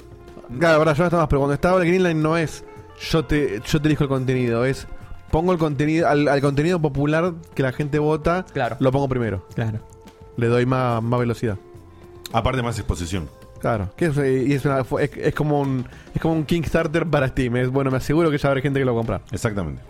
[SPEAKER 3] Claro, ahora yo no está más, pero cuando estaba el Greenlight no es. Yo te, yo te elijo el contenido. Es. Pongo el contenido. Al, al contenido popular que la gente vota.
[SPEAKER 4] Claro.
[SPEAKER 3] Lo pongo primero.
[SPEAKER 8] Claro.
[SPEAKER 3] Le doy más, más velocidad.
[SPEAKER 2] Aparte, más exposición.
[SPEAKER 3] Claro. Que es, eh, y es, una- fue- es- es como un. Es como un Kickstarter para Steam. Es bueno, me aseguro que ya va a haber gente que lo compra.
[SPEAKER 2] Exactamente.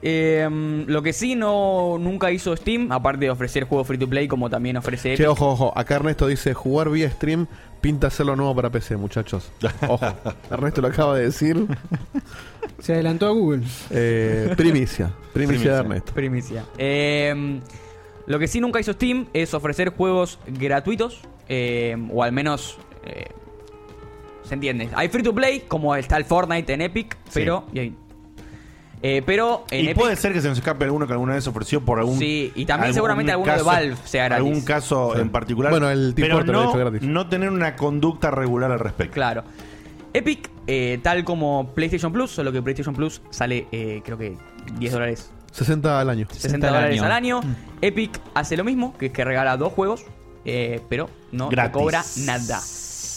[SPEAKER 4] Eh, lo que sí no nunca hizo Steam, aparte de ofrecer juegos free to play, como también ofrece Epic.
[SPEAKER 3] Che, ojo, ojo. Acá Ernesto dice: jugar vía stream pinta ser lo nuevo para PC, muchachos. Ojo. Ernesto lo acaba de decir.
[SPEAKER 6] Se adelantó a Google.
[SPEAKER 3] Eh, primicia. Primicia, de Ernesto.
[SPEAKER 4] Primicia. Eh, lo que sí nunca hizo Steam es ofrecer juegos gratuitos, eh, o al menos. eh, ¿Se entiende? Hay free to play, como está el Fortnite en Epic, pero. y ahí- Eh, pero en
[SPEAKER 2] y
[SPEAKER 4] Epic.
[SPEAKER 2] puede ser que se nos escape alguno que alguna vez ofreció por algún.
[SPEAKER 4] Sí, y también seguramente alguno de Valve sea gratis.
[SPEAKER 2] Algún caso
[SPEAKER 4] Sí.
[SPEAKER 2] en particular.
[SPEAKER 3] Bueno, el Team
[SPEAKER 2] pero
[SPEAKER 3] Fortress lo
[SPEAKER 2] no,
[SPEAKER 3] hizo gratis.
[SPEAKER 2] no tener una conducta regular al respecto.
[SPEAKER 4] Claro. Epic, eh, tal como PlayStation Plus, solo que PlayStation Plus sale, eh, creo que 10 dólares,
[SPEAKER 3] 60 al año.
[SPEAKER 4] 60 dólares al año. Epic hace lo mismo, que es que regala dos juegos, eh, pero no te
[SPEAKER 2] Gratis.
[SPEAKER 4] cobra nada.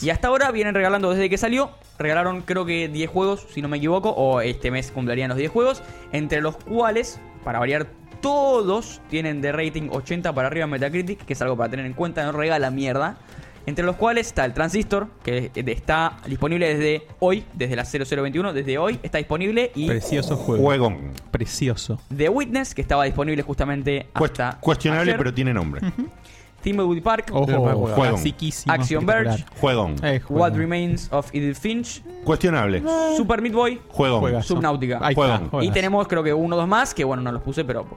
[SPEAKER 4] Y hasta ahora vienen regalando desde que salió. Regalaron creo que 10 juegos, si no me equivoco, o este mes cumplirían los 10 juegos, entre los cuales, para variar, todos tienen de rating 80 para arriba en Metacritic, que es algo para tener en cuenta, no regala mierda. Entre los cuales está el Transistor, que está disponible desde hoy, desde la 0021, desde hoy está disponible y
[SPEAKER 8] Precioso juego.
[SPEAKER 2] Juego.
[SPEAKER 8] Precioso.
[SPEAKER 4] The Witness, que estaba disponible justamente hasta
[SPEAKER 2] Cuestionable,
[SPEAKER 4] ayer.
[SPEAKER 2] pero tiene nombre.
[SPEAKER 4] Thimbleweed Park,
[SPEAKER 8] Ojo,
[SPEAKER 2] Juego.
[SPEAKER 8] clasiquísimo, Eh,
[SPEAKER 4] Action Verge,
[SPEAKER 2] Juegón.
[SPEAKER 4] What Remains of Edith Finch,
[SPEAKER 2] Cuestionable.
[SPEAKER 4] Super Meat Boy,
[SPEAKER 2] Juegón. Juegazo.
[SPEAKER 4] Subnautica.
[SPEAKER 2] Ahí está, Juegón.
[SPEAKER 4] Y
[SPEAKER 2] juegazo.
[SPEAKER 4] tenemos creo que uno o dos más, que bueno, no los puse, pero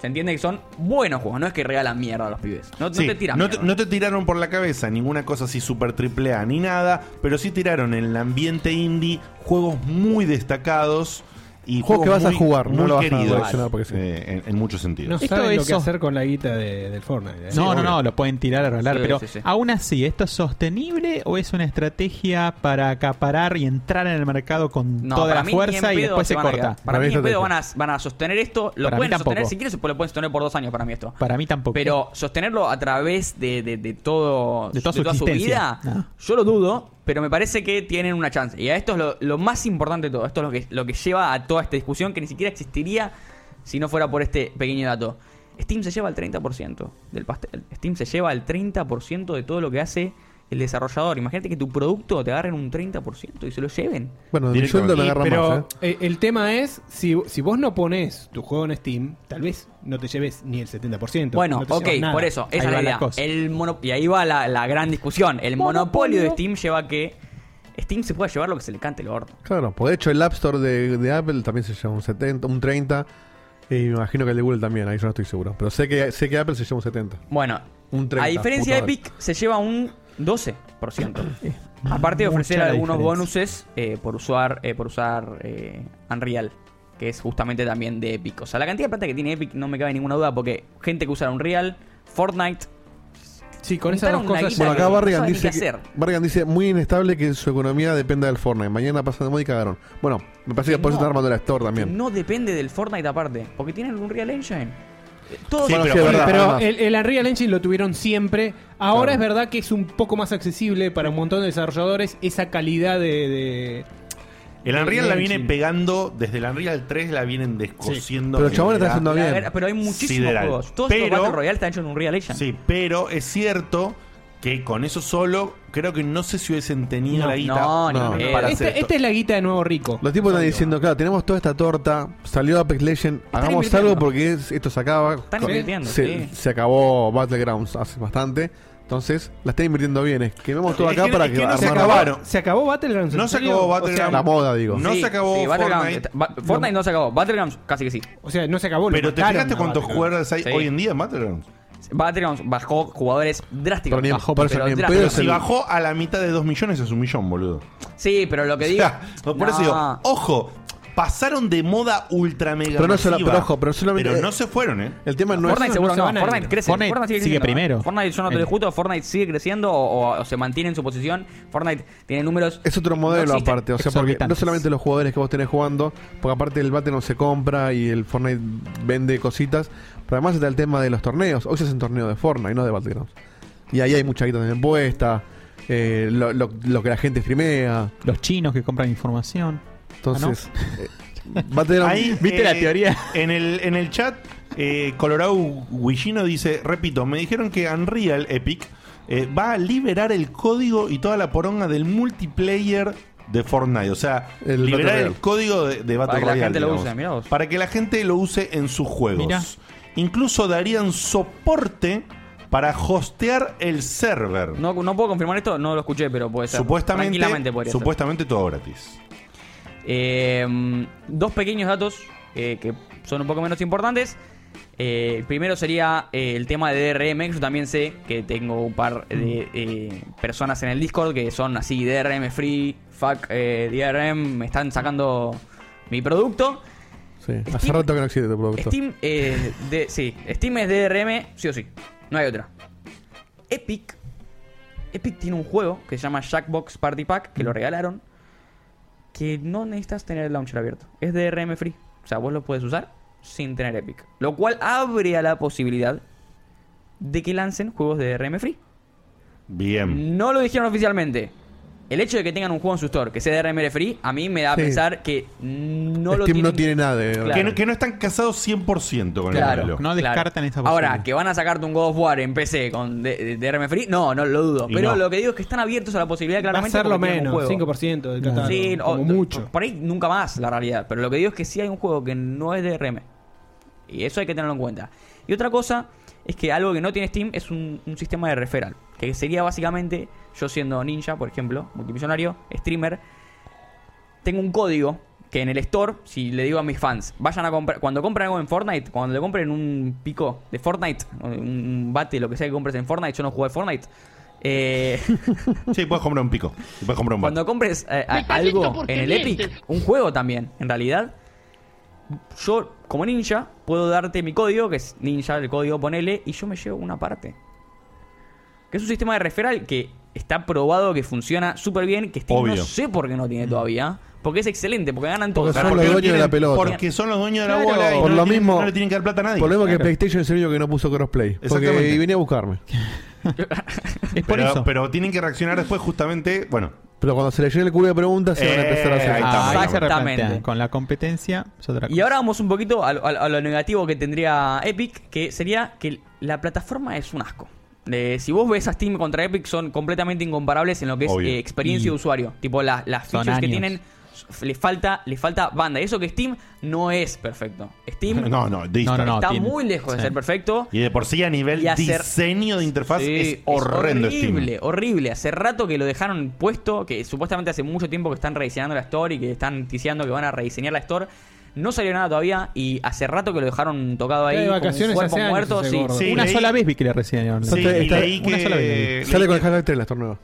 [SPEAKER 4] se entiende que son buenos juegos, no es que regalan mierda a los pibes. No, no
[SPEAKER 2] Sí,
[SPEAKER 4] te tiran
[SPEAKER 2] no
[SPEAKER 4] mierda.
[SPEAKER 2] no te tiraron por la cabeza ninguna cosa así super triple A ni nada, pero sí tiraron en el ambiente indie juegos muy destacados y
[SPEAKER 3] Juegos que vas a jugar, no
[SPEAKER 2] muy
[SPEAKER 3] lo vas a
[SPEAKER 2] queridos
[SPEAKER 3] coleccionar porque sí.
[SPEAKER 2] eh, en, en muchos
[SPEAKER 6] No
[SPEAKER 2] sentidos.
[SPEAKER 6] saben lo que
[SPEAKER 8] eso-
[SPEAKER 6] hacer con la guita de- del Fortnite. ¿eh?
[SPEAKER 8] No, no, no, lo pueden tirar a arreglar,
[SPEAKER 6] Sí,
[SPEAKER 8] pero
[SPEAKER 6] sí, sí.
[SPEAKER 8] aún así, ¿esto es sostenible o es una estrategia para acaparar y entrar en el mercado con
[SPEAKER 4] No,
[SPEAKER 8] toda
[SPEAKER 4] para
[SPEAKER 8] la
[SPEAKER 4] mí ni en
[SPEAKER 8] fuerza y
[SPEAKER 4] pedo
[SPEAKER 8] después se
[SPEAKER 4] van a
[SPEAKER 8] corta?
[SPEAKER 4] quedar. Para mí ni en pedo van a, van a sostener esto. Lo
[SPEAKER 8] Para mí
[SPEAKER 4] pueden sostener,
[SPEAKER 8] tampoco.
[SPEAKER 4] si quieren, se- lo pueden sostener por dos años para mí esto.
[SPEAKER 8] Para mí tampoco.
[SPEAKER 4] Pero sostenerlo a través de, de- de todo,
[SPEAKER 8] De toda su existencia. Ah,
[SPEAKER 4] vida, yo lo dudo, pero me parece que tienen una chance. Y a esto es lo, lo más importante de todo. Esto es lo que, lo que lleva a toda esta discusión que ni siquiera existiría si no fuera por este pequeño dato. Steam se lleva el 30% del pastel. Steam se lleva el 30% de todo lo que hace el desarrollador. Imagínate que tu producto te agarren un 30% y se lo lleven.
[SPEAKER 3] Bueno, de mi sueldo me
[SPEAKER 6] Y-
[SPEAKER 3] agarra
[SPEAKER 6] pero
[SPEAKER 3] más. ¿eh?
[SPEAKER 6] eh, el tema es, si, si vos no pones tu juego en Steam, tal vez no te lleves ni el 70%.
[SPEAKER 4] Bueno,
[SPEAKER 6] no te
[SPEAKER 4] ok,
[SPEAKER 6] llevas nada.
[SPEAKER 4] por eso, esa es la idea. Eh, El mono- y ahí va la, la gran discusión. El monopolio. de Steam lleva a que Steam se pueda llevar lo que se le cante el orto.
[SPEAKER 3] Claro, pues de hecho el App Store de, de Apple también se llama un 70, un 30. Y me imagino que el de Google también, ahí yo no estoy seguro. Pero sé que, sé que Apple se llama un 70.
[SPEAKER 4] Bueno,
[SPEAKER 3] Un 30,
[SPEAKER 4] a diferencia de
[SPEAKER 3] puta
[SPEAKER 4] Epic, se lleva un 12%. Aparte de ofrecer
[SPEAKER 8] Mucha la
[SPEAKER 4] algunos
[SPEAKER 8] diferencia.
[SPEAKER 4] bonuses eh, por usar, eh, por usar eh, Unreal, que es justamente también de Epic. O sea, la cantidad de plata que tiene Epic no me cabe ninguna duda, porque gente que usa Unreal, Fortnite.
[SPEAKER 6] Sí, con
[SPEAKER 4] esas dos cosas-
[SPEAKER 3] Bueno, acá
[SPEAKER 4] no
[SPEAKER 3] Barrigan
[SPEAKER 4] saben ni
[SPEAKER 3] dice,
[SPEAKER 4] qué
[SPEAKER 3] que-
[SPEAKER 4] hacer.
[SPEAKER 3] Barrigan dice: Muy inestable que su economía dependa del Fortnite. Mañana pasan de moda y cagaron. Bueno, me parece que por eso
[SPEAKER 4] No.
[SPEAKER 3] están armando la Store también.
[SPEAKER 4] No depende del Fortnite aparte, porque tienen Unreal Engine. Eh, Todo
[SPEAKER 3] Sí,
[SPEAKER 6] Sí,
[SPEAKER 3] pero
[SPEAKER 6] pero,
[SPEAKER 3] sí, es verdad, además.
[SPEAKER 6] el, el Unreal Engine lo tuvieron siempre. Ahora es verdad que es un poco más accesible para un montón de desarrolladores esa calidad de. de-
[SPEAKER 2] El
[SPEAKER 6] de-
[SPEAKER 2] Unreal
[SPEAKER 6] de
[SPEAKER 2] la viene
[SPEAKER 6] engine.
[SPEAKER 2] pegando, desde el Unreal 3 la vienen descosiendo.
[SPEAKER 3] Pero el chabón está
[SPEAKER 2] de
[SPEAKER 3] haciendo
[SPEAKER 2] manera
[SPEAKER 3] bien.
[SPEAKER 4] A ver, pero hay muchísimos
[SPEAKER 2] sideral.
[SPEAKER 4] juegos. Todos
[SPEAKER 2] Pero-
[SPEAKER 4] los Battle Royale están hechos en Unreal Engine.
[SPEAKER 2] Sí, pero es cierto que con eso solo creo que no sé si hubiesen tenido
[SPEAKER 6] No,
[SPEAKER 2] la guita
[SPEAKER 6] no, ni
[SPEAKER 2] para
[SPEAKER 6] en pedo.
[SPEAKER 3] Este,
[SPEAKER 2] hacer
[SPEAKER 6] Esta-
[SPEAKER 2] esto.
[SPEAKER 6] esta es la guita de nuevo rico.
[SPEAKER 3] Los tipos están diciendo: Claro, tenemos toda esta torta. Salió Apex Legend. Hagamos
[SPEAKER 6] invirtiendo.
[SPEAKER 3] algo porque es- esto se acaba.
[SPEAKER 6] Están
[SPEAKER 3] Co-
[SPEAKER 6] invirtiendo,
[SPEAKER 3] Se,
[SPEAKER 6] sí.
[SPEAKER 3] se acabó Battlegrounds hace bastante. Entonces, la están invirtiendo bien. Es Quememos todo
[SPEAKER 2] Es
[SPEAKER 3] acá
[SPEAKER 2] que-
[SPEAKER 3] para
[SPEAKER 2] es
[SPEAKER 3] que,
[SPEAKER 2] que no se
[SPEAKER 3] armar-
[SPEAKER 2] acabaron.
[SPEAKER 6] ¿Se acabó Battlegrounds?
[SPEAKER 2] No se acabó Battlegrounds.
[SPEAKER 3] la moda, digo.
[SPEAKER 2] No
[SPEAKER 4] Sí,
[SPEAKER 2] se acabó
[SPEAKER 4] sí, Battlegrounds.
[SPEAKER 2] Fortnite.
[SPEAKER 4] Ba- Fortnite no se acabó. Battlegrounds casi que sí.
[SPEAKER 6] O sea, no se acabó.
[SPEAKER 2] Pero te fijaste cuántos jugadores hay hoy en día en Battlegrounds.
[SPEAKER 4] Battlegrounds bajó jugadores drásticos. bajó, pero drástico.
[SPEAKER 2] Pero si bajó a la mitad de 2 millones es un millón, boludo.
[SPEAKER 4] Sí, pero lo que digo.
[SPEAKER 2] O sea, por eso
[SPEAKER 4] No.
[SPEAKER 2] digo, ojo, pasaron de moda ultra mega
[SPEAKER 3] Pero no solo-
[SPEAKER 2] masiva,
[SPEAKER 3] pero ojo, pero solamente-
[SPEAKER 2] pero no se fueron, ¿eh?
[SPEAKER 3] El tema no
[SPEAKER 4] Fortnite
[SPEAKER 3] es.
[SPEAKER 4] seguro
[SPEAKER 3] no se
[SPEAKER 4] no,
[SPEAKER 3] van a ir.
[SPEAKER 4] Fortnite crece.
[SPEAKER 3] Fortnite sigue
[SPEAKER 4] creciendo.
[SPEAKER 3] primero. Eh.
[SPEAKER 4] Fortnite yo no te lo
[SPEAKER 3] El-
[SPEAKER 4] discuto, Fortnite sigue creciendo o, o se mantiene en su posición. Fortnite tiene números.
[SPEAKER 3] Es otro modelo
[SPEAKER 4] No existe.
[SPEAKER 3] aparte, o sea, porque no solamente los jugadores que vos tenés jugando, porque aparte el Battle no se compra y el Fortnite vende cositas, pero además está el tema de los torneos. Hoy se hacen torneos de Fortnite, no de Battlegrounds. Y ahí hay mucha guita también puesta, eh, lo, lo- lo que la gente streamea.
[SPEAKER 8] Los chinos que compran información.
[SPEAKER 3] Entonces,
[SPEAKER 8] ¿no?
[SPEAKER 3] eh, Battlegrounds-
[SPEAKER 2] Ahí,
[SPEAKER 8] ¿Viste la
[SPEAKER 2] eh,
[SPEAKER 8] teoría?
[SPEAKER 2] En el, en el chat, eh, Colorado Guillino dice: Repito, me dijeron que Unreal Epic eh, va a liberar el código y toda la poronga del multiplayer de Fortnite. O sea,
[SPEAKER 3] El
[SPEAKER 2] liberar
[SPEAKER 3] Battle
[SPEAKER 2] el
[SPEAKER 3] Royale.
[SPEAKER 2] código de, de Battle
[SPEAKER 4] Para que la
[SPEAKER 2] Royale,
[SPEAKER 4] gente lo
[SPEAKER 2] digamos.
[SPEAKER 4] use, mirá vos.
[SPEAKER 2] para que la gente lo use en sus juegos.
[SPEAKER 4] Mirá.
[SPEAKER 2] Incluso darían soporte para hostear el server.
[SPEAKER 4] No, no puedo confirmar esto, no lo escuché, pero puede ser. Tranquilamente
[SPEAKER 2] Supuestamente,
[SPEAKER 4] podría ser.
[SPEAKER 2] supuestamente todo gratis.
[SPEAKER 4] Eh, dos pequeños datos eh, que son un poco menos importantes. Eh, el primero sería eh, el tema de DRM. Yo también sé que tengo un par de eh, personas en el Discord que son así DRM free, fuck eh, DRM, me están sacando mi producto.
[SPEAKER 3] sí, hace rato que no existe tu producto.
[SPEAKER 4] Steam, eh, de, sí, Steam es DRM, sí o sí. No hay otra. Epic. Epic tiene un juego que se llama Jackbox Party Pack, que lo regalaron. Que no necesitas tener el launcher abierto. Es DRM free. O sea, vos lo puedes usar sin tener Epic. Lo cual abre a la posibilidad de que lancen juegos de DRM free.
[SPEAKER 2] Bien.
[SPEAKER 4] No lo dijeron oficialmente. El hecho de que tengan un juego en su store que sea DRM free, a mí me da a
[SPEAKER 2] Sí.
[SPEAKER 4] pensar que no
[SPEAKER 3] Steam
[SPEAKER 4] lo tienen.
[SPEAKER 3] no tiene nada de.
[SPEAKER 4] Claro.
[SPEAKER 2] Que, no, que no están casados 100% con el modelo.
[SPEAKER 4] claro. Ahora, que van a sacarte un God of War en PC con D- D- DRM Free, no, no lo dudo.
[SPEAKER 6] Y
[SPEAKER 4] Pero
[SPEAKER 6] no.
[SPEAKER 4] lo que digo es que están abiertos a la posibilidad,
[SPEAKER 6] Va a
[SPEAKER 4] claramente.
[SPEAKER 6] ser lo
[SPEAKER 4] porque tienen un
[SPEAKER 6] menos,
[SPEAKER 4] juego.
[SPEAKER 6] 5% del catálogo.
[SPEAKER 4] Sí, o-
[SPEAKER 6] como mucho.
[SPEAKER 4] Por ahí nunca más, la realidad. Pero lo que digo es que sí hay un juego que no es DRM. Y eso hay que tenerlo en cuenta. Y otra cosa es que algo que no tiene Steam es un, un sistema de referral. Que sería básicamente, yo siendo ninja, por ejemplo, multimillonario, streamer, tengo un código que en el store, si le digo a mis fans, vayan a comprar, cuando compren algo en Fortnite, cuando le compren un pico de Fortnite, un bate, lo que sea que compres en Fortnite, yo no jugué Fortnite. Eh,
[SPEAKER 2] Sí, puedes comprar un pico. y Puedes comprar un
[SPEAKER 4] cuando compres eh, a-
[SPEAKER 2] estás viendo
[SPEAKER 4] algo
[SPEAKER 2] porque
[SPEAKER 4] en el
[SPEAKER 2] mientes.
[SPEAKER 4] Epic, un juego también, en realidad, yo como ninja puedo darte mi código, que es ninja, el código ponele, y yo me llevo una parte. Que es un sistema de referral que está probado que funciona súper bien, que Steam
[SPEAKER 2] Obvio.
[SPEAKER 4] no sé por qué no tiene todavía, porque es excelente, porque ganan todos.
[SPEAKER 3] Porque son los dueños de la pelota.
[SPEAKER 2] Porque son los dueños de la
[SPEAKER 4] Claro.
[SPEAKER 2] bola y
[SPEAKER 3] Por
[SPEAKER 2] no,
[SPEAKER 3] lo
[SPEAKER 2] le tienen-
[SPEAKER 3] mismo-
[SPEAKER 2] no le tienen que dar plata a nadie.
[SPEAKER 3] Problema que
[SPEAKER 2] Claro.
[SPEAKER 3] PlayStation es el único que no puso crossplay. Porque
[SPEAKER 2] Exactamente.
[SPEAKER 3] y venía a buscarme.
[SPEAKER 2] pero,
[SPEAKER 3] por eso.
[SPEAKER 2] pero tienen que reaccionar después justamente, bueno,
[SPEAKER 3] Pero cuando se le llene el culo de preguntas, se van a
[SPEAKER 4] Eh,
[SPEAKER 3] empezar a hacer.
[SPEAKER 2] ahí
[SPEAKER 8] Ah,
[SPEAKER 2] estamos,
[SPEAKER 8] ahí se
[SPEAKER 2] ahí estamos.
[SPEAKER 8] replantean. Con la competencia es otra cosa.
[SPEAKER 4] Y ahora vamos un poquito a, lo- a lo- a lo negativo que tendría Epic, que sería que la plataforma es un asco. Eh, si vos ves a Steam contra Epic, son completamente incomparables en lo que es
[SPEAKER 8] Obvio.
[SPEAKER 4] eh, experiencia
[SPEAKER 8] Y-
[SPEAKER 4] de usuario. Tipo, las, las
[SPEAKER 8] Son
[SPEAKER 4] features que
[SPEAKER 8] años.
[SPEAKER 4] tienen, s- le falta, le falta banda. Y Eso que Steam no es perfecto. Steam
[SPEAKER 2] No, no, de-
[SPEAKER 4] está
[SPEAKER 2] No, no, no, tiene-
[SPEAKER 4] muy lejos de
[SPEAKER 2] sí.
[SPEAKER 4] ser perfecto.
[SPEAKER 2] y de por sí a nivel
[SPEAKER 4] Y hacer-
[SPEAKER 2] diseño de interfaz
[SPEAKER 4] Sí,
[SPEAKER 2] es horrendo
[SPEAKER 4] horrible,
[SPEAKER 2] Steam.
[SPEAKER 4] horrible. Hace rato que lo dejaron puesto, que supuestamente hace mucho tiempo que están rediseñando la store y que están diciendo que van a rediseñar la store. No salió nada todavía y hace rato que lo dejaron tocado ahí.
[SPEAKER 8] Está de
[SPEAKER 4] como un
[SPEAKER 8] vacaciones
[SPEAKER 4] cuerpo
[SPEAKER 8] hace años
[SPEAKER 4] muerto.
[SPEAKER 8] ese
[SPEAKER 4] sí.
[SPEAKER 8] gordo.
[SPEAKER 4] Sí,
[SPEAKER 8] una
[SPEAKER 4] leí-
[SPEAKER 8] sola vez vi que le recién
[SPEAKER 2] Sí, y leí
[SPEAKER 8] una
[SPEAKER 2] que-
[SPEAKER 8] sola vez.
[SPEAKER 2] leí Sale con
[SPEAKER 3] el hashtag 3 la estornuda.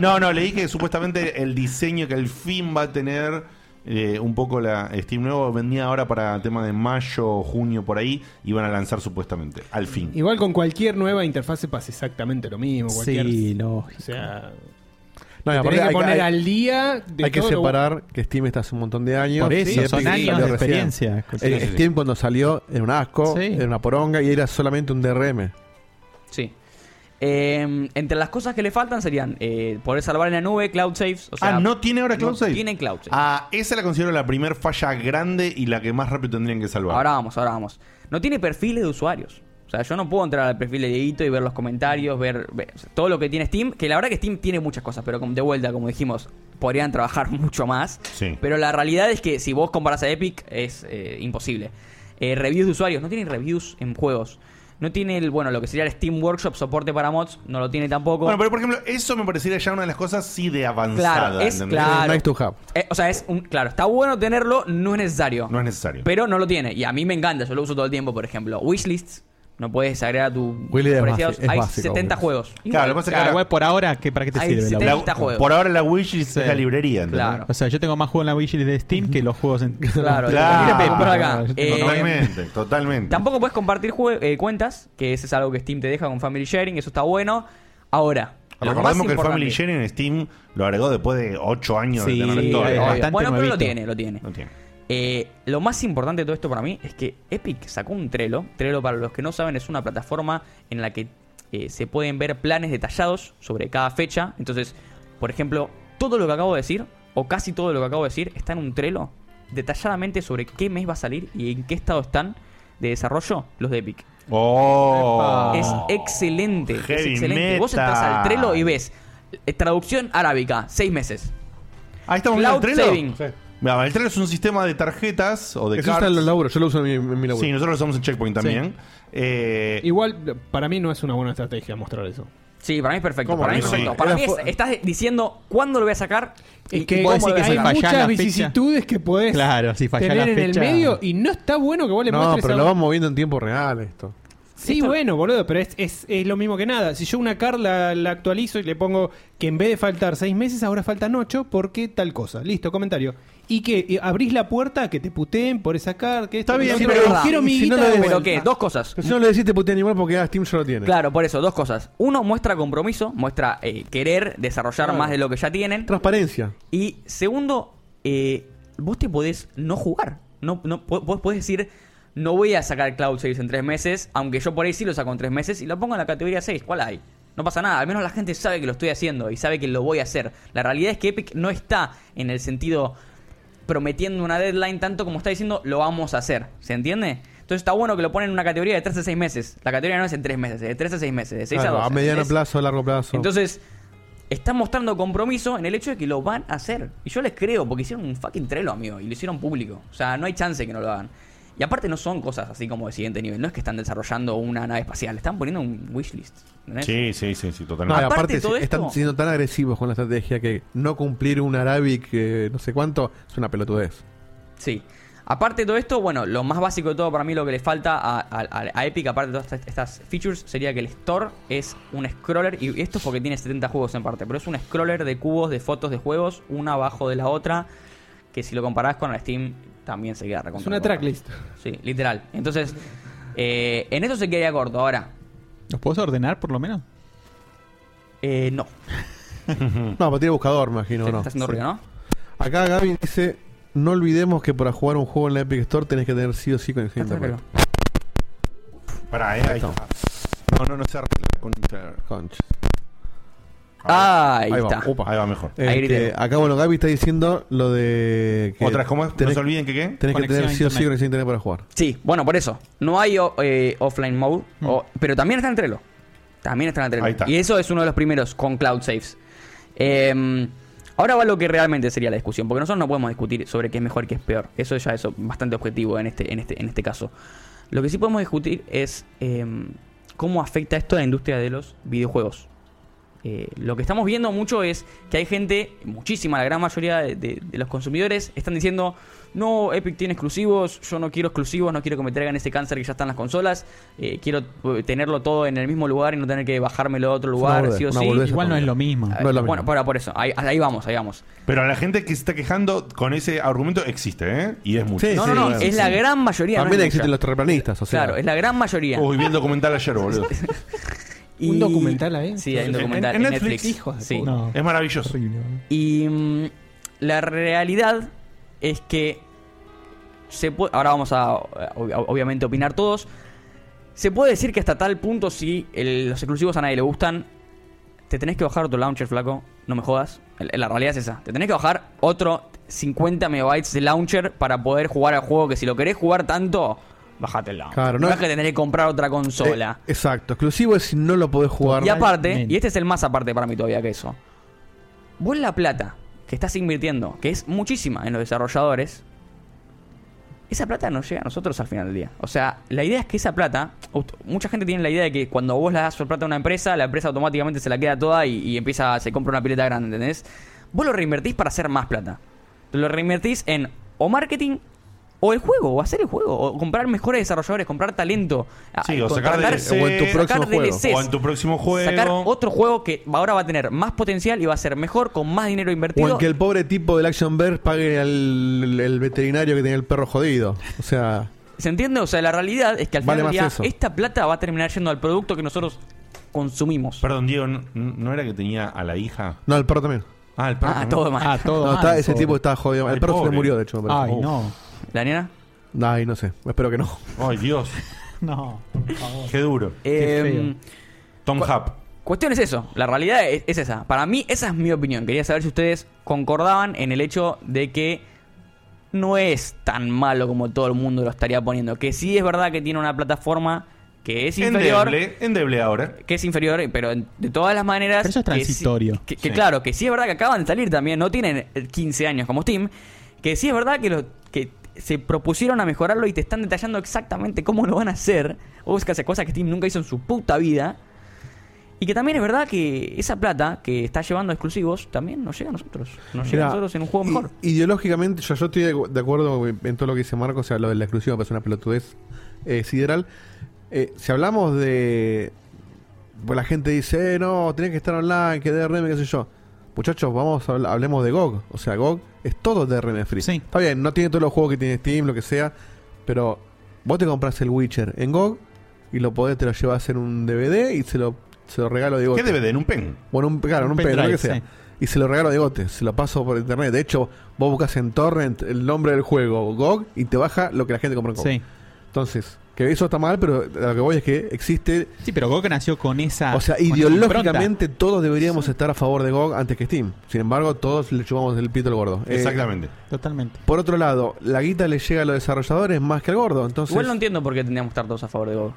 [SPEAKER 2] no, no, leí que supuestamente el diseño que al fin va a tener eh, un poco la Steam nuevo venía ahora para tema de mayo, junio, por ahí, y van a lanzar supuestamente, al fin.
[SPEAKER 6] Igual con cualquier nueva interfase pasa exactamente lo mismo. Cualquier,
[SPEAKER 2] Sí,
[SPEAKER 8] lógico.
[SPEAKER 6] O sea,
[SPEAKER 3] No, y
[SPEAKER 6] te
[SPEAKER 3] aparte
[SPEAKER 6] tenés que
[SPEAKER 3] hay-
[SPEAKER 6] poner
[SPEAKER 3] hay-
[SPEAKER 6] al día de
[SPEAKER 3] Hay que
[SPEAKER 6] todo lo-
[SPEAKER 3] separar que Steam está hace un montón de años.
[SPEAKER 8] Por eso,
[SPEAKER 3] y
[SPEAKER 8] son
[SPEAKER 3] Epic
[SPEAKER 8] años
[SPEAKER 3] salió
[SPEAKER 8] de
[SPEAKER 3] recién.
[SPEAKER 8] experiencia.
[SPEAKER 3] El-
[SPEAKER 8] Sí, sí, sí.
[SPEAKER 3] Steam cuando salió era un asco,
[SPEAKER 4] Sí.
[SPEAKER 3] era una poronga y era solamente un DRM.
[SPEAKER 4] Sí. Eh, entre las cosas que le faltan serían eh, poder salvar en la nube, cloud saves. O sea,
[SPEAKER 2] ah, ¿no tiene ahora Cloud
[SPEAKER 4] no
[SPEAKER 2] Save?
[SPEAKER 4] Tienen cloud saves.
[SPEAKER 2] Ah, esa la considero la primer falla grande y la que más rápido tendrían que salvar.
[SPEAKER 4] Ahora vamos, ahora vamos. No tiene perfiles de usuarios. O sea, yo no puedo entrar al perfil de Dieguito y ver los comentarios, ver, ver- o sea, todo lo que tiene Steam. Que la verdad que Steam tiene muchas cosas, pero como- de vuelta, como dijimos, podrían trabajar mucho más.
[SPEAKER 2] Sí.
[SPEAKER 4] Pero la realidad es que si vos comparas a Epic, es eh, imposible. Eh, reviews de usuarios. No tienen reviews en juegos. No tiene, el, bueno, lo que sería el Steam Workshop, soporte para mods. No lo tiene tampoco.
[SPEAKER 2] Bueno, pero por ejemplo, eso me parecería ya una de las cosas sí de avanzada.
[SPEAKER 4] Claro, es
[SPEAKER 2] ¿entendés?
[SPEAKER 4] claro. Eh, o sea, es un, claro, está bueno tenerlo, no es necesario.
[SPEAKER 2] No es necesario.
[SPEAKER 4] Pero no lo tiene. Y a mí me encanta, yo lo uso todo el tiempo, por ejemplo. Wishlists. No puedes agregar a tu
[SPEAKER 3] Willy es
[SPEAKER 4] preciados.
[SPEAKER 3] básico, es
[SPEAKER 4] Hay
[SPEAKER 3] básico,
[SPEAKER 4] 70
[SPEAKER 3] Willy.
[SPEAKER 4] juegos.
[SPEAKER 8] Claro, lo que pasa es que ahora- por ahora, ¿qué, ¿para qué te
[SPEAKER 4] Hay
[SPEAKER 8] sirve? la
[SPEAKER 4] 70
[SPEAKER 8] Wii?
[SPEAKER 4] juegos.
[SPEAKER 2] Por ahora la wishlist
[SPEAKER 8] Sí.
[SPEAKER 2] es la librería. ¿entendés?
[SPEAKER 4] Claro.
[SPEAKER 8] O sea, yo tengo más juegos en la wishlist de Steam que los juegos en.
[SPEAKER 4] Claro,
[SPEAKER 8] Mira,
[SPEAKER 2] Claro.
[SPEAKER 8] pero por
[SPEAKER 4] acá. eh,
[SPEAKER 8] yo tengo-
[SPEAKER 2] Totalmente, totalmente.
[SPEAKER 4] Tampoco puedes compartir jue- eh, cuentas, que eso es algo que Steam te deja con Family Sharing, eso está bueno. Ahora, lo más
[SPEAKER 2] Recordemos que el
[SPEAKER 4] importante-
[SPEAKER 2] Family Sharing en Steam lo agregó después de 8 años
[SPEAKER 4] Sí,
[SPEAKER 2] de tener todo.
[SPEAKER 4] obvio.
[SPEAKER 2] Bastante
[SPEAKER 4] Bueno, pero lo
[SPEAKER 2] nuevito.
[SPEAKER 4] tiene, lo tiene.
[SPEAKER 2] No tiene.
[SPEAKER 4] Eh, lo más importante de todo esto para mí es que Epic sacó un Trello. Trello, para los que no saben, es una plataforma en la que eh, se pueden ver planes detallados sobre cada fecha. Entonces, por ejemplo, todo lo que acabo de decir, o casi todo lo que acabo de decir, está en un Trello detalladamente sobre qué mes va a salir y en qué estado están de desarrollo los de Epic.
[SPEAKER 2] Oh.
[SPEAKER 4] Es excelente, es
[SPEAKER 2] Heavy
[SPEAKER 4] excelente. Vos
[SPEAKER 2] metal.
[SPEAKER 4] estás al Trello y ves eh, traducción arábica, seis meses.
[SPEAKER 2] Ahí estamos
[SPEAKER 4] Cloud
[SPEAKER 2] viendo el Trello.
[SPEAKER 4] saving.
[SPEAKER 2] Mira, el Trello es un sistema de tarjetas o de
[SPEAKER 3] Eso está
[SPEAKER 2] cards.
[SPEAKER 3] en los laburos, yo lo uso en mi, en mi laburo.
[SPEAKER 2] Sí, nosotros lo usamos en Checkpoint también. Eh,
[SPEAKER 6] Igual, para mí no es una buena estrategia mostrar eso.
[SPEAKER 4] Sí, para mí es perfecto.
[SPEAKER 6] ¿Cómo
[SPEAKER 4] Para mí,
[SPEAKER 6] que
[SPEAKER 4] es
[SPEAKER 6] no?
[SPEAKER 4] perfecto.
[SPEAKER 6] Sí.
[SPEAKER 4] Para
[SPEAKER 6] Era
[SPEAKER 4] mí es-
[SPEAKER 6] fo-
[SPEAKER 4] estás diciendo cuándo lo voy a sacar y,
[SPEAKER 6] Es que
[SPEAKER 4] y cómo lo voy a
[SPEAKER 6] hay
[SPEAKER 4] sacar.
[SPEAKER 6] muchas vicisitudes que podés
[SPEAKER 3] Claro, si fallás
[SPEAKER 6] tener
[SPEAKER 3] la
[SPEAKER 6] en el
[SPEAKER 3] fecha-
[SPEAKER 6] medio y no está bueno que vos le
[SPEAKER 3] No,
[SPEAKER 6] muestres
[SPEAKER 3] pero
[SPEAKER 6] a
[SPEAKER 3] lo
[SPEAKER 6] un-
[SPEAKER 3] vamos moviendo en tiempo real esto.
[SPEAKER 6] Sí, bueno, boludo, pero es, es, es lo mismo que nada. Si yo una card la, la actualizo y le pongo que en vez de faltar seis meses, ahora faltan ocho, porque tal cosa. Listo, comentario. Y que eh, abrís la puerta a que te puteen por esa card. Que esto,
[SPEAKER 3] Está bien,
[SPEAKER 6] que
[SPEAKER 3] pero
[SPEAKER 6] quiero- quiero mi
[SPEAKER 3] si no
[SPEAKER 6] guita
[SPEAKER 3] lo
[SPEAKER 6] de
[SPEAKER 3] des-
[SPEAKER 6] vuelta.
[SPEAKER 4] Pero qué, dos cosas.
[SPEAKER 3] Pero si no le decís te putea animal porque ah, Steam ya lo tiene.
[SPEAKER 4] Claro, por eso, dos cosas. Uno, muestra compromiso, muestra eh, querer desarrollar
[SPEAKER 3] Claro.
[SPEAKER 4] más de lo que ya tienen.
[SPEAKER 3] Transparencia.
[SPEAKER 4] Y segundo, eh, vos te podés no jugar. No, no, po- vos podés decir, no voy a sacar Cloud Saves en tres meses, aunque yo por ahí sí lo saco en tres meses y lo pongo en la categoría 6. ¿Cuál hay? No pasa nada, al menos la gente sabe que lo estoy haciendo y sabe que lo voy a hacer. La realidad es que Epic no está en el sentido prometiendo una deadline tanto como está diciendo lo vamos a hacer. ¿Se entiende? Entonces está bueno que lo ponen en una categoría de 3 a 6 meses. La categoría no es en 3 meses, es de 3 a 6 meses, de 6
[SPEAKER 3] Claro,
[SPEAKER 4] a 12.
[SPEAKER 3] a mediano
[SPEAKER 4] ¿entendés?
[SPEAKER 3] plazo, a largo plazo.
[SPEAKER 4] Entonces, están mostrando compromiso en el hecho de que lo van a hacer. Y yo les creo, porque hicieron un fucking trelo, amigo, y lo hicieron público. O sea, no hay chance que no lo hagan. Y aparte no son cosas así como de siguiente nivel, no es que están desarrollando una nave espacial, están poniendo un wishlist. ¿entendés?
[SPEAKER 2] Sí, sí, sí, sí,
[SPEAKER 3] No,
[SPEAKER 2] totalmente.
[SPEAKER 3] y aparte,
[SPEAKER 4] de todo
[SPEAKER 3] si- están
[SPEAKER 4] esto-
[SPEAKER 3] siendo tan agresivos con la estrategia que no cumplir un Arabic eh, no sé cuánto es una pelotudez.
[SPEAKER 4] Sí. Aparte de todo esto, bueno, lo más básico de todo para mí, lo que le falta a, a- a- a Epic, aparte de todas estas, estas features, sería que el Store es un scroller, y esto es porque tiene 70 juegos en parte, pero es un scroller de cubos de fotos de juegos, una abajo de la otra, que si lo comparás con la Steam, también se queda recontra
[SPEAKER 6] Es una
[SPEAKER 4] corto.
[SPEAKER 6] tracklist.
[SPEAKER 4] Sí, literal. Entonces, eh, en eso se quedaría corto. Ahora,
[SPEAKER 8] ¿Los puedes ordenar por lo menos?
[SPEAKER 4] eh, no.
[SPEAKER 3] no, pero tiene buscador, me imagino,
[SPEAKER 4] Sí,
[SPEAKER 3] ¿no?
[SPEAKER 4] está haciendo ruido, ¿no?
[SPEAKER 3] Acá Gaby dice: No olvidemos que para jugar un juego en la Epic Store tenés que tener sí o sí conexión a internet.
[SPEAKER 2] Pará, eh, ahí está. No, no, no se arregla. Concha.
[SPEAKER 4] Ah, ahí
[SPEAKER 3] va,
[SPEAKER 4] está.
[SPEAKER 3] upa.
[SPEAKER 2] Ahí va mejor.
[SPEAKER 3] Este, acá, bueno, Gaby está diciendo lo de. que
[SPEAKER 2] Otras, ¿cómo es? No se olviden que qué.
[SPEAKER 3] Tenés que
[SPEAKER 2] Conexión
[SPEAKER 3] tener
[SPEAKER 2] a
[SPEAKER 3] sí o sí
[SPEAKER 2] internet.
[SPEAKER 3] conexión a internet para jugar.
[SPEAKER 4] Sí, bueno, por eso. No hay o- eh, offline mode, o- pero también está en Trello. También está en Trello.
[SPEAKER 2] Mm. Ahí está.
[SPEAKER 4] Y eso es uno de los primeros con Cloud Saves. Eh, ahora va lo que realmente sería la discusión, porque nosotros no podemos discutir sobre qué es mejor y qué es peor. Eso ya es bastante objetivo en este, en este, en este caso. Lo que sí em, podemos discutir es eh, cómo afecta esto a la industria de los videojuegos. eh, lo que estamos viendo mucho es que hay gente, muchísima, la gran mayoría de, de- de los consumidores están diciendo, no, Epic tiene exclusivos, yo no quiero exclusivos, no quiero que me traigan ese cáncer que ya está en las consolas, eh, quiero eh, tenerlo todo en el mismo lugar y no tener que bajármelo a otro lugar, sí o sí.
[SPEAKER 8] Igual no es lo mismo.
[SPEAKER 4] Eh, Bueno, para por eso, ahí, ahí vamos, ahí vamos.
[SPEAKER 2] Pero a la gente que se está quejando con ese argumento existe, ¿eh? Y es mucho.
[SPEAKER 4] no, no, no, es la gran mayoría. no
[SPEAKER 3] También
[SPEAKER 4] es
[SPEAKER 3] existen
[SPEAKER 4] mucha.
[SPEAKER 3] los terraplanistas, o sea.
[SPEAKER 4] Claro, es la gran mayoría.
[SPEAKER 2] Uy, vi el documental ayer, boludo.
[SPEAKER 4] Y-
[SPEAKER 6] Un documental ahí.
[SPEAKER 4] Sí, hay un documental en, Netflix. Sí.
[SPEAKER 2] Es maravilloso.
[SPEAKER 4] Y mm, la realidad es que se puede, ahora vamos a ob- obviamente opinar todos. Se puede decir que hasta tal punto si el- los exclusivos a nadie le gustan, te tenés que bajar otro launcher, flaco, no me jodas. El- La realidad es esa, te tenés que bajar otro 50 megabytes de launcher para poder jugar al juego que si lo querés jugar tanto, bájate el launcher.
[SPEAKER 3] Claro,
[SPEAKER 4] no,
[SPEAKER 3] no
[SPEAKER 4] es que tenés que comprar otra consola.
[SPEAKER 3] Eh, exacto, exclusivo es si no lo podés jugar.
[SPEAKER 4] Y aparte, y este es el más aparte para mí todavía que eso. Vos la plata que estás invirtiendo, que es muchísima en los desarrolladores, esa plata nos llega a nosotros al final del día. O sea, la idea es que esa plata, ut- mucha gente tiene la idea de que cuando vos la das por plata a una empresa, la empresa automáticamente se la queda toda y, y empieza, se compra una pileta grande, ¿entendés? Vos lo reinvertís para hacer más plata. Lo reinvertís en o marketing o el juego, o hacer el juego, o comprar mejores desarrolladores, comprar talento. a-
[SPEAKER 2] Sí, o sacar
[SPEAKER 4] contratar-
[SPEAKER 2] DLC, o en tu
[SPEAKER 4] sacar
[SPEAKER 2] próximo juego.
[SPEAKER 4] DLCs,
[SPEAKER 2] O en tu próximo juego.
[SPEAKER 4] Sacar otro juego que ahora va a tener más potencial y va a ser mejor, con más dinero
[SPEAKER 3] O
[SPEAKER 4] invertido.
[SPEAKER 3] en que el pobre tipo del Action Bear pague al el, veterinario que tenía el perro jodido. O sea,
[SPEAKER 4] ¿Se entiende? O sea, la realidad es que al
[SPEAKER 3] Vale
[SPEAKER 4] final del
[SPEAKER 3] más
[SPEAKER 4] día,
[SPEAKER 3] eso.
[SPEAKER 4] esta plata va a terminar yendo al producto que nosotros consumimos.
[SPEAKER 2] Perdón, Diego, ¿no, no era que tenía a la hija?
[SPEAKER 3] no, el perro también.
[SPEAKER 2] Ah, el perro.
[SPEAKER 4] Ah, todo mal. Ah, todo
[SPEAKER 3] No,
[SPEAKER 4] mal,
[SPEAKER 3] está- ese
[SPEAKER 4] pobre.
[SPEAKER 3] tipo está jodido. El
[SPEAKER 2] Ay,
[SPEAKER 3] perro se
[SPEAKER 2] pobre.
[SPEAKER 3] le murió, de hecho. me parece.
[SPEAKER 2] Ay,
[SPEAKER 3] Uf.
[SPEAKER 2] no.
[SPEAKER 4] ¿La nena?
[SPEAKER 3] Ay, no sé. Espero que no.
[SPEAKER 2] Ay, Dios.
[SPEAKER 8] No, por favor.
[SPEAKER 2] Qué duro.
[SPEAKER 4] Eh,
[SPEAKER 2] Tom Hub.
[SPEAKER 4] Cuestión es eso, la realidad es, es esa. Para mí, esa es mi opinión. Quería saber si ustedes concordaban en el hecho de que no es tan malo como todo el mundo lo estaría poniendo. Que sí es verdad que tiene una plataforma que es inferior.
[SPEAKER 2] Endeble, endeble ahora.
[SPEAKER 4] Que es inferior, pero en- de todas las maneras.
[SPEAKER 8] Pero eso es
[SPEAKER 4] que sí-
[SPEAKER 8] transitorio.
[SPEAKER 4] Que, que claro, que sí es verdad que acaban de salir también, no tienen eh, 15 años como Steam. Que sí es verdad que, lo, que se propusieron a mejorarlo y te están detallando exactamente cómo lo van a hacer. O es que hace cosas que Steam nunca hizo en su puta vida. Y que también es verdad que esa plata que está llevando a exclusivos también nos llega a nosotros. Nos
[SPEAKER 3] Mira,
[SPEAKER 4] llega a nosotros en un juego
[SPEAKER 3] i-
[SPEAKER 4] mejor.
[SPEAKER 3] Ideológicamente, yo, yo estoy de, de acuerdo en todo lo que dice Marco, o sea, lo de la exclusiva me parece una pelotudez eh, sideral. Eh, si hablamos de. Pues la gente dice, eh, no, tenés que estar online, que DRM, qué sé yo. Muchachos, vamos a habl- hablemos de GOG. O sea, GOG es todo DRM free. Está bien, no tiene todos los juegos que tiene Steam, lo que sea, pero vos te compras el Witcher en GOG y lo podés, te lo llevas en un DVD y se lo, se lo regalo de
[SPEAKER 2] ¿Qué
[SPEAKER 3] gote.
[SPEAKER 2] DVD? ¿En un pen?
[SPEAKER 3] Bueno, un, claro, en
[SPEAKER 2] Un
[SPEAKER 3] un pendrive, lo
[SPEAKER 2] pendrive,
[SPEAKER 3] que sea.
[SPEAKER 2] sí.
[SPEAKER 3] Y se lo regalo de gote, se lo paso por internet. De hecho, vos buscas en Torrent el nombre del juego, GOG, y te baja lo que la gente compra en GOG.
[SPEAKER 8] Sí.
[SPEAKER 3] Entonces, que eso está mal, pero a lo que voy es que existe.
[SPEAKER 8] Sí, pero GOG nació con esa.
[SPEAKER 3] O sea,
[SPEAKER 8] con esa
[SPEAKER 3] ideológicamente todos deberíamos estar a favor de GOG antes que Steam. Sin embargo, todos le chupamos el pito al gordo. Eh,
[SPEAKER 2] Exactamente.
[SPEAKER 8] impronta. Totalmente.
[SPEAKER 3] por otro lado, la guita le llega a los desarrolladores más que al gordo. Entonces,
[SPEAKER 4] Igual no entiendo por qué tendríamos que estar todos a favor de GOG.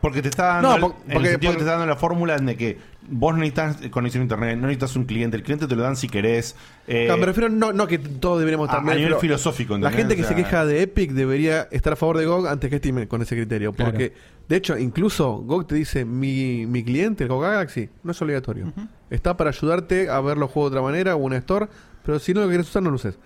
[SPEAKER 2] Porque te está
[SPEAKER 3] No,
[SPEAKER 2] dando,
[SPEAKER 3] por-
[SPEAKER 2] el- en el
[SPEAKER 3] porque-
[SPEAKER 2] sentido que
[SPEAKER 3] porque-
[SPEAKER 2] te está dando la fórmula en de que vos no necesitas eh, conexión a internet, no necesitas un cliente, el cliente te lo dan si querés. eh,
[SPEAKER 3] No, me refiero no, no que todos deberíamos estar
[SPEAKER 2] Ah, a- a
[SPEAKER 3] mal,
[SPEAKER 2] nivel
[SPEAKER 3] pero
[SPEAKER 2] filosófico,
[SPEAKER 3] La
[SPEAKER 2] ¿entendés?
[SPEAKER 3] gente que
[SPEAKER 2] O
[SPEAKER 3] se
[SPEAKER 2] sea-
[SPEAKER 3] queja de Epic debería estar a favor de GOG antes que Steam con ese criterio. Porque, de hecho, incluso GOG te dice, mi, mi cliente, el GOG Galaxy, no es obligatorio. Está para ayudarte a ver los juegos de otra manera o una store, pero si no lo querés usar, no lo uses.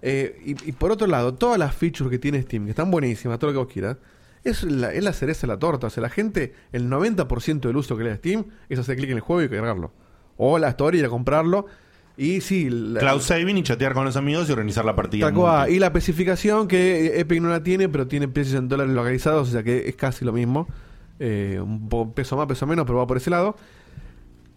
[SPEAKER 3] Eh, y, y por otro lado, todas las features que tiene Steam, que están buenísimas, todo lo que vos quieras, es la, es la cereza de la torta. O sea, la gente, el 90% del uso que le da Steam es hacer clic en el juego y cargarlo. O la store y ir a comprarlo. Y sí, la,
[SPEAKER 2] Cloud saving y chatear con los amigos y organizar la partida.
[SPEAKER 3] Tal cual. Y la especificación que eh, Epic no la tiene, pero tiene precios en dólares localizados, o sea que es casi lo mismo. Eh, un po- peso más, peso menos, pero va por ese lado.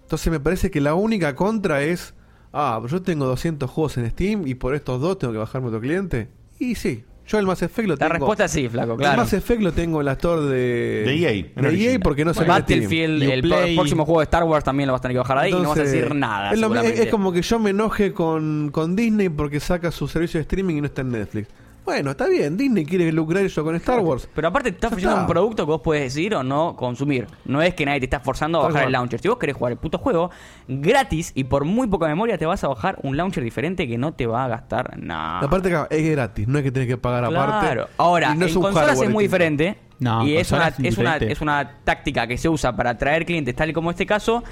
[SPEAKER 3] Entonces me parece que la única contra es, ah, yo tengo 200 juegos en Steam y por estos dos tengo que bajarme otro cliente. Y sí, yo el Mass Effect lo
[SPEAKER 4] La
[SPEAKER 3] tengo.
[SPEAKER 4] respuesta es sí, flaco,
[SPEAKER 3] El
[SPEAKER 4] claro.
[SPEAKER 3] Mass Effect lo tengo en la store de,
[SPEAKER 2] De EA, en
[SPEAKER 3] Eh, de E
[SPEAKER 2] original.
[SPEAKER 3] porque no salió en Steam.
[SPEAKER 4] Battlefield, el pro- próximo juego de Star Wars también lo vas a tener que bajar ahí y no vas a
[SPEAKER 3] Entonces,
[SPEAKER 4] decir nada.
[SPEAKER 3] Es, lo mi- es-
[SPEAKER 4] seguramente.
[SPEAKER 3] es como que yo me enoje con, con Disney porque saca su servicio de streaming y no está en Netflix. Bueno, está bien, Disney quiere lucrar eso con Star Wars.
[SPEAKER 4] Pero aparte te está ofreciendo
[SPEAKER 3] está.
[SPEAKER 4] un producto que vos puedes decidir o no consumir. No es que nadie te está forzando a
[SPEAKER 3] Tal
[SPEAKER 4] bajar el
[SPEAKER 3] cual.
[SPEAKER 4] launcher. Si vos querés jugar el puto juego gratis y por muy poca memoria te vas a bajar un launcher diferente que no te va a gastar nada.
[SPEAKER 3] Aparte que es gratis, no es que tenés que pagar aparte.
[SPEAKER 4] Claro. Ahora,
[SPEAKER 3] Y no
[SPEAKER 4] en consolas es muy
[SPEAKER 3] distinto.
[SPEAKER 4] diferente.
[SPEAKER 3] No,
[SPEAKER 4] y es una,
[SPEAKER 3] consolas es
[SPEAKER 4] es, una,
[SPEAKER 3] diferente.
[SPEAKER 4] es una táctica que se usa para atraer clientes, tal y como este caso,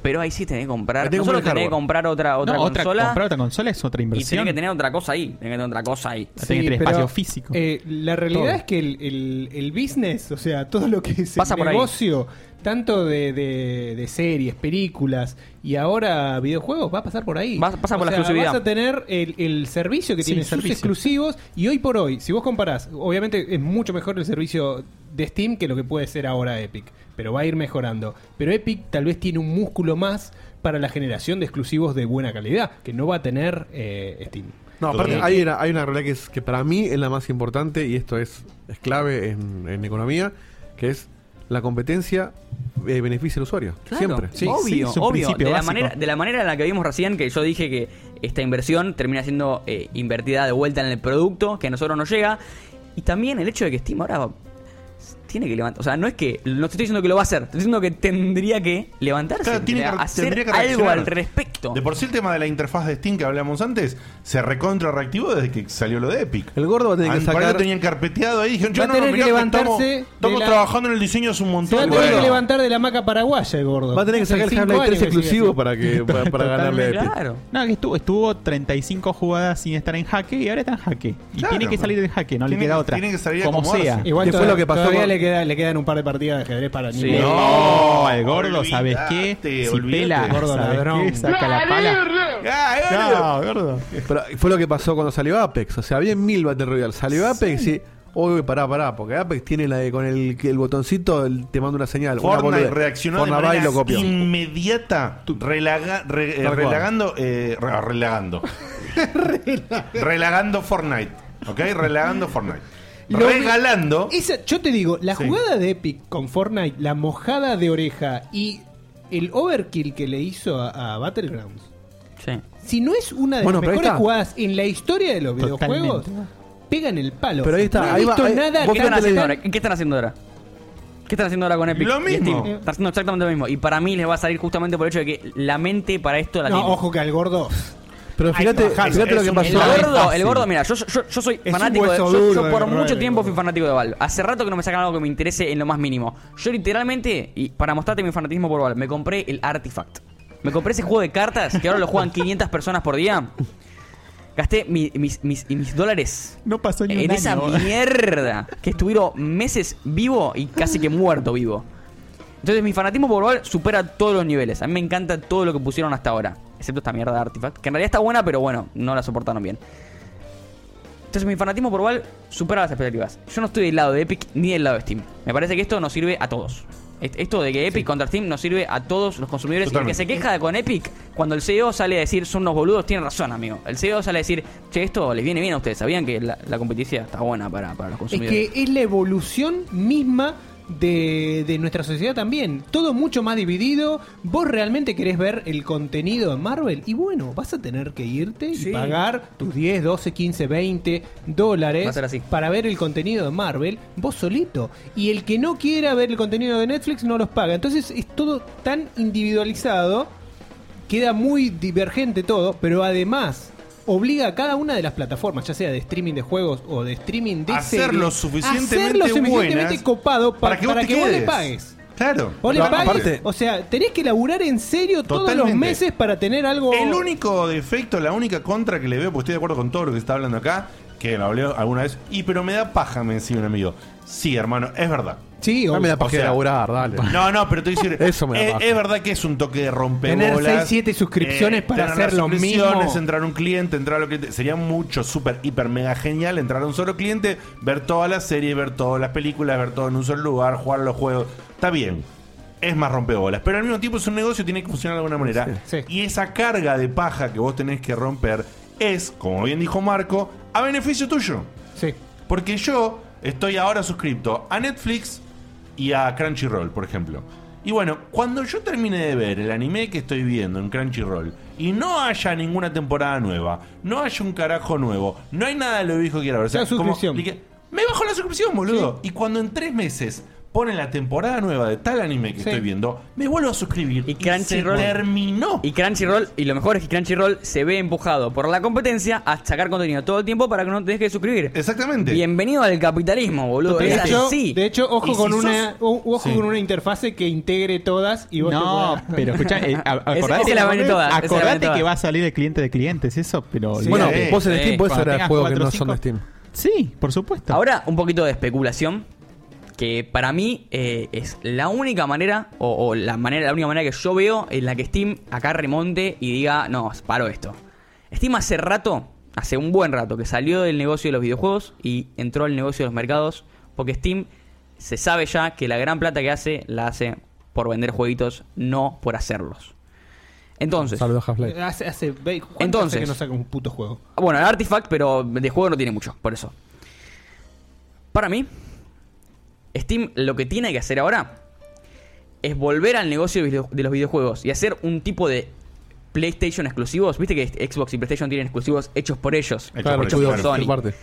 [SPEAKER 4] Pero ahí sí tenés que comprar.
[SPEAKER 8] Ahí tenés
[SPEAKER 4] No
[SPEAKER 8] que
[SPEAKER 4] solo
[SPEAKER 8] comprar
[SPEAKER 4] tenés que
[SPEAKER 8] hardware.
[SPEAKER 4] comprar otra, otra
[SPEAKER 8] No, otra-
[SPEAKER 4] consola.
[SPEAKER 8] comprar otra consola es otra
[SPEAKER 4] y tenés
[SPEAKER 8] inversión.
[SPEAKER 4] que tener otra cosa ahí. Tenés que tener otra cosa ahí.
[SPEAKER 8] que tener
[SPEAKER 6] pero
[SPEAKER 8] espacio físico.
[SPEAKER 6] eh, la realidad
[SPEAKER 8] Todo.
[SPEAKER 6] es que el, el- el business, o sea, todo lo que es
[SPEAKER 4] Pasa
[SPEAKER 6] el
[SPEAKER 4] por ahí.
[SPEAKER 6] negocio, tanto de, de- de series, películas y ahora videojuegos, va a pasar por ahí.
[SPEAKER 4] pasa
[SPEAKER 6] O
[SPEAKER 4] por la
[SPEAKER 6] sea,
[SPEAKER 4] exclusividad.
[SPEAKER 6] Vas a tener el, el servicio que
[SPEAKER 4] Sí,
[SPEAKER 6] tiene sus
[SPEAKER 4] servicio.
[SPEAKER 6] exclusivos y hoy por hoy, si vos comparás, obviamente es mucho mejor el servicio de Steam que lo que puede ser ahora Epic, pero va a ir mejorando. Pero Epic tal vez tiene un músculo más para la generación de exclusivos de buena calidad, que no va a tener eh, Steam.
[SPEAKER 3] No, aparte
[SPEAKER 6] Eh,
[SPEAKER 3] hay una, hay una realidad que, es, que para mí es la más importante y esto es, es clave en, en economía, que es la competencia eh, beneficia al usuario.
[SPEAKER 4] Claro,
[SPEAKER 3] siempre.
[SPEAKER 4] obvio, obvio. De la, manera, de la manera en la que vimos recién, que yo dije que esta inversión termina siendo eh, invertida de vuelta en el producto, que a nosotros nos llega. Y también el hecho de que Steam ahora va- tiene que levantar. O sea, no es que. No te estoy diciendo que lo va a hacer, te estoy diciendo que tendría que levantarse.
[SPEAKER 2] Claro, tiene
[SPEAKER 4] tendría
[SPEAKER 2] que-
[SPEAKER 4] que hacer
[SPEAKER 2] tendría que
[SPEAKER 4] algo
[SPEAKER 2] reaccionar.
[SPEAKER 4] al respecto.
[SPEAKER 2] De por sí el tema de la interfaz de Steam que hablamos antes se recontra reactivó desde que salió lo de Epic. Ah, El gordo va a
[SPEAKER 3] tener que sacar-
[SPEAKER 2] tenían carpeteado ahí dijeron,
[SPEAKER 6] Va
[SPEAKER 2] yo
[SPEAKER 6] a
[SPEAKER 2] no,
[SPEAKER 6] tener
[SPEAKER 2] no, mirá
[SPEAKER 6] que
[SPEAKER 2] que
[SPEAKER 6] levantarse de
[SPEAKER 2] estamos, estamos
[SPEAKER 6] la-
[SPEAKER 2] trabajando en el diseño hace un
[SPEAKER 6] Se va a
[SPEAKER 2] montón.
[SPEAKER 6] tener que
[SPEAKER 2] Bueno.
[SPEAKER 6] levantar de la maca paraguaya el gordo.
[SPEAKER 3] Va a tener que sacar
[SPEAKER 6] Hace
[SPEAKER 3] el
[SPEAKER 6] cinco
[SPEAKER 3] Half-Life 3
[SPEAKER 6] años que sigue
[SPEAKER 3] exclusivo
[SPEAKER 6] así.
[SPEAKER 3] para que para, para ganarle a Epic.
[SPEAKER 8] Totalmente. No, que estuvo, estuvo 35 jugadas sin estar en jaque y ahora está en jaque. Y
[SPEAKER 6] Claro.
[SPEAKER 8] tiene que salir del jaque, no le
[SPEAKER 6] Tiene-
[SPEAKER 8] queda otra.
[SPEAKER 6] tiene que salir a
[SPEAKER 8] Como
[SPEAKER 6] acomodarse.
[SPEAKER 8] sea.
[SPEAKER 6] Igual
[SPEAKER 8] Que
[SPEAKER 6] toda- todavía le, queda- le quedan un par de partidas de ajedrez para
[SPEAKER 8] Sí.
[SPEAKER 6] nivel.
[SPEAKER 8] No, el gordo, ¿sabes qué? Si
[SPEAKER 6] olvidate.
[SPEAKER 8] pela,
[SPEAKER 6] Gordo
[SPEAKER 8] ¿sabes
[SPEAKER 6] ladrón.
[SPEAKER 8] qué? Saca la pala.
[SPEAKER 3] No, Pero fue lo que pasó cuando salió Apex. O sea, había mil Battle Royale. Salió Apex y. Oye, pará, pará, porque Apex tiene la de con el, que el botoncito el- te manda una señal. una
[SPEAKER 2] Fortnite
[SPEAKER 3] boludez.
[SPEAKER 2] reaccionó
[SPEAKER 3] Fortnite va y
[SPEAKER 2] de
[SPEAKER 3] lo
[SPEAKER 2] manera
[SPEAKER 3] copió.
[SPEAKER 2] inmediata, relaga- re- eh,
[SPEAKER 3] Tal cual.
[SPEAKER 2] relagando, eh, re- relagando, relagando Fortnite, ¿ok? Relagando Fortnite,
[SPEAKER 6] Lo-
[SPEAKER 2] regalando.
[SPEAKER 6] Esa- yo te digo, la
[SPEAKER 2] Sí.
[SPEAKER 6] jugada de Epic con Fortnite, la mojada de oreja y el overkill que le hizo a, a Battlegrounds. Si no es una de
[SPEAKER 3] Bueno,
[SPEAKER 6] las
[SPEAKER 3] pero ahí
[SPEAKER 6] mejores
[SPEAKER 3] está.
[SPEAKER 6] jugadas en la historia de los
[SPEAKER 3] Totalmente.
[SPEAKER 6] videojuegos, pegan el palo.
[SPEAKER 3] Pero ahí está,
[SPEAKER 6] No he
[SPEAKER 3] ahí va,
[SPEAKER 6] visto
[SPEAKER 3] ahí-
[SPEAKER 6] nada
[SPEAKER 4] ¿Qué
[SPEAKER 6] que
[SPEAKER 4] están, haciendo ahora? ¿Qué están haciendo ahora? ¿Qué están haciendo ahora con Epic?
[SPEAKER 6] Lo
[SPEAKER 4] y
[SPEAKER 6] mismo.
[SPEAKER 4] Steam? Están haciendo exactamente lo mismo. Y para mí les va a salir justamente por el hecho de que la mente para esto la
[SPEAKER 6] No,
[SPEAKER 4] tiene.
[SPEAKER 6] ojo que al gordo.
[SPEAKER 3] Pero
[SPEAKER 6] fíjate- fíjate lo que pasó.
[SPEAKER 4] El
[SPEAKER 6] Es
[SPEAKER 4] gordo,
[SPEAKER 6] fácil.
[SPEAKER 4] el gordo,
[SPEAKER 3] Ah,
[SPEAKER 4] mira, yo, yo, yo soy
[SPEAKER 6] un
[SPEAKER 4] fanático de.
[SPEAKER 6] hueso
[SPEAKER 4] Yo, yo
[SPEAKER 6] duro de
[SPEAKER 4] por
[SPEAKER 6] roer,
[SPEAKER 4] mucho
[SPEAKER 6] el
[SPEAKER 4] tiempo fui fanático de Valve. Hace rato que no me sacan algo que me interese en lo más mínimo. Yo literalmente, y para mostrarte mi fanatismo por Valve, me compré el Artifact. Me compré ese juego de cartas que ahora lo juegan 500 personas por día. Gasté mi- mis, mis- y mis dólares
[SPEAKER 8] No pasó ni un
[SPEAKER 4] en esa
[SPEAKER 8] año.
[SPEAKER 4] mierda que estuvieron meses vivo y casi que muerto vivo. Entonces mi fanatismo por Valve supera todos los niveles. A mí me encanta todo lo que pusieron hasta ahora. Excepto esta mierda de Artifact. Que en realidad está buena, pero bueno, no la soportaron bien. Entonces mi fanatismo por Valve supera las expectativas. Yo no estoy del lado de Epic ni del lado de Steam. Me parece que esto nos sirve a todos. Est- Esto de que Epic contra Steam nos sirve a todos los consumidores. Y el que
[SPEAKER 2] Totalmente.
[SPEAKER 4] se queja con Epic, cuando el CEO sale a decir son unos boludos, tiene razón, amigo. El CEO sale a decir, che, esto les viene bien a ustedes. Sabían que la, la competencia está buena para, para los
[SPEAKER 6] Es
[SPEAKER 4] consumidores.
[SPEAKER 6] que es la evolución misma de, de nuestra sociedad también. Todo mucho más dividido. Vos realmente querés ver el contenido de Marvel. Y bueno, vas a tener que irte y
[SPEAKER 4] Sí.
[SPEAKER 6] pagar tus 10, 12, 15, 20 dólares
[SPEAKER 4] Va a ser así.
[SPEAKER 6] para ver el contenido de Marvel vos solito. Y el que no quiera ver el contenido de Netflix no los paga. Entonces es todo tan individualizado. Queda muy divergente todo, pero además obliga a cada una de las plataformas, ya sea de streaming de juegos o de streaming de
[SPEAKER 2] Hacer lo
[SPEAKER 6] series,
[SPEAKER 2] suficientemente
[SPEAKER 6] hacer lo suficientemente
[SPEAKER 2] buenas
[SPEAKER 6] copado pa-
[SPEAKER 2] para que vos
[SPEAKER 6] para
[SPEAKER 2] te
[SPEAKER 6] que vos le
[SPEAKER 2] quedes.
[SPEAKER 6] pagues.
[SPEAKER 2] Claro.
[SPEAKER 6] Vos le
[SPEAKER 2] Pero
[SPEAKER 6] pagues,
[SPEAKER 2] aparte-
[SPEAKER 6] o sea, tenés que laburar en serio todos los
[SPEAKER 2] Totalmente.
[SPEAKER 6] meses para tener algo.
[SPEAKER 2] El único defecto, la única contra que le veo, porque estoy de acuerdo con todo lo que se está hablando acá, que lo hablé alguna vez, y pero me da paja, me decía un amigo. Sí, hermano, es verdad.
[SPEAKER 6] Sí,
[SPEAKER 3] Ah, me da paja laburar, dale.
[SPEAKER 2] No, no, pero te voy a decir,
[SPEAKER 3] Eso me da
[SPEAKER 2] es,
[SPEAKER 3] paja.
[SPEAKER 2] es verdad que es un toque de rompebolas.
[SPEAKER 6] Tener seis, siete suscripciones para
[SPEAKER 2] tener las
[SPEAKER 6] hacer lo
[SPEAKER 2] suscripciones,
[SPEAKER 6] mismo.
[SPEAKER 2] entrar a un cliente, entrar a lo que sería mucho, súper, hiper, mega genial entrar a un solo cliente, ver toda la serie, ver todas las películas, ver todo en un solo lugar, jugar a los juegos. Está bien. Es más rompebolas, pero al mismo tiempo es un negocio y tiene que funcionar de alguna manera. Y esa carga de paja que vos tenés que romper es, como bien dijo Marco, a beneficio tuyo.
[SPEAKER 6] Sí.
[SPEAKER 2] Porque yo estoy ahora suscripto a Netflix y a Crunchyroll, por ejemplo. Y bueno, cuando yo termine de ver el anime que estoy viendo en Crunchyroll y no haya ninguna temporada nueva, no haya un carajo nuevo, no hay nada de lo viejo que quiero ver. O sea,
[SPEAKER 6] La
[SPEAKER 2] como-
[SPEAKER 6] suscripción.
[SPEAKER 2] dije, me bajo la suscripción, boludo. Y cuando en tres meses ponen la temporada nueva de tal anime que
[SPEAKER 4] Sí.
[SPEAKER 2] estoy viendo, me vuelvo a suscribir. Y
[SPEAKER 4] Crunchyroll
[SPEAKER 2] se terminó.
[SPEAKER 4] Y Crunchyroll, y lo mejor es que Crunchyroll se ve empujado por la competencia a sacar contenido todo el tiempo para que no te dejes de suscribir.
[SPEAKER 2] Exactamente.
[SPEAKER 4] Bienvenido al capitalismo, boludo.
[SPEAKER 6] De
[SPEAKER 4] Es
[SPEAKER 6] hecho,
[SPEAKER 4] así.
[SPEAKER 6] de hecho, ojo
[SPEAKER 4] Y si
[SPEAKER 6] con
[SPEAKER 4] sos-
[SPEAKER 6] una o- ojo
[SPEAKER 4] Sí.
[SPEAKER 6] con una interfase que integre todas y vos
[SPEAKER 8] No,
[SPEAKER 6] te puedas-
[SPEAKER 8] pero escucha, eh, a-
[SPEAKER 6] Ese-
[SPEAKER 8] acordate,
[SPEAKER 6] ese la vende todas, ese la
[SPEAKER 8] acordate
[SPEAKER 6] vende todas.
[SPEAKER 8] que va a salir el cliente de clientes, eso, pero.
[SPEAKER 4] Sí, Bueno, sí, vos en sí. Steam podés
[SPEAKER 8] Cuando
[SPEAKER 4] sacar
[SPEAKER 8] tengas
[SPEAKER 4] juegos que
[SPEAKER 8] cuatro o
[SPEAKER 4] no son de
[SPEAKER 8] cinco- Sí, por supuesto.
[SPEAKER 4] Ahora, un poquito de especulación. Que para mí eh, es la única manera, o, o la manera, la única manera que yo veo en la que Steam acá remonte y diga, no, paro esto. Steam hace rato, hace un buen rato, que salió del negocio de los videojuegos y entró al negocio de los mercados. Porque Steam se sabe ya que la gran plata que hace, la hace por vender jueguitos, no por hacerlos. Entonces,
[SPEAKER 3] Saludos Half-Life.
[SPEAKER 6] Hace, hace, ve- ¿cuánto hace
[SPEAKER 4] Entonces.
[SPEAKER 6] que no saca un puto juego.
[SPEAKER 4] Bueno, el Artifact, pero de juego no tiene mucho, por eso. Para mí, Steam lo que tiene que hacer ahora es volver al negocio de video- de los videojuegos y hacer un tipo de PlayStation exclusivos. Viste que Xbox y PlayStation tienen exclusivos hechos por ellos.
[SPEAKER 3] Claro,
[SPEAKER 4] hechos
[SPEAKER 3] cuidado,
[SPEAKER 4] por Sony.
[SPEAKER 3] por parte.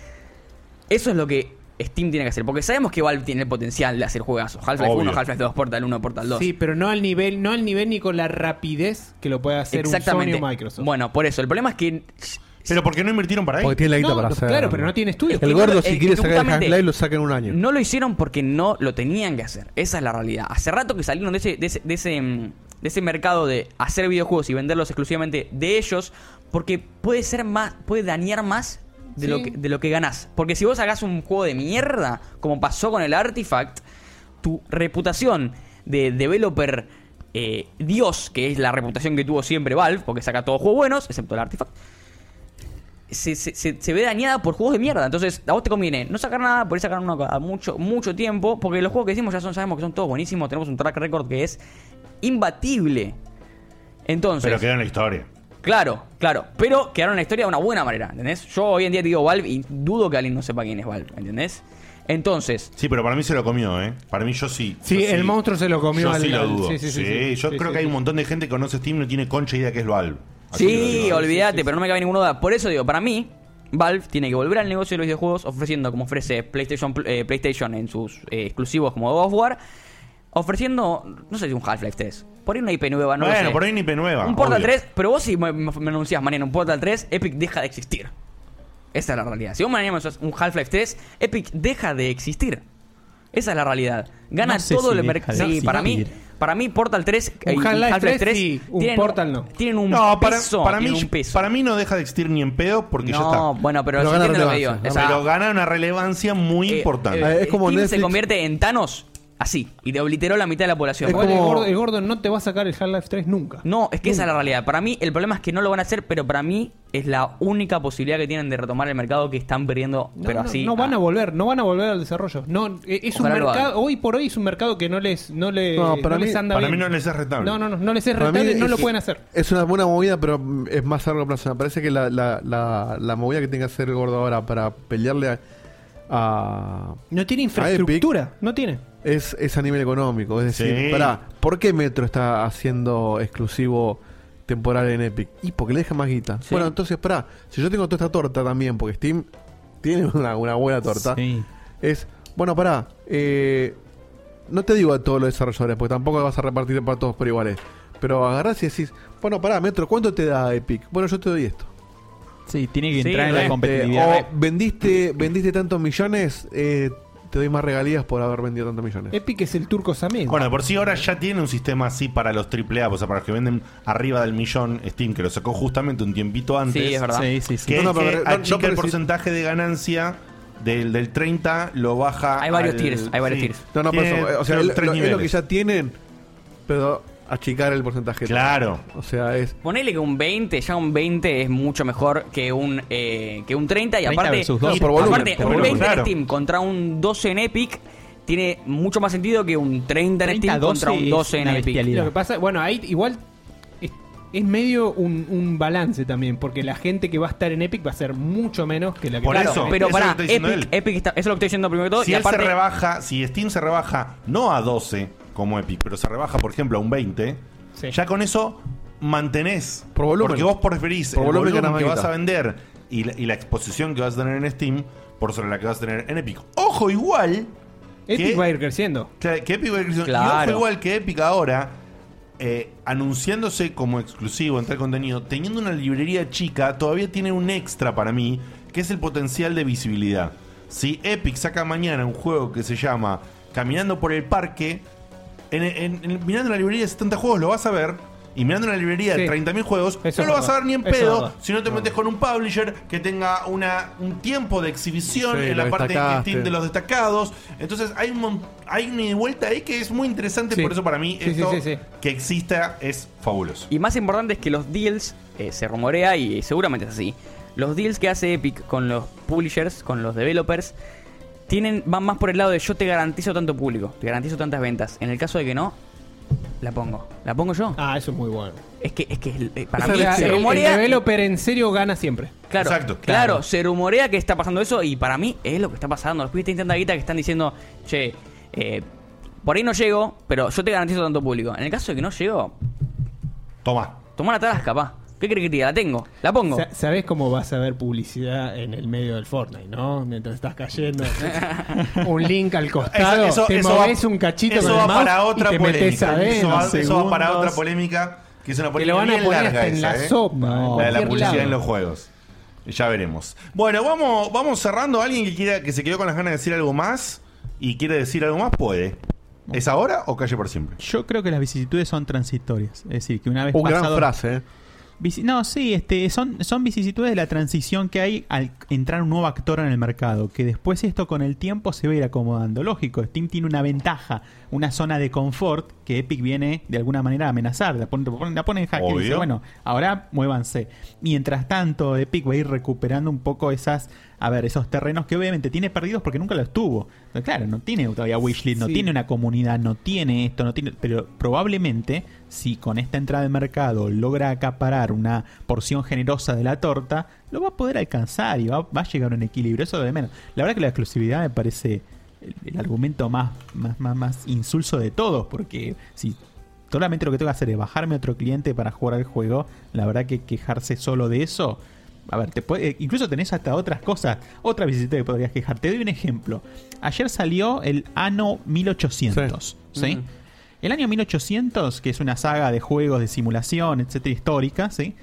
[SPEAKER 4] Eso es lo que Steam tiene que hacer. Porque sabemos que Valve tiene el potencial de hacer juegazos. Half-Life
[SPEAKER 6] Obvio.
[SPEAKER 4] 1, Half-Life 2, Portal 1, Portal 2.
[SPEAKER 6] Sí, pero no al nivel, no al nivel ni con la rapidez que lo puede hacer un Sony
[SPEAKER 4] Exactamente.
[SPEAKER 6] o Microsoft.
[SPEAKER 4] Bueno, por eso. El problema es que.
[SPEAKER 2] Pero porque no invirtieron para
[SPEAKER 3] ahí. Porque tiene la guita
[SPEAKER 4] No,
[SPEAKER 3] para
[SPEAKER 4] pero
[SPEAKER 3] hacer.
[SPEAKER 4] claro, pero no tiene estudios.
[SPEAKER 3] El gordo, si
[SPEAKER 4] Eh,
[SPEAKER 3] quiere sacar el
[SPEAKER 4] justamente-
[SPEAKER 3] Half-Life, lo saca en un año.
[SPEAKER 4] No lo hicieron porque no lo tenían que hacer. Esa es la realidad. Hace rato que salieron de ese, de ese, de ese, mm, de ese mercado de hacer videojuegos y venderlos exclusivamente de ellos. Porque puede ser más, puede dañar más
[SPEAKER 6] Sí.
[SPEAKER 4] de, lo, que, de lo que ganás. Porque si vos hagas un juego de mierda, como pasó con el Artifact, tu reputación de developer eh, Dios, que es la reputación que tuvo siempre Valve, porque saca todos juegos buenos, excepto el Artifact se, se- se- se ve dañada por juegos de mierda. Entonces, a vos te conviene no sacar nada, podés sacar uno a mucho, mucho tiempo, porque los juegos que hicimos ya son, sabemos que son todos buenísimos, tenemos un track record que es imbatible. Entonces,
[SPEAKER 2] Pero quedó en la historia.
[SPEAKER 4] claro, claro, pero quedaron en la historia de una buena manera, ¿entendés? Yo hoy en día te digo Valve y dudo que alguien no sepa quién es Valve, ¿entendés? Entonces,
[SPEAKER 2] Sí, pero para mí se lo comió, ¿eh? Para mí yo sí.
[SPEAKER 6] Sí,
[SPEAKER 2] Yo
[SPEAKER 6] el monstruo se lo comió
[SPEAKER 2] Yo
[SPEAKER 6] al-
[SPEAKER 2] sí lo
[SPEAKER 6] al-
[SPEAKER 2] dudo.
[SPEAKER 6] sí,
[SPEAKER 2] Sí,
[SPEAKER 6] sí, sí, sí.
[SPEAKER 2] yo
[SPEAKER 6] Sí,
[SPEAKER 2] creo
[SPEAKER 6] sí,
[SPEAKER 2] que hay
[SPEAKER 6] sí.
[SPEAKER 2] un montón de gente que conoce Steam y no tiene concha idea que es Valve. Así lo
[SPEAKER 4] Sí,
[SPEAKER 2] digo.
[SPEAKER 4] olvídate, pero no me cabe ninguna duda. Por eso digo, para mí, Valve tiene que volver al negocio de los videojuegos ofreciendo, como ofrece PlayStation, pl- eh, PlayStation en sus eh, exclusivos como God of War, ofreciendo, no sé si un Half-Life 3. Por ahí una IP nueva, no lo
[SPEAKER 2] Bueno,
[SPEAKER 4] sé.
[SPEAKER 2] por ahí ni IP nueva,
[SPEAKER 4] Un Portal
[SPEAKER 2] Ah, obvio.
[SPEAKER 4] 3, pero vos si me, me- me anunciás mañana un Portal 3, Epic deja de existir. Esa es la realidad. Si vos mañana me anunciás un Half-Life 3, Epic deja de existir. Esa es la realidad. Gana
[SPEAKER 6] No sé si
[SPEAKER 4] todo el
[SPEAKER 6] deja
[SPEAKER 4] mercado.
[SPEAKER 6] de
[SPEAKER 4] Sí,
[SPEAKER 6] existir.
[SPEAKER 4] para mí, para mí Portal 3 eh, y
[SPEAKER 6] Un Half-Life
[SPEAKER 4] Half-Life
[SPEAKER 6] 3, sí, un
[SPEAKER 4] tienen-
[SPEAKER 6] Portal no.
[SPEAKER 4] Tienen un
[SPEAKER 2] No, para,
[SPEAKER 4] peso,
[SPEAKER 2] para
[SPEAKER 4] tienen
[SPEAKER 2] mí,
[SPEAKER 4] un peso.
[SPEAKER 2] para mí no deja de existir ni en pedo porque ya
[SPEAKER 4] No,
[SPEAKER 2] está.
[SPEAKER 4] bueno, pero Pero se gana entiende lo que relevancia, digo. ¿no?
[SPEAKER 2] Pero
[SPEAKER 4] O sea,
[SPEAKER 2] gana una relevancia muy importante.
[SPEAKER 6] Ah,
[SPEAKER 4] Eh, Steam se convierte en Thanos así y te obliteró la mitad de la población.
[SPEAKER 6] Igual el, gordo, el gordo no te va a sacar el Half-Life 3 nunca.
[SPEAKER 4] No, es que esa es la realidad. Para mí, el problema es que no lo van a hacer, pero para mí es la única posibilidad que tienen de retomar el mercado que están perdiendo,
[SPEAKER 6] No,
[SPEAKER 4] pero
[SPEAKER 6] no,
[SPEAKER 4] así. ah.
[SPEAKER 6] no van a volver, no van a volver al desarrollo. No, eh, es un
[SPEAKER 4] Ojalá lo
[SPEAKER 6] mercado, hoy por hoy es un mercado que no les, no les,
[SPEAKER 3] No, para
[SPEAKER 6] no les
[SPEAKER 3] mí-
[SPEAKER 6] anda
[SPEAKER 3] para
[SPEAKER 6] bien.
[SPEAKER 3] mí no les es rentable.
[SPEAKER 6] No, no, no, no les es
[SPEAKER 3] Para mí
[SPEAKER 6] rentable, no
[SPEAKER 3] es-
[SPEAKER 6] lo pueden hacer.
[SPEAKER 3] Es una buena movida, pero mm, es más a largo plazo. Me parece que la, la, la, la movida que tiene que hacer Gordo ahora para pelearle a. a-
[SPEAKER 6] No tiene
[SPEAKER 3] a
[SPEAKER 6] infraestructura,
[SPEAKER 3] Epic
[SPEAKER 6] no tiene.
[SPEAKER 3] es, es a nivel económico. Es decir,
[SPEAKER 6] Sí.
[SPEAKER 3] pará, ¿por qué Metro está haciendo exclusivo temporal en Epic? Y porque le deja más guita. Bueno, entonces, pará, si yo tengo toda esta torta también, porque Steam tiene una, una buena torta, es, bueno, pará, eh, no te digo a todos los desarrolladores, porque tampoco vas a repartir para todos por iguales. Pero agarrás y decís, bueno, pará, Metro, ¿cuánto te da Epic? Bueno, yo te doy esto.
[SPEAKER 8] Sí, tiene que
[SPEAKER 3] Sí,
[SPEAKER 8] entrar en la
[SPEAKER 3] este,
[SPEAKER 8] competitividad.
[SPEAKER 3] O vendiste, vendiste tantos millones, eh, te doy más regalías por haber vendido tantos millones.
[SPEAKER 6] Epic es el turco Samed.
[SPEAKER 2] Bueno, de por sí ahora ya tiene un sistema así para los AAA, o sea, para los que venden arriba del millón Steam, que lo sacó justamente un tiempito antes.
[SPEAKER 4] Sí, es verdad. Sí, sí, sí.
[SPEAKER 2] Que,
[SPEAKER 4] No, no,
[SPEAKER 2] es
[SPEAKER 4] pero-
[SPEAKER 2] que
[SPEAKER 4] no, no,
[SPEAKER 2] achica
[SPEAKER 4] pero
[SPEAKER 2] el
[SPEAKER 4] sí.
[SPEAKER 2] porcentaje de ganancia del, del 30, lo baja.
[SPEAKER 4] Hay varios tiers, hay varios tiers.
[SPEAKER 3] No, no, por
[SPEAKER 2] Tiene-
[SPEAKER 3] eso, eh, O sea,
[SPEAKER 2] tiene
[SPEAKER 3] lo-
[SPEAKER 2] tres
[SPEAKER 3] lo- es lo
[SPEAKER 2] niveles.
[SPEAKER 3] que ya tienen, pero achicar el porcentaje.
[SPEAKER 2] Claro.
[SPEAKER 3] O sea, es.
[SPEAKER 4] Ponele que un 20, ya un 20 es mucho mejor que un eh, que un 30 y
[SPEAKER 3] 30
[SPEAKER 4] aparte,
[SPEAKER 3] versus dos.
[SPEAKER 4] y
[SPEAKER 3] Por volumen,
[SPEAKER 4] aparte,
[SPEAKER 3] por
[SPEAKER 4] un
[SPEAKER 3] volumen.
[SPEAKER 4] 20
[SPEAKER 3] Claro.
[SPEAKER 4] en Steam contra un 12 en Epic tiene mucho más sentido que un 30 en
[SPEAKER 6] 30,
[SPEAKER 4] Steam contra
[SPEAKER 6] 12
[SPEAKER 4] un
[SPEAKER 6] es
[SPEAKER 4] 12 en
[SPEAKER 6] una
[SPEAKER 4] Epic.
[SPEAKER 6] bestialidad. Lo que pasa, bueno, ahí igual es, es medio un, un balance también, porque la gente que va a estar en Epic va a ser mucho menos que la que
[SPEAKER 4] Claro,
[SPEAKER 6] va a estar en
[SPEAKER 4] pero
[SPEAKER 6] Epic.
[SPEAKER 4] pará, Epic, Epic está- eso es lo que estoy diciendo primero que todo.
[SPEAKER 2] Si
[SPEAKER 4] y
[SPEAKER 2] él
[SPEAKER 4] aparte,
[SPEAKER 2] se rebaja, si Steam se rebaja no a 12 como Epic, pero se rebaja, por ejemplo, a un 20, ya con eso mantenés. Porque vos preferís
[SPEAKER 3] Por
[SPEAKER 2] el
[SPEAKER 3] volumen
[SPEAKER 2] volumen,
[SPEAKER 3] ganás
[SPEAKER 2] que
[SPEAKER 3] más
[SPEAKER 2] vas
[SPEAKER 3] guita.
[SPEAKER 2] a vender y la, y la exposición que vas a tener en Steam por sobre la que vas a tener en Epic. Ojo, igual
[SPEAKER 6] Epic va a ir creciendo.
[SPEAKER 2] que Epic va a ir creciendo.
[SPEAKER 6] Claro.
[SPEAKER 2] Y no fue igual que Epic ahora, eh, anunciándose como exclusivo en tal contenido, teniendo una librería chica, todavía tiene un extra para mí, que es el potencial de visibilidad. Si Epic saca mañana un juego que se llama Caminando por el Parque, en- en- en- mirando la librería de 70 juegos lo vas a ver. Y mirando una librería de
[SPEAKER 6] Sí.
[SPEAKER 2] 30.000 juegos,
[SPEAKER 6] Eso
[SPEAKER 2] no
[SPEAKER 6] es
[SPEAKER 2] lo vas a
[SPEAKER 6] verdad.
[SPEAKER 2] ver ni en
[SPEAKER 6] Eso es
[SPEAKER 2] pedo
[SPEAKER 6] verdad.
[SPEAKER 2] si no te metes con un publisher que tenga una, un tiempo de exhibición
[SPEAKER 3] Sí,
[SPEAKER 2] en la
[SPEAKER 3] lo
[SPEAKER 2] parte de
[SPEAKER 3] destacaste.
[SPEAKER 2] Steam de los destacados. Entonces hay un mon- hay una ida y vuelta ahí que es muy interesante,
[SPEAKER 4] Sí.
[SPEAKER 2] por eso para mí
[SPEAKER 4] Sí, sí,
[SPEAKER 2] esto
[SPEAKER 4] sí, sí.
[SPEAKER 2] que exista es fabuloso.
[SPEAKER 4] Y más importante es que los deals, eh, se rumorea y seguramente es así, los deals que hace Epic con los publishers, con los developers, tienen, van más por el lado de yo te garantizo tanto público, te garantizo tantas ventas. En el caso de que no, la pongo. ¿La pongo yo?
[SPEAKER 6] Ah, eso es muy bueno.
[SPEAKER 4] Es que, es que es- eh, para
[SPEAKER 6] O sea,
[SPEAKER 4] mí
[SPEAKER 6] el-
[SPEAKER 4] se
[SPEAKER 6] el,
[SPEAKER 4] rumorea...
[SPEAKER 6] developer en serio gana siempre.
[SPEAKER 4] Claro, claro, se rumorea que está pasando eso y para mí es lo que está pasando. Los pibes tienen tanta guita que están diciendo, che, eh, por ahí no llego, pero yo te garantizo tanto público. En el caso de que no llego...
[SPEAKER 2] Toma.
[SPEAKER 4] Toma la tarasca, pa. ¿Qué crees que te diga? La tengo, la pongo.
[SPEAKER 6] Sa- Sabés cómo vas a ver publicidad en el medio del Fortnite, ¿no? Mientras estás cayendo. un link al costado.
[SPEAKER 2] Eso- eso-
[SPEAKER 6] te
[SPEAKER 2] eso
[SPEAKER 6] movés
[SPEAKER 2] va-
[SPEAKER 6] un cachito
[SPEAKER 2] eso
[SPEAKER 6] con el
[SPEAKER 2] va
[SPEAKER 6] mouse
[SPEAKER 2] para otra
[SPEAKER 6] y te
[SPEAKER 2] polémica.
[SPEAKER 6] metés adentro.
[SPEAKER 2] eso, va, eso va para
[SPEAKER 6] Segundos.
[SPEAKER 2] otra polémica, que es una
[SPEAKER 6] Te
[SPEAKER 2] polémica
[SPEAKER 6] lo van a
[SPEAKER 2] bien
[SPEAKER 6] poner
[SPEAKER 2] larga
[SPEAKER 6] hasta en
[SPEAKER 2] esa,
[SPEAKER 6] la
[SPEAKER 2] ¿eh?
[SPEAKER 6] sopa, en
[SPEAKER 2] La de la
[SPEAKER 6] cualquier
[SPEAKER 2] publicidad
[SPEAKER 6] lado.
[SPEAKER 2] en los juegos. Ya veremos. Bueno, vamos, vamos cerrando. Alguien que quiera que se quedó con las ganas de decir algo más y quiere decir algo más, puede. ¿Es ahora o calle por siempre?
[SPEAKER 8] Yo creo que las vicisitudes son transitorias. Es decir, que una vez
[SPEAKER 2] Uh, gran
[SPEAKER 8] pasado-
[SPEAKER 2] frase,
[SPEAKER 8] Vici- No, sí, este, son, son vicisitudes de la transición que hay al entrar un nuevo actor en el mercado. Que después esto con el tiempo se va a ir acomodando. Lógico, Steam tiene una ventaja, una zona de confort que Epic viene de alguna manera a amenazar. La pone, la pone en jaque y dice,
[SPEAKER 2] Obvio.
[SPEAKER 8] bueno, ahora muévanse. Mientras tanto, Epic va a ir recuperando un poco esas, a ver, esos terrenos que obviamente tiene perdidos porque nunca los tuvo. Pero Claro, no tiene todavía Wishlist, no
[SPEAKER 6] Sí.
[SPEAKER 8] tiene una comunidad, no tiene esto, no tiene. Pero probablemente, si con esta entrada de mercado logra acaparar una porción generosa de la torta, lo va a poder alcanzar y va, va a llegar a un equilibrio. Eso de menos. La verdad que la exclusividad me parece el, el argumento más, más, más, más insulso de todos, porque si solamente lo que tengo que hacer es bajarme a otro cliente para jugar al juego, la verdad que quejarse solo de eso. A ver, te puede- eh, incluso tenés hasta otras cosas, otra visita que podrías quejar. Te doy un ejemplo. Ayer salió el Ano 1800, ¿sí?
[SPEAKER 6] Mm.
[SPEAKER 8] El año 1800, que es una saga de juegos de simulación, etcétera, histórica, ¿sí?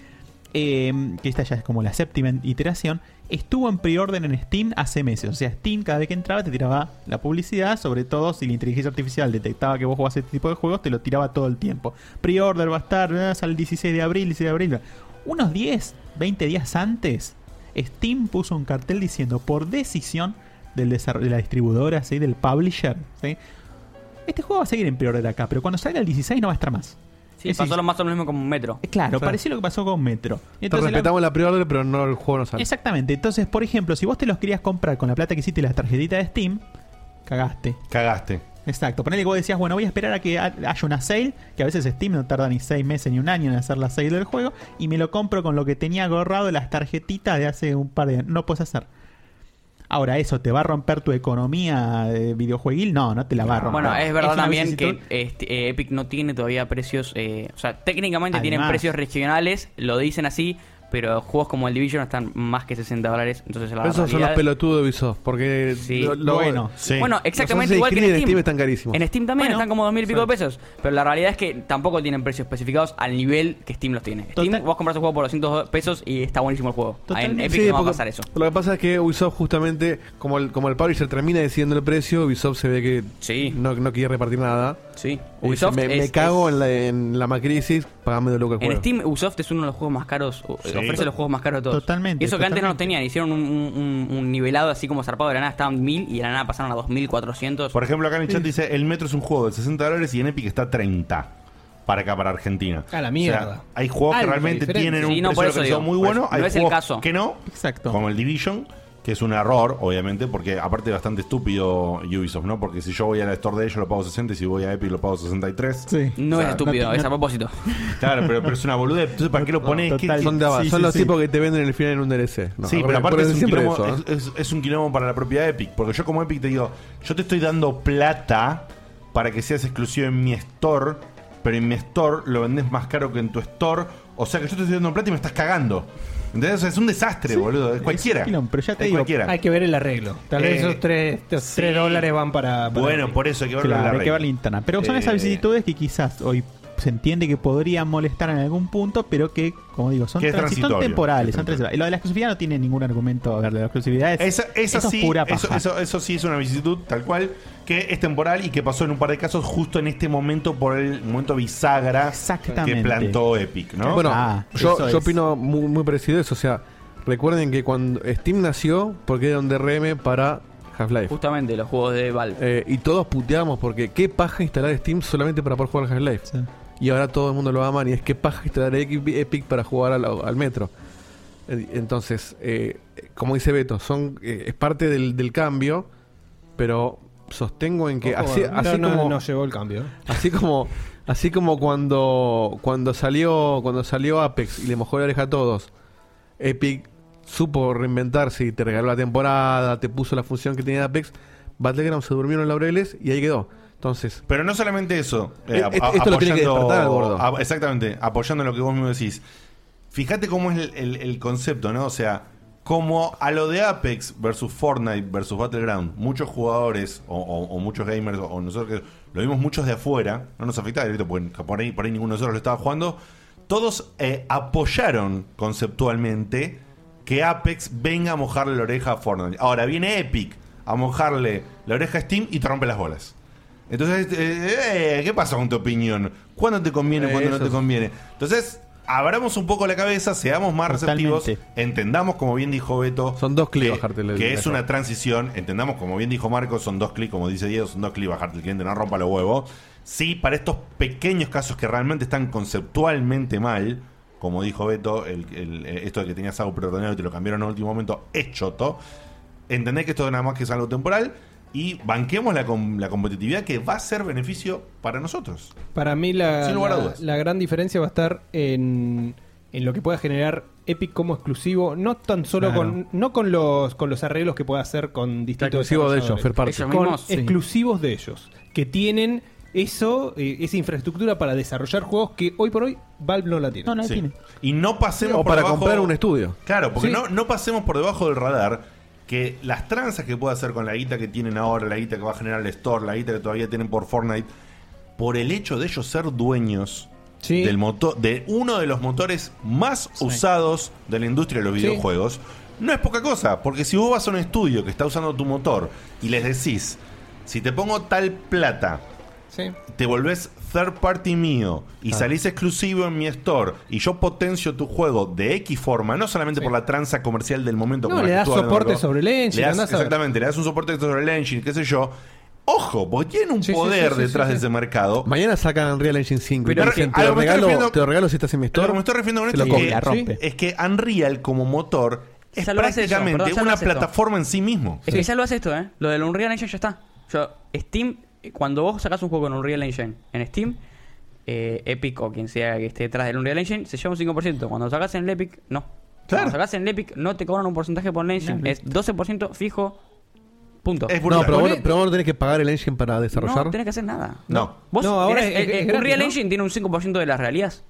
[SPEAKER 8] Eh, que esta ya es como la séptima iteración, estuvo en preorden en Steam hace meses. O sea, Steam cada vez que entraba te tiraba la publicidad, sobre todo si la inteligencia artificial detectaba que vos jugabas este tipo de juegos, te lo tiraba todo el tiempo. Pre-order va a estar, eh, sale el 16 de abril, 16 de abril. Unos 10, 20 días antes, Steam puso un cartel diciendo, por decisión del desarro- de la distribuidora, ¿sí? del publisher, ¿sí? este juego va a seguir en pre-order acá, pero cuando salga el 16 no va a estar más.
[SPEAKER 4] Sí, Eh,
[SPEAKER 8] Es
[SPEAKER 4] pasó lo más o menos mismo como un metro.
[SPEAKER 8] Claro, pareció lo que pasó con Metro.
[SPEAKER 3] Te
[SPEAKER 8] la-
[SPEAKER 3] respetamos la pre pero no el juego no sale.
[SPEAKER 8] Exactamente. Entonces, por ejemplo, si vos te los querías comprar con la plata que hiciste y la tarjetita de Steam, cagaste.
[SPEAKER 2] Cagaste.
[SPEAKER 8] Exacto. Ponele que vos decías, bueno, voy a esperar a que ha- haya una sale, que a veces Steam no tarda ni seis meses ni un año en hacer la sale del juego, y me lo compro con lo que tenía agarrado de las tarjetitas de hace un par de años. No puedes hacer. Ahora, ¿eso te va a romper tu economía de videojueguil? No, no te la va a romper.
[SPEAKER 4] Bueno, es verdad
[SPEAKER 8] una
[SPEAKER 4] también
[SPEAKER 8] vicisitud-
[SPEAKER 4] que este, eh, Epic no tiene todavía precios, eh, o sea, técnicamente tienen
[SPEAKER 8] Además.
[SPEAKER 4] precios regionales, lo dicen así, pero juegos como el Division están más que 60 dólares, entonces la
[SPEAKER 3] Esos son los
[SPEAKER 4] realidad-
[SPEAKER 3] pelotudos de Ubisoft, porque lo, lo-
[SPEAKER 4] bueno,
[SPEAKER 3] Sí.
[SPEAKER 4] bueno,
[SPEAKER 3] Los
[SPEAKER 4] exactamente
[SPEAKER 3] Assassin's
[SPEAKER 4] igual que en
[SPEAKER 3] Creed
[SPEAKER 4] Steam.
[SPEAKER 3] están carísimos.
[SPEAKER 4] En Steam también
[SPEAKER 8] Bueno,
[SPEAKER 4] están como 2.000 y pico de pesos. Pero la realidad es que tampoco tienen precios especificados al nivel que Steam los tiene. Steam, vos compras un juego por 200 pesos y está buenísimo el juego. en Epic
[SPEAKER 3] Sí,
[SPEAKER 4] no va a
[SPEAKER 3] porque
[SPEAKER 4] pasar eso.
[SPEAKER 3] Lo que pasa es que Ubisoft justamente, como el, como el publisher termina decidiendo el precio, Ubisoft se ve que no, no quiere repartir nada.
[SPEAKER 4] Sí.
[SPEAKER 3] Y dice,
[SPEAKER 4] Ubisoft
[SPEAKER 3] me, me
[SPEAKER 4] es-
[SPEAKER 3] cago en, la, en la macrisis, pagame de loco el
[SPEAKER 4] En
[SPEAKER 3] juego.
[SPEAKER 4] Steam, Ubisoft es uno de los juegos más caros. o-
[SPEAKER 3] Sí.
[SPEAKER 4] Ofrece los juegos más caros de todos.
[SPEAKER 3] Totalmente,
[SPEAKER 4] Y eso que antes no tenían. Hicieron un, un- un- un nivelado así como zarpado de la nada. Estaban 1000 y de la nada pasaron a 2400.
[SPEAKER 2] Por ejemplo, acá en el chat dice, el Metro es un juego de 60 dólares y en Epic está 30 para acá, para Argentina.
[SPEAKER 6] A la
[SPEAKER 2] O sea,
[SPEAKER 6] mierda.
[SPEAKER 2] hay juegos que
[SPEAKER 6] Algo
[SPEAKER 2] realmente
[SPEAKER 6] diferente.
[SPEAKER 2] tienen un
[SPEAKER 6] Sí, no,
[SPEAKER 2] precio
[SPEAKER 6] por eso
[SPEAKER 2] organizado
[SPEAKER 6] digo,
[SPEAKER 2] muy
[SPEAKER 6] por
[SPEAKER 2] bueno.
[SPEAKER 6] eso.
[SPEAKER 2] Hay
[SPEAKER 6] No es el
[SPEAKER 2] juegos
[SPEAKER 6] caso.
[SPEAKER 2] que no,
[SPEAKER 8] Exacto.
[SPEAKER 2] como el Division, que es un error, obviamente, porque aparte es bastante estúpido Ubisoft, ¿no? Porque si yo voy a la Store de ellos lo pago 60 y si voy a Epic lo pago 63.
[SPEAKER 4] No es estúpido, es a propósito.
[SPEAKER 2] Claro, pero, pero es una boludez. Entonces, ¿para qué lo pones? ¿Qué- qué-
[SPEAKER 3] son de abajo,
[SPEAKER 2] Sí,
[SPEAKER 3] son
[SPEAKER 2] sí,
[SPEAKER 3] los
[SPEAKER 2] sí.
[SPEAKER 3] tipos que te venden el final en un DLC. No,
[SPEAKER 2] sí,
[SPEAKER 3] por-
[SPEAKER 2] pero aparte
[SPEAKER 3] por
[SPEAKER 2] es un,
[SPEAKER 3] siempre
[SPEAKER 2] quilombo,
[SPEAKER 3] eso, ¿eh?
[SPEAKER 2] es- es- es un quilombo para la propia Epic. Porque yo como Epic te digo, yo te estoy dando plata para que seas exclusivo en mi store, pero en mi store lo vendes más caro que en tu store. O sea que yo te estoy dando plata y me estás cagando. ¿Entendés? O sea, es un desastre, boludo. Es cualquiera.
[SPEAKER 6] quilombo,
[SPEAKER 8] pero ya te
[SPEAKER 2] Es
[SPEAKER 8] digo,
[SPEAKER 2] cualquiera.
[SPEAKER 6] Hay que ver el arreglo. Tal vez
[SPEAKER 2] Eh,
[SPEAKER 6] esos tres, esos tres dólares van para. para-
[SPEAKER 2] Bueno, por eso hay que verlo
[SPEAKER 8] Claro,
[SPEAKER 2] en la
[SPEAKER 8] hay
[SPEAKER 2] red.
[SPEAKER 8] que ver la interna. Ah, Pero son esas
[SPEAKER 2] Eh,
[SPEAKER 8] vicisitudes que quizás hoy se entiende que podrían molestar en algún punto, pero que, como digo, son,
[SPEAKER 2] Que es
[SPEAKER 8] transi- son
[SPEAKER 2] transitorio.
[SPEAKER 8] temporales. son transitorias. Lo de la exclusividad no tiene ningún argumento. A ver, lo de la exclusividad es,
[SPEAKER 2] Esa, esa
[SPEAKER 8] eso es
[SPEAKER 2] sí,
[SPEAKER 8] pura paja.
[SPEAKER 2] eso, eso- eso sí es una vicisitud tal cual, que es temporal y que pasó en un par de casos justo en este momento por el momento bisagra
[SPEAKER 3] Exactamente.
[SPEAKER 2] que plantó Epic, ¿no?
[SPEAKER 3] Bueno,
[SPEAKER 6] Ah,
[SPEAKER 3] yo, yo opino muy, muy parecido a eso. O sea, recuerden que cuando Steam nació, porque era un DRM para Half-Life.
[SPEAKER 4] Justamente los juegos de Valve.
[SPEAKER 3] Eh, y todos puteamos porque qué paja instalar Steam solamente para poder jugar al Half-Life. Y ahora todo el mundo lo ama y es qué paja instalar Epic Epic para jugar al, al Metro. Eh, Entonces, eh, como dice Beto, son eh, es parte del, del cambio, pero sostengo en que
[SPEAKER 6] Ojo,
[SPEAKER 3] así,
[SPEAKER 6] no,
[SPEAKER 3] así
[SPEAKER 6] no,
[SPEAKER 3] como
[SPEAKER 6] no llegó el cambio.
[SPEAKER 3] Así como, así como cuando, cuando salió, cuando salió Apex y le mojó la oreja a todos, Epic supo reinventarse y te regaló la temporada, te puso la función que tenía Apex, Battleground se durmió en los laureles y ahí quedó. Entonces.
[SPEAKER 2] Pero no solamente eso, eh,
[SPEAKER 3] E-
[SPEAKER 2] a-
[SPEAKER 3] esto
[SPEAKER 2] a-
[SPEAKER 3] lo tiene que despertar al gordo.
[SPEAKER 2] a- exactamente, apoyando lo que vos mismo decís. Fíjate cómo es el, el- el concepto, ¿no? O sea, como a lo de Apex versus Fortnite versus Battleground, muchos jugadores o, o- o muchos gamers o, o nosotros que lo vimos muchos de afuera, no nos afecta directo porque por ahí, por ahí ninguno de nosotros lo estaba jugando, todos eh, apoyaron conceptualmente que Apex venga a mojarle la oreja a Fortnite. Ahora viene Epic a mojarle la oreja a Steam y te rompe las bolas. Entonces, eh, eh, ¿qué pasa con tu opinión? ¿Cuándo te conviene,
[SPEAKER 3] Eh,
[SPEAKER 2] cuándo no
[SPEAKER 3] eso
[SPEAKER 2] te
[SPEAKER 3] sí.
[SPEAKER 2] conviene? Entonces, abramos un poco la cabeza, seamos más receptivos, entendamos, como bien dijo Beto,
[SPEAKER 3] son dos clics bajarte la-
[SPEAKER 2] que
[SPEAKER 3] la
[SPEAKER 2] es
[SPEAKER 3] capa.
[SPEAKER 2] una transición, entendamos, como bien dijo Marco, son dos clics, como dice Diego, son dos clics bajarte el cliente, no rompa los huevos. Sí, para estos pequeños casos que realmente están conceptualmente mal, como dijo Beto, el, el- eh, esto de que tenías algo preordenado y te lo cambiaron en el último momento, es choto. Entendés que esto nada más que es algo temporal y banquemos la, com- la competitividad que va a ser beneficio para nosotros.
[SPEAKER 6] Para mí la,
[SPEAKER 2] Sin lugar a
[SPEAKER 6] la,
[SPEAKER 2] dudas.
[SPEAKER 6] la gran diferencia va a estar en, en lo que pueda generar Epic como exclusivo, no tan solo
[SPEAKER 3] Claro.
[SPEAKER 6] con no con los con los arreglos que pueda hacer con distintos
[SPEAKER 3] exclusivo de
[SPEAKER 6] desarrolladores.
[SPEAKER 3] ellos, fair party. Ellos
[SPEAKER 6] Con
[SPEAKER 3] mismos, sí.
[SPEAKER 6] exclusivos de ellos que tienen eso eh, esa infraestructura para desarrollar juegos que hoy por hoy Valve no la tiene.
[SPEAKER 2] No, no la Sí. tiene. Y no
[SPEAKER 3] o
[SPEAKER 2] pasemos por
[SPEAKER 3] para
[SPEAKER 2] debajo-
[SPEAKER 3] comprar un estudio.
[SPEAKER 2] Claro, porque
[SPEAKER 3] Sí.
[SPEAKER 2] no, no pasemos por debajo del radar que las tranzas que puede hacer con la guita que tienen ahora, la guita que va a generar el store, la guita que todavía tienen por Fortnite, por el hecho de ellos ser dueños del motor, de uno de los motores más usados de la industria de los
[SPEAKER 3] Sí.
[SPEAKER 2] videojuegos, no es poca cosa, porque si vos vas a un estudio que está usando tu motor y les decís, si te pongo tal plata,
[SPEAKER 6] Sí.
[SPEAKER 2] te volvés third party mío y
[SPEAKER 3] Claro.
[SPEAKER 2] salís exclusivo en mi store y yo potencio tu juego de X forma, no solamente por la tranza comercial del momento.
[SPEAKER 6] No,
[SPEAKER 2] como la
[SPEAKER 6] le
[SPEAKER 2] que
[SPEAKER 6] das
[SPEAKER 2] estuvo hablando,
[SPEAKER 6] soporte
[SPEAKER 2] ¿no?
[SPEAKER 6] sobre el engine,
[SPEAKER 2] Le das-
[SPEAKER 6] andás a ver.
[SPEAKER 2] exactamente, le das un soporte sobre el engine, qué sé yo. Ojo, porque tiene un
[SPEAKER 3] sí,
[SPEAKER 2] poder
[SPEAKER 3] sí, sí,
[SPEAKER 2] detrás
[SPEAKER 3] sí,
[SPEAKER 2] de
[SPEAKER 3] sí.
[SPEAKER 2] ese mercado.
[SPEAKER 3] Mañana sacan Unreal Engine 5 y te
[SPEAKER 2] Pero
[SPEAKER 3] dicen,
[SPEAKER 2] a
[SPEAKER 3] te lo,
[SPEAKER 2] lo que me estoy
[SPEAKER 3] regalo,
[SPEAKER 2] refiriendo-
[SPEAKER 3] te lo regalo si estás en mi
[SPEAKER 2] Lo
[SPEAKER 3] store.
[SPEAKER 2] que me estoy refiriendo con
[SPEAKER 3] se
[SPEAKER 2] esto
[SPEAKER 3] lo compro.
[SPEAKER 2] es que, es que Unreal como motor es
[SPEAKER 4] Ya lo hace eso,
[SPEAKER 2] prácticamente
[SPEAKER 4] perdón, ya lo
[SPEAKER 2] una
[SPEAKER 4] hace eso.
[SPEAKER 2] plataforma en sí mismo.
[SPEAKER 4] Es que ya lo hace esto, ¿eh? Lo del Unreal Engine ya está. Yo, Steam, cuando vos sacás un juego con Unreal Engine en Steam, eh, Epic o quien sea que esté detrás del Unreal Engine, se lleva un 5%. Cuando lo sacás en el Epic, no. Cuando lo sacás en el Epic, no te cobran un porcentaje por el Engine. es 12% fijo, punto.
[SPEAKER 3] no, pero vos, pero vos no tenés que pagar el engine para desarrollar.
[SPEAKER 4] No tenés que hacer nada.
[SPEAKER 2] No.
[SPEAKER 4] Vos
[SPEAKER 6] No, ahora es-
[SPEAKER 4] tenés- eh,
[SPEAKER 6] es
[SPEAKER 4] eh,
[SPEAKER 6] gratis,
[SPEAKER 4] Unreal
[SPEAKER 6] ¿no?
[SPEAKER 4] Engine tiene un 5% de las realidades.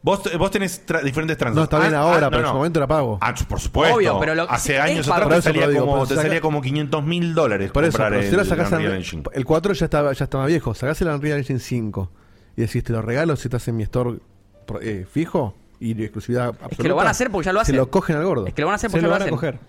[SPEAKER 2] Vos, vos tenés tra- diferentes tranzas.
[SPEAKER 3] No, está bien
[SPEAKER 2] Ah,
[SPEAKER 3] ahora, pero
[SPEAKER 2] ah, no,
[SPEAKER 3] en su
[SPEAKER 2] no.
[SPEAKER 3] momento la pago.
[SPEAKER 2] Ah, por supuesto.
[SPEAKER 4] Obvio, pero lo-
[SPEAKER 2] Hace
[SPEAKER 4] es
[SPEAKER 2] años
[SPEAKER 4] para-
[SPEAKER 2] atrás
[SPEAKER 3] Por
[SPEAKER 2] te
[SPEAKER 3] eso
[SPEAKER 2] salía,
[SPEAKER 3] lo digo,
[SPEAKER 2] como,
[SPEAKER 3] pero
[SPEAKER 2] te
[SPEAKER 3] saca-
[SPEAKER 2] salía como 500 mil dólares
[SPEAKER 3] Por eso,
[SPEAKER 2] comprar
[SPEAKER 3] pero si lo
[SPEAKER 2] el
[SPEAKER 3] sacás en-
[SPEAKER 2] Unreal Engine.
[SPEAKER 3] el 4 ya estaba, ya estaba viejo, sacás el Unreal Engine 5 y decís, te lo regalo si estás en mi store pro- eh, fijo y de exclusividad absoluta.
[SPEAKER 4] Es que lo van a hacer porque ya lo hacen.
[SPEAKER 3] Se lo cogen al gordo.
[SPEAKER 4] Es que lo van a hacer porque ya lo, hacen.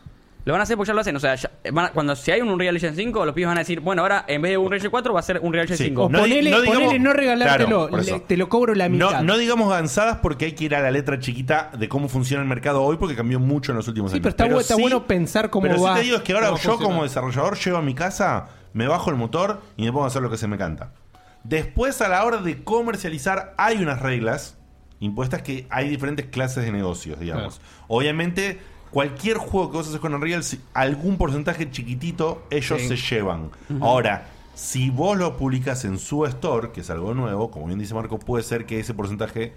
[SPEAKER 4] Lo van a hacer porque ya lo hacen. O sea, ya- van a- cuando si hay un Unreal Engine 5, los pibes van a decir, bueno, ahora en vez de un Unreal Engine 4 va a ser un Unreal Engine
[SPEAKER 2] Sí. O
[SPEAKER 4] 5.
[SPEAKER 2] No di-
[SPEAKER 6] Ponele,
[SPEAKER 2] no
[SPEAKER 6] ponele no,
[SPEAKER 2] digamos-
[SPEAKER 6] regalártelo,
[SPEAKER 2] Claro, por
[SPEAKER 6] le-
[SPEAKER 2] eso.
[SPEAKER 6] te lo cobro la
[SPEAKER 2] No,
[SPEAKER 6] mitad.
[SPEAKER 2] no digamos gansadas porque hay que ir a la letra chiquita de cómo funciona el mercado hoy porque cambió mucho en los últimos
[SPEAKER 6] sí,
[SPEAKER 2] años.
[SPEAKER 6] pero está, bu- está
[SPEAKER 2] sí-
[SPEAKER 6] bueno pensar cómo
[SPEAKER 2] pero
[SPEAKER 6] va.
[SPEAKER 2] sí te digo es que ahora
[SPEAKER 6] cómo va a
[SPEAKER 2] yo
[SPEAKER 6] funcionar.
[SPEAKER 2] como desarrollador llego a mi casa, me bajo el motor y me pongo a hacer lo que se me canta. Después a la hora de comercializar hay unas reglas impuestas que hay diferentes clases de negocios, digamos. Obviamente cualquier juego que vos haces con Unreal, si- algún porcentaje chiquitito ellos
[SPEAKER 3] Sí.
[SPEAKER 2] se llevan.
[SPEAKER 3] Ujú.
[SPEAKER 2] Ahora, si vos lo publicás en su store, que es algo nuevo, como bien dice Marco, puede ser que ese porcentaje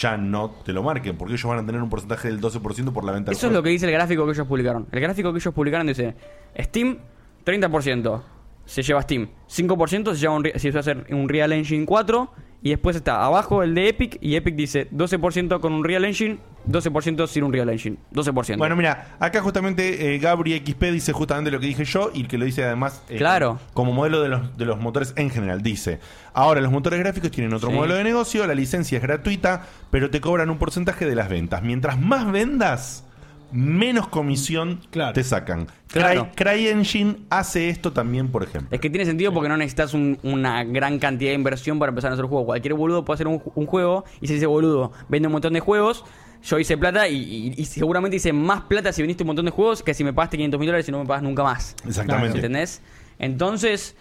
[SPEAKER 2] ya no te lo marquen, porque ellos van a tener un porcentaje del 12% por la venta del
[SPEAKER 4] Eso es
[SPEAKER 2] juego.
[SPEAKER 4] lo que dice el gráfico que ellos publicaron. El gráfico que ellos publicaron dice: Steam, 30% se lleva Steam, 5% se lleva un, re- si se hace un Real Engine 4, y después está abajo el de Epic, y Epic dice: 12% con un Real Engine, 12% sin un Real Engine. 12%.
[SPEAKER 2] Bueno, mira, acá justamente eh, Gabri XP dice justamente lo que dije yo y que lo dice además eh,
[SPEAKER 4] Claro.
[SPEAKER 2] como modelo de los, de los motores en general. Dice, ahora los motores gráficos tienen otro
[SPEAKER 4] Sí.
[SPEAKER 2] modelo de negocio, la licencia es gratuita, pero te cobran un porcentaje de las ventas. Mientras más vendas, menos comisión te sacan.
[SPEAKER 4] Claro.
[SPEAKER 2] Cry- CryEngine hace esto también, por ejemplo.
[SPEAKER 4] Es que tiene sentido porque no necesitas un- una gran cantidad de inversión para empezar a hacer juego. Cualquier boludo puede hacer un, un juego y se dice boludo, vende un montón de juegos. Yo hice plata y, y- y seguramente hice más plata si viniste un montón de juegos que si me pagaste 500 mil dólares y no me pagas nunca más.
[SPEAKER 2] Exactamente.
[SPEAKER 4] ¿Entendés? Entonces,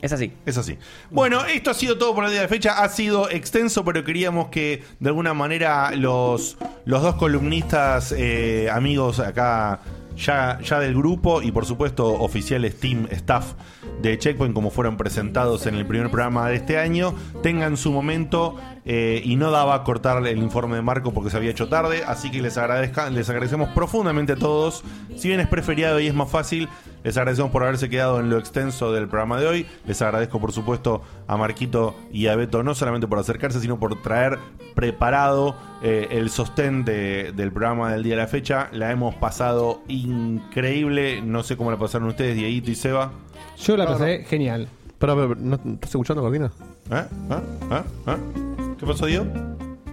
[SPEAKER 4] es así.
[SPEAKER 2] Es así. Bueno, esto ha sido todo por el día de fecha. Ha sido extenso, pero queríamos que de alguna manera los, los dos columnistas, eh, amigos acá ya, ya del grupo y por supuesto oficiales team staff de Checkpoint, como fueron presentados en el primer programa de este año, tengan su momento eh, y no daba a cortar el informe de Marco porque se había hecho tarde. Así que les, agradezca, les agradecemos profundamente a todos. Si bien es preferiado y es más fácil, les agradecemos por haberse quedado en lo extenso del programa de hoy. Les agradezco, por supuesto, a Marquito y a Beto, no solamente por acercarse, sino por traer preparado eh, el sostén de- del programa del día de la fecha. La hemos pasado increíble. No sé cómo la pasaron ustedes, Dieguito y Seba.
[SPEAKER 6] Yo la pasé genial.
[SPEAKER 3] Pará, pará, pará, ¿no estás escuchando, Cortina?
[SPEAKER 2] ¿Eh? ¿Eh? ¿Eh? ¿Eh? ¿Qué pasó, Diego? ¿Eh?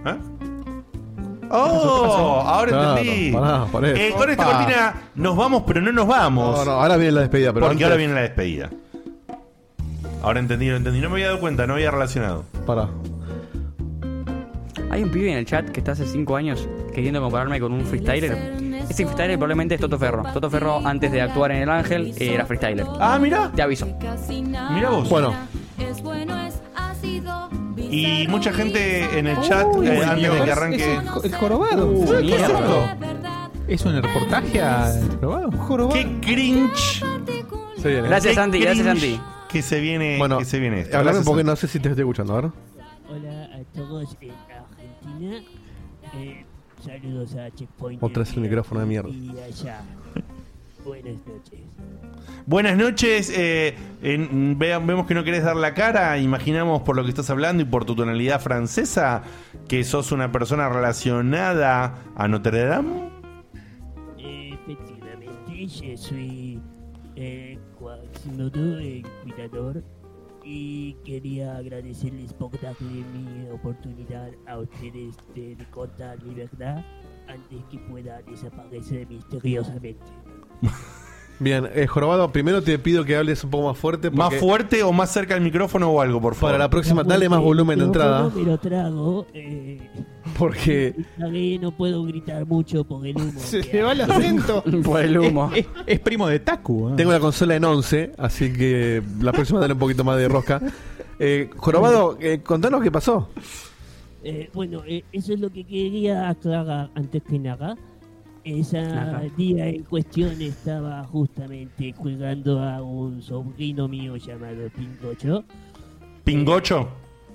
[SPEAKER 3] pasó? ¿Qué pasó?
[SPEAKER 2] ¡Oh! Ahora
[SPEAKER 3] Claro,
[SPEAKER 2] entendí.
[SPEAKER 3] pará, pará.
[SPEAKER 2] Eh, con esta
[SPEAKER 3] Opa.
[SPEAKER 2] cortina nos vamos, pero no nos vamos.
[SPEAKER 3] No, no, ahora viene la despedida, Ah, pero
[SPEAKER 2] Porque
[SPEAKER 3] antes-
[SPEAKER 2] ahora viene la despedida. Ahora entendí, lo entendí. No me había dado cuenta, no había relacionado.
[SPEAKER 3] Pará.
[SPEAKER 4] Hay un pibe en el chat que está hace 5 años queriendo compararme con un freestyler. Ese freestyler probablemente es Toto Ferro. Toto Ferro, antes de actuar en El Ángel, era freestyler.
[SPEAKER 2] Ah, mira.
[SPEAKER 4] Te aviso.
[SPEAKER 2] Mira vos.
[SPEAKER 4] Bueno.
[SPEAKER 1] Es bueno, es ácido.
[SPEAKER 2] Y mucha gente en el chat,
[SPEAKER 8] Uy,
[SPEAKER 2] eh, antes de
[SPEAKER 8] Dios.
[SPEAKER 2] que arranque.
[SPEAKER 8] Es
[SPEAKER 6] El jorobado.
[SPEAKER 8] Uh,
[SPEAKER 2] ¿Qué es
[SPEAKER 8] mierda.
[SPEAKER 2] esto?
[SPEAKER 8] ¿Es un reportaje al probado?
[SPEAKER 2] ¡Qué cringe!
[SPEAKER 4] Gracias,
[SPEAKER 2] Qué
[SPEAKER 4] Santi, gracias,
[SPEAKER 2] cringe
[SPEAKER 4] Santi.
[SPEAKER 2] Que se viene, que se viene esto.
[SPEAKER 3] Hablame
[SPEAKER 2] Gracias,
[SPEAKER 3] porque
[SPEAKER 2] Santi.
[SPEAKER 3] no sé si te estoy escuchando, a ver.
[SPEAKER 5] Hola a todos en Argentina. Eh, saludos a Checkpoint.
[SPEAKER 3] Otra vez el micrófono de mierda.
[SPEAKER 5] Y allá. Buenas noches.
[SPEAKER 2] Buenas noches. eh, en- vean- vemos que no querés dar la cara. Imaginamos por lo que estás hablando y por tu tonalidad francesa que sos una persona relacionada a Notre Dame.
[SPEAKER 5] Efectivamente, yo soy eh, Quasimodo, el cuidador, y quería agradecerles por darle mi oportunidad a ustedes de, de contar mi verdad antes que pueda desaparecer misteriosamente.
[SPEAKER 3] Bien, eh, Jorobado, primero te pido que hables un poco más fuerte.
[SPEAKER 2] ¿Más
[SPEAKER 3] porque-
[SPEAKER 2] fuerte o más cerca del micrófono o algo, por favor?
[SPEAKER 3] Para la próxima, dale más volumen de entrada.
[SPEAKER 5] Me lo trago, eh,
[SPEAKER 3] Porque.
[SPEAKER 5] estaré- no puedo gritar mucho por el humo.
[SPEAKER 6] Se le va el acento.
[SPEAKER 4] Por el humo.
[SPEAKER 8] Es, es primo de Taku. ¿eh? ¿no?
[SPEAKER 3] Tengo la consola en 11, así que la próxima dale un poquito más de rosca. Eh, Jorobado, eh, contanos qué pasó.
[SPEAKER 5] Eh, bueno, eh, eso es lo que quería aclarar antes que nada. Ese Ajá. día en cuestión estaba justamente cuidando a un sobrino mío llamado Pingocho.
[SPEAKER 2] ¿Pingocho?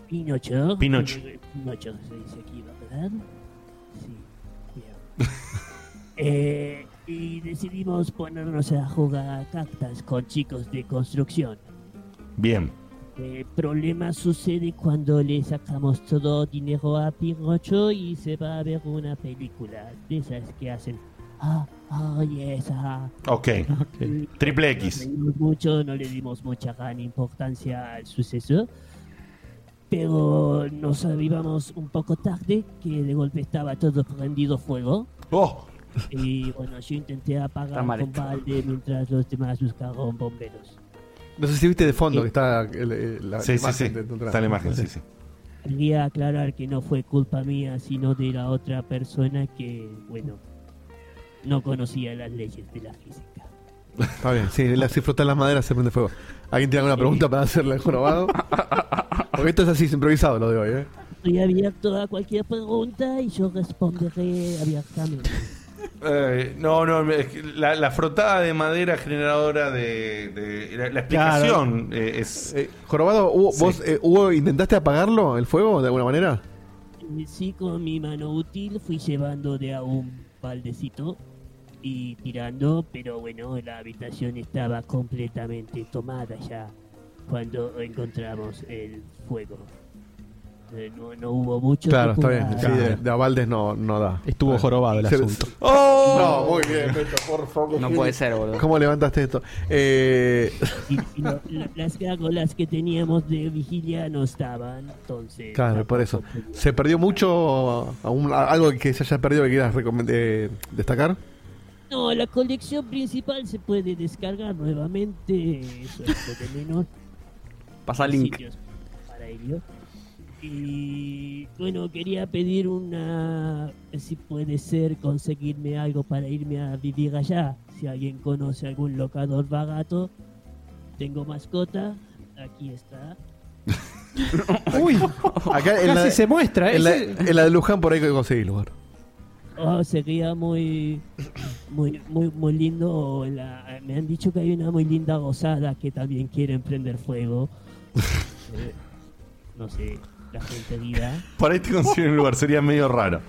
[SPEAKER 5] Pinocho.
[SPEAKER 2] Pinocho.
[SPEAKER 5] Pinocho se dice aquí, ¿verdad? Sí. Bien. Eh, y decidimos ponernos a jugar a cartas con chicos de construcción.
[SPEAKER 2] Bien.
[SPEAKER 5] El problema sucede cuando le sacamos todo dinero a Pinocho y se va a ver una película de esas que hacen. Ah, oh yes, ah.
[SPEAKER 2] Ok. Triple X.
[SPEAKER 5] Reímos mucho, no le dimos mucha gran importancia al suceso. Pero nos avivamos un poco tarde, que de golpe estaba todo prendido fuego.
[SPEAKER 3] Oh.
[SPEAKER 5] Y bueno, yo intenté apagar
[SPEAKER 3] Está mal
[SPEAKER 5] con
[SPEAKER 3] esto.
[SPEAKER 5] balde mientras los demás buscaban bomberos. Eh,
[SPEAKER 3] No sé si viste de fondo que está el- el- la
[SPEAKER 2] Sí, sí,
[SPEAKER 3] imagen
[SPEAKER 2] sí.
[SPEAKER 3] de- de- de-
[SPEAKER 2] Está la imagen, sí, sí.
[SPEAKER 5] Quería aclarar que no fue culpa mía, sino de la otra persona que, bueno, no conocía las leyes de la física.
[SPEAKER 3] Está bien, sí, la, si frotan las maderas se prende fuego. ¿Alguien tiene alguna pregunta para hacerle al jorobado? Porque esto es así, es improvisado lo de hoy, ¿eh?
[SPEAKER 5] Estoy abierto a cualquier pregunta y yo responderé abiertamente.
[SPEAKER 2] Eh, no, no, es que la, la frotada de madera generadora de. de- la, la explicación eh, es.
[SPEAKER 3] Jorobado, ¿hubo,
[SPEAKER 2] Sí.
[SPEAKER 3] vos, eh, hubo- intentaste apagarlo, el fuego, de alguna manera?
[SPEAKER 5] Y Sí, con mi mano útil fui llevando de a un baldecito y tirando, pero bueno, la habitación estaba completamente tomada ya cuando encontramos el fuego. eh, no, no hubo mucho.
[SPEAKER 3] Claro,
[SPEAKER 5] tipo,
[SPEAKER 3] está bien.
[SPEAKER 5] nada.
[SPEAKER 3] Sí, de, de a Valdés no, no da.
[SPEAKER 8] Estuvo jorobado el asunto.
[SPEAKER 3] ¡Oh! No, muy bien, Beto, por favor.
[SPEAKER 5] No puede ser, boludo.
[SPEAKER 3] ¿Cómo levantaste esto? Eh...
[SPEAKER 5] Y no, la- las gárgolas que teníamos de vigilia no estaban, entonces.
[SPEAKER 3] Claro, por eso. ¿Se perdió mucho? ¿Algún- ¿Algo que se haya perdido que quieras recomend- eh, destacar?
[SPEAKER 5] No, la colección principal se puede descargar nuevamente. Eso es lo de menos.
[SPEAKER 4] Pasa
[SPEAKER 5] Hay
[SPEAKER 4] link.
[SPEAKER 5] sitios Para ello. Y bueno, quería pedir una. eh, Si puede ser, conseguirme algo para irme a vivir allá. Si alguien conoce algún locador barato, tengo mascota. Aquí está.
[SPEAKER 3] Uy,
[SPEAKER 5] Casi se muestra,
[SPEAKER 3] En la,
[SPEAKER 5] ese-
[SPEAKER 3] en la de Luján por ahí que conseguí lugar.
[SPEAKER 5] Oh, sería muy, muy, muy, muy lindo. la- me han dicho que hay una muy linda gozada que también quiere prender fuego. Eh, no sé, la gente dirá.
[SPEAKER 2] Por ahí te consiguen un lugar, sería medio raro.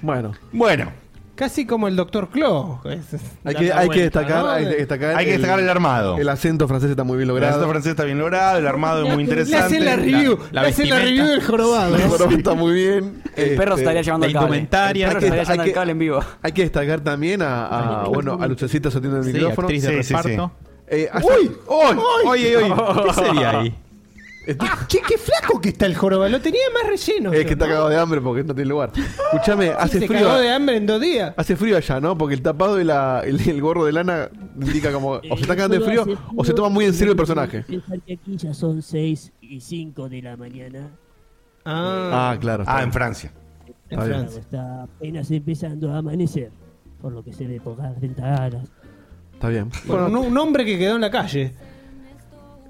[SPEAKER 3] Bueno.
[SPEAKER 2] Bueno.
[SPEAKER 6] Casi como el Doctor Clo.
[SPEAKER 3] Hay que, hay que destacar, hay que destacar,
[SPEAKER 2] Hay que destacar el armado.
[SPEAKER 3] El acento francés está muy bien
[SPEAKER 2] El
[SPEAKER 3] logrado.
[SPEAKER 2] acento francés está bien logrado, el armado es muy interesante.
[SPEAKER 3] hacen la review, le hacen la
[SPEAKER 2] vestimenta.
[SPEAKER 3] review del jorobado. El jorobado está muy bien.
[SPEAKER 4] El perro estaría llevando
[SPEAKER 3] la
[SPEAKER 4] el cable.
[SPEAKER 3] indumentaria.
[SPEAKER 4] El perro
[SPEAKER 3] Hay que-
[SPEAKER 4] estaría llevando
[SPEAKER 3] hay
[SPEAKER 4] el cable en vivo.
[SPEAKER 3] Hay que destacar también a, a- bueno, a Lucecita sosteniendo el
[SPEAKER 8] Sí,
[SPEAKER 3] micrófono.
[SPEAKER 8] actriz de Sí, sí, reparto.
[SPEAKER 3] Eh, hasta- ¡Uy!
[SPEAKER 8] ¡Oye, oye! ¿Qué sería ahí?
[SPEAKER 3] Este- Ah,
[SPEAKER 6] Che, qué flaco que está el jorobado. Lo tenía más relleno.
[SPEAKER 3] Es
[SPEAKER 6] yo,
[SPEAKER 3] que está
[SPEAKER 6] ¿no?
[SPEAKER 3] cagado de hambre porque no tiene lugar. Escúchame, hace
[SPEAKER 6] se
[SPEAKER 3] frío.
[SPEAKER 6] cagó de hambre en dos días.
[SPEAKER 3] Hace frío allá, ¿no? Porque el tapado y la, el, el gorro de lana indica como o se está cagando de frío o se toma muy en serio el personaje.
[SPEAKER 5] Pensar que aquí ya son 6 y 5 de la mañana.
[SPEAKER 3] Ah, claro.
[SPEAKER 2] Ah, en Francia.
[SPEAKER 5] El
[SPEAKER 2] Está bien.
[SPEAKER 5] Franco está apenas empezando a amanecer, por lo que se ve por las ventanas.
[SPEAKER 3] Está bien.
[SPEAKER 6] Bueno, un, un hombre que quedó en la calle.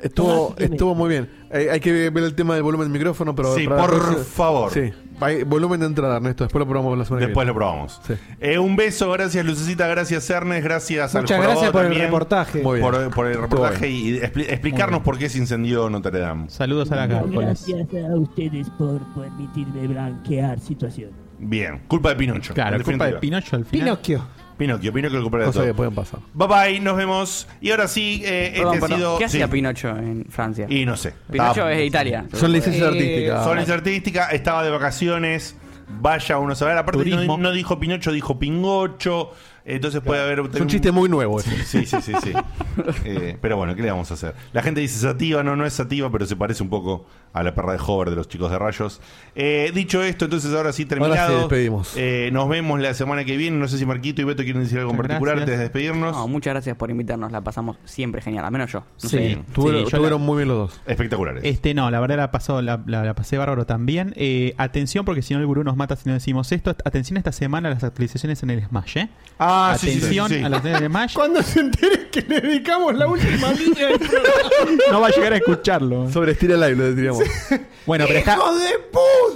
[SPEAKER 3] Estuvo, estuvo muy bien. Eh, hay que ver el tema del volumen del micrófono, pero.
[SPEAKER 2] Sí,
[SPEAKER 3] para-
[SPEAKER 2] por favor.
[SPEAKER 3] Sí. Hay volumen de entrada, Ernesto. Después lo probamos la semana
[SPEAKER 2] Después
[SPEAKER 3] que
[SPEAKER 2] lo probamos. Eh, un beso, gracias Lucecita, gracias Ernest, gracias al
[SPEAKER 6] Muchas
[SPEAKER 2] jorobado
[SPEAKER 6] gracias por el
[SPEAKER 2] también,
[SPEAKER 6] reportaje. Muy bien.
[SPEAKER 2] Por, por el
[SPEAKER 6] Estuvo
[SPEAKER 2] reportaje
[SPEAKER 6] bien.
[SPEAKER 2] y expli- explicarnos por qué se incendió Notre Dame.
[SPEAKER 8] Saludos
[SPEAKER 5] Gracias a ustedes por permitirme blanquear situación.
[SPEAKER 2] Bien, culpa de Pinocho.
[SPEAKER 8] Claro,
[SPEAKER 2] en
[SPEAKER 8] culpa de
[SPEAKER 2] definitiva.
[SPEAKER 8] Pinocho al final.
[SPEAKER 6] Pinocchio.
[SPEAKER 2] Pinocchio, Pinocchio, culpa de
[SPEAKER 3] Cosas
[SPEAKER 2] todo.
[SPEAKER 3] que pueden pasar.
[SPEAKER 2] Bye bye, nos vemos. Y ahora sí, eh,
[SPEAKER 4] Perdón,
[SPEAKER 2] este ha
[SPEAKER 4] perdón.
[SPEAKER 2] sido.
[SPEAKER 4] ¿Qué hacía
[SPEAKER 2] sí.
[SPEAKER 4] Pinocho en Francia?
[SPEAKER 2] Y no sé.
[SPEAKER 4] Pinocho
[SPEAKER 2] Estaba-
[SPEAKER 4] es de Italia.
[SPEAKER 2] Eh, Son licencias artísticas, estaba de vacaciones. Vaya uno a saber. Aparte, no, no dijo Pinocho, dijo Pingocho. Entonces puede haber.
[SPEAKER 3] viene. Es un chiste muy nuevo. ese.
[SPEAKER 2] Sí, sí, sí, sí. Eh, pero bueno, ¿qué le vamos a hacer? La gente dice sativa, no, no es sativa, pero se parece un poco a la perra de Hover de los chicos de rayos. Eh, dicho esto, entonces ahora sí terminado.
[SPEAKER 3] Ahora sí, despedimos.
[SPEAKER 2] Eh, nos vemos la semana que viene. No sé si Marquito y Beto quieren decir algo en particular antes de despedirnos.
[SPEAKER 4] No, muchas gracias por invitarnos, la pasamos siempre genial, al menos yo. No
[SPEAKER 8] Sí,
[SPEAKER 4] sé.
[SPEAKER 8] tuvieron- Sí, yo tuvieron la-
[SPEAKER 3] muy bien los dos.
[SPEAKER 2] Espectaculares.
[SPEAKER 8] Este, no, la verdad la, pasó, la, la- la pasé bárbaro también. Eh, atención, porque si no el gurú nos mata si no decimos esto. Atención esta semana a las actualizaciones en el Smash, ¿eh?
[SPEAKER 2] Ah, sí, sí, sí,
[SPEAKER 8] atención
[SPEAKER 2] sí.
[SPEAKER 8] a las actualizaciones en el Smash.
[SPEAKER 6] Cuando se entere que le dedicamos la última línea del programa.
[SPEAKER 8] No va a llegar a escucharlo.
[SPEAKER 3] Sobre Estira Live lo diríamos.
[SPEAKER 8] Bueno, pero está...
[SPEAKER 6] ¡Hijo de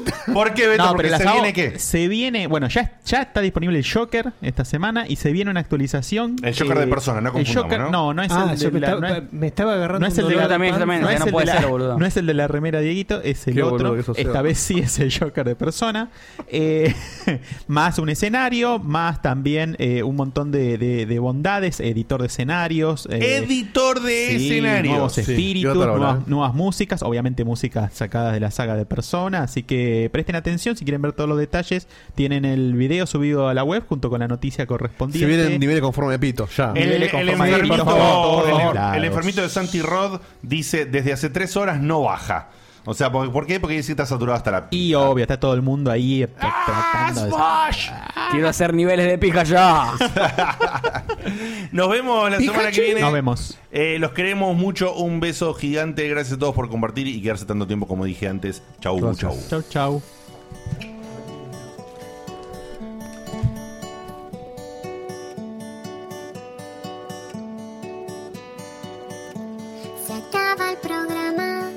[SPEAKER 6] puta!
[SPEAKER 2] ¿Por qué, Beto?
[SPEAKER 8] No,
[SPEAKER 2] Porque
[SPEAKER 8] pero
[SPEAKER 2] se
[SPEAKER 8] las
[SPEAKER 2] viene
[SPEAKER 8] hago-
[SPEAKER 2] qué?
[SPEAKER 8] Se viene, bueno, ya, ya está disponible el Joker esta semana y se viene una actualización.
[SPEAKER 2] El Joker de persona, no
[SPEAKER 8] el
[SPEAKER 2] confundamos,
[SPEAKER 8] Joker-
[SPEAKER 2] ¿no?
[SPEAKER 8] No, no es
[SPEAKER 6] Ah,
[SPEAKER 8] el
[SPEAKER 6] yo
[SPEAKER 8] de
[SPEAKER 6] me,
[SPEAKER 8] la-
[SPEAKER 6] estaba,
[SPEAKER 8] no es-
[SPEAKER 6] me estaba agarrando.
[SPEAKER 8] No es el de la
[SPEAKER 6] también,
[SPEAKER 8] no es el de la- no es el de la remera Dieguito, es el
[SPEAKER 6] Qué
[SPEAKER 8] otro.
[SPEAKER 6] boludo que sos,
[SPEAKER 8] Esta
[SPEAKER 6] Seba.
[SPEAKER 8] vez sí es el Joker de persona. Eh, más un escenario, más también eh, un montón de, de- de bondades, editor de escenarios. eh,
[SPEAKER 2] Editor de
[SPEAKER 8] sí,
[SPEAKER 2] escenario.
[SPEAKER 8] Nuevos
[SPEAKER 2] Sí.
[SPEAKER 8] espíritus,
[SPEAKER 2] Y otra hora,
[SPEAKER 3] ¿eh?
[SPEAKER 8] nuevas, nuevas músicas, obviamente músicas sacadas de la saga de persona. Así que presten atención si quieren ver todos los detalles. Tienen el video subido a la web junto con la noticia
[SPEAKER 3] Si
[SPEAKER 8] correspondiente.
[SPEAKER 3] vienen niveles conforme de pito,
[SPEAKER 8] Ah.
[SPEAKER 3] ya.
[SPEAKER 2] El, el
[SPEAKER 8] Madrid, por
[SPEAKER 2] enfermito, el-
[SPEAKER 8] favor, todos
[SPEAKER 2] el
[SPEAKER 8] lados.
[SPEAKER 2] enfermito de Santi Rod dice: desde hace tres horas no baja. O sea, ¿por, por qué? Porque dice que está saturado hasta la. ¡Ah,
[SPEAKER 8] Y obvio, está todo el mundo ahí eh, tratando de-
[SPEAKER 4] Quiero hacer niveles de pija ya.
[SPEAKER 2] Nos vemos la semana que viene.
[SPEAKER 8] Nos vemos.
[SPEAKER 2] Eh, los queremos mucho. Un beso gigante. Gracias a todos por compartir y quedarse tanto tiempo como dije antes. Chau, chau.
[SPEAKER 8] Chau, chau.
[SPEAKER 7] Se acaba el programa.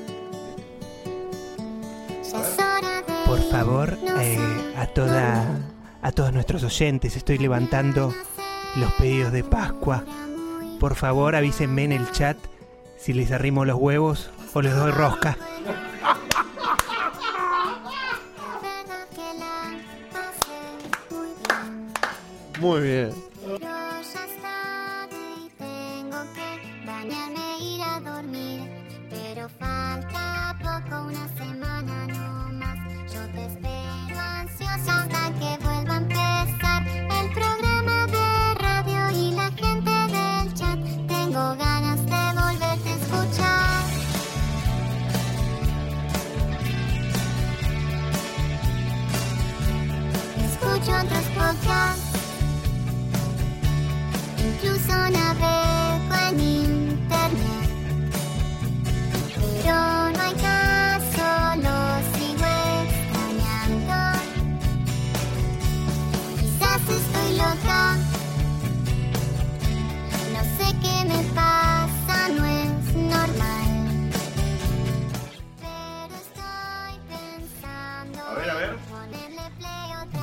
[SPEAKER 7] Ya es hora de
[SPEAKER 26] Por favor, eh, a, toda, a todos nuestros oyentes, estoy levantando los pedidos de Pascua. Por favor, avísenme en el chat si les arrimo los huevos o les doy rosca.
[SPEAKER 3] Muy bien.
[SPEAKER 7] Pero ya es tarde y tengo que bañarme e ir a dormir. Pero falta poco, una semana no más.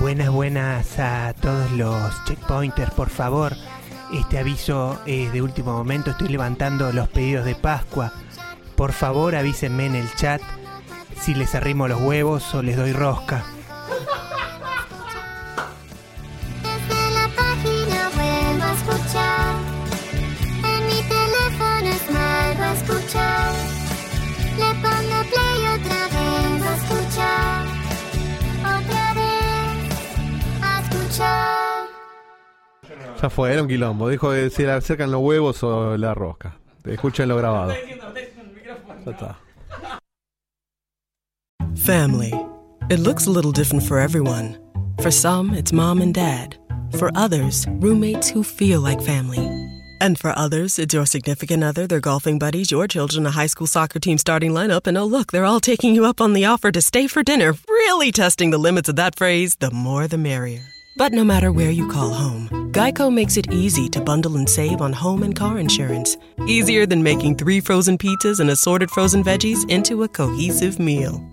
[SPEAKER 6] Buenas, buenas a todos los checkpointers, por favor. Este aviso es de último momento, estoy levantando los pedidos de Pascua. Por favor, avísenme en el chat si les arrimo los huevos o les doy rosca.
[SPEAKER 7] Desde la página vuelvo a escuchar. En mi teléfono es malo escuchar. Le pongo play otra vez a escuchar. Otra vez a escuchar.
[SPEAKER 3] Ya fue, era un quilombo. Dijo que si le acercan los huevos o la rosca. Escúchenlo grabado. Ya está.
[SPEAKER 9] Family. It looks a little different for everyone. For some, it's mom and dad. For others, roommates who feel like family. And for others, it's your significant other, their golfing buddies, your children, a high school soccer team starting lineup, and oh, look, they're all taking you up on the offer to stay for dinner. Really testing the limits of that phrase, the more the merrier. But no matter where you call home, Geico makes it easy to bundle and save on home and car insurance. Easier than making three frozen pizzas and assorted frozen veggies into a cohesive meal.